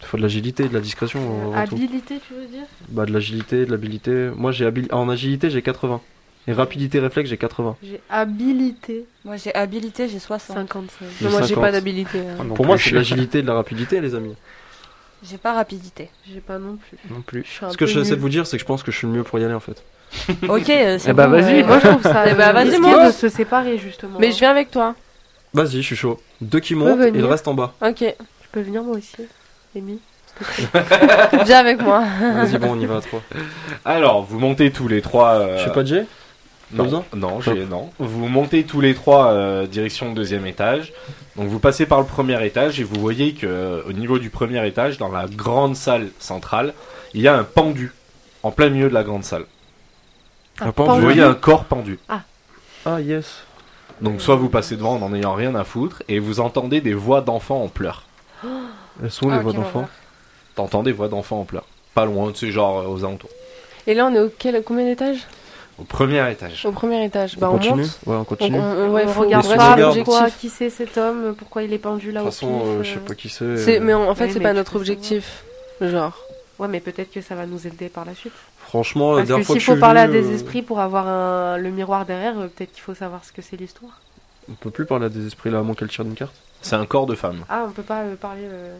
[SPEAKER 4] Il faut de l'agilité, de la
[SPEAKER 1] Euh,
[SPEAKER 4] discrétion. euh, avant tout.
[SPEAKER 8] Habilité, tu veux dire
[SPEAKER 4] Bah, de l'agilité, de l'habilité. Moi j'ai habili- en agilité j'ai 80. Et rapidité réflexe j'ai 80.
[SPEAKER 8] J'ai habilité
[SPEAKER 2] moi j'ai habilité, j'ai 60.
[SPEAKER 8] 55.
[SPEAKER 4] J'ai
[SPEAKER 1] moi j'ai
[SPEAKER 4] 50.
[SPEAKER 1] pas d'habilité. hein.
[SPEAKER 4] Pour moi c'est de l'agilité, de la rapidité les amis.
[SPEAKER 2] J'ai pas
[SPEAKER 1] [LAUGHS]
[SPEAKER 2] rapidité.
[SPEAKER 8] J'ai pas non plus.
[SPEAKER 4] Non
[SPEAKER 8] Je
[SPEAKER 4] plus.
[SPEAKER 8] suis un
[SPEAKER 4] Ce que
[SPEAKER 8] peu
[SPEAKER 4] j'essaie de
[SPEAKER 8] nulle.
[SPEAKER 4] vous dire c'est que je pense que je suis le mieux pour y aller en fait.
[SPEAKER 2] ok, euh, c'est
[SPEAKER 9] Eh
[SPEAKER 1] Ah,
[SPEAKER 4] ben,
[SPEAKER 9] bah
[SPEAKER 2] bon,
[SPEAKER 9] vas-y.
[SPEAKER 2] euh,
[SPEAKER 8] Moi je trouve ça.
[SPEAKER 1] [LAUGHS] Eh bah,
[SPEAKER 8] euh,
[SPEAKER 1] vas-y,
[SPEAKER 8] risqué
[SPEAKER 1] monte.
[SPEAKER 8] de se séparer justement.
[SPEAKER 1] Mais je viens avec toi.
[SPEAKER 4] Vas-y, je suis chaud. Deux qui
[SPEAKER 8] peux
[SPEAKER 4] montent et le
[SPEAKER 8] venir
[SPEAKER 4] reste en
[SPEAKER 8] [LAUGHS]
[SPEAKER 4] bas.
[SPEAKER 1] Ok.
[SPEAKER 8] Tu peux venir moi aussi, Amy.
[SPEAKER 1] Viens avec moi.
[SPEAKER 4] Vas-y, bon, on y va à trois.
[SPEAKER 3] Alors vous montez tous les trois. euh,
[SPEAKER 4] Je suis pas de jet
[SPEAKER 3] non,
[SPEAKER 4] besoin
[SPEAKER 3] non, j'ai non. Vous montez tous les trois euh, direction le deuxième étage. Donc vous passez par le premier étage et vous voyez que euh, au niveau du premier étage, dans la grande salle centrale, il y a un pendu en plein milieu de la grande salle.
[SPEAKER 4] Un
[SPEAKER 3] Vous
[SPEAKER 8] Pendu.
[SPEAKER 3] voyez
[SPEAKER 4] hein.
[SPEAKER 3] un corps pendu.
[SPEAKER 4] Ah yes.
[SPEAKER 3] Donc soit vous passez devant en n'en ayant rien à foutre et vous entendez des voix d'enfants en pleurs.
[SPEAKER 4] Elles sont où,
[SPEAKER 8] Ah,
[SPEAKER 4] les voix d'enfants
[SPEAKER 3] T'entends des voix d'enfants en pleurs. Pas loin, tu sais, genre euh, aux alentours.
[SPEAKER 1] Et là on est au quel, combien d'étages
[SPEAKER 3] Au premier étage.
[SPEAKER 1] Au premier étage. Bah on,
[SPEAKER 4] continue
[SPEAKER 1] monte.
[SPEAKER 4] Ouais, on
[SPEAKER 1] On,
[SPEAKER 4] continue. De
[SPEAKER 1] on, ouais,
[SPEAKER 8] on
[SPEAKER 1] faut-
[SPEAKER 8] regarde
[SPEAKER 4] Des
[SPEAKER 8] pas
[SPEAKER 4] sauvegardes.
[SPEAKER 8] pourquoi,
[SPEAKER 1] l'objectif.
[SPEAKER 8] qui c'est cet homme, pourquoi il est pendu là
[SPEAKER 4] toute
[SPEAKER 8] au
[SPEAKER 4] façon,
[SPEAKER 8] pif,
[SPEAKER 4] euh,
[SPEAKER 8] euh.
[SPEAKER 4] je sais pas qui c'est.
[SPEAKER 1] C'est-
[SPEAKER 4] euh,
[SPEAKER 1] Mais en, en fait
[SPEAKER 8] Oui,
[SPEAKER 1] c'est
[SPEAKER 8] mais
[SPEAKER 1] pas
[SPEAKER 8] tu
[SPEAKER 1] notre
[SPEAKER 8] peux
[SPEAKER 1] objectif. Genre.
[SPEAKER 8] Ouais, mais peut-être que ça va nous aider par la suite.
[SPEAKER 4] Franchement, Oh, la
[SPEAKER 8] Parce que
[SPEAKER 4] dernière fois
[SPEAKER 8] s'il
[SPEAKER 4] que je
[SPEAKER 8] faut
[SPEAKER 4] suis
[SPEAKER 8] parler à
[SPEAKER 4] venu,
[SPEAKER 8] des
[SPEAKER 4] euh,
[SPEAKER 8] esprits pour avoir un- le miroir derrière, euh, peut-être qu'il faut savoir ce que c'est l'histoire.
[SPEAKER 4] On peut plus parler à des esprits là, à moins qu'elle tire une carte.
[SPEAKER 3] C'est un corps de femme.
[SPEAKER 8] Ah, on peut pas euh, parler. euh,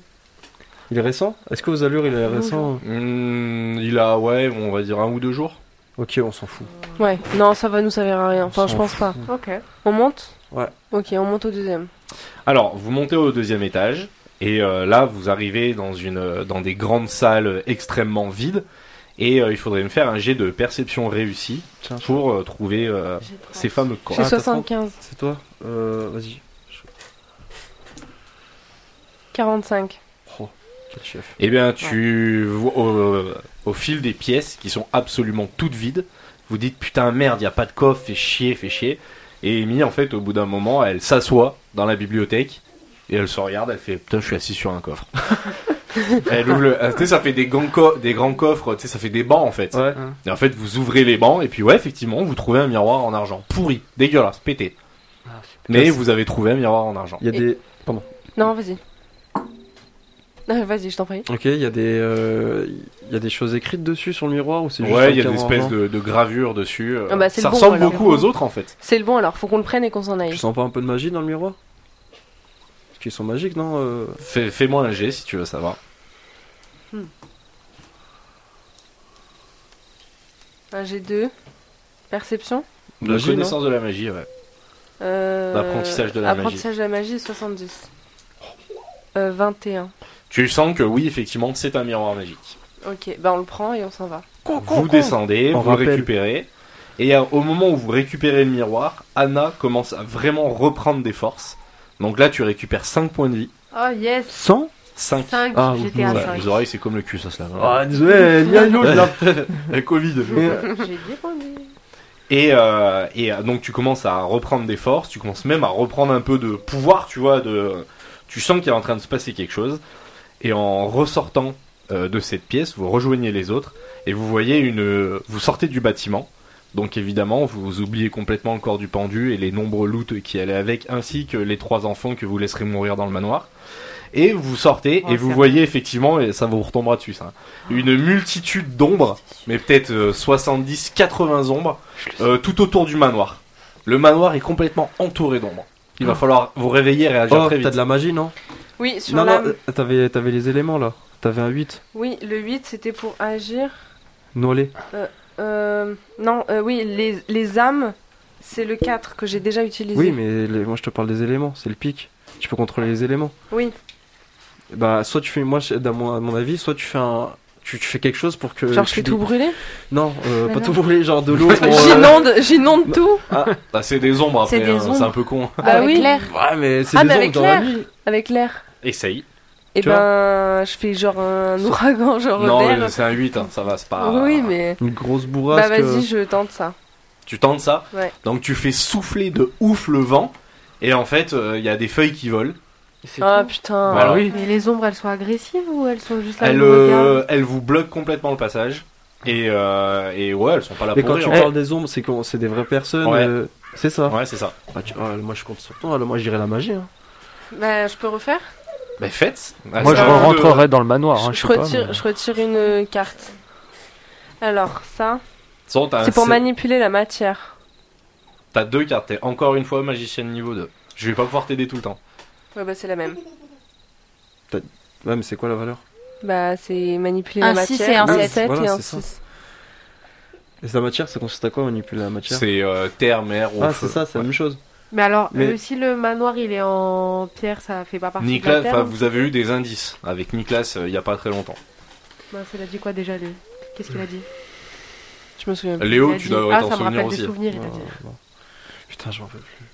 [SPEAKER 4] Il est récent Est-ce que aux allures il est récent
[SPEAKER 3] Hmm, il a, ouais, on va dire un ou deux jours.
[SPEAKER 4] Ok, on s'en fout.
[SPEAKER 1] Ouais, non, ça va nous servir à rien. Enfin,
[SPEAKER 4] On
[SPEAKER 1] je
[SPEAKER 4] s'en
[SPEAKER 1] pense pas.
[SPEAKER 4] fout.
[SPEAKER 8] Ok.
[SPEAKER 1] On monte
[SPEAKER 4] Ouais.
[SPEAKER 1] Ok, on monte au deuxième.
[SPEAKER 3] Alors, vous montez au deuxième étage, et euh, là, vous arrivez dans, une, euh, dans des grandes salles extrêmement vides, et euh, il faudrait me faire un jet de perception réussi
[SPEAKER 4] Tiens, je-
[SPEAKER 3] pour euh, trouver euh, ces fameux corps.
[SPEAKER 1] J'ai
[SPEAKER 4] Ah, t'as
[SPEAKER 1] 75,
[SPEAKER 4] c'est toi Euh, Vas-y.
[SPEAKER 1] 45.
[SPEAKER 4] Oh, quel chef.
[SPEAKER 3] Eh bien, tu vois au, au fil des pièces qui sont absolument toutes vides, vous dites putain merde, y a pas de coffre, fait chier, fait chier. Et Amy, en fait, au bout d'un moment, elle s'assoit dans la bibliothèque et elle se regarde, elle fait putain, je suis assis sur
[SPEAKER 1] [LAUGHS]
[SPEAKER 3] un coffre. elle ouvre le- ah, tu sais, ça fait des grands, co- des grands coffres, tu sais, ça fait des bancs en fait.
[SPEAKER 4] Ouais.
[SPEAKER 3] Et en fait, vous ouvrez les bancs et puis ouais, effectivement, vous trouvez un miroir en argent pourri, dégueulasse, pété.
[SPEAKER 9] Ah,
[SPEAKER 3] Mais vous avez trouvé un miroir en argent.
[SPEAKER 4] Il y a
[SPEAKER 1] Et-
[SPEAKER 4] des.
[SPEAKER 1] Non, vas-y. Ah, Vas-y, je t'en prie.
[SPEAKER 4] Ok, il y a des. euh, Il y a des choses écrites dessus sur le miroir ou c'est juste un
[SPEAKER 3] Ouais, il y a des
[SPEAKER 4] cadre en
[SPEAKER 3] espèces
[SPEAKER 4] blanc
[SPEAKER 3] de, de gravures dessus. euh,
[SPEAKER 1] Ah bah, c'est
[SPEAKER 3] ça
[SPEAKER 1] le bon,
[SPEAKER 3] ressemble
[SPEAKER 1] alors.
[SPEAKER 3] beaucoup aux autres en fait.
[SPEAKER 1] C'est le bon alors, faut qu'on le prenne et qu'on s'en aille.
[SPEAKER 4] Tu sens pas un peu de magie dans le miroir Parce qu'ils sont magiques, non euh,
[SPEAKER 3] Fais- Fais-moi un G si tu veux savoir.
[SPEAKER 1] Un G2. Perception.
[SPEAKER 3] De
[SPEAKER 4] Magie,
[SPEAKER 3] connaissance de la magie, ouais.
[SPEAKER 1] Euh,
[SPEAKER 3] L'apprentissage de la magie.
[SPEAKER 1] Apprentissage de la magie, 70. Euh, 21.
[SPEAKER 3] Tu sens que oui, effectivement, c'est un miroir magique.
[SPEAKER 1] Ok, bah on le prend et on s'en va.
[SPEAKER 3] Vous descendez,
[SPEAKER 4] On
[SPEAKER 3] vous
[SPEAKER 4] rappelle.
[SPEAKER 3] le récupérez. Et à- au moment où vous récupérez le miroir, Anna commence à vraiment reprendre des forces. Donc là, tu récupères 5 points de vie.
[SPEAKER 8] Oh yes
[SPEAKER 4] 100
[SPEAKER 3] 5.
[SPEAKER 8] 5,
[SPEAKER 4] Ah,
[SPEAKER 8] j'étais à
[SPEAKER 4] ouais,
[SPEAKER 8] 5.
[SPEAKER 3] les oreilles, c'est comme le cul, ça se lave. hein.
[SPEAKER 4] Ah, désolé, il y a une autre [LAUGHS] là
[SPEAKER 3] La Covid.
[SPEAKER 8] J'ai bien pointé.
[SPEAKER 3] Et, euh, et euh, donc tu commences à reprendre des forces, tu commences même à reprendre un peu de pouvoir, tu vois, de, tu sens qu'il est en train de se passer quelque chose. Et en ressortant euh, de cette pièce, vous rejoignez les autres et vous voyez une, euh, vous sortez du bâtiment. Donc évidemment, vous oubliez complètement le corps du pendu et les nombreux loots qui allaient avec, ainsi que les trois enfants que vous laisserez mourir dans le manoir. Et vous sortez
[SPEAKER 8] Oh,
[SPEAKER 3] et vous
[SPEAKER 8] c'est
[SPEAKER 3] voyez effectivement, et ça vous retombera dessus, ça, hein, une multitude d'ombres, mais peut-être 70-80 ombres. Euh, tout autour du manoir. Le manoir est complètement entouré d'ombre. Il va falloir vous réveiller et réagir
[SPEAKER 4] Ah. Oh,
[SPEAKER 3] très
[SPEAKER 4] t'as
[SPEAKER 3] vite.
[SPEAKER 4] de la magie, non
[SPEAKER 1] Oui, sur
[SPEAKER 4] Non,
[SPEAKER 1] la...
[SPEAKER 4] non, euh, t'avais t'avais les éléments là. T'avais un 8.
[SPEAKER 1] Oui, le 8 c'était pour agir.
[SPEAKER 4] Noilé.
[SPEAKER 1] Euh, non, euh, oui, les, les âmes, c'est le 4 que j'ai déjà utilisé.
[SPEAKER 4] Oui, mais les- moi je te parle des éléments, c'est le pic. Tu peux contrôler les éléments.
[SPEAKER 1] Oui.
[SPEAKER 4] Bah, soit tu fais, moi, je- dans mon- à mon avis, soit tu fais un. Tu, tu fais quelque chose pour que.
[SPEAKER 1] Genre,
[SPEAKER 4] tu
[SPEAKER 1] je fais
[SPEAKER 4] dé-
[SPEAKER 1] tout brûler
[SPEAKER 4] Non, euh,
[SPEAKER 1] Mais
[SPEAKER 4] pas
[SPEAKER 1] non.
[SPEAKER 4] tout brûler, genre
[SPEAKER 1] [LAUGHS]
[SPEAKER 4] de l'eau. pour, euh,
[SPEAKER 1] J'inonde, j'inonde tout
[SPEAKER 3] Bah, c'est des ombres
[SPEAKER 2] C'est
[SPEAKER 3] après,
[SPEAKER 2] des
[SPEAKER 3] hein, c'est
[SPEAKER 2] ombres.
[SPEAKER 3] un peu con.
[SPEAKER 8] Ah,
[SPEAKER 1] Bah oui,
[SPEAKER 4] Ouais, mais c'est
[SPEAKER 1] Ah,
[SPEAKER 4] des
[SPEAKER 1] mais
[SPEAKER 4] ombres
[SPEAKER 1] avec
[SPEAKER 4] dans la
[SPEAKER 1] l'air.
[SPEAKER 4] nuit.
[SPEAKER 1] avec l'air.
[SPEAKER 3] Essaye.
[SPEAKER 1] Et
[SPEAKER 4] Tu
[SPEAKER 1] ben, je fais genre un ouragan, genre
[SPEAKER 3] Non,
[SPEAKER 1] d'air.
[SPEAKER 3] mais c'est un 8, hein, ça va, c'est pas.
[SPEAKER 1] Oui, mais.
[SPEAKER 4] Une grosse
[SPEAKER 1] Bah
[SPEAKER 4] bourrasque.
[SPEAKER 1] vas-y,
[SPEAKER 4] euh,
[SPEAKER 1] je tente ça.
[SPEAKER 3] Tu tentes ça
[SPEAKER 1] Ouais.
[SPEAKER 3] Donc tu fais souffler de ouf le vent. Et en fait, euh, il y a des feuilles qui volent.
[SPEAKER 9] C'est
[SPEAKER 1] Ah
[SPEAKER 9] tout.
[SPEAKER 1] putain.
[SPEAKER 3] Voilà.
[SPEAKER 9] Bah oui.
[SPEAKER 8] Mais les ombres, elles sont agressives ou elles sont juste là
[SPEAKER 3] Elles,
[SPEAKER 8] nous regardent
[SPEAKER 3] euh, elles vous bloquent complètement le passage. Et, euh, et ouais, elles sont pas là
[SPEAKER 4] Mais
[SPEAKER 3] pour
[SPEAKER 4] quand tu
[SPEAKER 3] rire.
[SPEAKER 4] parles des ombres, c'est qu'on- c'est des vraies personnes.
[SPEAKER 3] Ouais.
[SPEAKER 4] euh, C'est ça.
[SPEAKER 3] Ouais, c'est ça.
[SPEAKER 4] Bah, tu- ah, moi je compte sur toi, alors moi j'irai la magie. Hein.
[SPEAKER 1] Bah, je peux refaire
[SPEAKER 3] Mais faites. Ah,
[SPEAKER 9] Moi,
[SPEAKER 3] c'est
[SPEAKER 9] je
[SPEAKER 3] un jeu de-
[SPEAKER 9] rentrerai dans le manoir. hein,
[SPEAKER 1] je,
[SPEAKER 9] je
[SPEAKER 1] je
[SPEAKER 9] sais pas,
[SPEAKER 1] retire,
[SPEAKER 9] mais-
[SPEAKER 1] je retire une euh, carte. Alors, ça,
[SPEAKER 3] Sans, t'as un
[SPEAKER 1] c'est pour
[SPEAKER 3] C-
[SPEAKER 1] manipuler la matière.
[SPEAKER 3] T'as deux cartes, t'es encore une fois magicienne niveau 2. Je vais pas pouvoir t'aider tout le temps.
[SPEAKER 1] Ouais, bah, c'est la même.
[SPEAKER 4] Ouais, mais c'est quoi la valeur
[SPEAKER 1] Bah, c'est manipuler
[SPEAKER 2] Un
[SPEAKER 1] la
[SPEAKER 2] six
[SPEAKER 1] matière.
[SPEAKER 2] et un
[SPEAKER 1] un
[SPEAKER 2] sept.
[SPEAKER 1] sept
[SPEAKER 4] Voilà,
[SPEAKER 1] et un
[SPEAKER 4] c'est ça.
[SPEAKER 1] 6.
[SPEAKER 4] Et la matière, ça consiste à quoi manipuler la matière
[SPEAKER 3] C'est euh, terre, mer, ou
[SPEAKER 4] Ah,
[SPEAKER 3] feu.
[SPEAKER 4] c'est ça, c'est la
[SPEAKER 3] Ouais.
[SPEAKER 4] même chose.
[SPEAKER 8] Mais alors,
[SPEAKER 4] Mais-
[SPEAKER 8] euh, si le manoir il est en pierre, ça fait pas partie
[SPEAKER 3] Nicolas,
[SPEAKER 8] de la
[SPEAKER 3] enfin,
[SPEAKER 8] terre hein
[SPEAKER 3] vous avez eu des indices avec Nicolas euh, il y a pas très longtemps.
[SPEAKER 8] Mince, il a dit quoi déjà lui Qu'est-ce qu'il a dit
[SPEAKER 1] Je me souviens.
[SPEAKER 8] Il
[SPEAKER 3] Léo,
[SPEAKER 8] a
[SPEAKER 3] tu
[SPEAKER 8] dit-
[SPEAKER 3] dois
[SPEAKER 8] Ah,
[SPEAKER 3] t'en
[SPEAKER 8] ça me
[SPEAKER 3] souvenir
[SPEAKER 8] rappelle
[SPEAKER 3] aussi. Bah.
[SPEAKER 8] des souvenirs, il a
[SPEAKER 4] Ah,
[SPEAKER 8] dit.
[SPEAKER 4] bon. Putain, je m'en peux plus.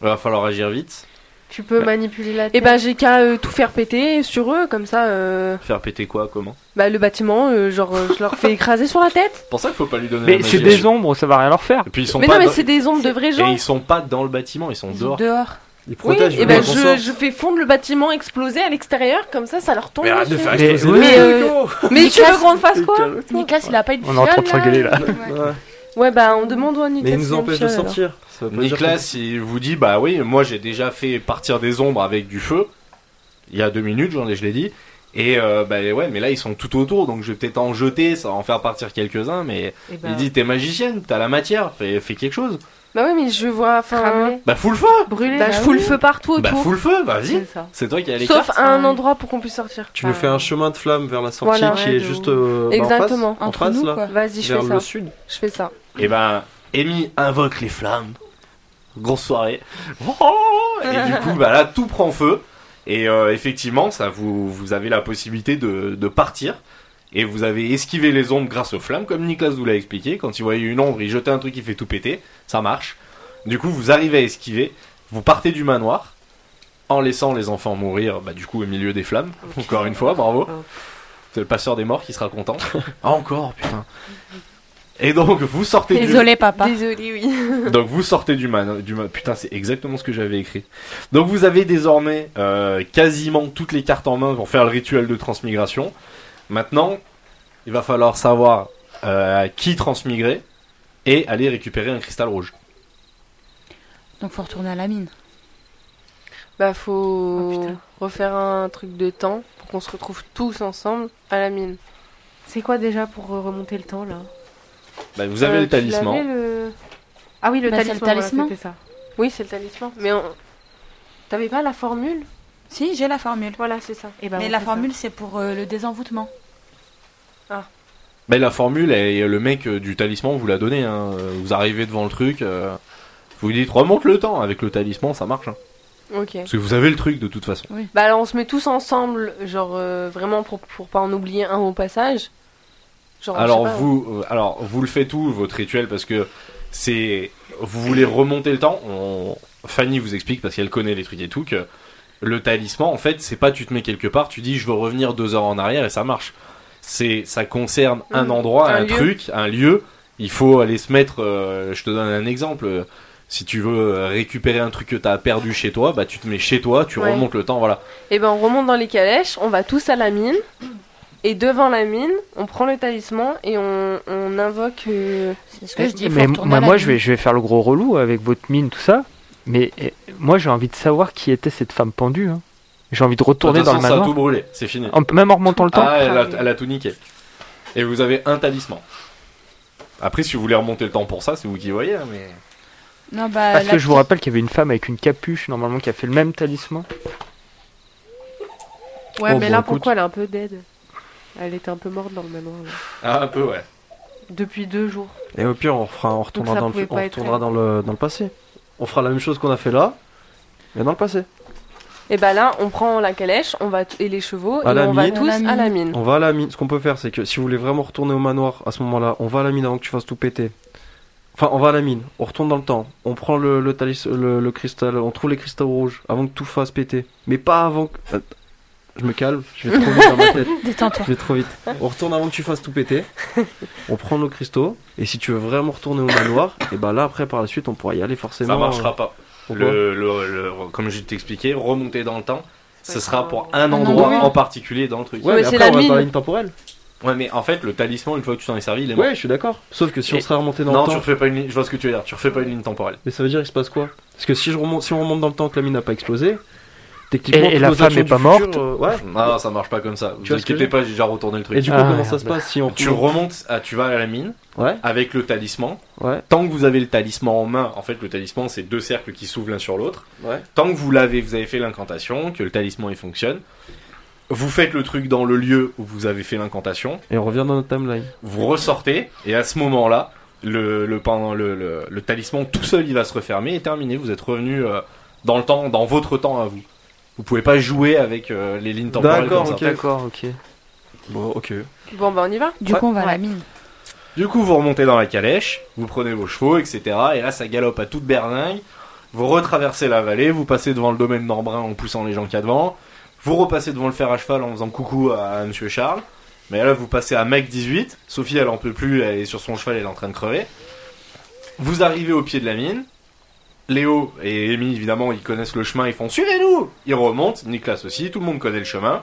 [SPEAKER 3] Il va falloir agir vite,
[SPEAKER 8] Tu peux
[SPEAKER 3] Bah.
[SPEAKER 8] manipuler la terre.
[SPEAKER 1] Et ben, j'ai qu'à euh, tout faire péter sur eux, comme ça, euh,
[SPEAKER 3] faire péter quoi, comment.
[SPEAKER 1] bah, le bâtiment, euh, genre, euh, je leur fais écraser sur la tête.
[SPEAKER 3] C'est pour ça qu'il faut pas lui donner
[SPEAKER 9] Mais
[SPEAKER 3] la
[SPEAKER 9] c'est
[SPEAKER 3] magie.
[SPEAKER 9] des ombres, ça va rien leur faire.
[SPEAKER 3] Et puis ils sont
[SPEAKER 1] Mais
[SPEAKER 3] pas
[SPEAKER 1] non, mais
[SPEAKER 3] dans-
[SPEAKER 1] c'est des ombres de vrais
[SPEAKER 3] et
[SPEAKER 1] gens.
[SPEAKER 3] ils sont pas dans le bâtiment, ils sont dehors.
[SPEAKER 2] Dehors.
[SPEAKER 4] Il
[SPEAKER 1] Oui,
[SPEAKER 4] protège,
[SPEAKER 1] et
[SPEAKER 4] le
[SPEAKER 1] ben,
[SPEAKER 4] mec, on
[SPEAKER 1] je,
[SPEAKER 4] sort.
[SPEAKER 1] je fais fondre le bâtiment, exploser à l'extérieur, comme ça, ça leur tombe.
[SPEAKER 4] Mais arrête de
[SPEAKER 1] dessus.
[SPEAKER 4] faire
[SPEAKER 9] Mais-
[SPEAKER 4] exploser
[SPEAKER 9] oui,
[SPEAKER 4] les
[SPEAKER 1] mais,
[SPEAKER 4] mecs,
[SPEAKER 1] euh,
[SPEAKER 4] gros.
[SPEAKER 1] Mais tu veux
[SPEAKER 2] Nicolas-
[SPEAKER 1] qu'on le fasse quoi
[SPEAKER 4] Calme-toi.
[SPEAKER 2] Nicolas, il a pas une
[SPEAKER 9] On est en train de
[SPEAKER 2] fiole,
[SPEAKER 9] s'engueuler là.
[SPEAKER 4] [LAUGHS] Ouais.
[SPEAKER 1] Ouais, bah, on demande au Nicolas.
[SPEAKER 4] Mais il nous
[SPEAKER 1] s'il en
[SPEAKER 4] empêche de
[SPEAKER 1] fiole, alors.
[SPEAKER 4] sortir. Ça veut pas dire
[SPEAKER 3] Nicolas, il vous dit bah oui, moi j'ai déjà fait partir des ombres avec du feu il y a deux minutes, j'en ai, je l'ai dit. Et euh, bah ouais, mais là ils sont tout autour, donc je vais peut-être en jeter, ça va en faire partir quelques-uns, mais
[SPEAKER 8] Et
[SPEAKER 3] il dit t'es magicienne, t'as la matière, fais, fais quelque chose.
[SPEAKER 1] Bah oui, mais je vois. Enfin,
[SPEAKER 8] Cramer.
[SPEAKER 3] Bah fous le feu
[SPEAKER 8] brûler.
[SPEAKER 1] Ah bah, je fous le feu partout
[SPEAKER 3] Bah
[SPEAKER 1] autour.
[SPEAKER 3] fous le feu, vas-y
[SPEAKER 8] C'est ça.
[SPEAKER 3] C'est toi qui as les
[SPEAKER 1] Sauf
[SPEAKER 3] cartes.
[SPEAKER 1] à un
[SPEAKER 8] ouais.
[SPEAKER 1] endroit pour qu'on puisse sortir.
[SPEAKER 4] Tu nous fais un chemin de flamme vers la sortie
[SPEAKER 1] Bah, Voilà,
[SPEAKER 4] qui
[SPEAKER 1] ouais,
[SPEAKER 4] est
[SPEAKER 1] de
[SPEAKER 4] juste
[SPEAKER 1] ouf.
[SPEAKER 4] euh, bah, en face-
[SPEAKER 1] Exactement.
[SPEAKER 4] en
[SPEAKER 2] Entre
[SPEAKER 4] face,
[SPEAKER 2] nous,
[SPEAKER 4] là,
[SPEAKER 2] quoi.
[SPEAKER 1] Vas-y, je
[SPEAKER 4] vers
[SPEAKER 1] fais
[SPEAKER 4] le
[SPEAKER 1] ça.
[SPEAKER 4] sud.
[SPEAKER 1] Je fais ça.
[SPEAKER 3] Et ben, Amy invoque les flammes. Grosse soirée. Oh et du coup, bah là, tout prend feu. Et euh, effectivement, ça vous, vous avez la possibilité de, de partir. Et vous avez esquivé les ombres grâce aux flammes, comme Nicolas vous l'a expliqué. Quand il voyait une ombre, il jetait un truc qui fait tout péter. Ça marche. Du coup, vous arrivez à esquiver. Vous partez du manoir en laissant les enfants mourir, bah, du coup, au milieu des flammes. Encore une fois,
[SPEAKER 1] Bah,
[SPEAKER 3] bravo.
[SPEAKER 8] Oh.
[SPEAKER 3] C'est le passeur des morts qui sera content. Ah, encore, putain. Et donc, vous sortez du
[SPEAKER 2] Désolé, papa.
[SPEAKER 1] Désolée, oui.
[SPEAKER 3] [LAUGHS] donc vous sortez du man, du man- putain c'est exactement ce que j'avais écrit. Donc vous avez désormais euh, quasiment toutes les cartes en main pour faire le rituel de transmigration. Maintenant, il va falloir savoir euh, qui transmigrer et aller récupérer un cristal rouge.
[SPEAKER 2] Donc faut retourner à la mine.
[SPEAKER 1] Bah, faut
[SPEAKER 8] Oh, putain.
[SPEAKER 1] refaire un truc de temps pour qu'on se retrouve tous ensemble à la mine.
[SPEAKER 8] C'est quoi déjà pour euh, remonter le temps là
[SPEAKER 3] Bah, vous avez
[SPEAKER 8] Euh,
[SPEAKER 3] le
[SPEAKER 8] tu l'avais,
[SPEAKER 3] talisman.
[SPEAKER 8] le- Ah oui, le
[SPEAKER 2] Bah, c'est
[SPEAKER 8] talisman.
[SPEAKER 2] le
[SPEAKER 8] voilà,
[SPEAKER 2] talisman.
[SPEAKER 8] c'était ça.
[SPEAKER 1] Oui, c'est le talisman. Mais on... t'avais pas la formule
[SPEAKER 2] Si, j'ai la formule.
[SPEAKER 1] Voilà, c'est ça.
[SPEAKER 8] Et bah,
[SPEAKER 2] Mais
[SPEAKER 8] on
[SPEAKER 2] la
[SPEAKER 8] fait ça.
[SPEAKER 2] formule, c'est pour euh, le désenvoûtement.
[SPEAKER 3] Bah, la formule et le mec euh, du talisman vous l'a donné. hein. Euh, Vous arrivez devant le truc, euh, vous lui dites remonte le temps avec le talisman, ça marche. hein.
[SPEAKER 1] Ok.
[SPEAKER 3] Parce que vous avez le truc de toute façon.
[SPEAKER 1] Bah alors on se met tous ensemble, genre euh, vraiment pour, pour pas en oublier un au passage. Genre, je
[SPEAKER 3] Alors
[SPEAKER 1] sais pas,
[SPEAKER 3] vous, euh, alors vous le faites tout votre rituel parce que c'est vous voulez remonter le temps. On- Fanny vous explique parce qu'elle connaît les trucs et tout que le talisman en fait c'est pas tu te mets quelque part, tu dis je veux revenir deux heures en arrière et ça marche. C'est ça concerne un
[SPEAKER 1] Mhm.
[SPEAKER 3] endroit, un,
[SPEAKER 1] Un lieu.
[SPEAKER 3] truc, un lieu. Il faut aller se mettre. euh, je te donne un exemple. euh, Si tu veux euh, récupérer un truc que t'as perdu chez toi, bah tu te mets chez toi, tu
[SPEAKER 1] Ouais.
[SPEAKER 3] remontes le temps, voilà.
[SPEAKER 1] Et ben on remonte dans les calèches, on va tous à la mine. Et devant la mine, on prend le talisman et on, on invoque. euh,
[SPEAKER 2] C'est ce que
[SPEAKER 9] Eh,
[SPEAKER 2] je dis. faut
[SPEAKER 9] mais
[SPEAKER 2] retourner
[SPEAKER 9] moi,
[SPEAKER 2] à la
[SPEAKER 9] moi,
[SPEAKER 2] mine.
[SPEAKER 9] je, vais, je vais faire le gros relou avec votre mine, tout ça. Mais eh, moi, j'ai envie de savoir qui était cette femme pendue. hein. J'ai envie de retourner
[SPEAKER 3] De toute
[SPEAKER 9] dans le
[SPEAKER 3] façon, ça a
[SPEAKER 9] manoir.
[SPEAKER 3] tout brûlé, c'est fini.
[SPEAKER 9] En- même en remontant le temps.
[SPEAKER 3] Ah, elle a,
[SPEAKER 1] cramé.
[SPEAKER 3] elle a tout niqué. Et vous avez un talisman. Après, si vous voulez remonter le temps pour ça, c'est vous qui voyez, hein, mais.
[SPEAKER 2] Non, bah,
[SPEAKER 9] Parce
[SPEAKER 2] la
[SPEAKER 9] que je vous
[SPEAKER 2] petite-
[SPEAKER 9] rappelle qu'il y avait une femme avec une capuche, normalement, qui a fait le même talisman.
[SPEAKER 8] Ouais,
[SPEAKER 3] Oh,
[SPEAKER 8] mais
[SPEAKER 3] bon,
[SPEAKER 8] là
[SPEAKER 3] écoute.
[SPEAKER 8] pourquoi elle est un peu dead Elle était un peu morte dans le manoir. là.
[SPEAKER 3] Ah, un peu, ouais.
[SPEAKER 8] Depuis deux jours.
[SPEAKER 4] Et au pire, on, fera, on retournera,
[SPEAKER 8] ça
[SPEAKER 4] dans le,
[SPEAKER 8] pouvait
[SPEAKER 4] on
[SPEAKER 8] pas être
[SPEAKER 4] retournera
[SPEAKER 8] elle.
[SPEAKER 4] dans, le, dans le passé. On fera la même chose qu'on a fait là, mais dans le passé.
[SPEAKER 8] Eh
[SPEAKER 1] Et ben là, on prend la calèche, on va t- et les chevaux
[SPEAKER 4] À
[SPEAKER 1] et
[SPEAKER 4] la
[SPEAKER 1] on va
[SPEAKER 4] mine.
[SPEAKER 1] tous
[SPEAKER 2] À la
[SPEAKER 1] à la
[SPEAKER 8] Mm.
[SPEAKER 1] mine.
[SPEAKER 4] On va à la mine. Ce qu'on peut faire, c'est que si vous voulez vraiment retourner au manoir à ce moment-là, on va à la mine avant que tu fasses tout péter. Enfin, on va à la mine, on retourne dans le temps, on prend le, le, talis- le, le cristal, on trouve les cristaux rouges avant que tout fasse péter. Mais pas avant que. Euh, Je me calme, je vais trop vite dans ma tête.
[SPEAKER 2] Détends-toi.
[SPEAKER 4] Je vais trop vite. On retourne avant que tu fasses tout péter. On prend nos cristaux. Et si tu veux vraiment retourner au manoir, et bah là après par la suite on pourra y aller forcément.
[SPEAKER 3] Ça marchera pas.
[SPEAKER 4] euh, Pourquoi
[SPEAKER 3] Le- le- le- comme je t'expliquais, remonter dans le temps, ce
[SPEAKER 8] Ouais,
[SPEAKER 3] sera
[SPEAKER 8] ça-
[SPEAKER 3] pour un
[SPEAKER 2] Un
[SPEAKER 3] endroit
[SPEAKER 2] endroit.
[SPEAKER 3] en particulier dans le truc.
[SPEAKER 4] Ouais,
[SPEAKER 1] Mais
[SPEAKER 4] mais,
[SPEAKER 1] c'est
[SPEAKER 4] après
[SPEAKER 1] la
[SPEAKER 4] on reste dans la
[SPEAKER 1] mine.
[SPEAKER 4] ligne temporelle.
[SPEAKER 3] Ouais, mais en fait, le talisman, une fois que tu t'en es servi, il est mort.
[SPEAKER 4] Ouais, je suis d'accord. Sauf que si
[SPEAKER 3] Et-
[SPEAKER 4] on serait remonté dans
[SPEAKER 3] non,
[SPEAKER 4] le temps.
[SPEAKER 3] tu refais pas une ligne. Je vois ce que tu veux dire. Tu refais pas une ligne temporelle.
[SPEAKER 4] Mais ça veut dire il se passe quoi Parce que si, je remonte, si on remonte dans le temps que la mine n'a pas explosé,
[SPEAKER 9] Et-
[SPEAKER 4] techniquement.
[SPEAKER 9] et
[SPEAKER 4] toutes
[SPEAKER 9] la
[SPEAKER 4] nos
[SPEAKER 9] femme
[SPEAKER 4] actions
[SPEAKER 9] est
[SPEAKER 4] du
[SPEAKER 9] pas
[SPEAKER 4] futur,
[SPEAKER 9] morte
[SPEAKER 4] euh, ouais.
[SPEAKER 3] Non, Ah, ça marche pas comme ça. Vous
[SPEAKER 4] vois ce que
[SPEAKER 3] inquiétez
[SPEAKER 4] je-
[SPEAKER 3] pas, j'ai déjà retourné le
[SPEAKER 4] Et
[SPEAKER 3] truc.
[SPEAKER 4] du coup,
[SPEAKER 9] Ah,
[SPEAKER 4] comment ça
[SPEAKER 9] merde.
[SPEAKER 4] se passe si on
[SPEAKER 3] Tu
[SPEAKER 4] remonte-
[SPEAKER 3] remontes, à- tu vas à la mine
[SPEAKER 4] euh, Ouais,
[SPEAKER 3] avec le talisman.
[SPEAKER 4] ouais,
[SPEAKER 3] Tant que vous avez le talisman en main, en fait, le talisman, c'est deux cercles qui s'ouvrent l'un sur l'autre.
[SPEAKER 4] ouais.
[SPEAKER 3] Tant que vous l'avez, vous avez fait l'incantation, que le talisman il fonctionne. Vous faites le truc dans le lieu où vous avez fait l'incantation.
[SPEAKER 4] Et on revient dans notre timeline.
[SPEAKER 3] Vous ressortez et à ce moment-là, le, le, pendant le, le- le talisman tout seul, il va se refermer et terminé. Vous êtes revenu euh, dans le temps, dans votre temps à vous. Vous pouvez pas jouer avec euh, les lignes temporelles
[SPEAKER 4] D'accord,
[SPEAKER 3] comme ça.
[SPEAKER 4] ok.
[SPEAKER 9] D'accord, ok.
[SPEAKER 4] Bon, ok.
[SPEAKER 1] Bon, bah on y va.
[SPEAKER 2] Du coup, on va à la mine.
[SPEAKER 3] Du coup, vous remontez dans la calèche, vous prenez vos chevaux, etc. Et là, ça galope à toute berlingue. Vous retraversez la vallée, vous passez devant le domaine d'Embrun en poussant les gens qu'il y a devant. Vous repassez devant le fer à cheval en faisant coucou à, à Monsieur Charles. Mais là, vous passez à Mac 18. Sophie, elle en peut plus, elle est sur son cheval, elle est en train de crever. Vous arrivez au pied de la mine. Léo et Amy, évidemment, ils connaissent le chemin, ils font Suivez-nous Ils remontent, Nicolas aussi, tout le monde connaît le chemin.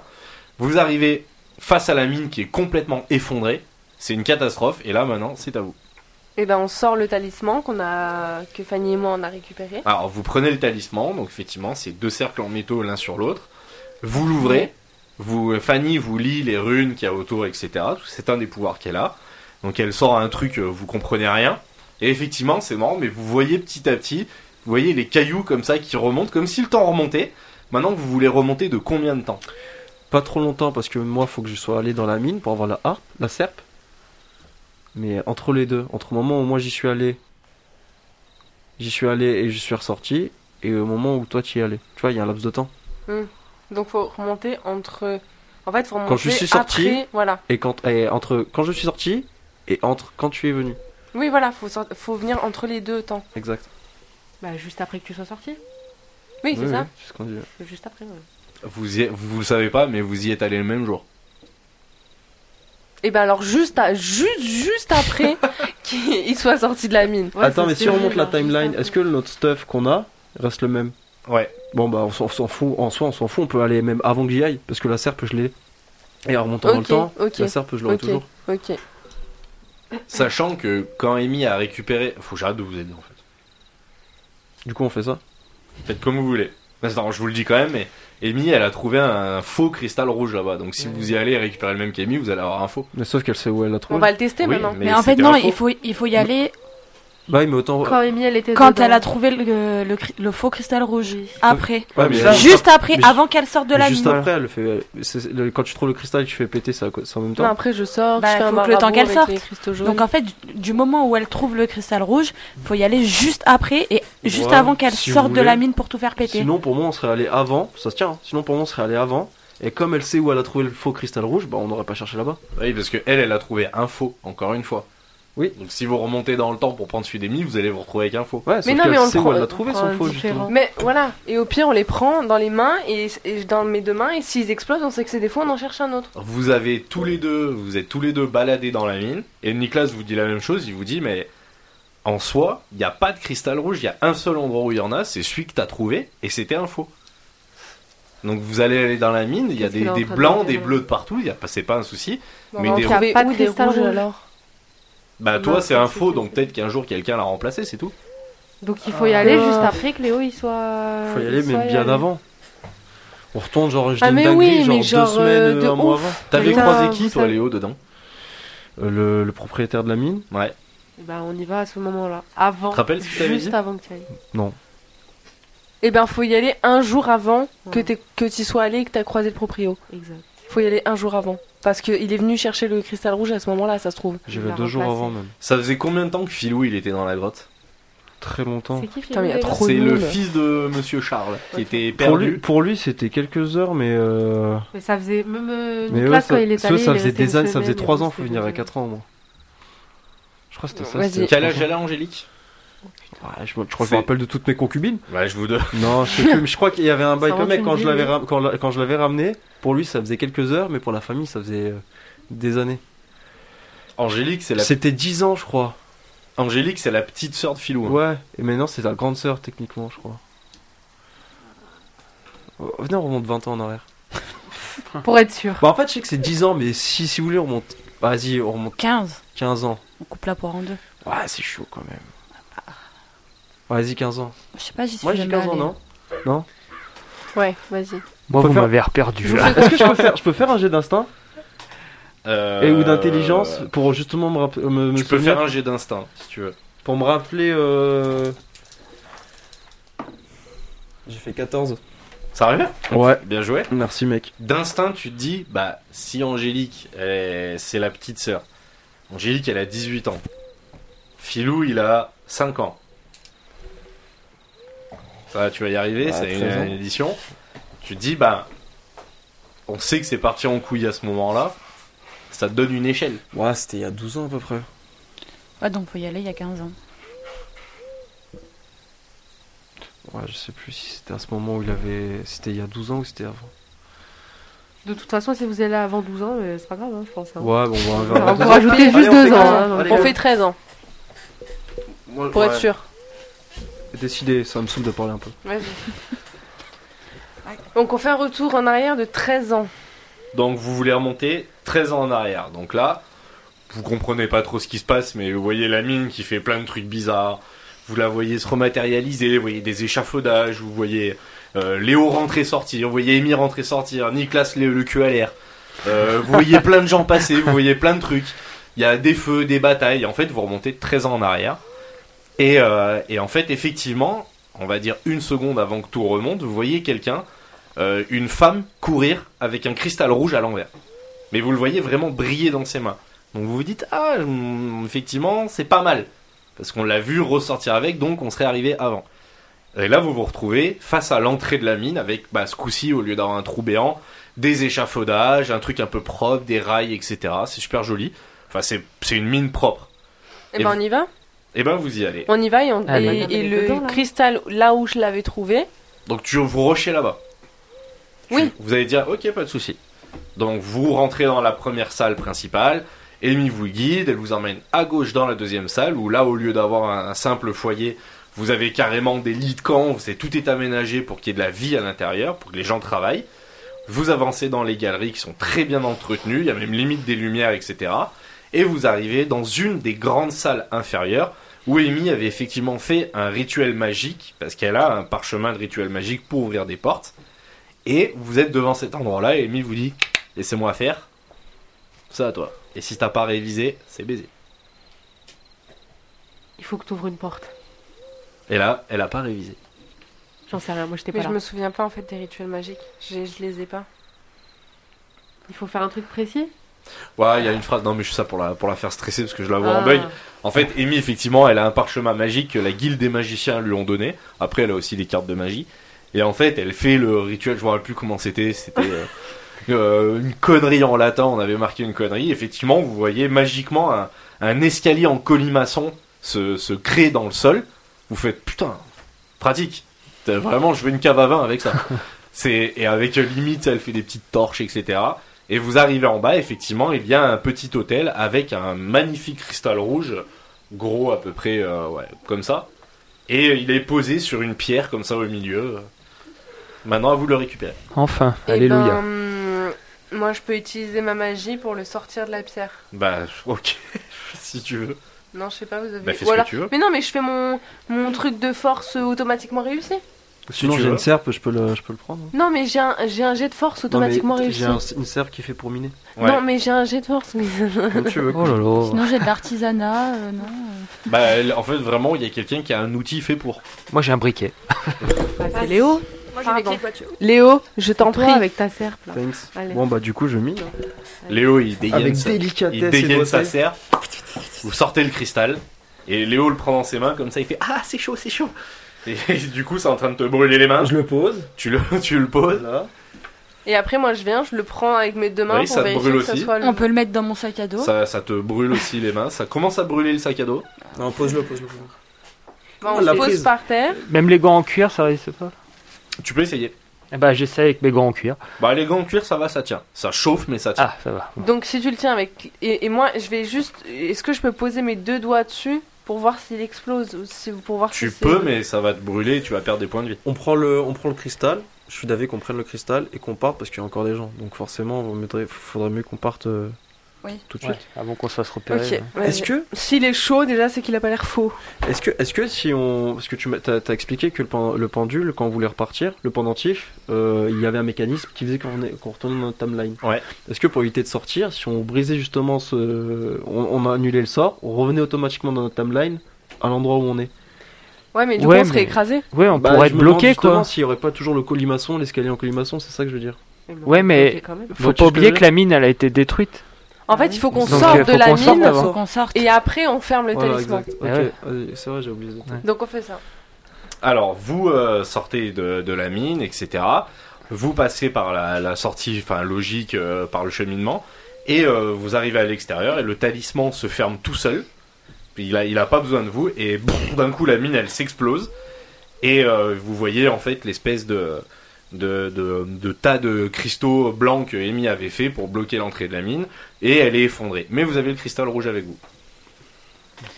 [SPEAKER 3] Vous arrivez face à la mine qui est complètement effondrée. C'est une catastrophe, et là maintenant c'est à vous.
[SPEAKER 8] Eh
[SPEAKER 1] Et ben on sort le talisman qu'on a que Fanny et moi on a récupéré.
[SPEAKER 3] Alors vous prenez le talisman, donc effectivement c'est deux cercles en métaux l'un sur l'autre, vous l'ouvrez, Vous, euh, Fanny vous lit les runes qu'il y a autour, etc. C'est un des pouvoirs qu'elle a. Donc elle sort un truc, euh, vous comprenez rien. Et effectivement, c'est marrant, mais vous voyez petit à petit, vous voyez les cailloux comme ça qui remontent, comme si le temps remontait. Maintenant, vous voulez remonter de combien de temps
[SPEAKER 4] Pas trop longtemps parce que moi, faut que je sois allé dans la mine pour avoir la harpe, la serpe. Mais entre les deux, entre le moment où moi j'y suis allé, j'y suis allé et je suis ressorti, et au moment où toi tu y es allé. Tu vois, il y a un laps de temps.
[SPEAKER 8] Donc faut remonter entre. En fait, faut remonter
[SPEAKER 4] Quand je suis sorti-
[SPEAKER 8] après. Voilà.
[SPEAKER 4] Et quand, et entre quand je suis sorti et entre quand tu es venu.
[SPEAKER 8] Oui, voilà, faut, sor- faut venir entre les deux temps.
[SPEAKER 4] Exact.
[SPEAKER 8] Bah, juste après que tu sois sorti. Oui, c'est
[SPEAKER 4] Oui,
[SPEAKER 8] ça.
[SPEAKER 4] oui, c'est ce qu'on dit.
[SPEAKER 8] Juste après. ouais.
[SPEAKER 3] vous, y êtes- vous le savez pas, mais vous y êtes allé le même jour.
[SPEAKER 8] Et ben alors juste, à- juste,
[SPEAKER 4] [LAUGHS]
[SPEAKER 8] juste après qu'il soit sorti de la mine.
[SPEAKER 4] Attends, mais si on monte la timeline, est-ce que notre stuff qu'on a reste le même
[SPEAKER 3] Ouais.
[SPEAKER 4] Bon bah on s'en on s'en fout, en soi on s'en fout, on peut aller même avant que j'y aille, parce que la serpe je l'ai. Et en remontant dans le
[SPEAKER 8] Ok,
[SPEAKER 4] temps,
[SPEAKER 8] ok,
[SPEAKER 4] la serpe je l'aurai
[SPEAKER 8] Ok,
[SPEAKER 4] toujours.
[SPEAKER 8] ok.
[SPEAKER 3] Sachant que quand Amy a récupéré. Faut que j'arrête de vous aider en fait.
[SPEAKER 4] Du coup on fait ça.
[SPEAKER 3] Faites comme vous voulez. Attends, je vous le dis quand même, mais Amy, elle a trouvé un faux cristal rouge là-bas. Donc si vous y allez récupérer le même qu'Amy, vous allez avoir un faux.
[SPEAKER 4] Mais sauf qu'elle sait où elle l'a
[SPEAKER 8] On
[SPEAKER 4] trouvé.
[SPEAKER 8] va le tester
[SPEAKER 3] Oui,
[SPEAKER 8] maintenant.
[SPEAKER 2] Mais en fait,
[SPEAKER 3] c'était
[SPEAKER 2] non,
[SPEAKER 3] un faux.
[SPEAKER 2] il faut, il faut y aller
[SPEAKER 4] Bah oui mais autant.
[SPEAKER 8] Quand Amy, elle était
[SPEAKER 2] quand
[SPEAKER 8] dedans.
[SPEAKER 2] elle a trouvé le, le cri- le faux cristal rouge. Après.
[SPEAKER 4] Ouais,
[SPEAKER 3] mais
[SPEAKER 4] mais
[SPEAKER 3] ça,
[SPEAKER 4] là,
[SPEAKER 2] Juste après,
[SPEAKER 4] mais ju-
[SPEAKER 2] avant qu'elle sorte de la
[SPEAKER 4] juste
[SPEAKER 2] mine.
[SPEAKER 4] après elle le fait. c'est- le- quand tu trouves le cristal tu fais péter ça c'est en même temps.
[SPEAKER 8] Non, après je sors,
[SPEAKER 2] Bah,
[SPEAKER 8] je fais un
[SPEAKER 2] faut que le temps
[SPEAKER 8] marabout
[SPEAKER 2] qu'elle
[SPEAKER 8] avec
[SPEAKER 2] sorte.
[SPEAKER 8] les cristaux jaunes.
[SPEAKER 2] Donc en fait, du, du moment où elle trouve le cristal rouge, faut y aller juste après et juste
[SPEAKER 4] Ouais,
[SPEAKER 2] avant qu'elle
[SPEAKER 4] si
[SPEAKER 2] sorte
[SPEAKER 4] vous
[SPEAKER 2] de la
[SPEAKER 4] voulez.
[SPEAKER 2] mine pour tout faire péter.
[SPEAKER 4] Sinon pour moi on serait allé avant, ça se tient, hein. sinon pour moi on serait allé avant. Et comme elle sait où elle a trouvé le faux cristal rouge, bah on n'aurait pas cherché là-bas.
[SPEAKER 3] Oui, parce que elle, elle a trouvé un faux, encore une fois.
[SPEAKER 4] Oui.
[SPEAKER 3] Donc si vous remontez dans le temps pour prendre celui d'Amy, vous allez vous retrouver avec un faux.
[SPEAKER 4] Ouais,
[SPEAKER 8] Mais
[SPEAKER 4] sauf
[SPEAKER 8] non,
[SPEAKER 4] qu'elle
[SPEAKER 8] mais on le
[SPEAKER 4] sait
[SPEAKER 8] prend-
[SPEAKER 4] où elle
[SPEAKER 8] on
[SPEAKER 4] a trouvé
[SPEAKER 8] prend
[SPEAKER 4] son
[SPEAKER 8] un
[SPEAKER 4] faux
[SPEAKER 8] différent.
[SPEAKER 4] justement.
[SPEAKER 1] Mais
[SPEAKER 8] Voilà, et au pire on les prend dans les mains et, et dans mes deux mains et s'ils explosent on sait que c'est des faux, on en cherche un autre.
[SPEAKER 3] Vous avez tous les deux, vous êtes tous les deux baladés dans la mine, et Nicolas vous dit la même chose, il vous dit mais en soi, il n'y a pas de cristal rouge, il y a un seul endroit où il y en a, c'est celui que t'as trouvé, et c'était un faux. Donc vous allez aller dans la mine, il y a
[SPEAKER 8] Qu'est-ce
[SPEAKER 3] des,
[SPEAKER 8] qu'il est en
[SPEAKER 3] des
[SPEAKER 8] train de
[SPEAKER 3] blancs,
[SPEAKER 8] dire, euh
[SPEAKER 3] des
[SPEAKER 8] là
[SPEAKER 3] bleus de partout, il y a pas- c'est pas un souci.
[SPEAKER 8] Bon,
[SPEAKER 3] Mais
[SPEAKER 8] on
[SPEAKER 3] des
[SPEAKER 8] trouve
[SPEAKER 1] rouges.
[SPEAKER 8] pas
[SPEAKER 1] Ou
[SPEAKER 8] de
[SPEAKER 1] des
[SPEAKER 8] cristal
[SPEAKER 1] rouges,
[SPEAKER 8] rouge
[SPEAKER 1] alors.
[SPEAKER 8] alors.
[SPEAKER 3] Bah
[SPEAKER 8] Non,
[SPEAKER 3] toi c'est
[SPEAKER 8] c'est-
[SPEAKER 3] un
[SPEAKER 8] c'est-
[SPEAKER 3] faux,
[SPEAKER 8] c'est-
[SPEAKER 3] donc peut-être qu'un jour quelqu'un l'a remplacé, c'est tout.
[SPEAKER 8] Donc il faut y aller juste après que Léo il soit.
[SPEAKER 4] Ah. Faut y aller, mais bien avant. On retourne, genre, je
[SPEAKER 8] Euh, Ah,
[SPEAKER 4] dis une
[SPEAKER 8] mais
[SPEAKER 4] dinguerie,
[SPEAKER 8] oui,
[SPEAKER 4] genre
[SPEAKER 8] mais
[SPEAKER 4] deux
[SPEAKER 8] genre, euh,
[SPEAKER 4] semaines,
[SPEAKER 8] de
[SPEAKER 4] un mois
[SPEAKER 8] ouf.
[SPEAKER 4] avant.
[SPEAKER 3] T'avais
[SPEAKER 8] Putain,
[SPEAKER 3] croisé
[SPEAKER 8] vous
[SPEAKER 3] qui toi
[SPEAKER 8] savez-
[SPEAKER 3] Léo dedans
[SPEAKER 4] Euh, le, le propriétaire de la mine
[SPEAKER 3] Ouais.
[SPEAKER 8] Et ben on y va à ce moment-là. Avant.
[SPEAKER 3] Te rappelles ce que t'avais
[SPEAKER 8] Juste
[SPEAKER 3] dit
[SPEAKER 8] avant que tu ailles.
[SPEAKER 4] Non.
[SPEAKER 1] Eh ben, faut y aller un jour avant que
[SPEAKER 8] Ouais.
[SPEAKER 1] t'aies- que tu sois allé et que t'as croisé le proprio.
[SPEAKER 8] Exact.
[SPEAKER 1] Faut y aller un jour avant. Parce qu'il est venu chercher le cristal rouge à ce moment-là, ça se trouve.
[SPEAKER 4] J'y
[SPEAKER 8] Il
[SPEAKER 4] vais
[SPEAKER 8] l'a
[SPEAKER 4] deux jours
[SPEAKER 8] remplacé.
[SPEAKER 4] avant même.
[SPEAKER 3] Ça faisait combien de temps que Philou il était dans la grotte
[SPEAKER 4] Très longtemps.
[SPEAKER 8] C'est qui Philou
[SPEAKER 1] Putain, mais il y a
[SPEAKER 8] déjà
[SPEAKER 1] trop
[SPEAKER 3] C'est
[SPEAKER 1] de
[SPEAKER 3] le
[SPEAKER 1] monde.
[SPEAKER 3] fils de Monsieur Charles qui était
[SPEAKER 4] Pour lui,
[SPEAKER 3] perdu.
[SPEAKER 4] pour lui, c'était quelques heures, mais. Euh...
[SPEAKER 8] Mais ça faisait même euh,
[SPEAKER 4] mais
[SPEAKER 8] Nicolas
[SPEAKER 4] eux,
[SPEAKER 8] quand il est
[SPEAKER 4] ça,
[SPEAKER 8] allé.
[SPEAKER 4] eux, ça
[SPEAKER 8] il est
[SPEAKER 4] faisait
[SPEAKER 8] resté
[SPEAKER 4] des
[SPEAKER 8] une
[SPEAKER 4] années, ça faisait
[SPEAKER 8] semaine,
[SPEAKER 4] 3
[SPEAKER 8] donc
[SPEAKER 4] ans, faut
[SPEAKER 8] c'était
[SPEAKER 4] venir à
[SPEAKER 8] deux
[SPEAKER 4] 4 ans, moi. Je crois que c'était
[SPEAKER 1] Bon,
[SPEAKER 4] ça.
[SPEAKER 1] vas-y.
[SPEAKER 4] c'était
[SPEAKER 3] Quel âge
[SPEAKER 4] trois
[SPEAKER 3] elle a Angélique
[SPEAKER 4] ans. Ouais, je, me- je crois que je
[SPEAKER 3] C'est-
[SPEAKER 4] me rappelle de toutes mes concubines.
[SPEAKER 3] Bah je vous donne.
[SPEAKER 4] Non, je sais plus, mais je crois qu'il y avait un bail
[SPEAKER 8] Ça
[SPEAKER 4] comme
[SPEAKER 8] rentre
[SPEAKER 4] mec quand
[SPEAKER 8] une
[SPEAKER 4] je
[SPEAKER 8] vie,
[SPEAKER 4] l'avais
[SPEAKER 8] oui.
[SPEAKER 4] ram- quand, la- quand je l'avais ramené. Pour lui, ça faisait quelques heures, mais pour la famille, ça faisait euh, des années.
[SPEAKER 3] Angélique c'est la
[SPEAKER 4] C'était 10 ans, je crois.
[SPEAKER 3] Angélique c'est la petite sœur de Philou. hein.
[SPEAKER 4] Ouais, et maintenant c'est la grande sœur techniquement, je crois. Oh, Venez, on remonte 20 ans en arrière.
[SPEAKER 8] jours. Pour être sûr.
[SPEAKER 4] Bah en fait, je sais que c'est 10 ans, mais si, si vous voulez, on remonte. Vas-y, on remonte
[SPEAKER 2] 15.
[SPEAKER 4] 15 ans.
[SPEAKER 2] On coupe la poire en deux.
[SPEAKER 4] Ouais, c'est chaud quand même. Vas-y, 15 ans.
[SPEAKER 2] Je sais pas, j'y suis
[SPEAKER 4] Moi j'ai
[SPEAKER 2] jamais
[SPEAKER 4] 15 ans,
[SPEAKER 2] allée.
[SPEAKER 4] non
[SPEAKER 8] Ouais, vas-y.
[SPEAKER 9] Moi,
[SPEAKER 4] Faut
[SPEAKER 9] vous
[SPEAKER 4] faire-
[SPEAKER 9] m'avez reperdu. là.
[SPEAKER 4] Est-ce que je peux faire, je peux faire un jet d'instinct
[SPEAKER 3] Euh,
[SPEAKER 4] et ou d'intelligence pour justement me rappeler. Me, me
[SPEAKER 3] Tu peux
[SPEAKER 4] souvenir-
[SPEAKER 3] faire un jet d'instinct si tu veux.
[SPEAKER 4] Pour me rappeler. Euh... J'ai fait 14.
[SPEAKER 3] Sérieux
[SPEAKER 4] Ouais,
[SPEAKER 3] Bien joué.
[SPEAKER 4] merci mec.
[SPEAKER 3] D'instinct tu te dis bah si Angélique elle est- c'est la petite sœur. Angélique elle a 18 ans. Philou il a 5 ans. Ça va, tu vas y arriver,
[SPEAKER 4] Ah,
[SPEAKER 3] c'est
[SPEAKER 4] 13 ans.
[SPEAKER 3] une, une édition. Tu te dis bah on sait que c'est parti en couille à ce moment-là. Ça te donne une échelle.
[SPEAKER 4] Ouais, c'était il y a 12 ans à peu près.
[SPEAKER 2] Ouais, donc faut y aller il y a 15 ans.
[SPEAKER 4] Ouais, je sais plus si c'était à ce moment où il avait. C'était il y a 12 ans ou c'était avant.
[SPEAKER 8] De toute façon, si vous allez avant 12 ans, euh, c'est pas grave, hein, je pense. hein.
[SPEAKER 4] Ouais, bon, on
[SPEAKER 8] Alors,
[SPEAKER 4] va
[SPEAKER 8] vous rajoutez juste
[SPEAKER 4] Allez, on fait quinze
[SPEAKER 8] deux ans. hein,
[SPEAKER 4] ans.
[SPEAKER 8] donc-
[SPEAKER 4] Allez,
[SPEAKER 1] On fait 13 ans, pour être sûr.
[SPEAKER 4] Décidé, ça me saoule de parler un peu.
[SPEAKER 8] Donc on fait un retour en arrière de 13 ans.
[SPEAKER 3] Donc vous voulez remonter 13 ans en arrière. Donc là, vous comprenez pas trop ce qui se passe, mais vous voyez la mine qui fait plein de trucs bizarres. Vous la voyez se rematérialiser, vous voyez des échafaudages, vous voyez Euh, Léo rentrer sortir, vous voyez Amy rentrer sortir, Nicolas le, le cul à l'air. Euh, vous voyez plein de gens passer, vous voyez plein de trucs. Il y a des feux, des batailles. En fait, vous remontez 13 ans en arrière. Et, euh, et en fait, effectivement, on va dire une seconde avant que tout remonte, vous voyez quelqu'un, euh, une femme, courir avec un cristal rouge à l'envers. Mais vous le voyez vraiment briller dans ses mains. Donc vous vous dites, ah, mm, effectivement, c'est pas mal. Parce qu'on l'a vu ressortir avec, donc on serait arrivé avant. Et là, vous vous retrouvez face à l'entrée de la mine avec, bah, ce coup-ci, au lieu d'avoir un trou béant, des échafaudages, un truc un peu propre, des rails, etc. C'est super joli. Enfin, c'est c'est une mine propre.
[SPEAKER 14] Eh ben,
[SPEAKER 3] vous-
[SPEAKER 14] on y va.
[SPEAKER 3] Et ben, vous y allez.
[SPEAKER 14] On y va et, on-
[SPEAKER 9] Allez.
[SPEAKER 14] et- et le cristal là où je l'avais trouvé.
[SPEAKER 3] Donc, tu vous rochez là-bas. Tu-
[SPEAKER 14] Oui.
[SPEAKER 3] Vous allez dire, ok, pas de souci. Donc, vous rentrez dans la première salle principale. Amy vous guide, elle vous emmène à gauche dans la deuxième salle où là, au lieu d'avoir un, un simple foyer, vous avez carrément des lits de camp. C'est tout est aménagé pour qu'il y ait de la vie à l'intérieur, pour que les gens travaillent. Vous avancez dans les galeries qui sont très bien entretenues, il y a même limite des lumières, etc. Et vous arrivez dans une des grandes salles inférieures où Amy avait effectivement fait un rituel magique, parce qu'elle a un parchemin de rituel magique pour ouvrir des portes. Et vous êtes devant cet endroit-là, et Amy vous dit Laissez-moi faire. Ça à toi. Et si t'as pas révisé, c'est baisé.
[SPEAKER 8] Il faut que tu ouvres une porte.
[SPEAKER 3] Et là, elle a pas révisé.
[SPEAKER 8] J'en sais rien, moi j'étais
[SPEAKER 14] Mais
[SPEAKER 8] pas
[SPEAKER 14] je
[SPEAKER 8] là.
[SPEAKER 14] me souviens pas en fait des rituels magiques. J'ai- Je les ai pas.
[SPEAKER 8] Il faut faire un truc précis
[SPEAKER 3] Ouais, il y a une phrase, non mais je fais ça pour la, pour la faire stresser parce que je la vois en
[SPEAKER 8] Ah.
[SPEAKER 3] deuil. En fait, Amy, effectivement, elle a un parchemin magique que la guilde des magiciens lui ont donné. Après, elle a aussi des cartes de magie. Et en fait, elle fait le rituel, je me rappelle plus comment c'était. C'était euh, euh, une connerie en latin, on avait marqué une connerie. Effectivement, vous voyez magiquement un, un escalier en colimaçon se, se créer dans le sol. Vous faites putain, pratique. T'as- Vraiment, je veux une cave à vin avec ça. C'est, et avec euh, limite, elle fait des petites torches, etc. Et vous arrivez en bas, effectivement, il y a un petit hôtel avec un magnifique cristal rouge, gros à peu près, euh, ouais, comme ça. Et il est posé sur une pierre comme ça au milieu. Maintenant, à vous de le récupérer.
[SPEAKER 9] Enfin,
[SPEAKER 14] Eh
[SPEAKER 9] alléluia.
[SPEAKER 14] ben, moi, je peux utiliser ma magie pour le sortir de la pierre.
[SPEAKER 3] Bah, ok, [LAUGHS] si tu veux.
[SPEAKER 14] Non, je sais pas, vous avez.
[SPEAKER 3] Bah, fais
[SPEAKER 14] Ou alors-
[SPEAKER 3] ce que tu veux.
[SPEAKER 14] Mais non, mais je fais mon, mon truc de force euh, automatiquement réussi.
[SPEAKER 3] tu
[SPEAKER 4] Sinon, j'ai
[SPEAKER 3] veux.
[SPEAKER 4] une serpe, je peux le, je peux le prendre. hein.
[SPEAKER 14] Non, mais j'ai un, j'ai un jet de force
[SPEAKER 4] Non, mais
[SPEAKER 14] automatiquement réussi.
[SPEAKER 4] J'ai un- une serpe qui est fait
[SPEAKER 14] [LAUGHS]
[SPEAKER 4] pour miner.
[SPEAKER 3] Ouais.
[SPEAKER 14] Non, mais j'ai un jet de force. mais-
[SPEAKER 4] Comme tu
[SPEAKER 2] ben,
[SPEAKER 4] veux.
[SPEAKER 9] Oh là là.
[SPEAKER 2] Sinon, j'ai de l'artisanat, euh, non
[SPEAKER 3] Bah, elle- en fait, vraiment, il y a quelqu'un qui a un outil fait pour.
[SPEAKER 9] Moi j'ai un briquet.
[SPEAKER 8] Bah, c'est Léo
[SPEAKER 5] Moi j'ai mes
[SPEAKER 14] Pardon.
[SPEAKER 5] clés de voiture.
[SPEAKER 14] Léo, je t'en
[SPEAKER 8] Toi,
[SPEAKER 14] prie.
[SPEAKER 8] avec ta serpe là.
[SPEAKER 4] Thanks.
[SPEAKER 8] Allez.
[SPEAKER 4] Bon, bah, du coup, je mine. hein.
[SPEAKER 3] Léo, il dégaine
[SPEAKER 4] Avec
[SPEAKER 3] sa- Il
[SPEAKER 4] délicatesse et
[SPEAKER 3] dégaine sa
[SPEAKER 4] doigté.
[SPEAKER 3] serre. Vous sortez le cristal. Et Léo le prend dans ses mains, comme ça, il fait Ah, c'est chaud, c'est chaud. Et [LAUGHS] du coup, c'est en train de te brûler les mains.
[SPEAKER 4] Je le pose.
[SPEAKER 3] Tu le, [LAUGHS] tu le poses.
[SPEAKER 4] Voilà.
[SPEAKER 14] Et après, moi, je viens, je le prends avec mes deux mains
[SPEAKER 3] Oui,
[SPEAKER 14] pour
[SPEAKER 3] ça te
[SPEAKER 14] vérifier
[SPEAKER 3] brûle
[SPEAKER 14] que ça
[SPEAKER 3] aussi.
[SPEAKER 14] soit le...
[SPEAKER 2] On peut le mettre dans mon sac à dos.
[SPEAKER 3] Ça, ça te brûle aussi les mains, ça commence à brûler le sac à dos.
[SPEAKER 4] Non, pose-le, pose-le. pose-le.
[SPEAKER 14] Bah, on
[SPEAKER 4] On l'a
[SPEAKER 14] se pose
[SPEAKER 4] prise.
[SPEAKER 14] par terre.
[SPEAKER 9] Même les gants en cuir, ça risque pas.
[SPEAKER 3] Tu peux essayer.
[SPEAKER 9] Eh ben j'essaie avec mes gants en cuir.
[SPEAKER 3] Bah les gants en cuir ça va, ça tient. Ça chauffe mais ça tient.
[SPEAKER 9] Ah, ça va.
[SPEAKER 14] Donc, si tu le tiens avec. Et, et moi, je vais juste. Est-ce que je peux poser mes deux doigts dessus pour voir s'il explose ou si... pour voir
[SPEAKER 3] tu
[SPEAKER 14] si c'est-
[SPEAKER 3] peux mais ça va te brûler et tu vas perdre des points de vie.
[SPEAKER 4] On prend le, on prend le cristal. Je suis d'avis qu'on prenne le cristal et qu'on parte parce qu'il y a encore des gens. Donc forcément, vous mettrez- faudrait mieux qu'on parte euh,
[SPEAKER 2] Oui.
[SPEAKER 4] tout de
[SPEAKER 9] Ouais,
[SPEAKER 4] suite.
[SPEAKER 9] avant qu'on se fasse repérer.
[SPEAKER 14] Ok. vas-y.
[SPEAKER 4] Est-ce que,
[SPEAKER 14] S'il est chaud, déjà, c'est qu'il a pas l'air faux.
[SPEAKER 4] est-ce que, est-ce que si on, parce que tu m'as t'as- t'as expliqué que le, pen- le pendule, quand on voulait repartir, le pendentif, euh, il y avait un mécanisme qui faisait qu'on est- qu'on retourne dans notre timeline.
[SPEAKER 3] Ouais.
[SPEAKER 4] Est-ce que pour éviter de sortir, si on brisait justement ce, on, on a annulé le sort, on revenait automatiquement dans notre timeline à l'endroit où on est.
[SPEAKER 14] Ouais, mais du
[SPEAKER 9] Ouais,
[SPEAKER 14] coup, on serait
[SPEAKER 9] mais-
[SPEAKER 14] écrasé.
[SPEAKER 9] Ouais, on
[SPEAKER 4] Bah,
[SPEAKER 9] pourrait
[SPEAKER 4] je
[SPEAKER 9] être
[SPEAKER 4] me demande
[SPEAKER 9] bloqué
[SPEAKER 4] justement
[SPEAKER 9] quoi.
[SPEAKER 4] S'il n'y aurait pas toujours le colimaçon, l'escalier en colimaçon, c'est ça que je veux dire.
[SPEAKER 9] Ouais, mais-
[SPEAKER 8] Quand même.
[SPEAKER 9] Faut
[SPEAKER 4] Vois-tu
[SPEAKER 9] pas
[SPEAKER 4] ce que
[SPEAKER 9] oublier
[SPEAKER 4] je
[SPEAKER 9] que la mine elle a été détruite.
[SPEAKER 14] En fait, il faut qu'on
[SPEAKER 9] Donc,
[SPEAKER 14] sorte
[SPEAKER 9] euh,
[SPEAKER 14] de
[SPEAKER 9] faut
[SPEAKER 14] la
[SPEAKER 9] qu'on sorte
[SPEAKER 14] mine
[SPEAKER 9] avant.
[SPEAKER 2] Faut qu'on sorte.
[SPEAKER 14] et après, on ferme le
[SPEAKER 4] Voilà,
[SPEAKER 14] talisman.
[SPEAKER 4] exact. Ok,
[SPEAKER 9] Ah ouais.
[SPEAKER 4] euh, c'est vrai, j'ai oublié. ce détail.
[SPEAKER 14] Donc, on fait ça.
[SPEAKER 3] Alors vous euh, sortez de, de la mine, etc. Vous passez par la, la sortie, enfin logique, euh, par le cheminement. Et euh, vous arrivez à l'extérieur et le talisman se ferme tout seul. Il a, il a pas besoin de vous et boum, d'un coup la mine elle s'explose. Et euh, vous voyez en fait l'espèce de, de, de- de tas de cristaux blancs que Amy avait fait pour bloquer l'entrée de la mine. Et elle est effondrée. Mais vous avez le cristal rouge avec vous.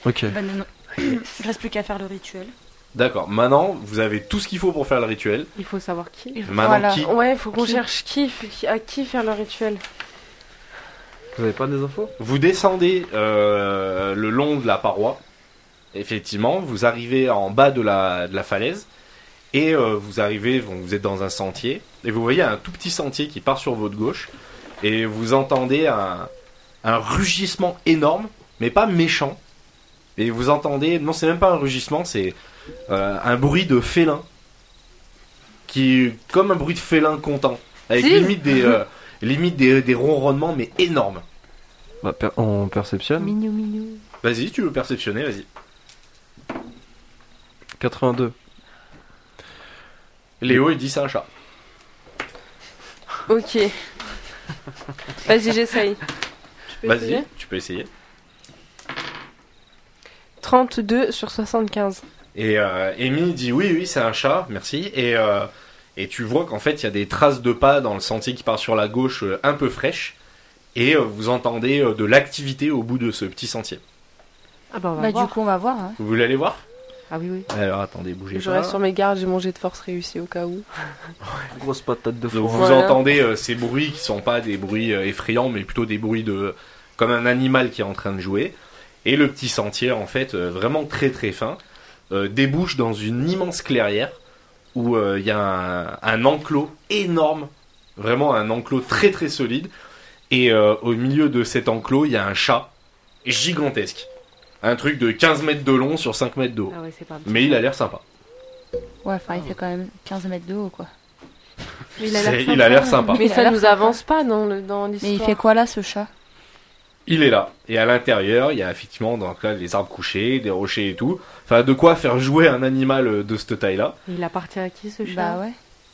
[SPEAKER 4] Ok.
[SPEAKER 2] Bah, [COUGHS] non, non. Il reste plus qu'à faire le rituel.
[SPEAKER 3] D'accord, maintenant vous avez tout ce qu'il faut pour faire le rituel.
[SPEAKER 8] Il faut savoir qui.
[SPEAKER 3] Maintenant
[SPEAKER 14] voilà.
[SPEAKER 3] qui
[SPEAKER 14] Ouais, faut qu'on
[SPEAKER 2] Qui
[SPEAKER 14] cherche qui, qui- à qui faire le rituel.
[SPEAKER 4] Vous avez pas des infos
[SPEAKER 3] Vous descendez euh, le long de la paroi, effectivement, vous arrivez en bas de la, de la falaise, Et euh, vous arrivez, bon, vous êtes dans un sentier, et vous voyez un tout petit sentier qui part sur votre gauche, et vous entendez un, un rugissement énorme, mais pas méchant. Et vous entendez, non, c'est même pas un rugissement, c'est euh, un bruit de félin, qui comme un bruit de félin content, avec
[SPEAKER 8] Si.
[SPEAKER 3] limite des euh, limite des, des ronronnements, mais énormes.
[SPEAKER 4] Bah, per- on perceptionne.
[SPEAKER 8] Mignou, mignou.
[SPEAKER 3] Vas-y, tu veux perceptionner, vas-y.
[SPEAKER 4] 82.
[SPEAKER 3] Léo, il dit c'est un chat.
[SPEAKER 1] Ok. Vas-y, j'essaye.
[SPEAKER 14] Tu peux
[SPEAKER 3] Vas-y,
[SPEAKER 14] essayer
[SPEAKER 3] tu peux essayer.
[SPEAKER 1] 32 sur 75.
[SPEAKER 3] Et euh, Amy dit oui, oui, c'est un chat, merci. Et, euh, et tu vois qu'en fait, il y a des traces de pas dans le sentier qui part sur la gauche euh, un peu fraîche. Et euh, vous entendez euh, de l'activité au bout de ce petit sentier.
[SPEAKER 8] Ah bah on va
[SPEAKER 2] Bah,
[SPEAKER 8] voir.
[SPEAKER 2] du coup, on va voir. hein.
[SPEAKER 3] Vous voulez aller voir
[SPEAKER 8] Ah oui, oui.
[SPEAKER 3] Alors attendez, bougez
[SPEAKER 1] Je
[SPEAKER 3] pas.
[SPEAKER 1] reste sur mes gardes, j'ai mon jet de force réussi au cas où.
[SPEAKER 4] Grosse patate de
[SPEAKER 3] Donc, vous
[SPEAKER 4] four.
[SPEAKER 1] Voilà.
[SPEAKER 3] entendez euh, ces bruits qui sont pas des bruits euh, effrayants, mais plutôt des bruits de comme un animal qui est en train de jouer. Et le petit sentier, en fait, euh, vraiment très très fin, euh, débouche dans une immense clairière où euh, il y a un, un enclos énorme, vraiment un enclos très très solide. Et euh, au milieu de cet enclos, il y a un chat gigantesque. Un truc de 15 mètres de long sur 5 mètres de haut.
[SPEAKER 8] Ah ouais, c'est pas un petit
[SPEAKER 3] Mais il a l'air sympa.
[SPEAKER 2] Ouais, enfin, il fait quand même 15 mètres de haut, quoi.
[SPEAKER 3] Il a l'air il a l'air
[SPEAKER 8] Ah.
[SPEAKER 3] sympa.
[SPEAKER 1] Mais
[SPEAKER 2] Il a
[SPEAKER 1] ça
[SPEAKER 2] l'air
[SPEAKER 1] nous
[SPEAKER 2] sympa.
[SPEAKER 1] avance pas dans le- dans l'histoire.
[SPEAKER 2] Mais il fait quoi là, ce chat
[SPEAKER 3] Il est là. Et à l'intérieur, il y a effectivement donc là, les arbres couchés, des rochers et tout. Enfin, de quoi faire jouer un animal euh, de cette taille-là.
[SPEAKER 8] Il appartient à qui ce chat
[SPEAKER 2] Bah ouais.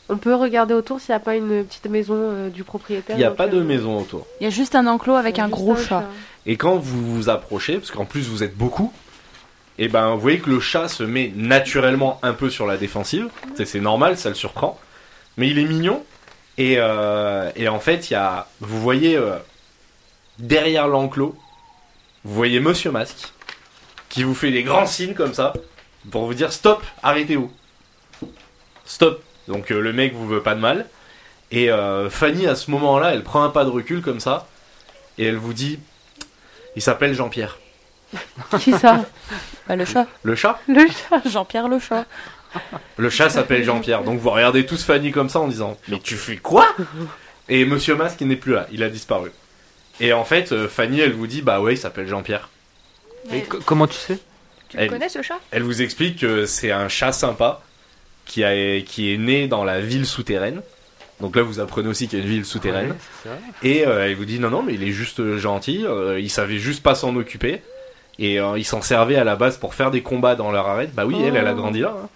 [SPEAKER 8] On peut regarder autour s'il n'y a pas une petite maison euh, du propriétaire.
[SPEAKER 3] Il n'y a
[SPEAKER 8] donc,
[SPEAKER 3] pas de
[SPEAKER 8] euh,
[SPEAKER 3] maison autour.
[SPEAKER 2] Il y a juste un enclos avec
[SPEAKER 8] il y a
[SPEAKER 2] un
[SPEAKER 8] juste
[SPEAKER 2] gros chat.
[SPEAKER 3] Et quand vous vous approchez, parce qu'en plus vous êtes beaucoup, et ben vous voyez que le chat se met naturellement un peu sur la défensive. C'est c'est normal, ça le surprend. Mais il est mignon. Et, euh, et en fait, il y a, vous voyez euh, derrière l'enclos, vous voyez Monsieur Masque qui vous fait des grands signes comme ça pour vous dire stop, arrêtez-vous. Stop. Donc euh, le mec vous veut pas de mal. Et euh, Fanny, à ce moment-là, elle prend un pas de recul comme ça et elle vous dit il s'appelle Jean-Pierre.
[SPEAKER 2] Qui [LAUGHS] ça Bah le chat.
[SPEAKER 3] Le chat
[SPEAKER 8] Le chat.
[SPEAKER 2] [LAUGHS] Jean-Pierre le chat.
[SPEAKER 3] Le chat s'appelle Jean-Pierre. Donc vous regardez tous Fanny comme ça en disant Mais tu fais quoi Et Monsieur Masque il n'est plus là, il a disparu. Et en fait, euh, Fanny, elle vous dit Bah ouais, il s'appelle Jean-Pierre.
[SPEAKER 9] Mais co- comment tu sais
[SPEAKER 5] Tu le
[SPEAKER 3] elle-
[SPEAKER 5] connais ce chat
[SPEAKER 3] Elle vous explique que c'est un chat sympa qui, a- qui est né dans la ville souterraine. Donc là, vous apprenez aussi qu'il y a une ville souterraine.
[SPEAKER 9] Ouais, c'est vrai.
[SPEAKER 3] Et euh, elle vous dit non, non, mais il est juste euh, gentil, euh, il savait juste pas s'en occuper. Et euh, il s'en servait à la base pour faire des combats dans leur arène. Bah oui, elle, elle a grandi là. hein.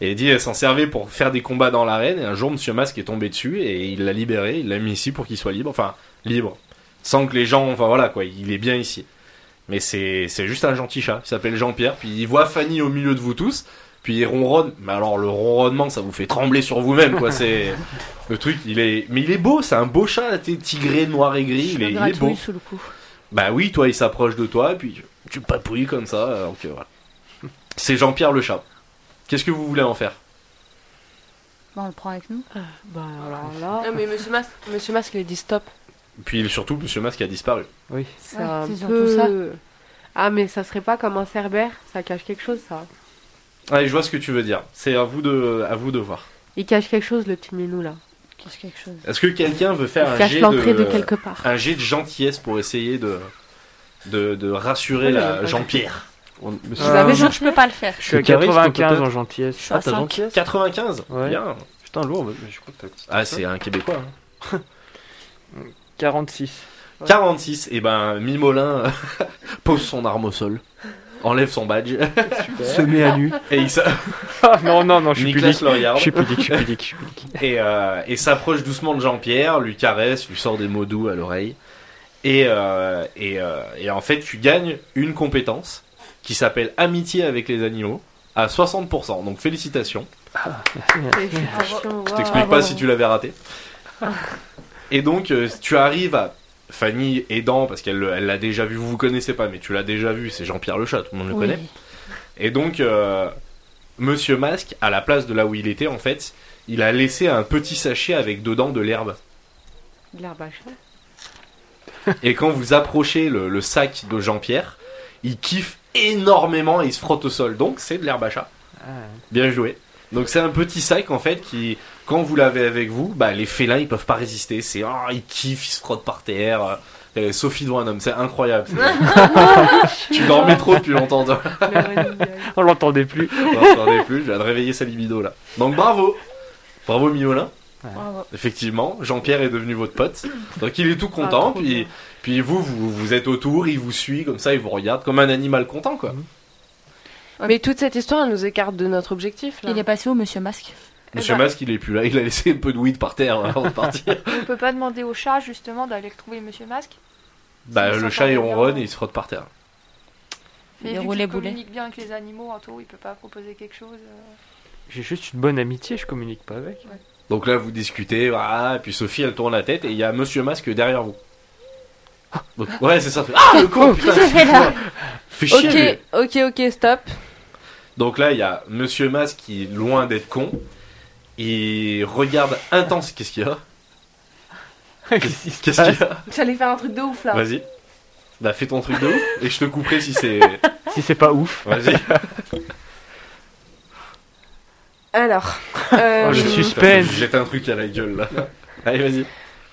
[SPEAKER 3] Et elle dit elle s'en servait pour faire des combats dans l'arène. Et un jour, Monsieur Masque est tombé dessus et il l'a libéré, il l'a mis ici pour qu'il soit libre. Enfin, libre. Sans que les gens. Enfin voilà quoi, il est bien ici. Mais c'est c'est juste un gentil chat. Il s'appelle Jean-Pierre. Puis il voit Fanny au milieu de vous tous. Puis il ronronne. Mais alors, le ronronnement, ça vous fait trembler sur vous-même quoi. C'est. Le truc, il est. Mais il est beau, c'est un beau chat, là, t'es tigré, noir et gris, il est, il est beau.
[SPEAKER 2] sous le cou.
[SPEAKER 3] Bah oui, toi, il s'approche de toi, et puis tu papouilles comme ça, euh, ok, voilà. C'est Jean-Pierre le chat. Qu'est-ce que vous voulez en faire
[SPEAKER 2] Bah on le prend avec nous.
[SPEAKER 8] Bah alors là.
[SPEAKER 2] Euh,
[SPEAKER 1] Non, mais Monsieur Masque, Monsieur Masque, il a dit stop.
[SPEAKER 3] Puis surtout, Monsieur Masque a disparu.
[SPEAKER 9] Oui.
[SPEAKER 8] C'est
[SPEAKER 2] Ouais,
[SPEAKER 8] un
[SPEAKER 2] c'est surtout ça.
[SPEAKER 8] peu. Ah mais ça serait pas comme un cerbère, ça cache quelque chose ça.
[SPEAKER 3] Ouais, je vois ce que tu veux dire. C'est à vous de, à vous de voir.
[SPEAKER 8] Il cache quelque chose le petit minou là.
[SPEAKER 2] Cache quelque chose.
[SPEAKER 3] Est-ce que quelqu'un veut
[SPEAKER 8] Il
[SPEAKER 3] faire un
[SPEAKER 8] cache
[SPEAKER 3] jet
[SPEAKER 8] l'entrée
[SPEAKER 3] de,
[SPEAKER 8] de... quelque part.
[SPEAKER 3] un jet de gentillesse pour essayer de, de, de rassurer
[SPEAKER 8] Ouais, j'avais
[SPEAKER 3] la
[SPEAKER 8] pas
[SPEAKER 3] Jean-Pierre
[SPEAKER 4] On- mais
[SPEAKER 9] Ah,
[SPEAKER 4] c'est-
[SPEAKER 2] Mais genre je peux pas le faire.
[SPEAKER 9] Je suis à
[SPEAKER 4] Le charisme,
[SPEAKER 9] 95 en
[SPEAKER 4] peut-être
[SPEAKER 2] Je
[SPEAKER 9] gentillesse.
[SPEAKER 2] suis à
[SPEAKER 4] Bah, Ah, t'as
[SPEAKER 2] 5.
[SPEAKER 4] gentil. hein, Yes.
[SPEAKER 3] 95
[SPEAKER 9] Ouais.
[SPEAKER 3] Bien.
[SPEAKER 4] Putain, lourd, mais je crois que t'as-
[SPEAKER 3] Ah, c'est un Québécois. hein.
[SPEAKER 9] 46.
[SPEAKER 3] 46, et ben Mimolin [LAUGHS] pose son arme au sol, enlève son
[SPEAKER 8] [LAUGHS]
[SPEAKER 3] badge,
[SPEAKER 4] se met à nu.
[SPEAKER 3] et il s'a-
[SPEAKER 9] [LAUGHS] Ah, non, non, non, je suis
[SPEAKER 3] Nicolas
[SPEAKER 9] pudique.
[SPEAKER 3] le regarde,
[SPEAKER 9] Je suis pudique, je suis pudique, je suis pudique.
[SPEAKER 3] et, euh, et s'approche doucement de Jean-Pierre, lui caresse, lui sort des mots doux à l'oreille, et, euh, et, euh, et en fait tu gagnes une compétence qui s'appelle amitié avec les animaux à 60%, donc félicitations. Je t'explique
[SPEAKER 8] Ah,
[SPEAKER 3] pas si tu l'avais raté. Et donc, euh, tu arrives à Fanny aidant, parce qu'elle le- elle l'a déjà vu, vous vous connaissez pas, mais tu l'as déjà vu, c'est Jean-Pierre le chat, tout le monde le connaît. Et donc, euh, Monsieur Masque, à la place de là où il était, en fait, il a laissé un petit sachet avec dedans de l'herbe.
[SPEAKER 8] De l'herbe à chat.
[SPEAKER 3] Et quand vous approchez le, le sac de Jean-Pierre, il kiffe énormément et il se frotte au sol. Donc, c'est de l'herbe à chat.
[SPEAKER 9] Ah,
[SPEAKER 3] Bien joué. Donc c'est un petit sac en fait qui, quand vous l'avez avec vous, bah, les félins ils peuvent pas résister. C'est ah ils kiffent, ils se frottent par terre. Euh, Sophie devant un homme, c'est incroyable. c'est- [LAUGHS] tu
[SPEAKER 8] [LAUGHS]
[SPEAKER 3] dormais trop depuis longtemps. toi.
[SPEAKER 9] On l'entendait plus.
[SPEAKER 3] On n'entendait plus, je viens de réveiller sa libido là. Donc bravo, bravo Miolin.
[SPEAKER 2] Bravo.
[SPEAKER 3] Effectivement, Jean-Pierre est devenu votre pote. Donc il est tout content, puis, puis vous, vous, vous êtes autour, il vous suit comme ça, il vous regarde comme un animal content quoi.
[SPEAKER 1] Mais toute cette histoire, elle nous écarte de notre objectif. Là.
[SPEAKER 2] Il est passé au Monsieur Masque.
[SPEAKER 5] Eh
[SPEAKER 3] Monsieur
[SPEAKER 5] ben.
[SPEAKER 3] Masque il est plus là, il a laissé un peu de weed par terre avant de partir.
[SPEAKER 5] On peut pas demander au chat justement d'aller trouver Monsieur Masque.
[SPEAKER 3] bah
[SPEAKER 5] [LAUGHS] Ils sont
[SPEAKER 3] le
[SPEAKER 5] pas
[SPEAKER 3] chat il
[SPEAKER 5] bien.
[SPEAKER 3] ronronne et il se frotte par terre.
[SPEAKER 5] Mais
[SPEAKER 2] Il
[SPEAKER 5] vu
[SPEAKER 2] roule les
[SPEAKER 5] qu'il
[SPEAKER 2] boulets.
[SPEAKER 5] communique bien avec les animaux en tout, il peut pas proposer quelque chose. euh.
[SPEAKER 9] J'ai juste une bonne amitié, je communique pas avec.
[SPEAKER 3] Donc là vous discutez, ah, et puis Sophie elle tourne la tête et il y a Monsieur Masque derrière vous. Donc, ouais c'est ça. Ah le con putain, excuse-moi. Fais chier, lui.
[SPEAKER 1] Ok, ok, ok, stop.
[SPEAKER 3] Donc là, il y a Monsieur Mas qui, loin d'être con, il regarde intense. Qu'est-ce qu'il y a Qu'est-ce qu'il y a
[SPEAKER 8] J'allais faire un truc de ouf là.
[SPEAKER 3] Vas-y. Bah, fais ton truc de ouf et je te couperai si c'est.
[SPEAKER 9] Si c'est pas ouf,
[SPEAKER 3] Vas-y.
[SPEAKER 1] Alors, euh,
[SPEAKER 9] Oh, je suis-
[SPEAKER 3] Putain,
[SPEAKER 9] Suspense.
[SPEAKER 3] je jette un truc à la gueule là. Allez, vas-y.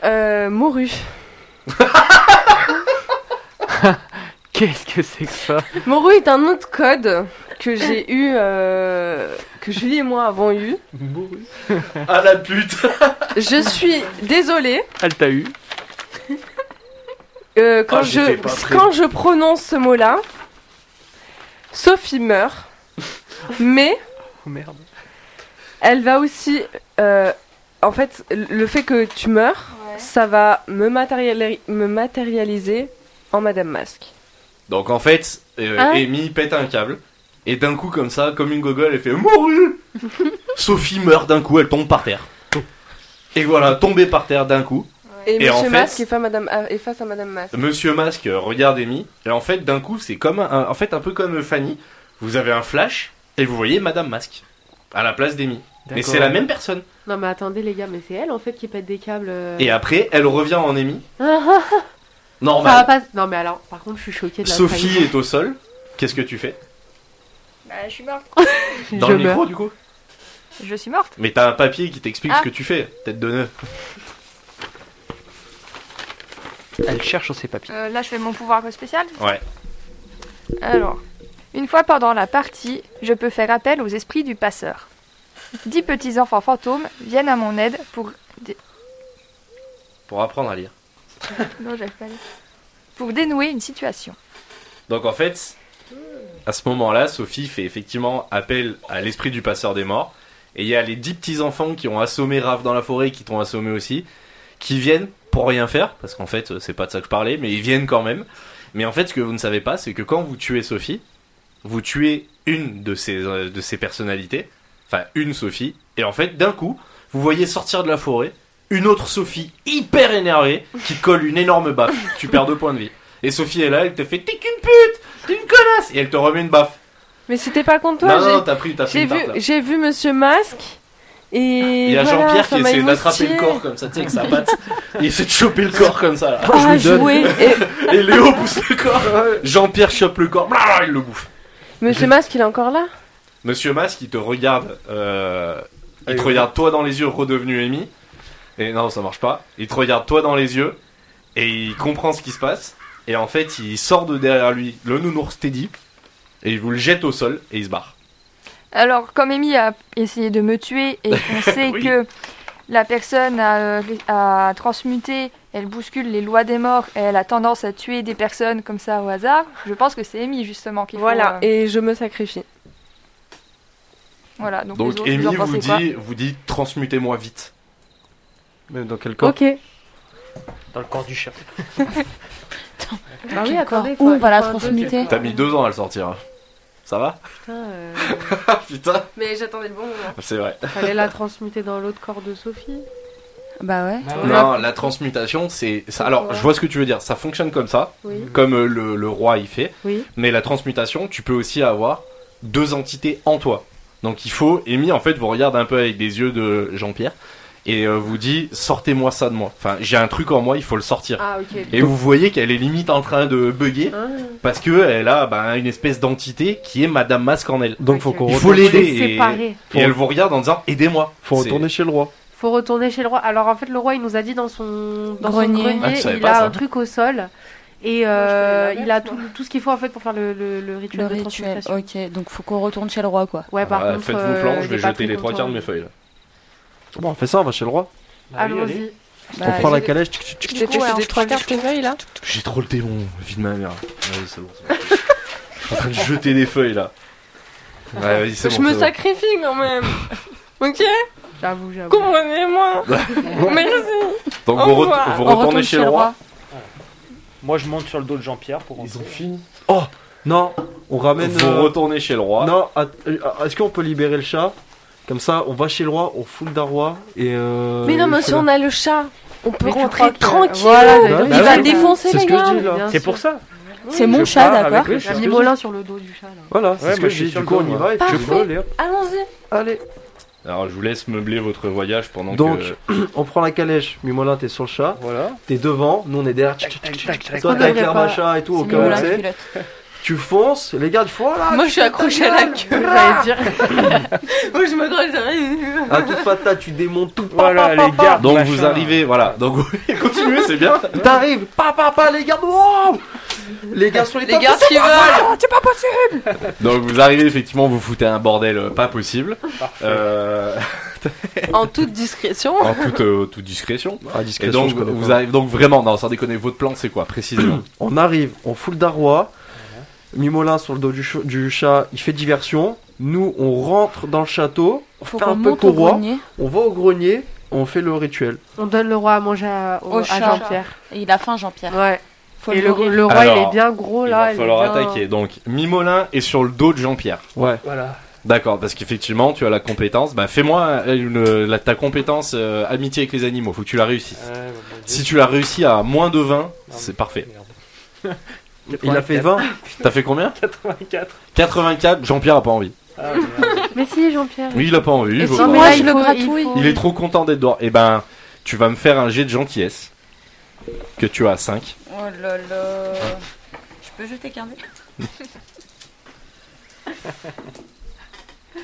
[SPEAKER 1] euh, [LAUGHS] morue.
[SPEAKER 9] qu'est-ce que c'est que ça
[SPEAKER 1] Morue est un autre code que j'ai eu, euh, que Julie et moi avons eu.
[SPEAKER 3] Ah la pute
[SPEAKER 1] Je suis désolée.
[SPEAKER 9] Elle t'a eu.
[SPEAKER 1] euh, quand
[SPEAKER 3] Ah, j'y étais
[SPEAKER 1] je
[SPEAKER 3] pas prêt.
[SPEAKER 1] quand je prononce ce mot-là, Sophie
[SPEAKER 3] [LAUGHS]
[SPEAKER 1] meurt, mais
[SPEAKER 9] Oh merde.
[SPEAKER 1] elle va aussi. euh, en fait, le fait que tu meurs, ça va me, matériali- me matérialiser en Madame Masque.
[SPEAKER 3] Donc en fait, euh,
[SPEAKER 1] Hein
[SPEAKER 3] Amy pète un câble. Et d'un coup, comme ça, comme une gogole, elle fait Mourue Sophie meurt d'un coup, elle tombe par terre. Et voilà, tombée par terre d'un coup.
[SPEAKER 1] Et,
[SPEAKER 3] Et
[SPEAKER 1] Monsieur
[SPEAKER 3] en fait-
[SPEAKER 1] Masque est, face à Madame, à- est face à Madame Masque.
[SPEAKER 3] Monsieur Masque euh, regarde Amy, et en fait, d'un coup, c'est comme un, en fait, un peu comme Fanny. Vous avez un flash, et vous voyez Madame Masque, à la place d'Amy. Mais c'est la même personne.
[SPEAKER 8] Non mais attendez les gars, mais c'est elle en fait qui pète des câbles. euh.
[SPEAKER 3] Et après, elle revient en Amy.
[SPEAKER 8] Ah, ah, ça va
[SPEAKER 3] Normal.
[SPEAKER 8] pas. Non mais alors, par contre, je suis choquée de la
[SPEAKER 3] Sophie
[SPEAKER 8] trahison.
[SPEAKER 3] est au sol. Qu'est-ce que tu fais
[SPEAKER 5] Bah, je suis morte.
[SPEAKER 3] Dans
[SPEAKER 8] Je
[SPEAKER 3] le micro,
[SPEAKER 8] meurs.
[SPEAKER 3] du coup
[SPEAKER 5] Je suis morte.
[SPEAKER 3] Mais t'as un papier qui t'explique
[SPEAKER 5] Ah.
[SPEAKER 3] ce que tu fais, tête de nœud.
[SPEAKER 9] Elle cherche sur ses papiers.
[SPEAKER 5] Euh, là, je fais mon pouvoir spécial.
[SPEAKER 3] Ouais.
[SPEAKER 5] Alors, une fois pendant la partie, je peux faire appel aux esprits du passeur. Dix petits enfants fantômes viennent à mon aide pour. dé-
[SPEAKER 3] Pour apprendre à lire.
[SPEAKER 5] Non, j'arrive pas à lire. Pour dénouer une situation.
[SPEAKER 3] Donc en fait, à ce moment-là, Sophie fait effectivement appel à l'esprit du passeur des morts. Et il y a les dix petits enfants qui ont assommé Raph dans la forêt, et qui t'ont assommé aussi, qui viennent pour rien faire, parce qu'en fait, euh, c'est pas de ça que je parlais, mais ils viennent quand même. Mais en fait, ce que vous ne savez pas, c'est que quand vous tuez Sophie, vous tuez une de ses, euh, de ses personnalités, enfin une Sophie, et en fait, d'un coup, vous voyez sortir de la forêt une autre Sophie hyper énervée qui te colle une énorme baffe. tu perds deux points de vie. Et Sophie est là, elle te fait T'es qu'une pute T'es une connasse Et elle te remet une baffe.
[SPEAKER 1] Mais c'était pas contre
[SPEAKER 3] non, non,
[SPEAKER 1] toi.
[SPEAKER 3] t'as pris, t'as pris
[SPEAKER 1] j'ai- J'ai
[SPEAKER 3] une tarte là.
[SPEAKER 1] vu, j'ai vu Monsieur Masque. Et
[SPEAKER 3] Il y a
[SPEAKER 1] voilà,
[SPEAKER 3] Jean-Pierre
[SPEAKER 1] ça
[SPEAKER 3] qui
[SPEAKER 1] m'a
[SPEAKER 3] essaie d'attraper
[SPEAKER 1] émoustillée.
[SPEAKER 3] le corps comme ça, tu sais, avec sa patte. Il essaie de choper le corps
[SPEAKER 1] [LAUGHS]
[SPEAKER 3] comme ça là.
[SPEAKER 1] Ah,
[SPEAKER 4] Je lui donne.
[SPEAKER 1] joué. Et
[SPEAKER 3] Et Léo pousse le corps. Jean-Pierre chope le corps, blablabla, il le bouffe.
[SPEAKER 1] Monsieur Masque, il est encore là
[SPEAKER 3] Monsieur Masque, il te regarde. euh,
[SPEAKER 1] Ah
[SPEAKER 3] il te regarde toi dans les yeux, redevenu Amy. Et non, ça marche pas. Il te regarde toi dans les yeux. Et il comprend ce qui se passe. Et en fait, il sort de derrière lui le nounours Teddy. Et il vous le jette au sol et il se barre.
[SPEAKER 5] Alors, comme Amy a essayé de me tuer
[SPEAKER 3] [LAUGHS]
[SPEAKER 5] et qu'on sait
[SPEAKER 3] Oui.
[SPEAKER 5] que la personne a, euh, a transmuté, elle bouscule les lois des morts et elle a tendance à tuer des personnes comme ça au hasard, je pense que c'est Amy justement euh, qui
[SPEAKER 1] Voilà, et je me sacrifie.
[SPEAKER 5] voilà, donc,
[SPEAKER 3] Donc
[SPEAKER 5] les autres,
[SPEAKER 3] Amy
[SPEAKER 5] vous en
[SPEAKER 3] vous
[SPEAKER 5] pensez quoi
[SPEAKER 3] dit, vous dit transmutez-moi vite.
[SPEAKER 4] Même dans quel corps
[SPEAKER 8] Ok.
[SPEAKER 9] Dans le corps du chat.
[SPEAKER 8] Bah oui, attendez.
[SPEAKER 2] Où on va la transmuter
[SPEAKER 8] transmuter
[SPEAKER 3] T'as mis deux ans à le sortir. hein. Ça va
[SPEAKER 8] euh,
[SPEAKER 3] Ah putain,
[SPEAKER 1] Mais j'attendais le bon moment.
[SPEAKER 3] c'est vrai.
[SPEAKER 8] Fallait la transmuter dans l'autre corps de Sophie.
[SPEAKER 2] Bah ouais.
[SPEAKER 3] Non, la transmutation, c'est. ça- Alors, je vois ce que tu veux dire. Ça fonctionne comme ça,
[SPEAKER 8] Oui.
[SPEAKER 3] comme euh, le, le roi y fait.
[SPEAKER 8] Oui.
[SPEAKER 3] Mais la transmutation, tu peux aussi avoir deux entités en toi. Donc il faut, Amy en fait vous regarde un peu avec des yeux de Jean-Pierre, et euh, vous dit sortez-moi ça de moi. Enfin, j'ai un truc en moi, il faut le sortir.
[SPEAKER 8] Ah, ok.
[SPEAKER 3] Et vous voyez qu'elle est limite en train de bugger
[SPEAKER 8] Ah.
[SPEAKER 3] parce que elle a ben, une espèce d'entité qui est Madame Masque en elle.
[SPEAKER 4] Donc faut qu'on
[SPEAKER 3] Il
[SPEAKER 4] re-
[SPEAKER 3] faut l'aider.
[SPEAKER 8] les
[SPEAKER 3] Et,
[SPEAKER 8] séparer.
[SPEAKER 3] et elle vous regarde en disant aidez-moi.
[SPEAKER 4] faut
[SPEAKER 3] C'est-
[SPEAKER 4] retourner chez le roi.
[SPEAKER 8] Faut retourner chez le roi. Alors en fait, le roi, il nous a dit dans son, dans son
[SPEAKER 2] Grenier.
[SPEAKER 8] grenier,
[SPEAKER 3] Ah, je savais
[SPEAKER 8] il
[SPEAKER 3] pas
[SPEAKER 8] a
[SPEAKER 3] ça.
[SPEAKER 8] un truc au sol. Et euh,
[SPEAKER 5] Moi, je fais l'inverse,
[SPEAKER 8] il a tout,
[SPEAKER 5] moi.
[SPEAKER 8] tout ce qu'il faut en fait pour faire le, le- le rituel
[SPEAKER 2] Le
[SPEAKER 8] de
[SPEAKER 2] rituel,
[SPEAKER 8] transmutation.
[SPEAKER 2] ok. Donc faut qu'on retourne chez le roi, quoi.
[SPEAKER 8] Ouais, par
[SPEAKER 3] Ah,
[SPEAKER 8] contre.
[SPEAKER 3] Faites vos
[SPEAKER 8] euh,
[SPEAKER 3] plans, je
[SPEAKER 8] il
[SPEAKER 3] vais
[SPEAKER 8] est pas
[SPEAKER 3] jeter
[SPEAKER 8] très
[SPEAKER 3] les trois
[SPEAKER 8] content.
[SPEAKER 3] quarts de mes feuilles. là.
[SPEAKER 4] Bon, on fait ça, on va chez le roi.
[SPEAKER 8] Allons-y.
[SPEAKER 4] on
[SPEAKER 2] Bah,
[SPEAKER 4] prend la
[SPEAKER 2] je-
[SPEAKER 4] calèche. tchic, tchic, tchic.
[SPEAKER 1] J'ai
[SPEAKER 5] Du coup, ouais,
[SPEAKER 1] fait
[SPEAKER 5] on
[SPEAKER 1] des
[SPEAKER 5] se
[SPEAKER 1] trois
[SPEAKER 5] retire.
[SPEAKER 1] cartes feuilles là.
[SPEAKER 3] J'ai trop le témoin, vie de ma mère. Vas-y, Ah c'est bon, c'est bon. Je suis en train de jeter des feuilles là. Ouais, vas-y, c'est
[SPEAKER 1] Je
[SPEAKER 3] bon,
[SPEAKER 1] me
[SPEAKER 3] c'est bon.
[SPEAKER 1] sacrifie quand
[SPEAKER 3] [LAUGHS]
[SPEAKER 1] même. Ok
[SPEAKER 8] J'avoue, j'avoue.
[SPEAKER 1] Comprenez-moi. Merci.
[SPEAKER 3] Donc
[SPEAKER 1] Au
[SPEAKER 3] vous, re-
[SPEAKER 1] revoir.
[SPEAKER 3] vous
[SPEAKER 2] on
[SPEAKER 3] retournez
[SPEAKER 2] retourne
[SPEAKER 3] chez le roi.
[SPEAKER 9] Moi, je monte sur le dos de Jean-Pierre pour rentrer.
[SPEAKER 4] Non, on ramène.
[SPEAKER 3] Vous
[SPEAKER 4] euh,
[SPEAKER 3] retournez chez le roi.
[SPEAKER 4] Non, att- euh, est-ce qu'on peut libérer le chat Comme ça, on va chez le roi, on fout le darois et. euh,
[SPEAKER 1] Mais non, mais
[SPEAKER 4] il
[SPEAKER 1] si
[SPEAKER 4] faut
[SPEAKER 1] on a le chat, on peut
[SPEAKER 8] Mais tu
[SPEAKER 1] rentrer
[SPEAKER 8] crois que-
[SPEAKER 1] tranquille.
[SPEAKER 8] Voilà,
[SPEAKER 4] Bah
[SPEAKER 8] j'allais
[SPEAKER 4] oui,
[SPEAKER 8] dire,
[SPEAKER 4] bah
[SPEAKER 1] Il va
[SPEAKER 4] oui.
[SPEAKER 1] défoncer
[SPEAKER 4] C'est
[SPEAKER 1] les
[SPEAKER 4] ce que je
[SPEAKER 1] gars.
[SPEAKER 4] dis là.
[SPEAKER 8] bien
[SPEAKER 9] C'est
[SPEAKER 8] sûr.
[SPEAKER 9] pour ça.
[SPEAKER 2] C'est mon
[SPEAKER 4] Je
[SPEAKER 2] chat,
[SPEAKER 4] pars avec
[SPEAKER 2] d'accord
[SPEAKER 4] le
[SPEAKER 8] J'ai
[SPEAKER 4] chat.
[SPEAKER 8] mis Molin sur le dos du
[SPEAKER 5] [LAUGHS]
[SPEAKER 8] chat là.
[SPEAKER 4] Voilà, c'est
[SPEAKER 9] Ouais,
[SPEAKER 4] ce que
[SPEAKER 9] moi, je
[SPEAKER 4] je
[SPEAKER 9] suis
[SPEAKER 4] dis.
[SPEAKER 9] sur
[SPEAKER 4] Du
[SPEAKER 9] le
[SPEAKER 4] coup, on
[SPEAKER 9] dos,
[SPEAKER 4] y
[SPEAKER 9] moi.
[SPEAKER 4] va et puis
[SPEAKER 1] Parfait.
[SPEAKER 4] on va, allez, hop.
[SPEAKER 1] Allons-y.
[SPEAKER 4] Allez,
[SPEAKER 3] Alors je vous laisse meubler votre voyage pendant
[SPEAKER 4] Donc, euh,
[SPEAKER 3] que.
[SPEAKER 4] [CLEARS THROAT] on prend la calèche. Mimolin, t'es sur le chat.
[SPEAKER 9] Voilà.
[SPEAKER 4] T'es devant, nous on est derrière.
[SPEAKER 9] Tac, tac, tac, tac.
[SPEAKER 4] Toi, t'as avec l'air machin et tout, au
[SPEAKER 2] C'est
[SPEAKER 4] cas où,
[SPEAKER 2] Mimola
[SPEAKER 4] tu
[SPEAKER 2] qui
[SPEAKER 4] sais.
[SPEAKER 2] pilote.
[SPEAKER 4] Tu fonces, les gardes font. Oh là,
[SPEAKER 1] Moi, je suis accrochée à la queue.
[SPEAKER 8] J'allais dire.
[SPEAKER 1] Moi, je me gratte.
[SPEAKER 4] à toute patate, Ah, tu démontes tout. Pa,
[SPEAKER 9] Voilà,
[SPEAKER 4] pa, pa,
[SPEAKER 9] les
[SPEAKER 4] pa.
[SPEAKER 9] gardes.
[SPEAKER 3] [LAUGHS] Donc
[SPEAKER 9] machin.
[SPEAKER 3] vous arrivez, voilà. Donc [LAUGHS] vous- continuez, c'est bien.
[SPEAKER 4] T'arrives, pa, pa, pa, les gardes. Wow les gars sur les,
[SPEAKER 1] Les
[SPEAKER 4] tables,
[SPEAKER 1] gars qui veulent.
[SPEAKER 3] Donc vous arrivez effectivement, vous foutez un bordel euh, pas possible. Euh,
[SPEAKER 1] [LAUGHS]
[SPEAKER 3] [LAUGHS]
[SPEAKER 1] En toute discrétion.
[SPEAKER 3] en toute, euh, toute discrétion.
[SPEAKER 4] Ah,
[SPEAKER 3] Et
[SPEAKER 4] discrétion,
[SPEAKER 3] donc
[SPEAKER 4] je connais
[SPEAKER 3] vous
[SPEAKER 4] pas.
[SPEAKER 3] arrivez donc vraiment, non, sans déconner, votre plan c'est quoi précisément
[SPEAKER 4] On arrive, on fout le darois. Mimolin sur le dos du, ch- du chat, il fait diversion. Nous, on rentre dans le château, on
[SPEAKER 2] Faut
[SPEAKER 4] fait un
[SPEAKER 2] qu'on
[SPEAKER 4] peu
[SPEAKER 2] monte au
[SPEAKER 4] pour roi,
[SPEAKER 2] grenier.
[SPEAKER 4] on va au grenier, on fait le rituel.
[SPEAKER 8] On donne le roi à manger à, au-
[SPEAKER 2] Au
[SPEAKER 8] à
[SPEAKER 2] chat.
[SPEAKER 8] Jean-Pierre.
[SPEAKER 2] Et il a faim, Jean-Pierre.
[SPEAKER 8] Ouais.
[SPEAKER 2] Faut
[SPEAKER 8] Et
[SPEAKER 2] le
[SPEAKER 8] le,
[SPEAKER 2] nourrir.
[SPEAKER 8] le roi, il
[SPEAKER 3] Alors,
[SPEAKER 8] est bien gros
[SPEAKER 3] Il
[SPEAKER 8] Oh là.
[SPEAKER 3] va
[SPEAKER 8] il est
[SPEAKER 3] falloir
[SPEAKER 8] bien-
[SPEAKER 3] attaquer. Donc Mimolin est sur le dos de Jean-Pierre.
[SPEAKER 4] Ouais.
[SPEAKER 9] Voilà.
[SPEAKER 3] D'accord, parce qu'effectivement, tu as la compétence. Bah, fais-moi une- la- ta compétence euh, amitié avec les animaux. Faut que tu la réussisses.
[SPEAKER 9] Ouais,
[SPEAKER 3] Si tu l'as réussi à moins de 20, c'est parfait.
[SPEAKER 4] Il a fait 20.
[SPEAKER 3] T'as fait combien
[SPEAKER 9] 84.
[SPEAKER 3] 84. Jean-Pierre a pas envie.
[SPEAKER 9] Ah, merde.
[SPEAKER 8] Mais si, Jean-Pierre.
[SPEAKER 3] Oui, il a pas envie.
[SPEAKER 2] Et
[SPEAKER 3] il veut
[SPEAKER 2] sans
[SPEAKER 3] pas.
[SPEAKER 8] mais
[SPEAKER 2] moi,
[SPEAKER 8] là,
[SPEAKER 2] je
[SPEAKER 8] il
[SPEAKER 2] le
[SPEAKER 8] faut- il
[SPEAKER 2] gratouille.
[SPEAKER 8] faut-
[SPEAKER 3] Il est trop content d'être dehors. Eh ben, tu vas me faire un jet de gentillesse que tu as à 5.
[SPEAKER 2] Oh là là. Je peux jeter qu'un dé [LAUGHS]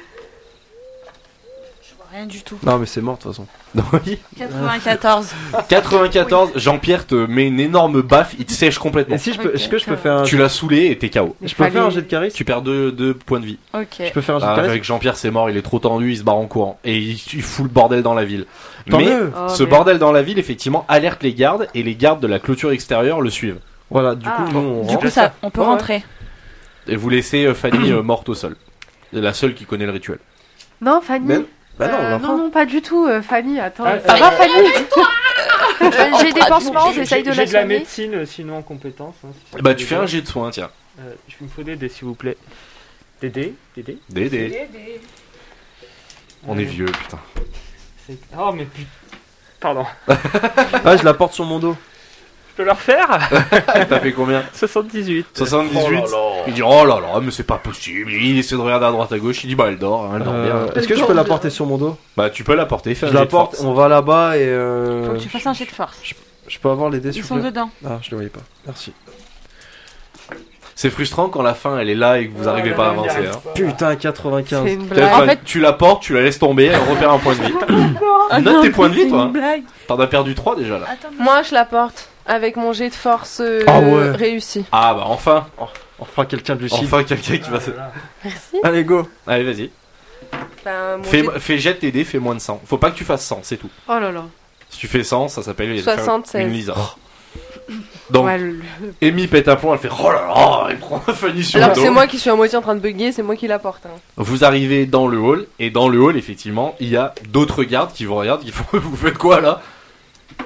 [SPEAKER 2] Je vois rien du tout.
[SPEAKER 4] Non, mais c'est mort de toute façon.
[SPEAKER 3] [LAUGHS] Oui.
[SPEAKER 2] 94.
[SPEAKER 4] Ah.
[SPEAKER 3] 94. Jean-Pierre te met une énorme baffe. Il te sèche complètement.
[SPEAKER 4] Et si je peux,
[SPEAKER 2] Ok,
[SPEAKER 4] est-ce que je peux
[SPEAKER 2] ça
[SPEAKER 4] faire un,
[SPEAKER 3] Tu l'as saoulé et t'es KO.
[SPEAKER 4] je peux faire un jet de charisme
[SPEAKER 3] Tu perds deux, deux points de vie.
[SPEAKER 2] Ok.
[SPEAKER 4] Je peux faire un jet
[SPEAKER 3] Ah,
[SPEAKER 4] de charisme
[SPEAKER 3] avec Jean-Pierre, c'est mort. Il est trop tendu. Il se barre en courant et il, il fout le bordel dans la ville.
[SPEAKER 4] Tant
[SPEAKER 3] Mais
[SPEAKER 4] mieux.
[SPEAKER 8] Oh,
[SPEAKER 3] Ce
[SPEAKER 8] mais-
[SPEAKER 3] bordel dans la ville, effectivement, alerte les gardes et les gardes de la clôture extérieure le suivent.
[SPEAKER 4] Voilà, du coup,
[SPEAKER 8] Ah.
[SPEAKER 4] nous, on
[SPEAKER 2] Du
[SPEAKER 4] rentre.
[SPEAKER 2] coup, ça, on peut
[SPEAKER 4] Ouais, ouais.
[SPEAKER 2] rentrer.
[SPEAKER 3] Et vous laissez euh, [CLEARS THROAT] Fanny euh, morte au sol. La seule qui connaît le rituel.
[SPEAKER 8] Non, Fanny.
[SPEAKER 4] Mais- Bah non, on
[SPEAKER 8] Euh,
[SPEAKER 4] va
[SPEAKER 8] non,
[SPEAKER 4] prendre.
[SPEAKER 8] non, pas du tout, euh, Fanny. Attends,
[SPEAKER 9] Ah,
[SPEAKER 8] ça va, Fanny
[SPEAKER 5] Euh, J'ai des pansements,
[SPEAKER 9] J'ai-
[SPEAKER 5] j'essaye de
[SPEAKER 9] J'ai
[SPEAKER 5] la
[SPEAKER 9] de la
[SPEAKER 5] soigner.
[SPEAKER 9] médecine, euh, sinon en compétence. hein, si ça
[SPEAKER 3] Bah,
[SPEAKER 9] peut
[SPEAKER 3] tu
[SPEAKER 9] aider.
[SPEAKER 3] fais un jet de soin, tiens.
[SPEAKER 9] Euh, je me faut des dés, s'il vous plaît. Des dés Des dés
[SPEAKER 3] Dédé. On est
[SPEAKER 9] Euh,
[SPEAKER 3] vieux, putain.
[SPEAKER 9] c'est- Oh, mais putain. Pardon. [LAUGHS]
[SPEAKER 4] Ah, je la porte sur mon dos.
[SPEAKER 9] Je peux leur faire
[SPEAKER 3] [LAUGHS]
[SPEAKER 9] [LAUGHS]
[SPEAKER 3] T'as fait combien
[SPEAKER 9] 78.
[SPEAKER 3] 78 Il dit Oh là là, mais c'est pas possible. Il essaie de regarder à droite à gauche. Il dit Bah, elle dort, elle dort
[SPEAKER 4] Euh,
[SPEAKER 3] bien.
[SPEAKER 4] Est-ce que je peux la porter sur mon dos
[SPEAKER 3] Bah, tu peux la porter. Fais
[SPEAKER 4] Je
[SPEAKER 3] un
[SPEAKER 4] la
[SPEAKER 3] jet de
[SPEAKER 4] porte,
[SPEAKER 3] force.
[SPEAKER 4] on va là-bas
[SPEAKER 2] Faut
[SPEAKER 4] et euh,
[SPEAKER 2] que tu fasses un jet de force.
[SPEAKER 4] je peux avoir les dés
[SPEAKER 2] Ils
[SPEAKER 4] sur
[SPEAKER 2] sont dedans.
[SPEAKER 4] Ah, je les voyais pas. Merci.
[SPEAKER 3] C'est frustrant quand la fin elle est là et que vous arrivez pas à avancer. hein.
[SPEAKER 4] Putain, 95.
[SPEAKER 8] C'est une
[SPEAKER 3] T'as-
[SPEAKER 8] blague.
[SPEAKER 3] enfin,
[SPEAKER 2] En fait-
[SPEAKER 3] Tu la portes, tu la laisses tomber, elle repère un
[SPEAKER 1] [COUGHS]
[SPEAKER 3] point de vie. Note tes points de vie, toi. hein. T'en as perdu 3 déjà là.
[SPEAKER 1] Moi, je la porte avec mon jet de force euh,
[SPEAKER 4] Ah ouais.
[SPEAKER 1] réussi.
[SPEAKER 3] Ah bah enfin,
[SPEAKER 4] Enfin, quelqu'un de lucide.
[SPEAKER 3] enfin quelqu'un qui va se.
[SPEAKER 1] Merci.
[SPEAKER 4] Allez, go.
[SPEAKER 3] Allez, vas-y.
[SPEAKER 1] Ben, mon
[SPEAKER 3] Fais,
[SPEAKER 1] jet de
[SPEAKER 3] fais jette tes dés, fais moins de 100. Faut pas que tu fasses 100, c'est tout.
[SPEAKER 8] Oh là là.
[SPEAKER 3] Si tu fais 100, ça s'appelle
[SPEAKER 1] 76.
[SPEAKER 3] une lézard. Donc,
[SPEAKER 8] Ouais, le- le-
[SPEAKER 3] Amy pète un plomb, elle fait Oh là là, elle prend Fanny sur
[SPEAKER 1] Alors
[SPEAKER 3] le
[SPEAKER 1] que
[SPEAKER 3] dos.
[SPEAKER 1] c'est moi qui suis à moitié en train de bugger, c'est moi qui la porte. hein.
[SPEAKER 3] Vous arrivez dans le hall, et dans le hall, effectivement, il y a d'autres gardes qui vous regardent, qui font [LAUGHS] Vous faites quoi là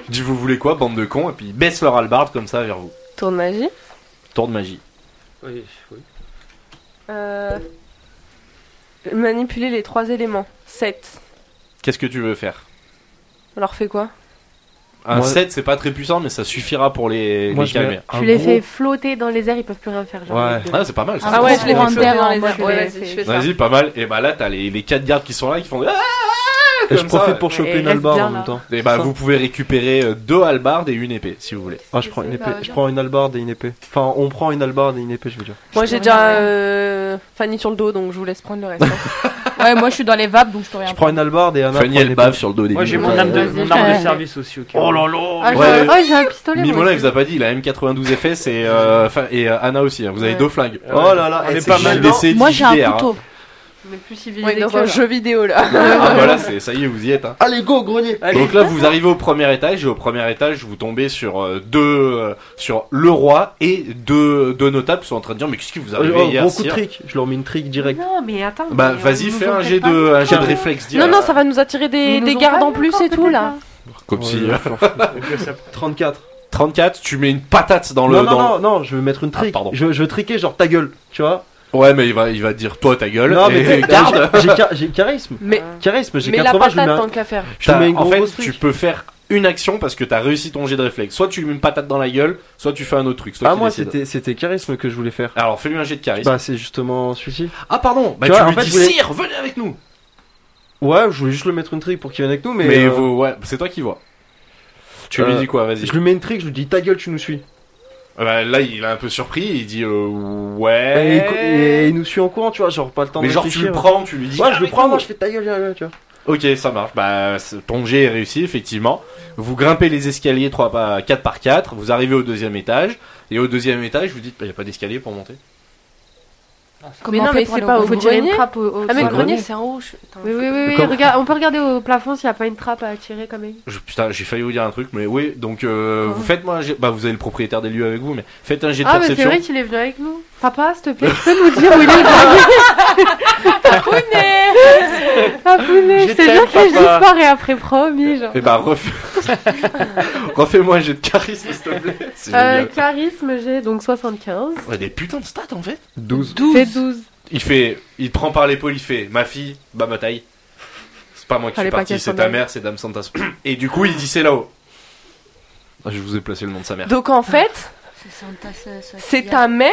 [SPEAKER 3] Je dis Vous voulez quoi, bande de cons Et puis ils baissent leur hallebarde comme ça vers vous.
[SPEAKER 1] Tour de magie.
[SPEAKER 3] Tour de magie.
[SPEAKER 9] Oui, oui.
[SPEAKER 1] Euh, Manipuler les trois éléments. 7.
[SPEAKER 3] Qu'est-ce que tu veux faire
[SPEAKER 1] Alors fais quoi
[SPEAKER 3] Un
[SPEAKER 4] Moi-
[SPEAKER 3] 7, c'est pas très puissant, mais ça suffira pour les,
[SPEAKER 4] Moi,
[SPEAKER 3] les
[SPEAKER 4] je mets
[SPEAKER 3] calmer.
[SPEAKER 4] un
[SPEAKER 8] Tu les
[SPEAKER 4] gros-
[SPEAKER 8] fais flotter dans les airs, ils peuvent plus rien faire. genre.
[SPEAKER 4] Ouais.
[SPEAKER 3] Ah, c'est pas mal ça.
[SPEAKER 2] Ah ouais, je les
[SPEAKER 1] fais
[SPEAKER 2] rentre
[SPEAKER 1] sauter
[SPEAKER 2] en
[SPEAKER 1] airs.
[SPEAKER 2] mode-
[SPEAKER 1] Ouais, vas-y, je fais ça.
[SPEAKER 3] Vas-y, pas mal. Et bah là, t'as les, les quatre gardes qui sont là qui font. Ah
[SPEAKER 4] Et je
[SPEAKER 3] comme ça.
[SPEAKER 4] profite pour choper
[SPEAKER 8] Et
[SPEAKER 4] une
[SPEAKER 8] reste
[SPEAKER 4] hallebarde
[SPEAKER 8] bien
[SPEAKER 4] en
[SPEAKER 8] là.
[SPEAKER 4] même temps.
[SPEAKER 3] Et bah,
[SPEAKER 4] Ça.
[SPEAKER 3] vous pouvez récupérer euh, deux halbardes et une épée si vous voulez.
[SPEAKER 4] Ah, je prends une épée. Je prends une hallebarde et une épée. Enfin, on prend une hallebarde et une épée, je veux dire.
[SPEAKER 1] Moi j'ai déjà euh, Fanny sur le dos, donc je vous laisse prendre le reste. hein.
[SPEAKER 2] Ouais, moi je suis dans les vapes donc je peux rien.
[SPEAKER 4] Je prends une hallebarde et Anna
[SPEAKER 3] Fanny
[SPEAKER 4] prend une
[SPEAKER 3] elle
[SPEAKER 4] épée.
[SPEAKER 3] bave sur le dos des
[SPEAKER 9] Moi j'ai
[SPEAKER 3] Mimolins.
[SPEAKER 9] mon arme de,
[SPEAKER 8] vas-y,
[SPEAKER 9] mon arme de
[SPEAKER 2] ouais.
[SPEAKER 9] service aussi au cas où.
[SPEAKER 3] Oh là là
[SPEAKER 8] Ah, j'ai
[SPEAKER 3] Ouais.
[SPEAKER 8] un- oh, j'ai un pistolet. moi
[SPEAKER 3] Mimolin, il
[SPEAKER 8] aussi.
[SPEAKER 3] vous a pas dit, il a M92 FS et, euh, enfin, et euh, Anna aussi. hein. Vous avez
[SPEAKER 8] Ouais.
[SPEAKER 3] deux flingues.
[SPEAKER 4] Oh là là,
[SPEAKER 9] On
[SPEAKER 4] eh,
[SPEAKER 9] est
[SPEAKER 4] c'est
[SPEAKER 9] pas mal
[SPEAKER 4] gênant.
[SPEAKER 3] JDC,
[SPEAKER 2] Moi j'ai
[SPEAKER 3] JDR,
[SPEAKER 2] un
[SPEAKER 3] hein.
[SPEAKER 2] couteau.
[SPEAKER 8] On est plus
[SPEAKER 1] On est
[SPEAKER 8] civilisé
[SPEAKER 1] dans un jeu vidéo là.
[SPEAKER 3] Ah bah là, c'est- ça y est, vous y êtes. hein.
[SPEAKER 4] Allez, go, grenier
[SPEAKER 3] Donc là, vous arrivez au premier étage et au premier étage, vous tombez sur euh, deux, euh, sur le roi et deux, deux notables qui sont en train de dire mais qu'est-ce qui vous arrive hier,
[SPEAKER 4] Oh, Beaucoup de
[SPEAKER 3] sire
[SPEAKER 4] trick. Je leur mets une trick direct.
[SPEAKER 8] Non, mais attends.
[SPEAKER 3] Bah
[SPEAKER 8] mais
[SPEAKER 3] vas-y,
[SPEAKER 8] on
[SPEAKER 3] fais
[SPEAKER 8] nous
[SPEAKER 3] un
[SPEAKER 8] en
[SPEAKER 3] jet
[SPEAKER 8] fait pas
[SPEAKER 3] de, un jet de
[SPEAKER 8] encore.
[SPEAKER 3] réflexe
[SPEAKER 1] [LAUGHS]
[SPEAKER 3] direct.
[SPEAKER 1] Non, non, ça va nous attirer
[SPEAKER 8] Ils
[SPEAKER 1] des,
[SPEAKER 8] nous
[SPEAKER 1] des
[SPEAKER 8] ont
[SPEAKER 1] gardes
[SPEAKER 8] pas
[SPEAKER 1] en
[SPEAKER 8] eu
[SPEAKER 1] plus
[SPEAKER 8] encore,
[SPEAKER 1] et tout là.
[SPEAKER 5] hein.
[SPEAKER 3] Comme si,
[SPEAKER 4] Ouais,
[SPEAKER 3] euh,
[SPEAKER 9] Ça-
[SPEAKER 4] 34.
[SPEAKER 3] 34, tu mets une patate dans le.
[SPEAKER 4] Non, non,
[SPEAKER 3] dans le-
[SPEAKER 4] non, non, je vais mettre une trick.
[SPEAKER 3] pardon.
[SPEAKER 4] je, je vais triquer, genre ta gueule, tu vois.
[SPEAKER 3] Ouais, mais il va, il va te dire toi ta gueule.
[SPEAKER 4] Non,
[SPEAKER 3] et
[SPEAKER 4] mais t'es-
[SPEAKER 3] garde.
[SPEAKER 4] j'ai- j'ai ca- J'ai charisme.
[SPEAKER 1] Mais,
[SPEAKER 4] Charisme, j'ai
[SPEAKER 1] mais la
[SPEAKER 4] 80, je lui mets
[SPEAKER 1] patate
[SPEAKER 4] un-
[SPEAKER 1] tant qu'à faire.
[SPEAKER 4] je lui mets une
[SPEAKER 3] en
[SPEAKER 4] grosse
[SPEAKER 3] fait,
[SPEAKER 4] trick.
[SPEAKER 3] tu peux faire une action parce que t'as réussi ton jet de réflexe. Soit tu lui mets une patate dans la gueule, soit tu fais un autre truc. c'est toi
[SPEAKER 4] Ah,
[SPEAKER 3] qui
[SPEAKER 4] moi,
[SPEAKER 3] décides.
[SPEAKER 4] c'était c'était charisme que je voulais faire.
[SPEAKER 3] Alors fais-lui un jet de charisme.
[SPEAKER 4] Bah, c'est justement celui-ci.
[SPEAKER 3] ah pardon, bah
[SPEAKER 4] tu
[SPEAKER 3] tu,
[SPEAKER 4] vois, en
[SPEAKER 3] lui
[SPEAKER 4] fait,
[SPEAKER 3] dis
[SPEAKER 4] je voulais-
[SPEAKER 3] sire, venez avec nous.
[SPEAKER 4] Ouais, je voulais juste le mettre une trick pour qu'il vienne avec nous, mais.
[SPEAKER 3] Mais,
[SPEAKER 4] euh,
[SPEAKER 3] vous- ouais, c'est toi qui vois. Tu lui
[SPEAKER 4] euh,
[SPEAKER 3] dis quoi, vas-y.
[SPEAKER 4] Je lui mets une trick, je lui dis ta gueule, tu nous suis.
[SPEAKER 3] Ah bah, là, il est un peu surpris, il dit euh,
[SPEAKER 4] Et, Bah, il co-
[SPEAKER 3] ouais.
[SPEAKER 4] et il nous suit en courant, tu vois, Eh. genre pas le temps
[SPEAKER 3] Mais
[SPEAKER 4] de
[SPEAKER 3] genre tu
[SPEAKER 4] réfléchir.
[SPEAKER 3] le prends, tu lui dis. Ah,
[SPEAKER 4] Ouais, je le
[SPEAKER 3] avec
[SPEAKER 4] prends, Ah,
[SPEAKER 3] nous.
[SPEAKER 4] moi je fais ta gueule, viens, viens, tu vois.
[SPEAKER 3] Ok, ça marche. Bah, c'est- ton jet est réussi, effectivement. Vous grimpez les escaliers 3 par 4 par 4, vous arrivez au deuxième étage, et au deuxième étage, vous dites, il n'y a pas d'escalier pour monter.
[SPEAKER 1] Mais non, mais c'est pas au
[SPEAKER 8] Faut tirer une
[SPEAKER 1] grenier.
[SPEAKER 8] trappe au. au-
[SPEAKER 1] Ah, mais
[SPEAKER 4] le
[SPEAKER 1] le
[SPEAKER 4] grenier.
[SPEAKER 1] grenier c'est en haut. je- Attends,
[SPEAKER 8] Oui, oui, oui, oui,
[SPEAKER 3] Comme-
[SPEAKER 8] regarde, on peut regarder au plafond s'il n'y a pas une trappe à tirer quand même.
[SPEAKER 3] Je- putain, j'ai failli vous dire un truc, mais oui, donc euh, vous faites moi un jet. Bah, vous avez le propriétaire des lieux avec vous, mais faites un jet de
[SPEAKER 8] Ah, mais c'est
[SPEAKER 3] perception.
[SPEAKER 8] vrai qu'il est venu avec nous. Papa, s'il
[SPEAKER 3] [LAUGHS]
[SPEAKER 8] te plaît, tu peux nous dire où il est le Papounet
[SPEAKER 9] Je
[SPEAKER 8] Je te jure
[SPEAKER 9] t'aime,
[SPEAKER 8] que je
[SPEAKER 9] papa.
[SPEAKER 8] disparais après, promis. Genre.
[SPEAKER 3] et bah, refais... [LAUGHS] refais-moi un jet de charisme, s'il te plaît. C'est
[SPEAKER 8] Euh,
[SPEAKER 3] génial.
[SPEAKER 8] charisme, j'ai donc 75.
[SPEAKER 3] Ouais, des putains de stats en fait.
[SPEAKER 4] 12.
[SPEAKER 8] Fait 12.
[SPEAKER 3] Il fait, il te prend par l'épaule, il fait ma fille, bah ma taille. C'est pas moi qui
[SPEAKER 1] Fallait
[SPEAKER 3] suis
[SPEAKER 1] pas
[SPEAKER 3] parti,
[SPEAKER 1] qu'elle
[SPEAKER 3] c'est
[SPEAKER 1] s'en
[SPEAKER 3] ta
[SPEAKER 1] aille.
[SPEAKER 3] mère, c'est Dame Santas. Et du coup, il dit c'est là-haut. Ah, Je vous ai placé le nom de sa mère.
[SPEAKER 1] Donc en fait, c'est ta mère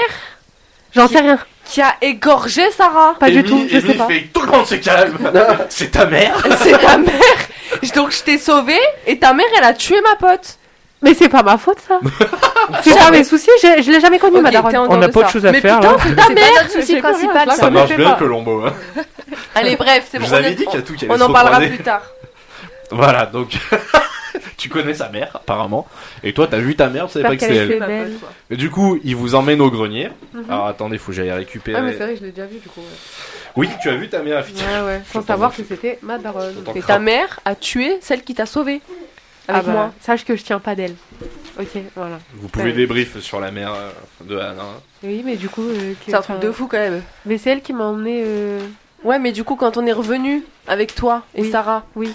[SPEAKER 8] J'en sais rien,
[SPEAKER 1] qui a égorgé Sarah. [LAUGHS]
[SPEAKER 8] pas
[SPEAKER 3] Émilie-
[SPEAKER 8] du tout, je
[SPEAKER 3] Émilie
[SPEAKER 8] sais pas.
[SPEAKER 3] fait tout le monde se calme. c'est ta mère.
[SPEAKER 1] C'est ta mère. Donc je t'ai sauvée et ta mère elle a tué ma pote.
[SPEAKER 8] Mais c'est pas ma faute
[SPEAKER 3] [LAUGHS]
[SPEAKER 8] ça. c'est pas mes soucis, je, je l'ai jamais connu,
[SPEAKER 1] Ok,
[SPEAKER 8] ma
[SPEAKER 1] t'es
[SPEAKER 8] daronne.
[SPEAKER 1] en
[SPEAKER 9] On
[SPEAKER 1] dehors
[SPEAKER 9] n'a
[SPEAKER 1] de
[SPEAKER 9] pas
[SPEAKER 1] ça.
[SPEAKER 9] de choses à
[SPEAKER 1] Mais
[SPEAKER 9] faire,
[SPEAKER 1] putain,
[SPEAKER 9] là.
[SPEAKER 1] c'est
[SPEAKER 2] ta mère, le
[SPEAKER 1] c'est
[SPEAKER 2] souci
[SPEAKER 1] pas
[SPEAKER 2] principal,
[SPEAKER 1] grave,
[SPEAKER 8] ça.
[SPEAKER 3] Ça
[SPEAKER 8] me
[SPEAKER 3] marche
[SPEAKER 8] fait
[SPEAKER 3] bien
[SPEAKER 8] pas.
[SPEAKER 3] que Lombo. Hein.
[SPEAKER 1] Allez, bref, c'est
[SPEAKER 3] Je
[SPEAKER 1] bon.
[SPEAKER 3] vous
[SPEAKER 1] on
[SPEAKER 3] avais
[SPEAKER 1] est-
[SPEAKER 3] dit qu'il y a tout qui allait
[SPEAKER 1] On
[SPEAKER 3] se
[SPEAKER 1] en parlera
[SPEAKER 3] recroiser.
[SPEAKER 1] plus tard.
[SPEAKER 3] Voilà, donc [LAUGHS] tu connais sa mère apparemment. Et toi, t'as vu ta mère, tu savais pas
[SPEAKER 8] J'espère
[SPEAKER 3] que c'est elle.
[SPEAKER 8] qu'elle est belle.
[SPEAKER 3] Et Du coup, il vous emmène au grenier.
[SPEAKER 8] Mhm.
[SPEAKER 3] Alors attendez, faut que j'aille récupérer.
[SPEAKER 8] Ah, mais c'est vrai, je l'ai déjà vu du coup. ouais.
[SPEAKER 3] Oui, tu as vu ta mère, effectivement.
[SPEAKER 8] Ouais, ouais, sans
[SPEAKER 3] Je
[SPEAKER 8] savoir
[SPEAKER 3] t'en-
[SPEAKER 8] que c'était ma daronne.
[SPEAKER 3] t'en-
[SPEAKER 1] Et ta mère a tué celle qui t'a sauvée. Avec
[SPEAKER 8] bah,
[SPEAKER 1] moi.
[SPEAKER 8] Sache que je tiens pas d'elle. Ok, voilà.
[SPEAKER 3] Vous pouvez
[SPEAKER 8] Ouais.
[SPEAKER 3] débrief sur la mère euh, de Anna. hein.
[SPEAKER 8] Oui, mais du coup. euh, que-
[SPEAKER 1] C'est un truc de fou quand même.
[SPEAKER 8] Mais c'est elle qui m'a emmené. euh,
[SPEAKER 1] Ouais, mais du coup, quand on est revenu avec toi et
[SPEAKER 8] Oui.
[SPEAKER 1] Sarah,
[SPEAKER 8] Oui.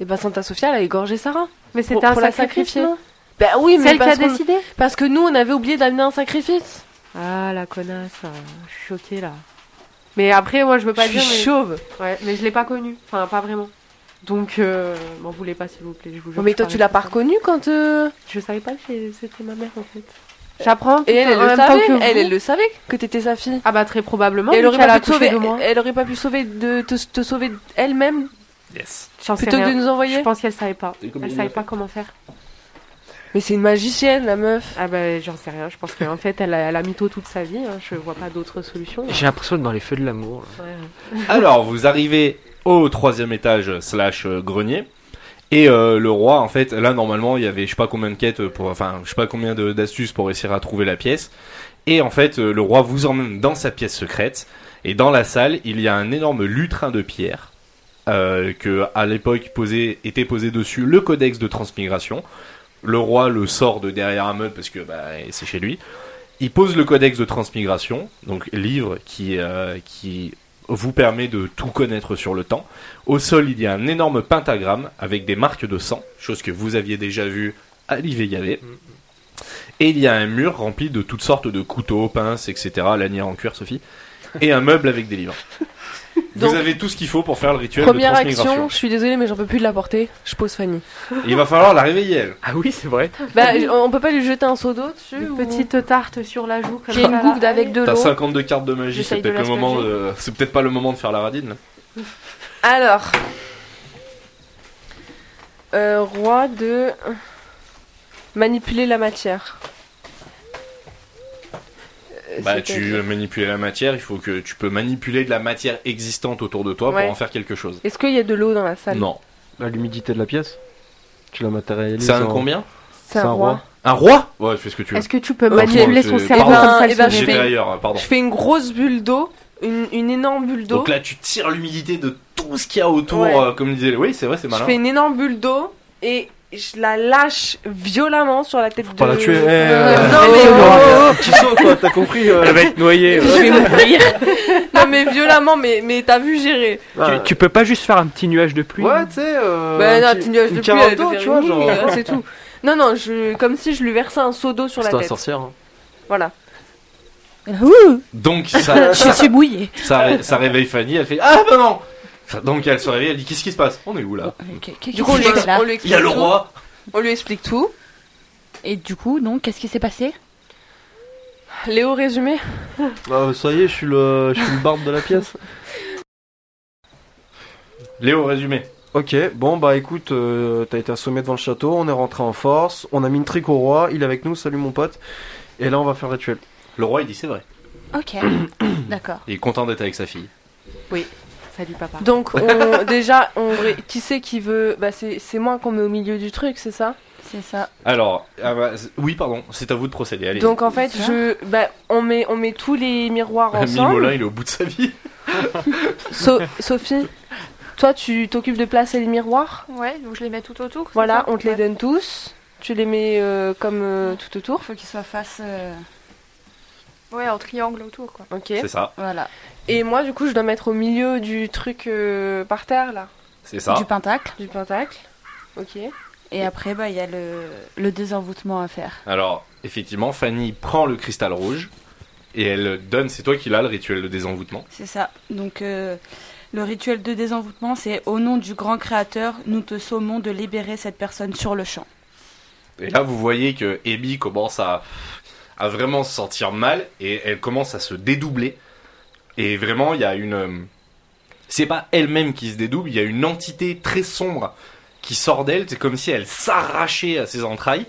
[SPEAKER 1] et ben Santa Sofia, elle a égorgé Sarah.
[SPEAKER 8] Mais c'était
[SPEAKER 1] Pour-
[SPEAKER 8] un
[SPEAKER 1] pour la
[SPEAKER 8] sacrifice,
[SPEAKER 1] sacrifier.
[SPEAKER 8] non
[SPEAKER 1] Ben oui,
[SPEAKER 8] C'est
[SPEAKER 1] mais
[SPEAKER 8] elle qui a
[SPEAKER 1] parce, qu'on-
[SPEAKER 8] décidé
[SPEAKER 1] parce que nous, on avait oublié d'amener un sacrifice.
[SPEAKER 8] Ah, la connasse.
[SPEAKER 1] hein,
[SPEAKER 8] euh, Je suis choquée là. Mais après, moi, je veux pas
[SPEAKER 1] je
[SPEAKER 8] dire.
[SPEAKER 1] suis
[SPEAKER 8] mais-
[SPEAKER 1] chauve.
[SPEAKER 8] Ouais, mais je l'ai pas connue. Enfin, pas vraiment. Donc, euh, m'en voulez pas, s'il vous plaît. Je vous jure.
[SPEAKER 1] Oh, mais
[SPEAKER 8] je
[SPEAKER 1] toi,
[SPEAKER 8] suis
[SPEAKER 1] tu l'as pas
[SPEAKER 8] responsable.
[SPEAKER 1] reconnue quand. euh,
[SPEAKER 8] Je savais pas que c'est- c'était ma mère en fait. J'apprends.
[SPEAKER 1] Et
[SPEAKER 8] putain,
[SPEAKER 1] elle, elle
[SPEAKER 8] en
[SPEAKER 1] le
[SPEAKER 8] même temps
[SPEAKER 1] savait.
[SPEAKER 8] que vous.
[SPEAKER 1] Elle, elle le savait que t'étais sa fille.
[SPEAKER 8] hein. Ah bah très probablement.
[SPEAKER 1] Et elle
[SPEAKER 8] vu
[SPEAKER 1] aurait
[SPEAKER 8] qu'elle
[SPEAKER 1] pas
[SPEAKER 8] a
[SPEAKER 1] pu te
[SPEAKER 8] accouché
[SPEAKER 1] sauver. euh,
[SPEAKER 8] de moi.
[SPEAKER 1] Elle aurait pas pu sauver de te, te sauver elle-même
[SPEAKER 8] J'en sais
[SPEAKER 1] plutôt que de
[SPEAKER 8] rien.
[SPEAKER 1] nous
[SPEAKER 8] Je
[SPEAKER 1] envoyer.
[SPEAKER 8] pense qu'elle savait pas.
[SPEAKER 3] C'est comme
[SPEAKER 8] Elle
[SPEAKER 3] une-
[SPEAKER 8] savait pas comment faire.
[SPEAKER 1] Mais c'est une magicienne, la meuf.
[SPEAKER 8] Ah bah j'en sais rien. Je pense qu'en fait elle a, elle a mytho toute sa vie. hein. Je vois pas d'autre solution.
[SPEAKER 9] J'ai l'impression d'être dans les feux de l'amour. là.
[SPEAKER 8] Ouais.
[SPEAKER 3] [LAUGHS] Alors, vous arrivez au troisième étage euh, slash euh, grenier. Et euh, le roi, en fait, là normalement, il y avait je sais pas combien de quêtes pour, enfin, je sais pas combien de- d'astuces pour réussir à trouver la pièce. Et en fait, euh, le roi vous emmène dans sa pièce secrète. Et dans la salle, il y a un énorme lutrin de pierre euh, que, à l'époque, posé, était posé dessus le codex de transmigration. Le roi le sort de derrière un meuble parce que bah, c'est chez lui. Il pose le codex de transmigration, donc livre qui, euh, qui vous permet de tout connaître sur le temps. Au sol, il y a un énorme pentagramme avec des marques de sang, chose que vous aviez déjà vue à l'IVGAV. Et il y a un mur rempli de toutes sortes de couteaux, pinces, etc. Lanière en cuir, Sophie. Et un meuble avec
[SPEAKER 1] [LAUGHS]
[SPEAKER 3] des livres.
[SPEAKER 1] Donc,
[SPEAKER 3] vous avez tout ce qu'il faut pour faire le rituel
[SPEAKER 1] Première
[SPEAKER 3] de transmigration.
[SPEAKER 1] action, je suis désolée, mais j'en peux plus de la porter. Je pose Fanny.
[SPEAKER 3] Il va falloir la réveiller, elle.
[SPEAKER 9] Ah oui, c'est vrai.
[SPEAKER 1] Bah, j- on peut pas lui jeter un seau d'eau dessus
[SPEAKER 8] Une
[SPEAKER 1] ou-
[SPEAKER 8] petite tarte sur la joue. comme
[SPEAKER 1] J'ai
[SPEAKER 8] ça,
[SPEAKER 1] une
[SPEAKER 8] là.
[SPEAKER 1] goutte avec de
[SPEAKER 3] T'as
[SPEAKER 1] l'eau.
[SPEAKER 3] 52 cartes de magie, c'est
[SPEAKER 8] J'essaye de
[SPEAKER 3] peut-être le
[SPEAKER 8] la
[SPEAKER 3] moment.
[SPEAKER 8] spurger.
[SPEAKER 3] de- C'est peut-être pas le moment de faire la radine. là.
[SPEAKER 1] Alors, euh, roi de manipuler la matière. Euh,
[SPEAKER 3] Bah,
[SPEAKER 1] c'est-à-dire-
[SPEAKER 3] tu manipules la matière, il faut que tu peux manipuler de la matière existante autour de toi
[SPEAKER 1] Ouais.
[SPEAKER 3] pour en faire quelque chose.
[SPEAKER 1] Est-ce qu'il y a de l'eau dans la salle
[SPEAKER 3] Non.
[SPEAKER 4] Bah, L'humidité de la pièce, tu la matérialises.
[SPEAKER 3] C'est un
[SPEAKER 4] en-
[SPEAKER 3] combien
[SPEAKER 1] C'est un,
[SPEAKER 4] un
[SPEAKER 1] roi.
[SPEAKER 4] roi.
[SPEAKER 3] Un roi Ouais, fais ce que tu veux.
[SPEAKER 8] Est-ce que tu peux
[SPEAKER 3] Ok,
[SPEAKER 8] manipuler son
[SPEAKER 3] c'est-
[SPEAKER 8] cerveau
[SPEAKER 3] pardon.
[SPEAKER 8] comme ça le
[SPEAKER 1] Eh ben,
[SPEAKER 8] sourire
[SPEAKER 1] je
[SPEAKER 3] J'irai
[SPEAKER 1] fais-
[SPEAKER 3] ailleurs, euh, pardon.
[SPEAKER 1] Je fais une grosse bulle d'eau, une, une énorme bulle d'eau.
[SPEAKER 3] Donc là, tu tires l'humidité de tout ce qu'il y a autour,
[SPEAKER 1] Ouais.
[SPEAKER 3] euh, comme disait. Oui, c'est vrai, c'est
[SPEAKER 1] Je
[SPEAKER 3] malin.
[SPEAKER 1] fais une énorme bulle d'eau et je la lâche violemment sur la tête de.
[SPEAKER 4] Pas la tuer.
[SPEAKER 1] Euh,
[SPEAKER 4] eh, euh,
[SPEAKER 1] non, mais, oh,
[SPEAKER 4] Petit saut quoi, t'as compris
[SPEAKER 9] [LAUGHS]
[SPEAKER 4] euh,
[SPEAKER 9] Elle va être
[SPEAKER 1] [LAUGHS]
[SPEAKER 9] noyée.
[SPEAKER 1] Je vais
[SPEAKER 4] eh.
[SPEAKER 1] mourir. non mais violemment, mais, mais t'as vu gérer.
[SPEAKER 9] Tu, tu peux pas juste faire un petit nuage de pluie
[SPEAKER 4] Ouais, tu sais. euh,
[SPEAKER 1] bah
[SPEAKER 4] un
[SPEAKER 1] non,
[SPEAKER 4] petit-
[SPEAKER 1] tu nuage
[SPEAKER 4] une
[SPEAKER 1] de pluie,
[SPEAKER 4] quarante
[SPEAKER 1] elle
[SPEAKER 4] ans,
[SPEAKER 1] va
[SPEAKER 4] tu
[SPEAKER 1] faire
[SPEAKER 4] vois,
[SPEAKER 1] une
[SPEAKER 4] genre.
[SPEAKER 1] mouille, hein, c'est tout. Non non, je comme si je lui versais un seau d'eau sur la
[SPEAKER 4] C'est la
[SPEAKER 1] tête.
[SPEAKER 4] sorcière. hein.
[SPEAKER 1] Voilà.
[SPEAKER 2] Ouh,
[SPEAKER 1] [LAUGHS]
[SPEAKER 3] Donc ça,
[SPEAKER 4] [LAUGHS]
[SPEAKER 2] je suis mouillée.
[SPEAKER 3] ça, ré- ça réveille Fanny, elle fait Ah bah non Donc elle se réveille, elle dit Qu'est-ce qui se passe On est où là
[SPEAKER 1] Du coup, on lui, ex- on lui
[SPEAKER 3] Il
[SPEAKER 1] explique
[SPEAKER 3] y a le
[SPEAKER 1] tout.
[SPEAKER 3] roi
[SPEAKER 1] On lui explique tout.
[SPEAKER 2] Et du coup, donc, qu'est-ce qui s'est passé
[SPEAKER 1] Léo résumé.
[SPEAKER 4] Ah, ça y est, je suis le, je suis le barbe de la pièce.
[SPEAKER 3] Léo, résumé.
[SPEAKER 4] Ok, bon bah écoute, euh, t'as été assommé devant le château, on est rentré en force, on a mis une trique au roi, il est avec nous, salut mon pote, et là on va faire le rituel.
[SPEAKER 3] Le roi, il dit C'est vrai.
[SPEAKER 4] [COUGHS]
[SPEAKER 2] Ok, d'accord.
[SPEAKER 3] Il est content d'être avec sa fille.
[SPEAKER 8] Salut papa.
[SPEAKER 3] [LAUGHS]
[SPEAKER 1] Donc on, déjà, on ré- qui c'est qui veut Bah c'est c'est moi qu'on met au milieu du truc, c'est ça
[SPEAKER 2] C'est ça.
[SPEAKER 3] Alors, ah bah, c'est- oui, pardon, c'est à vous de procéder. Allez.
[SPEAKER 1] Donc en fait,
[SPEAKER 2] C'est ça.
[SPEAKER 1] je bah on met on met tous les miroirs ensemble.
[SPEAKER 3] [LAUGHS] Mimolin, il est au bout de sa vie.
[SPEAKER 1] So- Sophie, toi tu t'occupes de placer les miroirs
[SPEAKER 5] Ouais, donc je les mets tout autour. c'est
[SPEAKER 1] Voilà,
[SPEAKER 5] ça
[SPEAKER 1] on te les
[SPEAKER 5] Ouais.
[SPEAKER 1] donne tous. Tu les mets euh, comme euh, tout autour.
[SPEAKER 2] Faut qu'il soit face.
[SPEAKER 5] Ouais, en triangle autour quoi.
[SPEAKER 1] Ok.
[SPEAKER 3] C'est ça,
[SPEAKER 2] voilà.
[SPEAKER 1] Et moi, du coup, je dois mettre au milieu du truc euh, par terre, là,
[SPEAKER 3] c'est ça.
[SPEAKER 2] Du pentacle.
[SPEAKER 1] du pentacle. Ok.
[SPEAKER 2] Et après, bah, il y a le, le désenvoûtement à faire.
[SPEAKER 3] Alors, effectivement, Fanny prend le cristal rouge et elle donne, c'est toi qui l'as, le rituel de désenvoûtement.
[SPEAKER 2] C'est ça. Donc, euh, le rituel de désenvoûtement, c'est au nom du grand créateur, nous te sommons de libérer cette personne sur le champ.
[SPEAKER 3] Et là, vous voyez que Amy commence à, à vraiment se sentir mal et elle commence à se dédoubler. Et vraiment, il y a une. euh, C'est pas elle-même qui se dédouble, il y a une entité très sombre qui sort d'elle. C'est comme si elle s'arrachait à ses entrailles.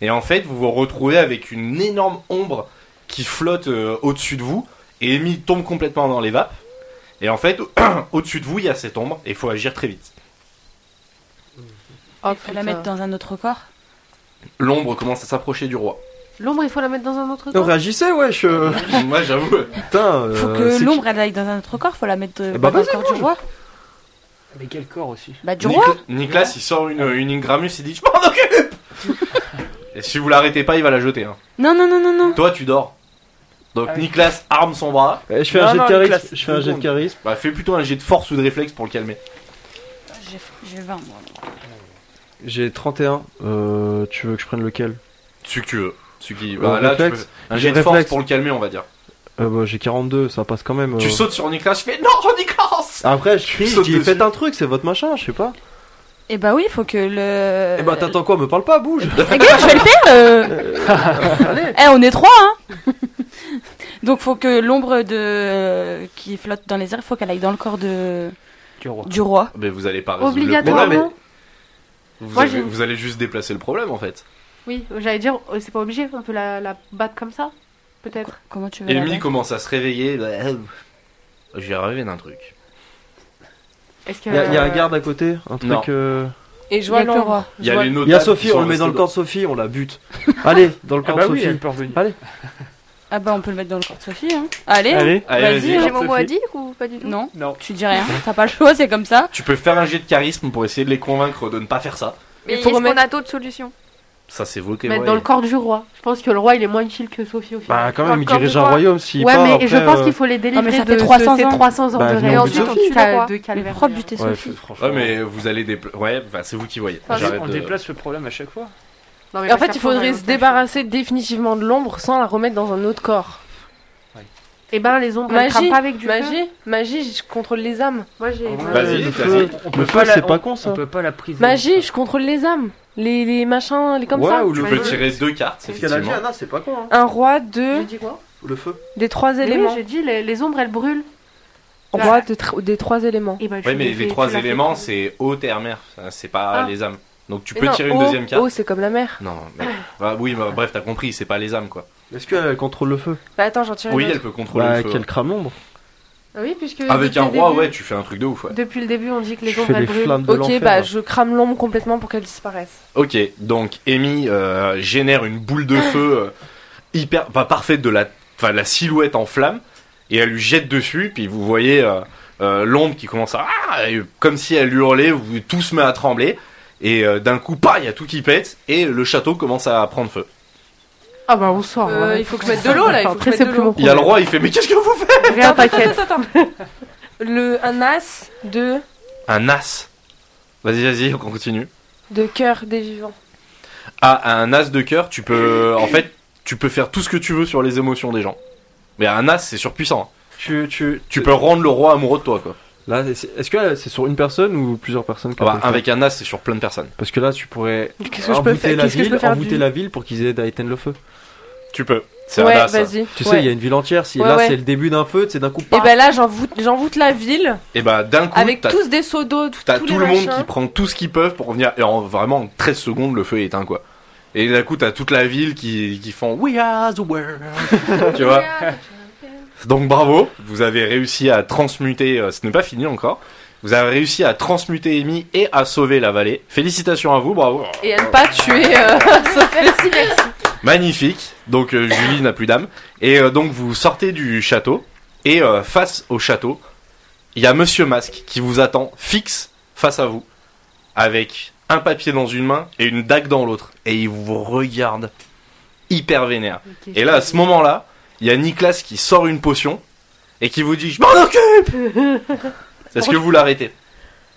[SPEAKER 3] Et en fait, vous vous retrouvez avec une énorme ombre qui flotte euh, au-dessus de vous. Et Amy tombe complètement dans les vapes. Et en fait, [CLEARS THROAT] au-dessus de vous, il y a cette ombre et il faut agir très vite.
[SPEAKER 8] Oh,
[SPEAKER 2] Il faut la mettre dans un autre corps.
[SPEAKER 3] L'ombre commence à s'approcher du roi. [LAUGHS]
[SPEAKER 8] L'ombre, il faut la mettre dans un autre
[SPEAKER 4] Non,
[SPEAKER 8] corps.
[SPEAKER 4] réagissez, wesh euh,
[SPEAKER 3] Moi, j'avoue.
[SPEAKER 4] Putain
[SPEAKER 2] Faut
[SPEAKER 4] euh,
[SPEAKER 2] que
[SPEAKER 4] c'est-
[SPEAKER 2] l'ombre elle aille dans un autre corps, faut la mettre
[SPEAKER 4] Eh
[SPEAKER 2] euh,
[SPEAKER 4] bah,
[SPEAKER 2] dans le
[SPEAKER 4] vas-y,
[SPEAKER 2] corps du roi.
[SPEAKER 9] Mais quel corps aussi
[SPEAKER 2] Bah du
[SPEAKER 3] Nick-
[SPEAKER 2] roi
[SPEAKER 3] Nicolas, il sort une, une Ingramus, il dit Je m'en occupe Et si vous l'arrêtez pas, il va la jeter. hein.
[SPEAKER 2] Non non non non non.
[SPEAKER 3] Toi, tu dors.
[SPEAKER 4] Ah
[SPEAKER 3] Donc, Nicolas arme son bras.
[SPEAKER 4] Eh, je fais
[SPEAKER 3] Non,
[SPEAKER 4] un jet
[SPEAKER 3] non,
[SPEAKER 4] de charisme,
[SPEAKER 3] Nicolas,
[SPEAKER 4] je fais un jet de
[SPEAKER 3] seconde.
[SPEAKER 4] charisme.
[SPEAKER 3] Bah, fais plutôt un jet de force ou de réflexe pour le calmer.
[SPEAKER 2] J'ai- J'ai 20 moi.
[SPEAKER 4] J'ai 31, euh, tu veux que je prenne lequel
[SPEAKER 3] Celui que tu veux. Celui qui.
[SPEAKER 4] Euh,
[SPEAKER 3] bah, là, tu
[SPEAKER 4] réflexe.
[SPEAKER 3] peux- Un jet de
[SPEAKER 4] Réflexe.
[SPEAKER 3] force pour le calmer, on va dire.
[SPEAKER 4] euh, bah, J'ai 42, ça passe quand même. euh. Ah.
[SPEAKER 3] Tu sautes sur Nicolas, tu fais Non, Nicolas
[SPEAKER 4] Après je crie, je
[SPEAKER 3] sautes
[SPEAKER 4] dis
[SPEAKER 3] dessus.
[SPEAKER 4] faites un truc, c'est votre machin, je sais pas.
[SPEAKER 2] Et bah oui, faut que le.
[SPEAKER 4] Eh bah
[SPEAKER 2] [LAUGHS]
[SPEAKER 4] t'attends quoi, me parle pas, bouge
[SPEAKER 2] Ta gueule, je vais le faire euh.
[SPEAKER 9] [LAUGHS]
[SPEAKER 4] Allez
[SPEAKER 2] Eh, on est trois hein [LAUGHS] Donc faut que l'ombre de. euh, qui flotte dans les airs, faut qu'elle aille dans le corps de.
[SPEAKER 9] Du roi.
[SPEAKER 2] du roi.
[SPEAKER 3] Mais vous allez pas résoudre le
[SPEAKER 8] Obligatoirement.
[SPEAKER 3] problème. Vous,
[SPEAKER 8] Moi,
[SPEAKER 3] avez-
[SPEAKER 8] je-
[SPEAKER 3] vous allez juste déplacer le problème en fait.
[SPEAKER 8] Oui, j'allais dire, euh, c'est pas obligé, on peut la, la battre comme ça, peut-être.
[SPEAKER 2] Comment tu veux la
[SPEAKER 3] Amy
[SPEAKER 2] mettre
[SPEAKER 3] commence à se réveiller. bah, euh, J'ai rêvé d'un truc.
[SPEAKER 8] Est-ce que. euh,
[SPEAKER 4] Y'a y a un garde à côté, un
[SPEAKER 3] Non.
[SPEAKER 4] truc. euh,
[SPEAKER 1] Et je
[SPEAKER 2] Il y a
[SPEAKER 1] vois
[SPEAKER 2] que le
[SPEAKER 1] l'ombre.
[SPEAKER 2] roi.
[SPEAKER 3] Il y
[SPEAKER 1] Je
[SPEAKER 3] a
[SPEAKER 1] vois-
[SPEAKER 3] les
[SPEAKER 4] Il y a
[SPEAKER 3] notables qui
[SPEAKER 4] Sophie,
[SPEAKER 3] sont
[SPEAKER 4] on le met dans le
[SPEAKER 3] restés
[SPEAKER 4] corps de Sophie, on la bute. Allez, dans le
[SPEAKER 9] Ah
[SPEAKER 4] corps
[SPEAKER 9] bah
[SPEAKER 4] de
[SPEAKER 9] oui,
[SPEAKER 4] Sophie.
[SPEAKER 9] elle peut revenir.
[SPEAKER 4] Allez,
[SPEAKER 2] Ah bah on peut le mettre dans le corps de Sophie hein. Allez, hein.
[SPEAKER 9] Allez.
[SPEAKER 3] Allez,
[SPEAKER 2] Vas-y,
[SPEAKER 3] vas-y.
[SPEAKER 2] J'ai
[SPEAKER 5] J'ai
[SPEAKER 9] Sophie.
[SPEAKER 5] mon mot à dire ou pas du tout
[SPEAKER 2] Non,
[SPEAKER 9] Non.
[SPEAKER 2] tu dis rien, t'as pas le choix, c'est comme ça.
[SPEAKER 3] Tu peux faire un jet de charisme pour essayer de les convaincre de ne pas faire ça.
[SPEAKER 5] Mais
[SPEAKER 1] Il
[SPEAKER 5] est-ce
[SPEAKER 1] faut
[SPEAKER 5] qu'on
[SPEAKER 1] remettre-
[SPEAKER 5] a d'autres solutions
[SPEAKER 3] Ça, c'est vous qui
[SPEAKER 8] Mettre
[SPEAKER 3] voyez.
[SPEAKER 8] dans le corps du roi. Je pense que le roi, il est moins utile que Sophie au final.
[SPEAKER 4] bah quand
[SPEAKER 5] Dans
[SPEAKER 4] même,
[SPEAKER 5] le
[SPEAKER 4] il
[SPEAKER 5] corps
[SPEAKER 4] dirige
[SPEAKER 5] de
[SPEAKER 4] un
[SPEAKER 5] roi.
[SPEAKER 4] royaume s'il
[SPEAKER 8] ouais,
[SPEAKER 4] part.
[SPEAKER 8] mais je
[SPEAKER 4] après,
[SPEAKER 8] pense
[SPEAKER 4] euh,
[SPEAKER 8] qu'il faut les délivrer
[SPEAKER 2] Ah, mais ça
[SPEAKER 8] de
[SPEAKER 2] fait
[SPEAKER 8] de
[SPEAKER 2] 300
[SPEAKER 8] ces
[SPEAKER 2] ans.
[SPEAKER 8] 300 ans
[SPEAKER 4] Bah,
[SPEAKER 8] de
[SPEAKER 4] venez,
[SPEAKER 8] rêve.
[SPEAKER 4] on bute
[SPEAKER 5] Sophie.
[SPEAKER 8] de cal- de
[SPEAKER 2] Mais
[SPEAKER 8] calvaire.
[SPEAKER 2] pourquoi buter
[SPEAKER 4] Ouais,
[SPEAKER 2] Sophie
[SPEAKER 3] Ouais, mais vous allez dépla- Ouais, bah, c'est vous qui voyez.
[SPEAKER 5] Enfin,
[SPEAKER 3] J'arrête
[SPEAKER 9] On
[SPEAKER 3] de-
[SPEAKER 9] déplace le problème à chaque fois.
[SPEAKER 8] Non, mais
[SPEAKER 1] Et en
[SPEAKER 8] parce
[SPEAKER 1] fait, il
[SPEAKER 8] qu'après, on
[SPEAKER 1] faudrait
[SPEAKER 8] va
[SPEAKER 1] se
[SPEAKER 8] aller
[SPEAKER 1] débarrasser définitivement de l'ombre sans la remettre dans un autre corps.
[SPEAKER 8] au- Eh ben, les ombres, elles
[SPEAKER 1] Magie,
[SPEAKER 8] crament pas avec du feu.
[SPEAKER 1] Magie, magie, je contrôle les âmes.
[SPEAKER 8] Moi, j'ai.
[SPEAKER 9] Ouais.
[SPEAKER 3] Vas-y,
[SPEAKER 4] le
[SPEAKER 3] vas-y.
[SPEAKER 4] feu,
[SPEAKER 9] On
[SPEAKER 4] le
[SPEAKER 9] peut
[SPEAKER 4] feu,
[SPEAKER 9] pas la-
[SPEAKER 4] c'est pas
[SPEAKER 9] on-
[SPEAKER 4] con
[SPEAKER 9] On
[SPEAKER 4] ça.
[SPEAKER 9] peut pas la prise.
[SPEAKER 1] Magie, je contrôle les âmes. Les, les machins, les comme
[SPEAKER 4] Ouais,
[SPEAKER 1] ça.
[SPEAKER 4] ou
[SPEAKER 3] Tu
[SPEAKER 4] le
[SPEAKER 3] peux
[SPEAKER 4] feu.
[SPEAKER 3] tirer deux cartes,
[SPEAKER 4] C'est ce qu'elle a dit,
[SPEAKER 3] effectivement.
[SPEAKER 4] Anna, c'est pas con. hein.
[SPEAKER 1] Un roi de
[SPEAKER 8] J'ai dit quoi
[SPEAKER 4] Le feu.
[SPEAKER 1] des trois
[SPEAKER 8] Mais
[SPEAKER 1] éléments.
[SPEAKER 8] oui, j'ai dit, les, les ombres, elles brûlent.
[SPEAKER 1] Roi de tr- des trois éléments.
[SPEAKER 8] Et ben, je
[SPEAKER 3] Ouais,
[SPEAKER 8] suis
[SPEAKER 3] mais
[SPEAKER 8] désolée,
[SPEAKER 3] les
[SPEAKER 8] tu
[SPEAKER 3] trois
[SPEAKER 8] l'as fait
[SPEAKER 3] éléments,
[SPEAKER 8] pour-
[SPEAKER 3] c'est eau, terre, mer. Ça, C'est pas
[SPEAKER 8] Ah.
[SPEAKER 3] les âmes. Donc tu
[SPEAKER 1] Mais
[SPEAKER 3] peux
[SPEAKER 1] non, oh,
[SPEAKER 3] tirer une
[SPEAKER 1] eau,
[SPEAKER 3] deuxième carte.
[SPEAKER 1] eau, c'est comme la mer.
[SPEAKER 3] Non, mais- bah oui, bah, bref, t'as compris, c'est pas les âmes quoi.
[SPEAKER 4] Est-ce qu'elle contrôle le feu
[SPEAKER 1] Bah attends, j'en tire
[SPEAKER 3] Oui,
[SPEAKER 1] une
[SPEAKER 3] elle
[SPEAKER 1] autre.
[SPEAKER 3] peut contrôler
[SPEAKER 4] Bah,
[SPEAKER 3] le feu.
[SPEAKER 4] qu'elle crame l'ombre.
[SPEAKER 8] Ah oui, puisque
[SPEAKER 3] Avec
[SPEAKER 8] depuis
[SPEAKER 3] un
[SPEAKER 8] le
[SPEAKER 3] roi,
[SPEAKER 8] début-
[SPEAKER 3] ouais, tu fais un truc de ouf, ouais.
[SPEAKER 8] Depuis le début, on dit que
[SPEAKER 4] Je
[SPEAKER 8] les ombres
[SPEAKER 4] fais les
[SPEAKER 8] elles brûlent.
[SPEAKER 4] flammes de
[SPEAKER 1] Ok,
[SPEAKER 4] l'enfer.
[SPEAKER 1] bah
[SPEAKER 3] hein.
[SPEAKER 4] là.
[SPEAKER 1] je crame l'ombre complètement pour qu'elle disparaisse.
[SPEAKER 3] Ok, donc Amy euh, génère une boule de feu euh, hyper, pas parfaite de la, enfin, de la silhouette en flamme, et elle lui jette dessus, puis vous voyez euh, euh, l'ombre qui commence à, Ah et comme si elle hurlait, vous, tout se met à trembler, et euh, d'un coup, pas, il y a tout qui pète, et le château commence à prendre feu.
[SPEAKER 8] Ah bah on sort.
[SPEAKER 1] Euh,
[SPEAKER 8] voilà.
[SPEAKER 1] il faut que je mette de l'eau là, il faut que je
[SPEAKER 8] Après,
[SPEAKER 1] mette
[SPEAKER 8] c'est
[SPEAKER 1] de
[SPEAKER 8] plus
[SPEAKER 1] l'eau.
[SPEAKER 8] mon
[SPEAKER 3] Il y a le roi, il fait mais qu'est-ce que vous faites
[SPEAKER 8] problème. Rien, t'inquiète.
[SPEAKER 1] Attends, attends. [LAUGHS] Le, un as de,
[SPEAKER 3] Un as. Vas-y, vas-y, on continue.
[SPEAKER 1] de cœur des vivants.
[SPEAKER 3] Ah, un as de cœur, tu peux, en fait, tu peux faire tout ce que tu veux sur les émotions des gens. Mais un as, c'est surpuissant.
[SPEAKER 4] Tu, tu,
[SPEAKER 3] Tu peux rendre le roi amoureux de toi, quoi.
[SPEAKER 4] Là, c'est- est-ce que là, c'est sur une personne ou plusieurs personnes
[SPEAKER 3] Ah
[SPEAKER 4] qu'elle
[SPEAKER 3] bah,
[SPEAKER 4] peut le
[SPEAKER 3] avec un as, c'est sur plein de personnes.
[SPEAKER 4] faire Parce que là, tu pourrais
[SPEAKER 1] Qu'est-ce que je peux
[SPEAKER 4] envoûter
[SPEAKER 1] faire
[SPEAKER 4] la
[SPEAKER 1] Qu'est-ce que je
[SPEAKER 4] ville,
[SPEAKER 1] peux faire
[SPEAKER 4] envoûter
[SPEAKER 1] du-
[SPEAKER 4] la ville pour qu'ils aident à éteindre le feu.
[SPEAKER 3] Tu peux. C'est un
[SPEAKER 1] Ouais,
[SPEAKER 3] as. ça.
[SPEAKER 1] vas-y.
[SPEAKER 4] Tu
[SPEAKER 1] ouais.
[SPEAKER 4] sais, il y a une ville entière. Si
[SPEAKER 1] Ouais,
[SPEAKER 4] là,
[SPEAKER 1] ouais.
[SPEAKER 4] c'est le début d'un feu, c'est d'un coup.
[SPEAKER 1] Et
[SPEAKER 4] paf,
[SPEAKER 1] ben là, j'envoûte j'envoûte la ville
[SPEAKER 3] Et bah d'un coup,
[SPEAKER 1] avec
[SPEAKER 3] t'as
[SPEAKER 1] tous des seaux d'eau, tout,
[SPEAKER 3] t'as
[SPEAKER 1] tous
[SPEAKER 3] tout
[SPEAKER 1] les
[SPEAKER 3] le monde
[SPEAKER 1] machins.
[SPEAKER 3] qui prend tout ce qu'ils peuvent pour revenir. Et en vraiment en 13 secondes, le feu est éteint quoi. Et d'un coup, t'as toute la ville qui, qui font We are the world. [LAUGHS] tu vois Donc bravo, vous avez réussi à transmuter. euh, ce n'est pas fini encore. Vous avez réussi à transmuter Amy et à sauver la vallée. Félicitations à vous, bravo.
[SPEAKER 1] Et elle pas tuer. euh, Sophie.
[SPEAKER 3] Magnifique. Donc euh, Julie n'a plus d'âme. Et euh, donc vous sortez du château. Et euh, face au château, il y a Monsieur Masque qui vous attend fixe face à vous. Avec un papier dans une main et une dague dans l'autre. Et il vous regarde hyper vénère. Et là, à ce moment-là, il y a Nicolas qui sort une potion et qui vous dit Je m'en occupe Est-ce que vous l'arrêtez
[SPEAKER 5] [LAUGHS]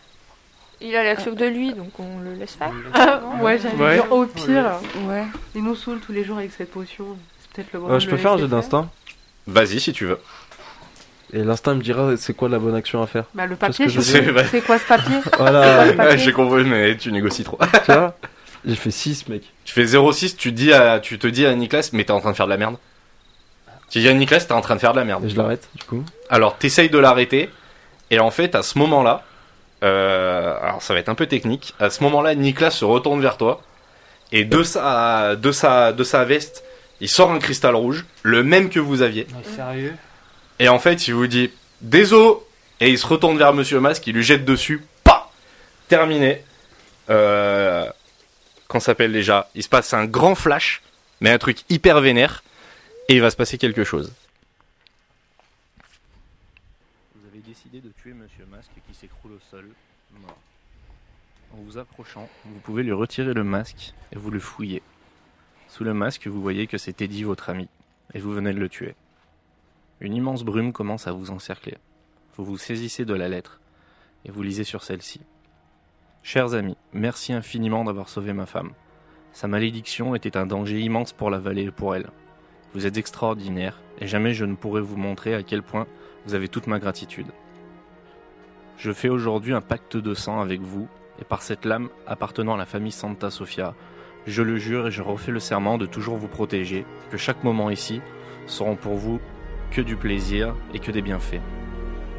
[SPEAKER 5] Il a l'action de lui, donc on le laisse
[SPEAKER 3] Mm.
[SPEAKER 5] faire.
[SPEAKER 8] Ah, ouais, j'allais
[SPEAKER 9] Ouais.
[SPEAKER 8] dire au pire.
[SPEAKER 2] Ouais.
[SPEAKER 8] Il nous saoule tous les jours avec cette potion. C'est peut-être le moment.
[SPEAKER 4] euh,
[SPEAKER 8] de
[SPEAKER 4] je
[SPEAKER 8] le
[SPEAKER 4] peux faire un
[SPEAKER 8] laisser
[SPEAKER 4] jeu d'instinct.
[SPEAKER 3] Vas-y si tu veux.
[SPEAKER 4] Et l'instinct me dira c'est quoi la bonne action à faire.
[SPEAKER 8] Bah le
[SPEAKER 4] Parce que
[SPEAKER 8] papier,
[SPEAKER 4] je
[SPEAKER 8] je
[SPEAKER 4] sais.
[SPEAKER 8] sais.
[SPEAKER 3] C'est [LAUGHS] vrai.
[SPEAKER 8] C'est quoi ce papier
[SPEAKER 4] Voilà,
[SPEAKER 8] le papier.
[SPEAKER 3] J'ai compris, mais tu négocies trop.
[SPEAKER 4] tu vois. J'ai fait 6, mec.
[SPEAKER 3] Tu fais 06, tu dis à, tu te dis à Nicolas, mais t'es en train de faire de la merde. Tu dis à Nicolas, t'es en train de faire de la
[SPEAKER 4] Et
[SPEAKER 3] merde.
[SPEAKER 4] je l'arrête, du coup.
[SPEAKER 3] Alors t'essayes de l'arrêter, et en fait à ce moment-là, euh, alors ça va être un peu technique, à ce moment-là Nicolas se retourne vers toi, et de sa, de sa, de sa veste, il sort un cristal rouge, le même que vous aviez,
[SPEAKER 9] sérieux
[SPEAKER 3] et en fait il vous dit désolé, et il se retourne vers Monsieur Masque, il lui jette dessus, pas terminé. Euh, qu'on s'appelle déjà, il se passe un grand flash, mais un truc hyper vénère, et il va se passer quelque chose.
[SPEAKER 15] Vous avez décidé de tuer Monsieur Masque qui s'écroule au sol, mort. En vous approchant, vous pouvez lui retirer le masque et vous le fouillez. Sous le masque, vous voyez que c'est Eddie, votre ami, et vous venez de le tuer. Une immense brume commence à vous encercler. Vous vous saisissez de la lettre et vous lisez sur celle-ci. Chers amis, merci infiniment d'avoir sauvé ma femme. Sa malédiction était un danger immense pour la vallée et pour elle. Vous êtes extraordinaire et jamais je ne pourrai vous montrer à quel point vous avez toute ma gratitude. Je fais aujourd'hui un pacte de sang avec vous, et par cette lame appartenant à la famille Santa Sofia, je le jure et je refais le serment de toujours vous protéger, que chaque moment ici seront pour vous que du plaisir et que des bienfaits.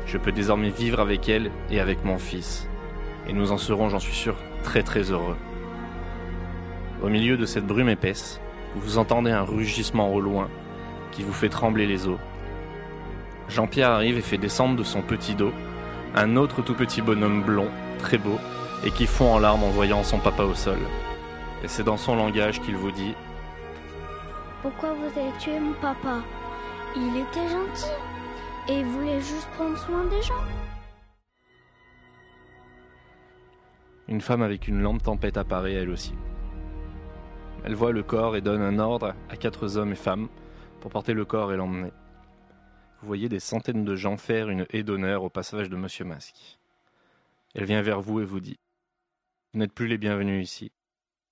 [SPEAKER 15] Je peux désormais vivre avec elle et avec mon fils, et nous en serons, j'en suis sûr, très très heureux. Au milieu de cette brume épaisse, vous entendez un rugissement au loin qui vous fait trembler les os. Jean-Pierre arrive et fait descendre de son petit dos un autre tout petit bonhomme blond, très beau, et qui fond en larmes en voyant son papa au sol. Et c'est dans son langage qu'il vous dit
[SPEAKER 16] Pourquoi vous avez tué mon papa Il était gentil et il voulait juste prendre soin des gens.
[SPEAKER 15] Une femme avec une lampe tempête apparaît elle aussi. Elle voit le corps et donne un ordre à quatre hommes et femmes pour porter le corps et l'emmener. Vous voyez des centaines de gens faire une haie d'honneur au passage de Monsieur Masque. Elle vient vers vous et vous dit Vous n'êtes plus les bienvenus ici.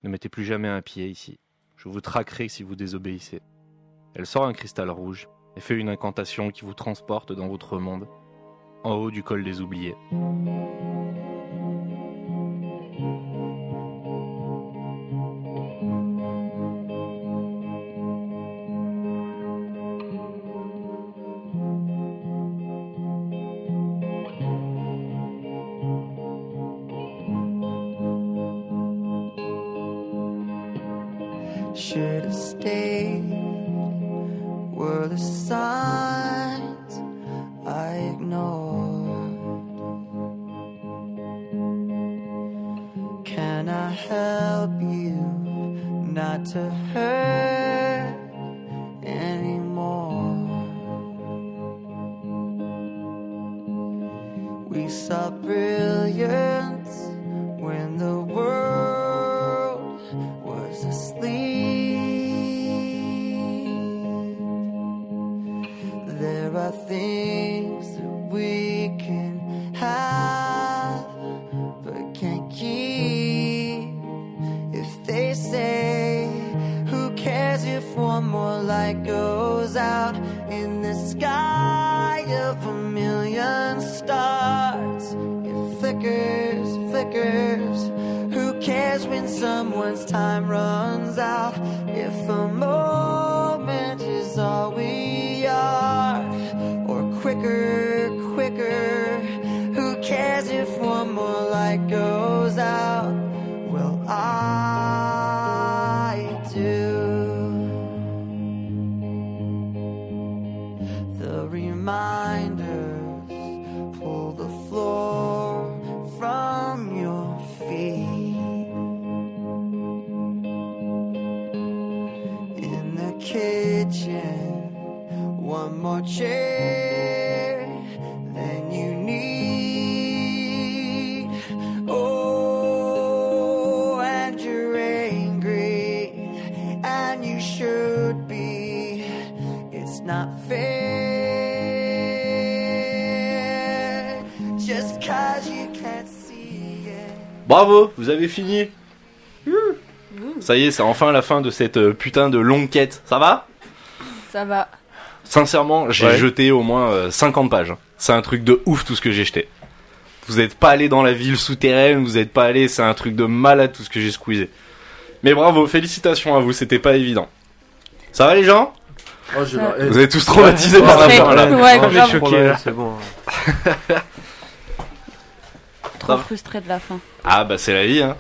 [SPEAKER 15] Ne mettez plus jamais un pied ici. Je vous traquerai si vous désobéissez. Elle sort un cristal rouge et fait une incantation qui vous transporte dans votre monde, en haut du col des oubliés.
[SPEAKER 8] should have stayed were the signs I ignored. Can I help you not to hurt anymore? We saw brilliance when the world was asleep. There are things that we can have but can't keep. If they say, Who cares if one more light goes out in the sky of a million stars? It flickers, flickers. Who cares when someone's time runs out? If a moment is all we are, or quicker, quicker. Who cares if one more light goes out? Well, I do. The reminders pull the floor from your feet. In the kitchen, one more chair than you need. Oh, and you're angry, and you should be. It's not fair. Just cause you can't see it.
[SPEAKER 3] Bravo, vous avez fini. Ça y est, c'est enfin la fin de cette euh, putain de longue quête. Ça va
[SPEAKER 2] Ça va.
[SPEAKER 3] Sincèrement, j'ai
[SPEAKER 17] Ouais.
[SPEAKER 3] jeté au moins euh, 50 pages. C'est un truc de ouf tout ce que j'ai jeté. Vous n'êtes pas allé dans la ville souterraine, vous n'êtes pas allé, c'est un truc de malade tout ce que j'ai squeezé. Mais bravo, félicitations à vous, c'était pas évident. Ça va les gens Vous êtes tous traumatisés par la fin là.
[SPEAKER 4] C'est bon.
[SPEAKER 2] Trop frustré de la fin.
[SPEAKER 3] Ah bah c'est la vie. Hein.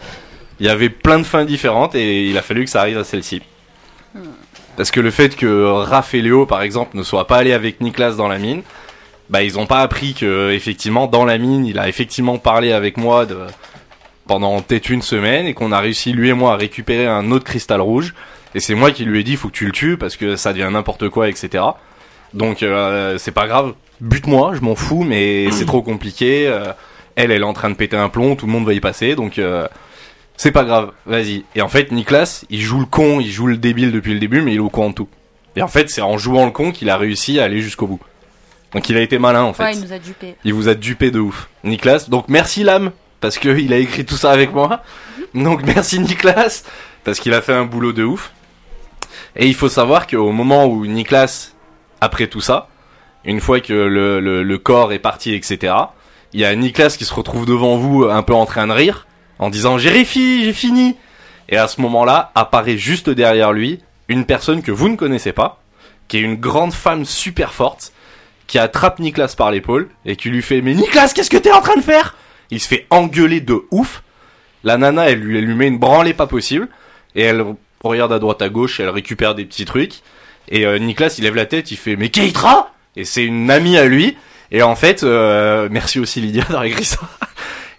[SPEAKER 3] Il y avait plein de fins différentes et il a fallu que ça arrive à celle-ci. Parce que le fait que Raph et Léo, par exemple, ne soient pas allés avec Nicolas dans la mine, bah ils ont pas appris que effectivement dans la mine, il a effectivement parlé avec moi de pendant peut-être une semaine et qu'on a réussi lui et moi à récupérer un autre cristal rouge. Et c'est moi qui lui ai dit faut que tu le tues parce que ça devient n'importe quoi, etc. Donc euh, c'est pas grave, bute-moi, je m'en fous, mais c'est trop compliqué. euh, elle, elle est en train de péter un plomb, tout le monde va y passer, donc euh, c'est pas grave, vas-y. Et en fait, Nicolas, il joue le con, il joue le débile depuis le début, mais il est au courant de tout. Et en fait, c'est en jouant le con qu'il a réussi à aller jusqu'au bout. Donc il a été malin en fait.
[SPEAKER 2] Ouais, il nous a dupés.
[SPEAKER 3] Il vous a dupé de ouf, Nicolas. Donc merci l'âme, parce qu'il a écrit tout ça avec moi. Donc merci Nicolas, parce qu'il a fait un boulot de ouf. Et il faut savoir qu'au moment où Nicolas, après tout ça, une fois que le, le- le corps est parti, etc., il y a Nicolas qui se retrouve devant vous un peu en train de rire, en disant J'ai réfi, j'ai fini Et à ce moment-là, apparaît juste derrière lui une personne que vous ne connaissez pas, qui est une grande femme super forte, qui attrape Nicolas par l'épaule et qui lui fait Mais Nicolas, qu'est-ce que t'es en train de faire Il se fait engueuler de ouf. La nana, elle lui, elle lui met une branlée pas possible. Et elle regarde à droite à gauche, elle récupère des petits trucs. Et euh, Nicolas, il lève la tête, il fait Mais Keitra Et c'est une amie à lui. Et en fait, euh, merci aussi Lydia [LAUGHS] d'avoir écrit ça.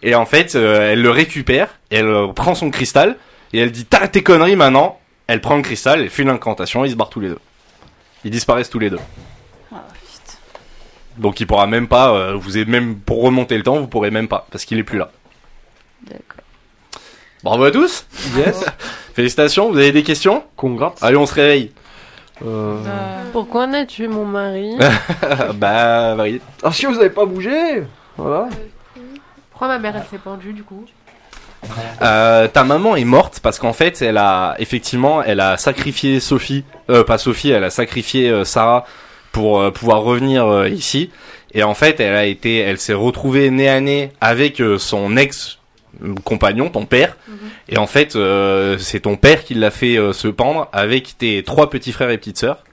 [SPEAKER 3] Et en fait, euh, elle le récupère, elle euh, prend son cristal, et elle dit T'as tes conneries maintenant Elle prend le cristal, elle fait une incantation, ils se barrent tous les deux. Ils disparaissent tous les deux. Donc il pourra même pas, euh, vous avez même pour remonter le temps, vous pourrez même pas, parce qu'il est plus là. Bravo à tous Yes Félicitations, vous avez des questions Congrats Allez, on se réveille [LAUGHS]
[SPEAKER 4] Euh,
[SPEAKER 1] Pourquoi on a tué mon mari
[SPEAKER 3] Ah. Bah, Marie.
[SPEAKER 4] Ah si vous avez pas bougé Voilà.
[SPEAKER 1] Pourquoi ma mère elle s'est pendue du coup
[SPEAKER 3] Euh, ta maman est morte parce qu'en fait, elle a effectivement, elle a sacrifié Sophie, euh, pas Sophie, elle a sacrifié euh, Sarah pour euh, pouvoir revenir euh, ici. Et en fait, elle a été, elle s'est retrouvée nez à nez avec euh, son ex euh, compagnon, ton père. Et en fait, euh, c'est ton père qui l'a fait euh, se pendre avec tes trois petits frères et petites sœurs.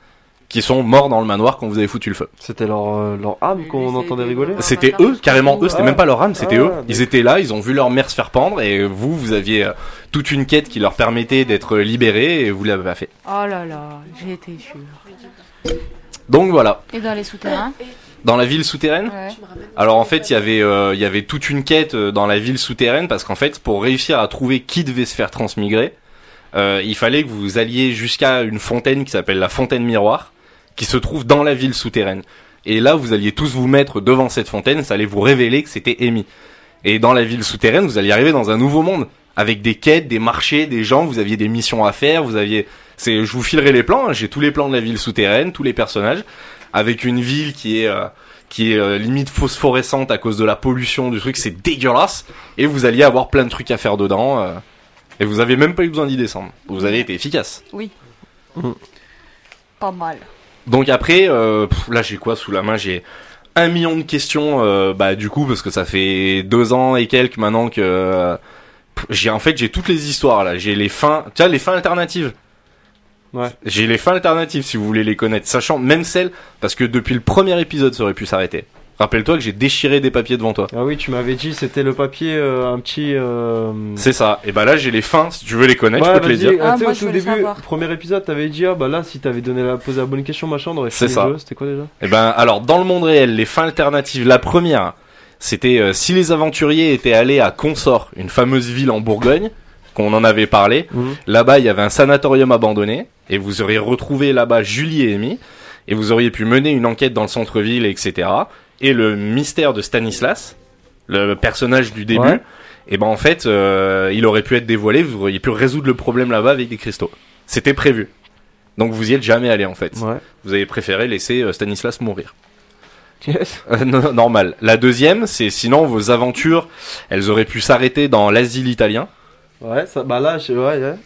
[SPEAKER 3] qui sont morts dans le manoir quand vous avez foutu le feu.
[SPEAKER 4] C'était leur, euh, leur âme qu'on entendait rigoler
[SPEAKER 3] Ah, C'était eux, carrément eux, c'était
[SPEAKER 4] Ah.
[SPEAKER 3] même pas leur âme, c'était
[SPEAKER 4] Ah,
[SPEAKER 3] eux.
[SPEAKER 4] d'accord.
[SPEAKER 3] Ils étaient là, ils ont vu leur mère se faire pendre et vous, vous aviez euh, toute une quête qui leur permettait d'être libérés et vous l'avez pas fait.
[SPEAKER 8] Oh là là, j'ai été sûre.
[SPEAKER 3] Donc voilà.
[SPEAKER 2] Et dans les souterrains
[SPEAKER 3] Dans la ville souterraine
[SPEAKER 2] Ouais.
[SPEAKER 3] Alors en fait, il y avait euh, il y avait toute une quête euh, dans la ville souterraine parce qu'en fait, pour réussir à trouver qui devait se faire transmigrer, euh, il fallait que vous alliez jusqu'à une fontaine qui s'appelle la fontaine miroir, qui se trouve dans la ville souterraine. Et là, vous alliez tous vous mettre devant cette fontaine, ça allait vous révéler que c'était Amy. Et dans la ville souterraine, vous alliez arriver dans un nouveau monde avec des quêtes, des marchés, des gens. Vous aviez des missions à faire. Vous aviez, c'est, je vous filerai les plans. hein, J'ai tous les plans de la ville souterraine, tous les personnages, avec une ville qui est euh, qui est euh, limite phosphorescente à cause de la pollution du truc. C'est dégueulasse. Et vous alliez avoir plein de trucs à faire dedans. euh, et vous avez même pas eu besoin d'y descendre. Vous avez été efficace.
[SPEAKER 5] Oui, pas mal.
[SPEAKER 3] Donc après, euh, pff, là j'ai quoi sous la main J'ai un million de questions, euh, bah du coup parce que ça fait deux ans et quelques maintenant que euh, pff, j'ai en fait j'ai toutes les histoires là. J'ai les fins, tiens les fins alternatives.
[SPEAKER 4] Ouais.
[SPEAKER 3] J'ai les fins alternatives si vous voulez les connaître, sachant même celles parce que depuis le premier épisode ça aurait pu s'arrêter. Rappelle-toi que j'ai déchiré des papiers devant toi.
[SPEAKER 4] Ah oui, tu m'avais dit, c'était le papier, euh, un petit. euh,
[SPEAKER 3] C'est ça. Et bah là j'ai les fins. Si tu veux les connaître,
[SPEAKER 4] Ouais,
[SPEAKER 3] je peux te les
[SPEAKER 4] vas-y,
[SPEAKER 3] dire.
[SPEAKER 4] euh, tu sais, au tout début, premier épisode, t'avais dit, ah bah là, si t'avais donné la, posé la bonne question, machin, on aurait
[SPEAKER 3] C'est
[SPEAKER 4] fait
[SPEAKER 3] ça.
[SPEAKER 4] C'était quoi déjà
[SPEAKER 3] Eh ben, alors, dans le monde réel, les fins alternatives, la première, c'était euh, si les aventuriers étaient allés à Consort, une fameuse ville en Bourgogne, qu'on en avait parlé, là-bas, il y avait un sanatorium abandonné, et vous auriez retrouvé là-bas Julie et Amy, et vous auriez pu mener une enquête dans le centre-ville, etc. Et le mystère de Stanislas, le personnage du début,
[SPEAKER 4] Ouais.
[SPEAKER 3] et ben en fait, euh, il aurait pu être dévoilé, vous auriez pu résoudre le problème là-bas avec des cristaux. C'était prévu. Donc vous y êtes jamais allé en fait. Vous avez préféré laisser euh, Stanislas mourir. Euh, no- normal. La deuxième, c'est sinon vos aventures, elles auraient pu s'arrêter dans l'asile italien.
[SPEAKER 4] Ouais, ça, bah là, je, ouais, ouais.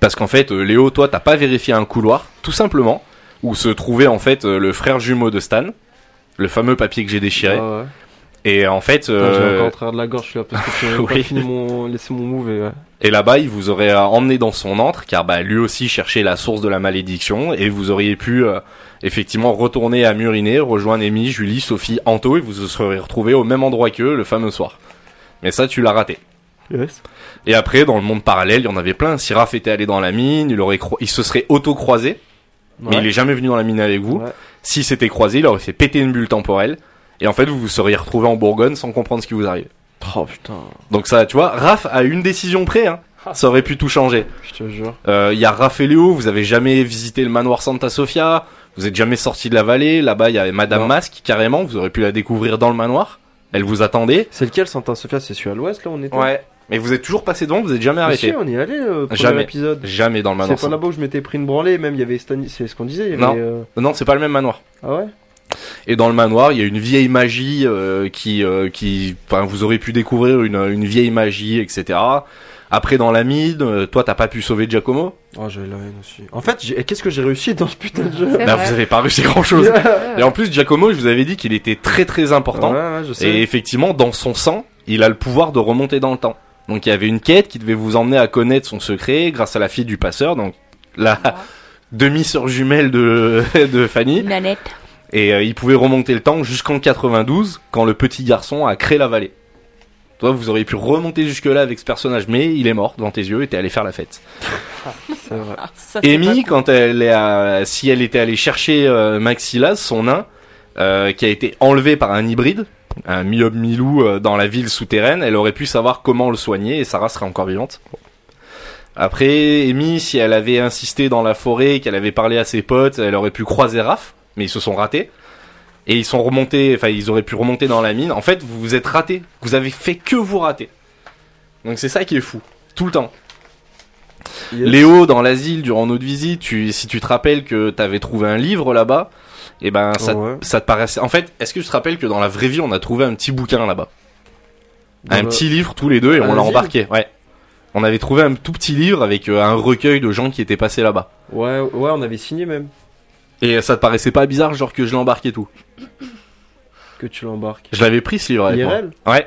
[SPEAKER 3] Parce qu'en fait, euh, Léo, toi, t'as pas vérifié un couloir, tout simplement, où se trouvait en fait euh, le frère jumeau de Stan, le fameux papier que j'ai déchiré.
[SPEAKER 4] Ah ouais.
[SPEAKER 3] Et en fait,
[SPEAKER 4] Putain, J'ai
[SPEAKER 3] euh,
[SPEAKER 4] encore en travers de la gorge, je suis là,
[SPEAKER 3] [LAUGHS]
[SPEAKER 4] parce que tu n'avais
[SPEAKER 3] Oui.
[SPEAKER 4] pas fini mon, laissé mon move, et ouais.
[SPEAKER 3] Et là-bas, il vous aurait euh, emmené dans son antre, car bah, lui aussi cherchait la source de la malédiction, et vous auriez pu euh, effectivement retourner à Muriné, rejoindre Amy, Julie, Sophie, Anto, et vous vous serez retrouvés au même endroit qu'eux le fameux soir. Mais ça, tu l'as raté.
[SPEAKER 4] Yes.
[SPEAKER 3] Et après, dans le monde parallèle, il y en avait plein. Si Raph était allé dans la mine, il, aurait cro- il se serait auto-croisé, mais
[SPEAKER 4] Ouais.
[SPEAKER 3] il est jamais venu dans la mine avec vous. S'il s'était croisé, il aurait fait péter une bulle temporelle, et en fait, vous vous seriez retrouvé en Bourgogne sans comprendre ce qui vous arrive.
[SPEAKER 4] Oh putain.
[SPEAKER 3] Donc ça, tu vois, Raph a une décision près, hein.
[SPEAKER 4] Ah.
[SPEAKER 3] ça aurait pu tout changer.
[SPEAKER 4] Je te jure.
[SPEAKER 3] Euh, Il y a Raph et Léo, vous avez jamais visité le manoir Santa Sofia, vous êtes jamais sorti de la vallée, là-bas il y avait Madame Masque carrément, vous aurez pu la découvrir dans le manoir, elle vous attendait.
[SPEAKER 4] C'est lequel Santa Sofia C'est celui à l'ouest là on était
[SPEAKER 3] Ouais, mais vous êtes toujours passé devant, vous êtes jamais
[SPEAKER 4] Mais
[SPEAKER 3] arrêté.
[SPEAKER 4] si, on y allait, euh, premier
[SPEAKER 3] jamais,
[SPEAKER 4] épisode.
[SPEAKER 3] Jamais dans le manoir.
[SPEAKER 4] C'est pas là-bas où je m'étais pris une branlée, même il y avait Stanis, c'est ce qu'on disait, il y avait.
[SPEAKER 3] Non,
[SPEAKER 4] euh,
[SPEAKER 3] non c'est pas le même manoir.
[SPEAKER 4] Ah ouais
[SPEAKER 3] Et dans le manoir, il y a une vieille magie euh, qui, euh, qui, enfin, vous aurez pu découvrir une, une vieille magie, etc. Après, dans la mine, euh, toi, t'as pas pu sauver Giacomo.
[SPEAKER 4] Oh, j'avais la haine aussi. En fait, j'ai- qu'est-ce que j'ai réussi dans ce putain de jeu
[SPEAKER 3] Bah, vous avez pas réussi grand [LAUGHS] chose. Et en plus, Giacomo, je vous avais dit qu'il était très très important.
[SPEAKER 4] Ouais, ouais, je sais.
[SPEAKER 3] Et effectivement, dans son sang, il a le pouvoir de remonter dans le temps. Donc il y avait une quête qui devait vous emmener à connaître son secret grâce à la fille du passeur, donc la [LAUGHS] demi-sœur jumelle de, [LAUGHS] de Fanny.
[SPEAKER 2] Nanette.
[SPEAKER 3] Et euh, il pouvait remonter le temps jusqu'en 92, quand le petit garçon a créé la vallée. Toi, vous auriez pu remonter jusque-là avec ce personnage, mais il est mort devant tes yeux et t'es allé faire la fête. [LAUGHS]
[SPEAKER 4] C'est vrai.
[SPEAKER 3] Amy, quand elle est à- si elle était allée chercher euh, Maxilas, son nain, euh, qui a été enlevé par un hybride, un mi-homme mi-loup euh, dans la ville souterraine, elle aurait pu savoir comment le soigner et Sarah serait encore vivante. Bon. Après, Amy, si elle avait insisté dans la forêt, qu'elle avait parlé à ses potes, elle aurait pu croiser Raph, mais ils se sont ratés. Et ils sont remontés, enfin ils auraient pu remonter dans la mine. En fait, vous vous êtes ratés. Vous avez fait que vous rater. Donc c'est ça qui est fou, tout le temps. Léo, dans l'asile, durant notre visite, tu, si tu te rappelles que t'avais trouvé un livre là-bas, et ben ça,
[SPEAKER 4] Ouais.
[SPEAKER 3] ça te paraissait. En fait, est-ce que tu te rappelles que dans la vraie vie, on a trouvé un petit bouquin là-bas
[SPEAKER 4] Dans
[SPEAKER 3] Un
[SPEAKER 4] le-
[SPEAKER 3] petit livre tous les deux et
[SPEAKER 4] À
[SPEAKER 3] on l'a
[SPEAKER 4] l'asile
[SPEAKER 3] embarqué, ouais. On avait trouvé un tout petit livre avec euh, un recueil de gens qui étaient passés là-bas.
[SPEAKER 4] Ouais, ouais, on avait signé même
[SPEAKER 3] Et ça te paraissait pas bizarre, genre que je l'embarque et tout
[SPEAKER 4] que tu l'embarques.
[SPEAKER 3] Je l'avais pris ce livre avec moi.
[SPEAKER 4] IRL
[SPEAKER 3] Ouais.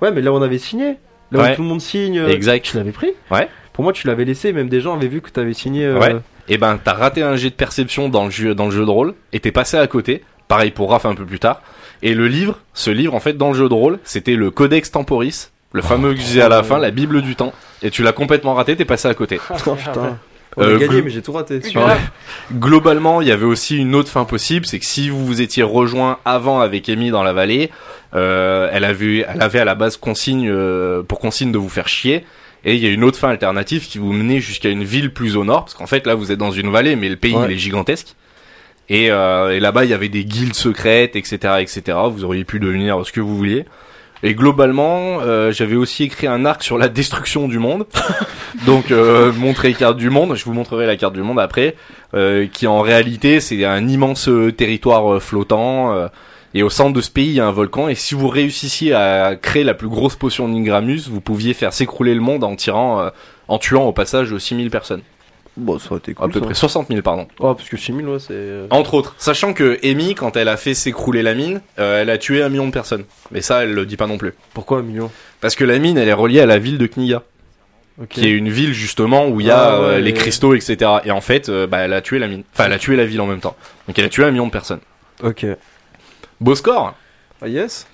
[SPEAKER 4] Ouais, mais là on avait signé. Là où
[SPEAKER 3] Ouais.
[SPEAKER 4] tout le monde signe. euh,
[SPEAKER 3] Exact.
[SPEAKER 4] Tu l'avais pris
[SPEAKER 3] Ouais.
[SPEAKER 4] Pour moi, tu l'avais laissé, même des gens avaient vu que t'avais signé. euh,
[SPEAKER 3] Ouais. et ben t'as raté un jet de perception dans le jeu, dans le jeu de rôle, et t'es passé à côté. Pareil pour Raph un peu plus tard. Et le livre, ce livre en fait dans le jeu de rôle, c'était le Codex Temporis, le fameux que je disais à la fin, la Bible du temps. Et tu l'as complètement raté, t'es passé à côté.
[SPEAKER 18] Ah,
[SPEAKER 4] Oh,
[SPEAKER 9] Ah
[SPEAKER 18] putain. On a gagné,
[SPEAKER 3] glo-
[SPEAKER 18] mais j'ai tout raté.
[SPEAKER 3] Ouais.
[SPEAKER 18] Super.
[SPEAKER 3] Globalement, il y avait aussi une autre fin possible, c'est que si vous vous étiez rejoint avant avec Amy dans la vallée, euh, elle, avait, elle avait à la base consigne euh, pour consigne de vous faire chier. Et il y a une autre fin alternative qui vous menait jusqu'à une ville plus au nord, parce qu'en fait là vous êtes dans une vallée, mais le pays
[SPEAKER 18] Ouais.
[SPEAKER 3] il est gigantesque. Et, euh, et là-bas il y avait des guildes secrètes, etc., etc. Vous auriez pu devenir ce que vous vouliez. Et globalement, euh, j'avais aussi écrit un arc sur la destruction du monde. Donc euh, montrer carte du monde, je vous montrerai la carte du monde après, euh, qui en réalité c'est un immense euh, territoire euh, flottant. euh, et au centre de ce pays, il y a un volcan. Et si vous réussissiez à créer la plus grosse potion d'Ingramus, vous pouviez faire s'écrouler le monde en tirant, euh, en tuant au passage 6000 personnes.
[SPEAKER 18] Bon, ça aurait été cool.
[SPEAKER 3] à peu
[SPEAKER 18] ça.
[SPEAKER 3] près 60 000, pardon.
[SPEAKER 18] Oh, parce que 6000, ouais, c'est. euh,
[SPEAKER 3] Entre autres, sachant que Amy, quand elle a fait s'écrouler la mine, euh, elle a tué un million de personnes. Mais ça, elle le dit pas non plus.
[SPEAKER 18] Pourquoi un million
[SPEAKER 3] Parce que la mine, elle est reliée à la ville de Kniga. Qui est une ville justement où il y a
[SPEAKER 18] Ah,
[SPEAKER 3] euh,
[SPEAKER 18] ouais.
[SPEAKER 3] les cristaux, etc. Et en fait, euh, bah, elle a tué la mine. Enfin, elle a tué la ville en même temps. Donc elle a tué un million de personnes.
[SPEAKER 18] Ok.
[SPEAKER 3] Beau score
[SPEAKER 18] Ah, yes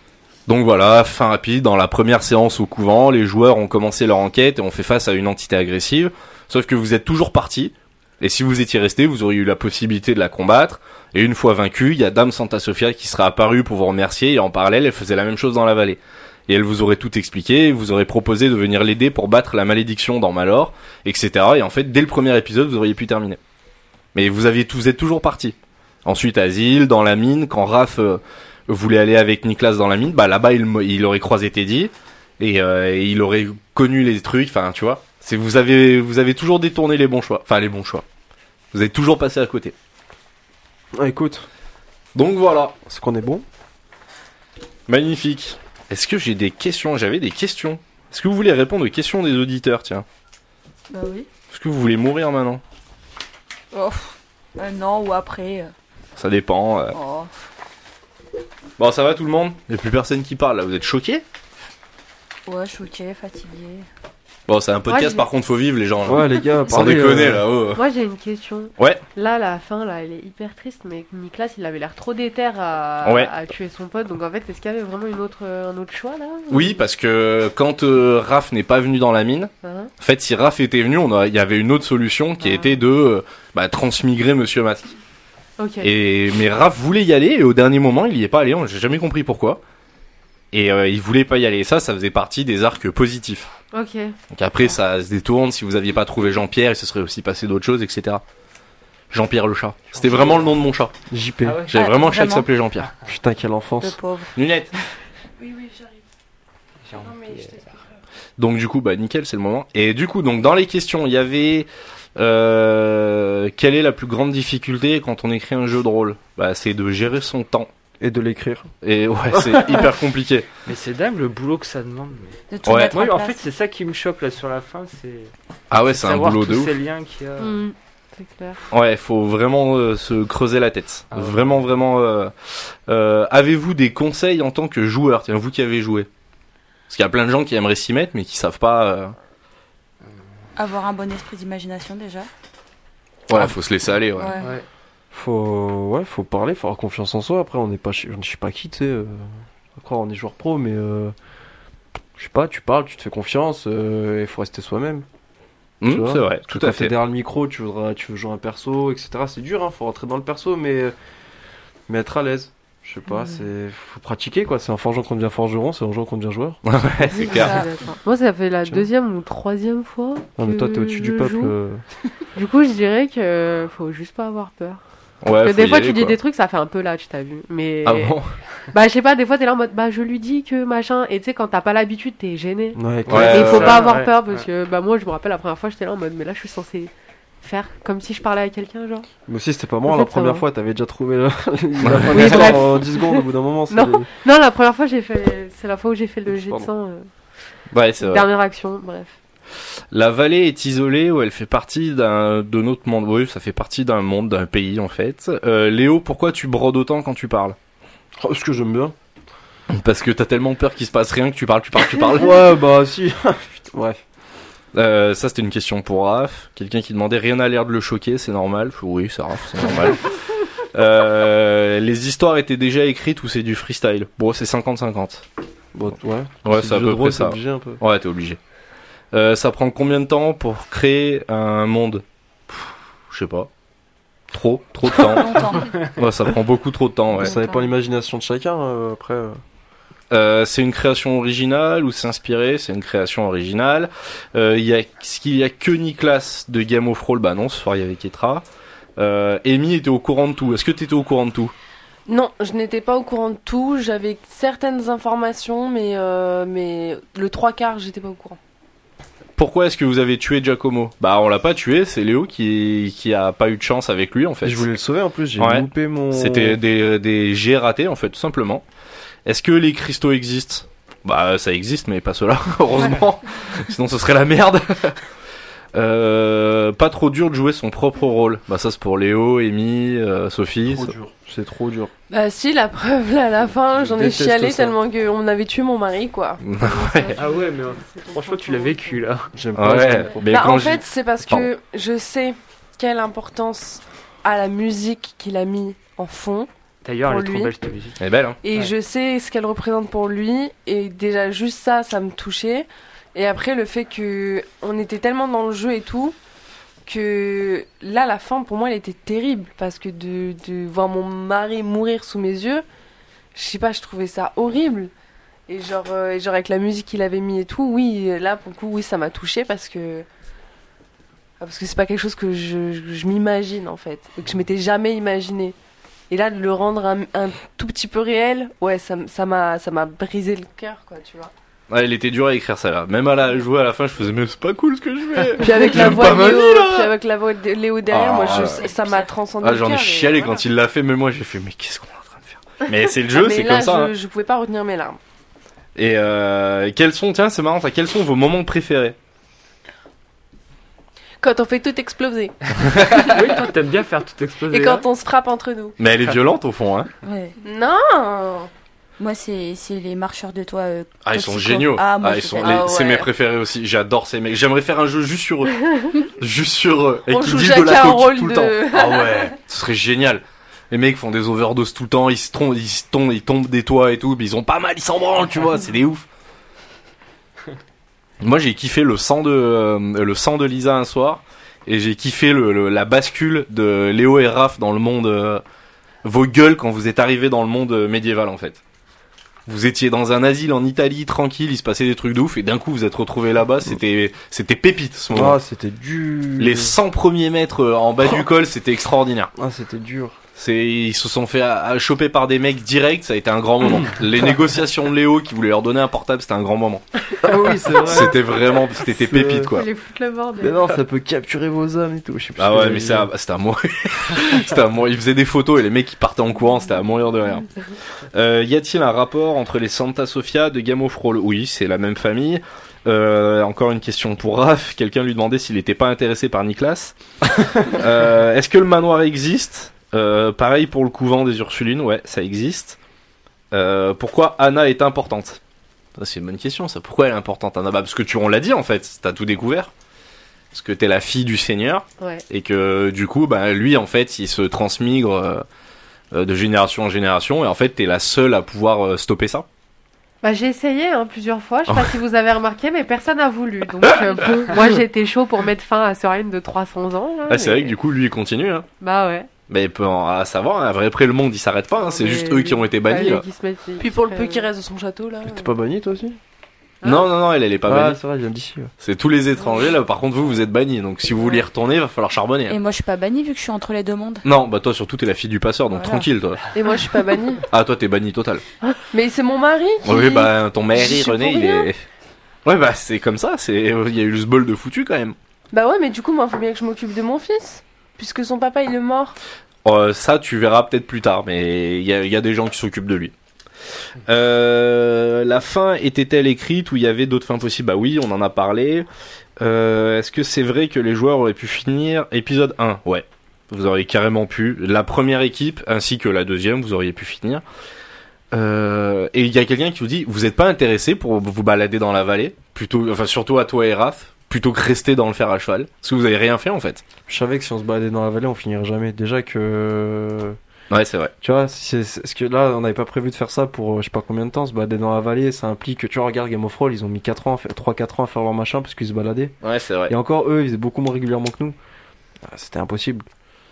[SPEAKER 3] Donc voilà, fin rapide, dans la première séance au couvent, les joueurs ont commencé leur enquête et ont fait face à une entité agressive. Sauf que vous êtes toujours parti. Et si vous étiez resté, vous auriez eu la possibilité de la combattre. Et une fois vaincu, il y a Dame Santa Sofia qui sera apparue pour vous remercier. Et en parallèle, elle faisait la même chose dans la vallée. Et elle vous aurait tout expliqué, et vous aurait proposé de venir l'aider pour battre la malédiction dans Malor, etc. Et en fait, dès le premier épisode, vous auriez pu terminer. Mais vous aviez vous êtes toujours parti. Ensuite, Asile, dans la mine, quand Raph euh, voulait aller avec Nicolas dans la mine, bah là-bas, il, mo- il aurait croisé Teddy et, euh, et il aurait connu les trucs. Enfin, tu vois, c'est vous avez vous avez toujours détourné les bons choix. Enfin, les bons choix. Vous avez toujours passé à côté.
[SPEAKER 18] Ah, écoute.
[SPEAKER 3] Donc voilà.
[SPEAKER 18] Ce qu'on est bon.
[SPEAKER 3] Magnifique. Est-ce que j'ai des questions J'avais des questions. Est-ce que vous voulez répondre aux questions des auditeurs Tiens.
[SPEAKER 5] Bah oui.
[SPEAKER 3] Est-ce que vous voulez mourir maintenant
[SPEAKER 5] Oh, un an ou après. euh.
[SPEAKER 3] Ça dépend. euh.
[SPEAKER 5] Oh.
[SPEAKER 3] Bon, ça va tout le monde Il n'y a plus personne qui parle là. Vous êtes choqués
[SPEAKER 5] Ouais, choqué, fatigué.
[SPEAKER 3] Bon, c'est un podcast
[SPEAKER 8] Ouais,
[SPEAKER 3] par contre, faut vivre les gens. là.
[SPEAKER 18] Ouais, les gars,
[SPEAKER 3] Sans
[SPEAKER 18] parlez,
[SPEAKER 3] déconner
[SPEAKER 18] euh,
[SPEAKER 3] là. oh.
[SPEAKER 8] Moi j'ai une question.
[SPEAKER 3] Ouais.
[SPEAKER 8] Là, la fin, là, elle est hyper triste, mais Nicolas, il avait l'air trop déter à,
[SPEAKER 3] Ouais.
[SPEAKER 8] à tuer son pote. Donc en fait, est-ce qu'il y avait vraiment une autre, euh, un autre choix là
[SPEAKER 3] Oui, parce que quand euh, Raph n'est pas venu dans la mine,
[SPEAKER 8] Hein
[SPEAKER 3] en fait, si Raph était venu, on aurait- il y avait une autre solution qui était de euh, bah, transmigrer Monsieur Masque.
[SPEAKER 8] Ok.
[SPEAKER 3] Et mais Raph voulait y aller et au dernier moment, il n'y est pas allé. on- J'ai jamais compris pourquoi. Et euh, il voulait pas y aller. Et ça, ça faisait partie des arcs positifs.
[SPEAKER 8] Ok.
[SPEAKER 3] Donc après, ça se détourne. Si vous aviez pas trouvé Jean-Pierre, il se serait aussi passé d'autres choses, etc. Jean-Pierre le chat. C'était vraiment le nom de mon chat.
[SPEAKER 18] JP.
[SPEAKER 3] Ah ouais. J'avais
[SPEAKER 18] Ah,
[SPEAKER 3] vraiment un chat qui
[SPEAKER 18] vraiment
[SPEAKER 3] s'appelait Jean-Pierre.
[SPEAKER 18] Putain, quelle enfance.
[SPEAKER 5] pauvre.
[SPEAKER 3] Lunette.
[SPEAKER 8] Oui, oui, j'arrive.
[SPEAKER 9] Non,
[SPEAKER 8] mais je
[SPEAKER 3] Donc du coup, bah nickel, c'est le moment. Et du coup, donc dans les questions, il y avait euh, quelle est la plus grande difficulté quand on écrit un jeu de rôle Bah c'est de gérer son temps.
[SPEAKER 18] Et de l'écrire.
[SPEAKER 3] Et ouais, c'est [LAUGHS] hyper compliqué.
[SPEAKER 9] Mais c'est dingue le boulot que ça demande. mais-
[SPEAKER 3] De tout Ouais. mettre en
[SPEAKER 9] Moi, en
[SPEAKER 3] place.
[SPEAKER 9] fait, c'est ça qui me choque là sur la fin. C'est.
[SPEAKER 3] Ah ouais, c'est un
[SPEAKER 9] savoir
[SPEAKER 3] boulot
[SPEAKER 9] tous
[SPEAKER 3] de ouf.
[SPEAKER 9] ces liens qu'il y a.
[SPEAKER 1] Mm.
[SPEAKER 8] Hmm, c'est clair.
[SPEAKER 3] Ouais, faut vraiment euh, se creuser la tête. Vraiment, vraiment. euh, euh, Avez-vous des conseils en tant que joueur Tiens, vous qui avez joué. Parce qu'il y a plein de gens qui aimeraient s'y mettre, mais qui savent pas. euh,
[SPEAKER 2] Avoir un bon esprit d'imagination déjà.
[SPEAKER 3] Voilà, faut se laisser aller. Ah. Ouais.
[SPEAKER 2] Ouais. Ouais.
[SPEAKER 18] Faut, ouais, faut parler, faut avoir confiance en soi. Après, on n'est pas, je ne sais pas qui, tu sais. euh, Après, on est joueur pro, mais euh, je sais pas, tu parles, tu te fais confiance, euh, et faut rester soi-même.
[SPEAKER 3] Mmh,
[SPEAKER 18] Tu vois
[SPEAKER 3] c'est vrai,
[SPEAKER 18] Parce
[SPEAKER 3] tout
[SPEAKER 18] que
[SPEAKER 3] à
[SPEAKER 18] quand t'es
[SPEAKER 3] fait.
[SPEAKER 18] derrière le micro, tu voudras, tu veux jouer un perso, etc. C'est dur, hein, faut rentrer dans le perso, mais, mais être à l'aise. Je sais pas,
[SPEAKER 8] Mmh.
[SPEAKER 18] c'est, faut pratiquer quoi. C'est en forgeant qu'on devient forgeron, c'est en jouant qu'on devient joueur.
[SPEAKER 3] [LAUGHS] Ouais, c'est clair.
[SPEAKER 8] Moi, ça fait la
[SPEAKER 18] Tu vois
[SPEAKER 8] deuxième ou troisième fois.
[SPEAKER 18] Non, mais toi,
[SPEAKER 8] que
[SPEAKER 18] t'es au-dessus du
[SPEAKER 8] je
[SPEAKER 18] peuple,
[SPEAKER 8] joue.
[SPEAKER 18] euh.
[SPEAKER 8] Du coup, je dirais que faut juste pas avoir peur.
[SPEAKER 3] Ouais,
[SPEAKER 8] Parce que
[SPEAKER 3] faut
[SPEAKER 8] des
[SPEAKER 3] y
[SPEAKER 8] fois,
[SPEAKER 3] aller,
[SPEAKER 8] tu dis
[SPEAKER 3] quoi.
[SPEAKER 8] des trucs, ça fait un peu là, tu t'as vu. Mais.
[SPEAKER 3] Ah bon
[SPEAKER 8] Bah, je sais pas, des fois, t'es là en mode, bah, je lui dis que machin. Et tu sais, quand t'as pas l'habitude, t'es gêné.
[SPEAKER 18] Ouais,
[SPEAKER 3] clair.
[SPEAKER 8] Et il faut
[SPEAKER 3] Ouais,
[SPEAKER 8] pas
[SPEAKER 3] ouais,
[SPEAKER 8] avoir
[SPEAKER 3] ouais,
[SPEAKER 8] peur parce
[SPEAKER 3] ouais.
[SPEAKER 8] que, bah, moi, je me rappelle la première fois, j'étais là en mode, mais là, je suis censé faire comme si je parlais à quelqu'un, genre.
[SPEAKER 18] Mais aussi, c'était pas
[SPEAKER 8] En
[SPEAKER 18] moi
[SPEAKER 8] fait,
[SPEAKER 18] la
[SPEAKER 8] ça
[SPEAKER 18] première
[SPEAKER 8] va.
[SPEAKER 18] fois, t'avais déjà trouvé [LAUGHS] la, la
[SPEAKER 8] Oui,
[SPEAKER 18] fin de
[SPEAKER 8] bref.
[SPEAKER 18] l'histoire en 10 secondes au bout d'un moment. c'est
[SPEAKER 8] Non,
[SPEAKER 18] les-
[SPEAKER 8] non, la première fois, j'ai fait. C'est la fois où j'ai fait le jet de
[SPEAKER 3] Pardon.
[SPEAKER 8] sang. euh,
[SPEAKER 3] Ouais, c'est vrai.
[SPEAKER 8] Dernière action, bref.
[SPEAKER 3] [LAUGHS] La vallée est isolée où elle fait partie d'un de notre monde. Oui, ça fait partie d'un monde, d'un pays en fait. Euh, Léo, pourquoi tu brodes autant quand tu parles
[SPEAKER 18] Parce Oh, que j'aime
[SPEAKER 8] [LAUGHS]
[SPEAKER 18] bien.
[SPEAKER 4] [LAUGHS]
[SPEAKER 3] Parce que t'as tellement peur qu'il se passe rien que tu parles, tu parles, tu parles.
[SPEAKER 18] Ouais, bah si. [LAUGHS] Putain, Bref.
[SPEAKER 3] Euh, ça, c'était une question pour Raph. Quelqu'un qui demandait rien n'a l'air de le choquer, c'est normal. Je- Oui, c'est Raph, c'est
[SPEAKER 4] [LAUGHS]
[SPEAKER 3] normal. Euh, les histoires étaient déjà écrites ou c'est du freestyle Bon, c'est 50-50.
[SPEAKER 4] Bon, ouais.
[SPEAKER 3] Ouais,
[SPEAKER 4] C'est
[SPEAKER 3] c'est à
[SPEAKER 4] du jeu
[SPEAKER 3] peu
[SPEAKER 4] de rôle,
[SPEAKER 3] près
[SPEAKER 4] t'es
[SPEAKER 3] ça.
[SPEAKER 4] obligé un peu.
[SPEAKER 3] Ouais, t'es obligé. Euh, ça prend combien de temps pour créer un monde Pff, Je sais pas. Trop, trop de
[SPEAKER 4] [LAUGHS]
[SPEAKER 3] temps.
[SPEAKER 4] Longtemps.
[SPEAKER 3] Ouais, ça prend beaucoup trop de temps. Ouais.
[SPEAKER 4] Ça dépend de l'imagination de chacun,
[SPEAKER 18] hein,
[SPEAKER 4] euh, après. euh.
[SPEAKER 3] Euh, c'est une création originale ou s'inspirer, c'est une création originale. Euh, il y a, ce qu'il y a que Nicolas de Game of Roll, bah non, ce soir il y avait Ketra. Euh, Amy était au courant de tout. Est-ce que t'étais au courant de tout
[SPEAKER 1] Non, je n'étais pas au courant de tout. J'avais certaines informations, mais, euh, mais le trois quarts, j'étais pas au courant.
[SPEAKER 3] Pourquoi est-ce que vous avez tué Giacomo Bah on l'a pas tué, c'est Léo qui qui a pas eu de chance avec lui en fait.
[SPEAKER 4] Je voulais le sauver en plus, j'ai
[SPEAKER 3] Ouais.
[SPEAKER 4] loupé mon.
[SPEAKER 3] C'était des euh, des jets ratés en fait tout simplement. Est-ce que les cristaux existent Bah ça existe mais pas ceux-là [LAUGHS] heureusement. Sinon ce serait la merde. [LAUGHS] Euh, pas trop dur de jouer son propre rôle. Bah ça c'est pour Léo, Amy, euh, Sophie.
[SPEAKER 4] Trop
[SPEAKER 3] ça-
[SPEAKER 4] dur. C'est trop dur.
[SPEAKER 1] Bah si, la preuve, là, à la fin, j'en ai
[SPEAKER 3] déteste
[SPEAKER 1] chialé
[SPEAKER 3] ça.
[SPEAKER 1] tellement qu'on avait tué mon mari, quoi.
[SPEAKER 9] Ah ouais, mais euh, franchement, tu l'as vécu là.
[SPEAKER 4] J'aime
[SPEAKER 3] pas, Ouais, j'aime pas. mais
[SPEAKER 1] Bah,
[SPEAKER 3] quand
[SPEAKER 1] en
[SPEAKER 3] je-
[SPEAKER 1] fait, c'est parce
[SPEAKER 3] Pardon.
[SPEAKER 1] que je sais quelle importance a la musique qu'il a mis en fond.
[SPEAKER 9] D'ailleurs, elle
[SPEAKER 1] pour
[SPEAKER 9] est trop
[SPEAKER 1] lui.
[SPEAKER 9] belle cette musique.
[SPEAKER 3] Elle est belle, hein
[SPEAKER 1] Et je sais ce qu'elle représente pour lui, et déjà juste ça, ça me touchait. Et après, le fait que on était tellement dans le jeu et tout, que là, la fin, pour moi, elle était terrible. Parce que de, de voir mon mari mourir sous mes yeux, je sais pas, je trouvais ça horrible. Et genre, euh, et genre avec la musique qu'il avait mis et tout, oui, là, pour le coup, oui, ça m'a touchée parce que. Ah, Parce que c'est pas quelque chose que je, je- je m'imagine en fait, et que je m'étais jamais imaginé. Et là, de le rendre un, un tout petit peu réel, ouais, ça m- ça m'a ça m'a brisé le cœur, quoi, tu vois.
[SPEAKER 3] Ouais, il était dur à écrire ça là. Même à la jouer à la fin, je faisais mais c'est pas cool ce que je
[SPEAKER 1] [LAUGHS]
[SPEAKER 3] fais.
[SPEAKER 1] Puis avec la
[SPEAKER 3] J'aime
[SPEAKER 1] voix
[SPEAKER 3] pas ma
[SPEAKER 1] de Léo,
[SPEAKER 3] vie, là.
[SPEAKER 1] puis avec la voix de Léo derrière,
[SPEAKER 3] Ah,
[SPEAKER 1] moi, je-
[SPEAKER 3] ouais.
[SPEAKER 1] ça m'a transcendé.
[SPEAKER 3] Ah,
[SPEAKER 1] le
[SPEAKER 3] j'en ai
[SPEAKER 1] cœur, et
[SPEAKER 3] chialé
[SPEAKER 1] voilà.
[SPEAKER 3] quand il l'a fait, mais moi j'ai fait mais qu'est-ce qu'on est en train de
[SPEAKER 1] [LAUGHS]
[SPEAKER 3] faire Mais c'est le
[SPEAKER 1] Ah,
[SPEAKER 3] jeu,
[SPEAKER 1] mais
[SPEAKER 3] c'est
[SPEAKER 1] là,
[SPEAKER 3] comme ça.
[SPEAKER 1] Je,
[SPEAKER 3] hein.
[SPEAKER 1] je pouvais pas retenir mes larmes.
[SPEAKER 3] Et euh, quels sont tiens, c'est marrant, ça, quels sont vos moments préférés
[SPEAKER 1] Quand on fait tout exploser.
[SPEAKER 3] Ah,
[SPEAKER 9] Ah oui, toi, t'aimes bien faire tout hein. exploser.
[SPEAKER 1] et quand on se frappe entre nous.
[SPEAKER 3] Mais elle est violente au fond, hein.
[SPEAKER 2] Ouais.
[SPEAKER 1] Non
[SPEAKER 2] Moi, c'est c'est les marcheurs de toit. euh,
[SPEAKER 3] Ah, ils sont
[SPEAKER 2] toxico.
[SPEAKER 3] géniaux.
[SPEAKER 2] Ah, moi,
[SPEAKER 3] Ah, ils
[SPEAKER 2] je
[SPEAKER 3] sont
[SPEAKER 2] les-
[SPEAKER 3] les- c'est mes préférés aussi. J'adore ces mecs. J'aimerais faire un jeu juste
[SPEAKER 1] [LAUGHS]
[SPEAKER 3] sur eux, juste sur eux, et
[SPEAKER 1] On
[SPEAKER 3] qu'ils
[SPEAKER 1] joue
[SPEAKER 3] disent de la
[SPEAKER 1] chacun un
[SPEAKER 3] coke
[SPEAKER 1] rôle
[SPEAKER 3] tout le
[SPEAKER 1] de- [LAUGHS]
[SPEAKER 3] temps. Ah ouais, ce serait génial. Les mecs font des overdoses tout le temps, ils se trompent, ils se tombent, ils tombent des toits et tout, mais ils ont pas mal, ils s'en branlent, tu vois, c'est des
[SPEAKER 1] [LAUGHS]
[SPEAKER 3] ouf. Moi, j'ai kiffé le sang de euh, le sang de Lisa un soir, et j'ai kiffé le, le- la bascule de Léo et Raph dans le monde. euh, vos gueules quand vous êtes arrivés dans le monde euh, médiéval, en fait. Vous étiez dans un asile en Italie, tranquille, il se passait des trucs de ouf, et d'un coup vous êtes retrouvés là-bas. C'était c'était pépite ce moment.
[SPEAKER 4] Ah, c'était dur.
[SPEAKER 3] Les 100 premiers mètres euh, en bas du col, c'était extraordinaire.
[SPEAKER 4] Ah, c'était
[SPEAKER 3] [LAUGHS]
[SPEAKER 4] dur.
[SPEAKER 3] C'est ils se sont fait à- à choper par des mecs directs, ça a été un grand
[SPEAKER 4] [CLEARS THROAT]
[SPEAKER 3] moment. Les négociations de Léo qui voulait leur donner un portable, c'était un grand moment.
[SPEAKER 4] Ah oui, c'est vrai.
[SPEAKER 3] C'était vraiment c'était
[SPEAKER 4] C'est vrai.
[SPEAKER 3] pépite quoi.
[SPEAKER 8] les foutre le bordel.
[SPEAKER 4] Mais non, ça peut capturer vos âmes et tout. Je sais plus
[SPEAKER 3] Ah
[SPEAKER 4] ce que
[SPEAKER 3] ouais,
[SPEAKER 4] j'avais
[SPEAKER 3] mais
[SPEAKER 4] dit.
[SPEAKER 3] c'est à- c'était à mourir. [LAUGHS] c'était à mourir. Ils faisaient des photos et les mecs ils partaient en courant, c'était à mourir de rire. Euh, y a-t-il un rapport entre les Santa Sofia de Game of Thrones Oui, c'est la même famille. Euh, encore une question pour Raph. Quelqu'un lui demandait s'il n'était pas intéressé par
[SPEAKER 4] [LAUGHS]
[SPEAKER 3] Niklas. Euh, Est-ce que le manoir existe Euh, Pareil pour le couvent des Ursulines, ouais, ça existe. Euh, pourquoi Anna est importante Ça, C'est une bonne question, ça. Pourquoi elle est importante, Anna Bah, Parce que tu, on l'a dit en fait, t'as tout découvert. Parce que t'es la fille du Seigneur.
[SPEAKER 8] Ouais.
[SPEAKER 3] Et que du coup, bah, lui, en fait, il se transmigre euh, euh, de génération en génération. Et en fait, t'es la seule à pouvoir euh, stopper ça.
[SPEAKER 8] Bah, j'ai essayé hein, plusieurs
[SPEAKER 3] [LAUGHS]
[SPEAKER 8] fois, je sais pas si vous avez remarqué, mais personne n'a voulu. Donc, euh, bon, moi j'étais chaud pour mettre fin à ce règne de 300 ans. là,
[SPEAKER 3] Ah, c'est
[SPEAKER 8] mais-
[SPEAKER 3] vrai que du coup, lui, il continue. Hein.
[SPEAKER 8] Bah ouais.
[SPEAKER 3] Mais peu- à savoir, hein, après, le monde, il s'arrête pas. hein. C'est
[SPEAKER 8] Mais
[SPEAKER 3] juste eux qui ont été bannis. là.
[SPEAKER 1] Puis pour le peu
[SPEAKER 8] euh,
[SPEAKER 1] qui reste de son château, là.
[SPEAKER 4] T'es pas banni toi aussi
[SPEAKER 3] Non, non, non, elle, elle est pas
[SPEAKER 4] Ah,
[SPEAKER 3] bannie.
[SPEAKER 4] c'est vrai, elle vient d'ici. ouais.
[SPEAKER 3] C'est tous les étrangers, là. Par contre, vous, vous êtes bannis. Donc, si vous voulez y retourner, il va falloir charbonner. hein.
[SPEAKER 2] Et moi, je suis pas bannie vu que je suis entre les deux mondes.
[SPEAKER 3] Non, bah toi, surtout, t'es la fille du passeur, donc
[SPEAKER 2] Voilà.
[SPEAKER 3] tranquille, toi.
[SPEAKER 1] Et moi, je suis pas bannie.
[SPEAKER 3] Ah, toi, t'es banni total.
[SPEAKER 1] Mais c'est mon mari qui...
[SPEAKER 3] Oui, bah, ton
[SPEAKER 1] J'y
[SPEAKER 3] mari,
[SPEAKER 1] suis
[SPEAKER 3] René,
[SPEAKER 1] pour
[SPEAKER 3] il
[SPEAKER 1] rien.
[SPEAKER 3] est. Ouais, bah, c'est comme ça. c'est- Il y a eu le bol de foutu quand même.
[SPEAKER 1] Bah ouais, mais du coup, moi, faut bien que je m'occupe de mon fils. Puisque son papa, il est mort.
[SPEAKER 3] Euh, ça, tu verras peut-être plus tard, mais il y, a- il y a des gens qui s'occupent de lui. Euh, la fin était-elle écrite ou il y avait d'autres fins possibles Bah oui, on en a parlé. Euh, Est-ce que c'est vrai que les joueurs auraient pu finir épisode 1 Ouais, vous auriez carrément pu. La première équipe ainsi que la deuxième, vous auriez pu finir. Euh, et il y a quelqu'un qui vous dit, vous n'êtes pas intéressé pour vous balader dans la vallée, plutôt, enfin surtout à toi et Raph, plutôt que rester dans le fer à cheval Parce que vous avez rien fait en fait.
[SPEAKER 4] Je savais que si on se baladait dans la vallée, on finirait jamais. Déjà que.
[SPEAKER 3] Ouais, c'est vrai.
[SPEAKER 4] Tu vois, c'est c'est- parce que là, on n'avait pas prévu de faire ça pour euh, je sais pas combien de temps. Se balader dans la vallée, ça implique que tu vois, regarde Game of Thrones, ils ont mis 4 ans, à faire- 3-4 ans à faire leur machin parce qu'ils se baladaient.
[SPEAKER 3] Ouais, c'est vrai.
[SPEAKER 4] Et encore, eux, ils faisaient beaucoup moins régulièrement que nous. Ah, C'était impossible.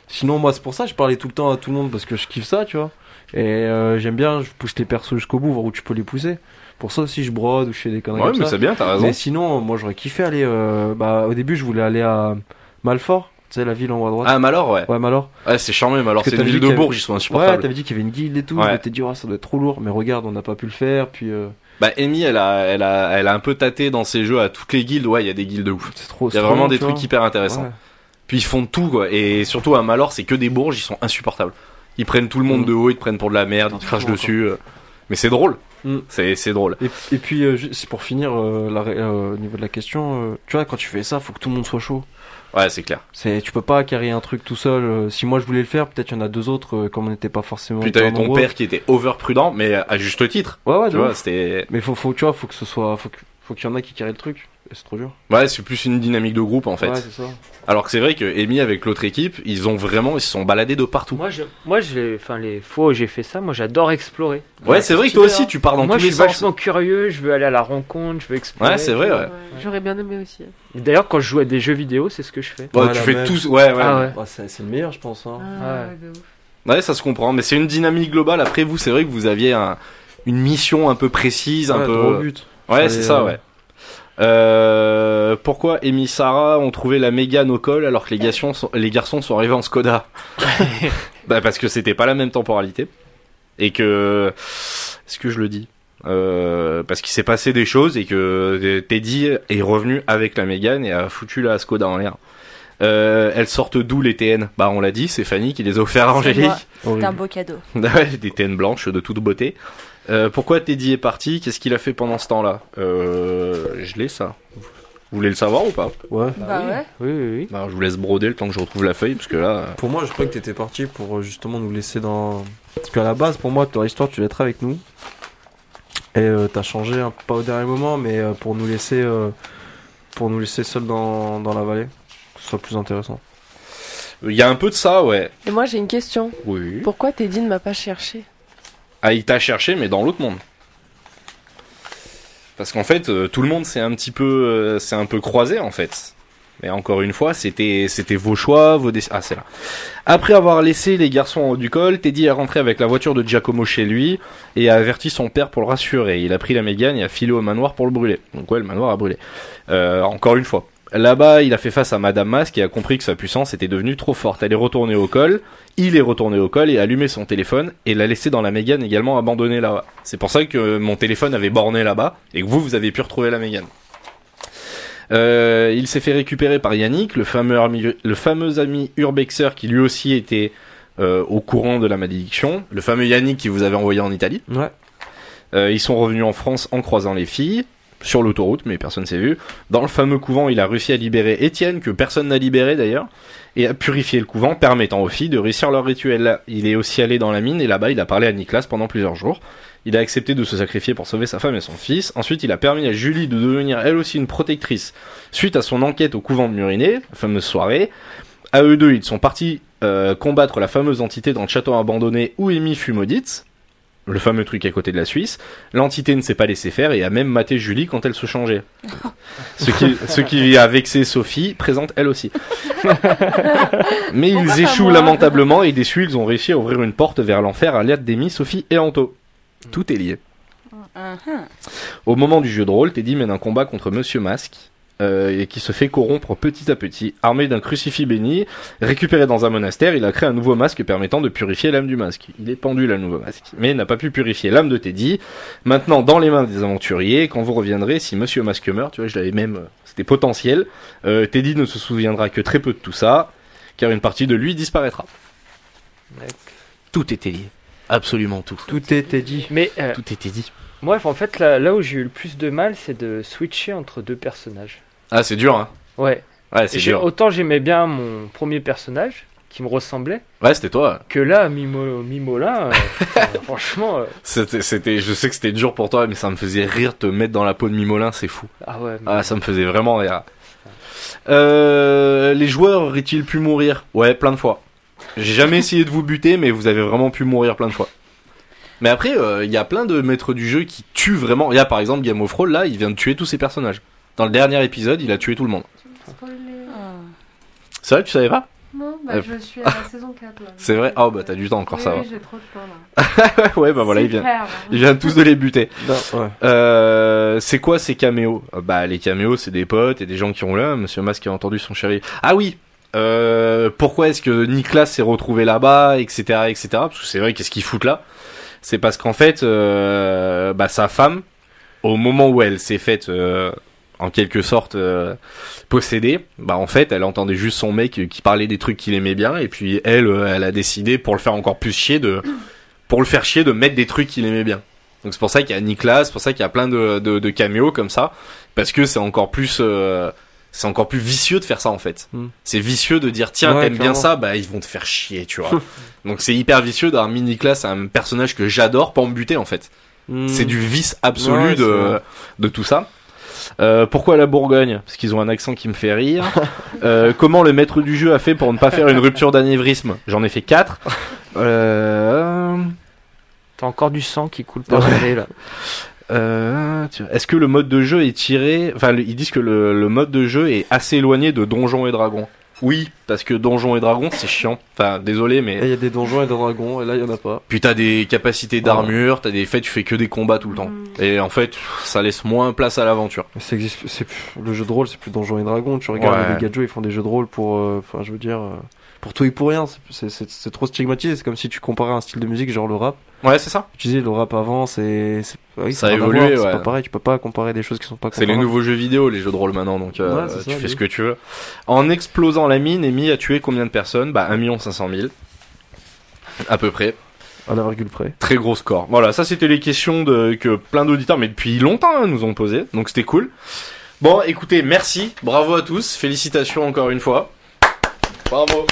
[SPEAKER 4] Sinon, moi, c'est pour ça que je parlais tout le temps à tout le monde parce que je kiffe ça, tu vois. Et euh, j'aime bien, je pousse les persos jusqu'au bout, voir où tu peux les pousser. Pour ça aussi, je brode ou je fais des conneries.
[SPEAKER 3] Ouais,
[SPEAKER 4] comme
[SPEAKER 3] mais
[SPEAKER 4] ça.
[SPEAKER 3] c'est bien, t'as raison.
[SPEAKER 4] Mais sinon, moi, j'aurais kiffé aller. euh, bah, au début, je voulais aller à Malfort, tu sais, la ville en haut à droite.
[SPEAKER 3] Ah, Malor, ouais.
[SPEAKER 4] Ouais, Malor.
[SPEAKER 3] Ouais, c'est charmé, Malor.
[SPEAKER 4] Parce que
[SPEAKER 3] C'est une
[SPEAKER 4] t'avais
[SPEAKER 3] ville de
[SPEAKER 4] dit qu'il y avait-
[SPEAKER 3] Bourges, ils sont insupportables.
[SPEAKER 4] Ouais, t'avais dit qu'il y avait une guilde et tout.
[SPEAKER 3] Ouais.
[SPEAKER 4] Je m'étais dit, oh, ça doit être trop lourd. Mais regarde, on n'a pas pu le faire. Puis euh,
[SPEAKER 3] Bah, Amy, elle a, elle, a, elle a un peu tâté dans ses jeux à toutes les guildes. Ouais, il y a des guildes de ouf.
[SPEAKER 4] C'est trop.
[SPEAKER 3] Il y a
[SPEAKER 4] c'est
[SPEAKER 3] vraiment
[SPEAKER 4] trop
[SPEAKER 3] des
[SPEAKER 4] long, tu
[SPEAKER 3] trucs
[SPEAKER 4] vois.
[SPEAKER 3] hyper intéressants.
[SPEAKER 4] Ouais.
[SPEAKER 3] Puis ils font de tout, quoi. Et surtout à Malor, c'est que des bourges, ils sont insupportables. Ils prennent tout le
[SPEAKER 4] Mm.
[SPEAKER 3] monde de haut, ils te prennent pour de la merde, ils te crachent dessus. euh. Mais c'est drôle.
[SPEAKER 4] Mm.
[SPEAKER 3] C'est c'est drôle.
[SPEAKER 4] Et, et puis, euh, ju- c'est pour finir euh, la ré- euh, au niveau de la question. euh, tu vois, quand tu fais ça, faut que tout le monde soit chaud.
[SPEAKER 3] Ouais, c'est clair.
[SPEAKER 4] C'est, tu peux pas carrer un truc tout seul. euh, Si moi je voulais le faire, peut-être il y en a deux autres, euh, comme on n'était pas forcément.
[SPEAKER 3] Puis t'avais
[SPEAKER 4] hyper
[SPEAKER 3] ton
[SPEAKER 4] nombreux.
[SPEAKER 3] père qui était over prudent, mais à juste titre.
[SPEAKER 4] Ouais, ouais,
[SPEAKER 3] Tu
[SPEAKER 4] de
[SPEAKER 3] vois,
[SPEAKER 4] ouf.
[SPEAKER 3] c'était.
[SPEAKER 4] Mais faut, faut, tu vois, faut que ce soit, faut que- faut qu'il y en a qui carrent le truc. Et c'est trop dur.
[SPEAKER 3] Ouais, c'est plus une dynamique de groupe en fait.
[SPEAKER 4] Ouais, c'est ça.
[SPEAKER 3] Alors que c'est vrai que Amy avec l'autre équipe, ils ont vraiment, ils se sont baladés de partout.
[SPEAKER 9] Moi, je, moi, je, enfin, les fois où j'ai fait ça, moi, j'adore explorer.
[SPEAKER 3] Ouais, c'est vrai que toi aussi, tu pars dans
[SPEAKER 9] moi,
[SPEAKER 3] tous les
[SPEAKER 9] je suis
[SPEAKER 3] sens.
[SPEAKER 9] vachement curieux, je veux aller à la rencontre, je veux explorer.
[SPEAKER 3] Ouais, c'est vrai, ouais.
[SPEAKER 8] J'aurais bien aimé aussi.
[SPEAKER 9] Et D'ailleurs, quand je joue à des jeux vidéo, c'est ce que je fais.
[SPEAKER 3] Ouais, tu fais tous- ouais, ouais.
[SPEAKER 9] Ah, ouais.
[SPEAKER 4] Bah, c'est, c'est le meilleur, je pense. hein.
[SPEAKER 1] Ah,
[SPEAKER 3] Ouais, ça se comprend, mais c'est une dynamique globale. Après vous, c'est vrai que vous aviez un- une mission un peu précise, un
[SPEAKER 4] Ouais,
[SPEAKER 3] peu.
[SPEAKER 4] droit au but.
[SPEAKER 3] Ouais,
[SPEAKER 4] Fallait,
[SPEAKER 3] c'est ça,
[SPEAKER 4] euh,
[SPEAKER 3] ouais. Euh, pourquoi Amy et Sarah ont trouvé la mégane au col alors que les garçons sont, les garçons sont arrivés en Skoda Bah parce que c'était pas la même temporalité et que est-ce que je le dis Euh, Parce qu'il s'est passé des choses et que euh, Teddy est revenu avec la mégane et a foutu la Skoda en l'air. Euh, elles sortent d'où les TN Bah on l'a dit, c'est Fanny qui les a offert à
[SPEAKER 2] C'est
[SPEAKER 3] Angélique.
[SPEAKER 2] moi. C'est un beau cadeau.
[SPEAKER 3] [LAUGHS] Ah Ouais, des TN blanches de toute beauté. Euh, pourquoi Teddy est parti Qu'est-ce qu'il a fait pendant ce temps-là euh, Je l'ai ça. Vous voulez le savoir ou pas
[SPEAKER 4] Ouais.
[SPEAKER 8] Bah oui. ouais.
[SPEAKER 9] Oui, oui, oui.
[SPEAKER 3] Bah, je vous laisse broder le temps que je retrouve la feuille parce que là. euh,
[SPEAKER 4] Pour moi, je crois que t'étais parti pour euh, justement nous laisser dans. Parce qu'à la base, pour moi, ton histoire, tu l'être avec nous. Et euh, t'as changé, un... pas au dernier moment, mais euh, pour nous laisser, euh, pour nous laisser seuls dans... dans la vallée, que ce soit plus intéressant.
[SPEAKER 3] euh, Il y a un peu de ça, ouais.
[SPEAKER 1] Et moi j'ai une question.
[SPEAKER 3] Oui.
[SPEAKER 1] Pourquoi Teddy ne m'a pas cherché
[SPEAKER 3] Ah, il t'a cherché, mais dans l'autre monde. Parce qu'en fait, euh, tout le monde s'est un petit peu, euh, s'est un peu croisé en fait. Mais encore une fois, c'était, c'était vos choix, vos décisions. Ah, c'est là. Après avoir laissé les garçons en haut du col, Teddy est rentré avec la voiture de Giacomo chez lui et a averti son père pour le rassurer. Il a pris la mégane et a filé au manoir pour le brûler. Donc ouais, le manoir a brûlé. Euh, encore une fois. Là-bas, il a fait face à Madame Masque et a compris que sa puissance était devenue trop forte. Elle est retournée au col, il est retourné au col et a allumé son téléphone et l'a laissé dans la mégane également abandonnée là-bas. C'est pour ça que mon téléphone avait borné là-bas et que vous, vous avez pu retrouver la mégane. Euh, il s'est fait récupérer par Yannick, le fameux, ami- le fameux ami Urbexer qui lui aussi était euh, au courant de la malédiction, le fameux Yannick qui vous avait envoyé en Italie.
[SPEAKER 4] Ouais.
[SPEAKER 3] Euh, ils sont revenus en France en croisant les filles sur l'autoroute, mais personne s'est vu. Dans le fameux couvent, il a réussi à libérer Étienne, que personne n'a libéré d'ailleurs, et a purifié le couvent, permettant aux filles de réussir leur rituel. Il est aussi allé dans la mine, et là-bas, il a parlé à Nicolas pendant plusieurs jours. Il a accepté de se sacrifier pour sauver sa femme et son fils. Ensuite, il a permis à Julie de devenir elle aussi une protectrice suite à son enquête au couvent de Murinet, la fameuse soirée. À eux deux, ils sont partis euh, combattre la fameuse entité dans le château abandonné où Amy fut maudite le fameux truc à côté de la Suisse, l'entité ne s'est pas laissée faire et a même maté Julie quand elle se changeait. ce, qui, ce qui a vexé Sophie, présente elle aussi. Mais ils échouent lamentablement et déçus, ils ont réussi à ouvrir une porte vers l'enfer à l'aide d'Amy, Sophie et Anto. Mm. Tout est lié. Uh-huh. Au moment du jeu de rôle, Teddy mène un combat contre Monsieur Masque. euh, et qui se fait corrompre petit à petit. Armé d'un crucifix béni, récupéré dans un monastère, il a créé un nouveau masque permettant de purifier l'âme du masque. Il est pendu, le nouveau masque, mais il n'a pas pu purifier l'âme de Teddy. Maintenant, dans les mains des aventuriers, quand vous reviendrez, si Monsieur Masque meurt, tu vois, je l'avais même, euh, c'était potentiel, euh, Teddy ne se souviendra que très peu de tout ça, car une partie de lui disparaîtra. Tout était lié. Absolument tout.
[SPEAKER 4] Tout était dit.
[SPEAKER 9] Mais euh,
[SPEAKER 3] tout était dit.
[SPEAKER 9] Moi, en fait, là, là où j'ai eu le plus de mal, c'est de switcher entre deux personnages.
[SPEAKER 3] Ah, c'est dur, hein
[SPEAKER 9] Ouais.
[SPEAKER 3] Ouais, c'est
[SPEAKER 9] J'ai-
[SPEAKER 3] dur.
[SPEAKER 9] Autant j'aimais bien mon premier personnage, qui me ressemblait,
[SPEAKER 3] Ouais, c'était toi.
[SPEAKER 9] que là,
[SPEAKER 3] [LAUGHS]
[SPEAKER 9] Mimo, Mimolin, euh, enfin, franchement. euh,
[SPEAKER 3] C'était, c'était- je sais que c'était dur pour toi, mais ça me faisait rire te mettre dans la peau de Mimolin, c'est fou.
[SPEAKER 9] Ah ouais, mais-
[SPEAKER 3] Ah, ça me faisait vraiment rire. Euh, les joueurs auraient-ils pu mourir Ouais, plein de fois. J'ai [LAUGHS] jamais essayé de vous buter, mais vous avez vraiment pu mourir plein de fois. Mais après, euh, il y a plein de maîtres du jeu qui tuent vraiment. Il y a par exemple Game of Thrones, là, il vient de tuer tous ses personnages. Dans le dernier épisode, il a tué tout le monde.
[SPEAKER 2] Oh.
[SPEAKER 3] C'est vrai, tu savais pas
[SPEAKER 8] Non,
[SPEAKER 3] Euh,
[SPEAKER 8] bah, je suis
[SPEAKER 3] [LAUGHS]
[SPEAKER 8] à la saison 4. là.
[SPEAKER 3] C'est vrai Ah, bah t'as du temps encore,
[SPEAKER 8] Oui,
[SPEAKER 3] ça va.
[SPEAKER 8] oui, j'ai trop de temps là.
[SPEAKER 3] [LAUGHS] ouais, bah voilà, il vient,
[SPEAKER 8] Super.
[SPEAKER 3] il vient tous de les buter.
[SPEAKER 4] Bah,
[SPEAKER 3] Euh, c'est quoi ces caméos Euh, Bah, les caméos, c'est des potes et des gens qui ont là. Monsieur Masque a entendu son chéri. Ah oui euh, Pourquoi est-ce que Nicolas s'est retrouvé là-bas, etc., etc. Parce que c'est vrai, qu'est-ce qu'il fout là C'est parce qu'en fait, euh, bah, sa femme, au moment où elle s'est faite. euh, en quelque sorte euh, possédée, bah en fait elle entendait juste son mec qui parlait des trucs qu'il aimait bien et puis elle euh, elle a décidé pour le faire encore plus chier de pour le faire chier de mettre des trucs qu'il aimait bien. Donc c'est pour ça qu'il y a Nicolas, c'est pour ça qu'il y a plein de, de, de caméos comme ça parce que c'est encore plus euh, c'est encore plus vicieux de faire ça en fait.
[SPEAKER 4] Mm.
[SPEAKER 3] C'est vicieux de dire tiens
[SPEAKER 4] Ouais,
[SPEAKER 3] t'aimes bien
[SPEAKER 4] clairement.
[SPEAKER 3] ça bah ils vont te faire chier tu
[SPEAKER 4] [LAUGHS]
[SPEAKER 3] vois. Donc c'est hyper vicieux d'avoir mis Nicolas à un personnage que j'adore pour me buter en fait.
[SPEAKER 4] Mm.
[SPEAKER 3] C'est du vice absolu
[SPEAKER 4] Ouais, c'est
[SPEAKER 3] de,
[SPEAKER 4] vrai.
[SPEAKER 3] de tout ça. Euh, pourquoi la Bourgogne Parce qu'ils ont un accent qui me fait [LAUGHS] rire. Euh, comment le maître du jeu a fait pour ne pas faire une rupture d'anévrisme J'en ai fait [LAUGHS] Euh, 4.
[SPEAKER 9] T'as encore du sang qui coule par le nez, là.
[SPEAKER 3] Euh, tu- Est-ce que le mode de jeu est tiré Enfin, le- ils disent que le, le mode de jeu est assez éloigné de Donjons et Dragons. Oui, parce que Donjons et Dragons, c'est chiant. Enfin, désolé, mais.
[SPEAKER 4] Il y a des donjons et des dragons, et là il y en a pas.
[SPEAKER 3] Puis t'as des capacités d'armure, t'as des faits, tu fais que des combats tout le temps. Et en fait, ça laisse moins place à l'aventure.
[SPEAKER 4] Mais ça existe plus- c'est plus- le jeu de rôle, c'est plus Donjons et Dragons. Tu regardes
[SPEAKER 3] Ouais.
[SPEAKER 4] les gars de jeu, ils font des jeux de rôle pour, euh, enfin, je veux dire, euh, pour tout et pour rien. C'est- c'est- C'est c'est trop stigmatisé. C'est comme si tu comparais un style de musique, genre le rap.
[SPEAKER 3] Ouais, c'est ça.
[SPEAKER 4] Tu disais le rap avant, c'est, c'est- oui,
[SPEAKER 3] Ça a
[SPEAKER 4] c'est pas
[SPEAKER 3] évolué,
[SPEAKER 4] d'avoir,
[SPEAKER 3] ouais.
[SPEAKER 4] C'est pas pareil. Tu peux pas comparer des choses qui sont pas.
[SPEAKER 3] C'est les
[SPEAKER 4] comparables.
[SPEAKER 3] nouveaux jeux vidéo, les jeux de rôle maintenant, donc euh,
[SPEAKER 4] Ouais, c'est ça,
[SPEAKER 3] tu fais
[SPEAKER 4] de
[SPEAKER 3] ce
[SPEAKER 4] ouf.
[SPEAKER 3] que tu veux. En explosant la mine, Amy a tué combien de personnes Bah 1 500 000. À peu près.
[SPEAKER 4] À la virgule près.
[SPEAKER 3] Très gros score. Voilà, ça c'était les questions de, que plein d'auditeurs, mais depuis longtemps, hein, nous ont posées, donc c'était cool. Bon, écoutez, merci, bravo à tous, félicitations encore une fois. Bravo.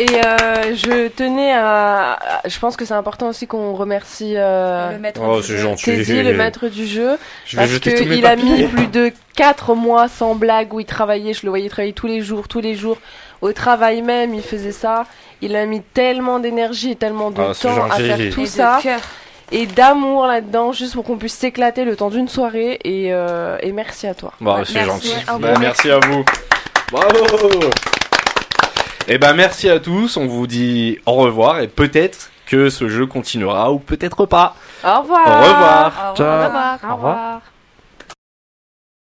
[SPEAKER 1] Et euh, je tenais à. à- Je pense que c'est important aussi qu'on remercie. euh,
[SPEAKER 5] [LAUGHS] Le maître
[SPEAKER 3] Oh, du c'est jeu. gentil.
[SPEAKER 1] Teddy, le maître du jeu.
[SPEAKER 3] Je vais
[SPEAKER 1] parce
[SPEAKER 3] jeter tous mes
[SPEAKER 1] qu'il a mis
[SPEAKER 3] papiers.
[SPEAKER 1] plus de 4 mois sans blague où il travaillait. Je le voyais travailler tous les jours, tous les jours. Au travail même, il faisait ça. Il a mis tellement d'énergie et tellement de
[SPEAKER 5] Ah, c'est
[SPEAKER 1] temps à
[SPEAKER 5] gentil.
[SPEAKER 1] faire
[SPEAKER 5] Et
[SPEAKER 1] tout
[SPEAKER 5] de
[SPEAKER 1] ça.
[SPEAKER 5] cœur.
[SPEAKER 1] Et d'amour là-dedans, juste pour qu'on puisse s'éclater le temps d'une soirée. Et, euh, et merci à toi.
[SPEAKER 3] Bon,
[SPEAKER 1] Ouais.
[SPEAKER 3] c'est gentil.
[SPEAKER 1] un
[SPEAKER 3] Bah,
[SPEAKER 1] bon
[SPEAKER 3] merci à vous. Bravo. Et ben merci à tous, on vous dit au revoir et peut-être que ce jeu continuera ou peut-être pas.
[SPEAKER 1] Au revoir. Ah,
[SPEAKER 3] Au revoir.
[SPEAKER 8] Ah,
[SPEAKER 1] Au revoir. Au revoir.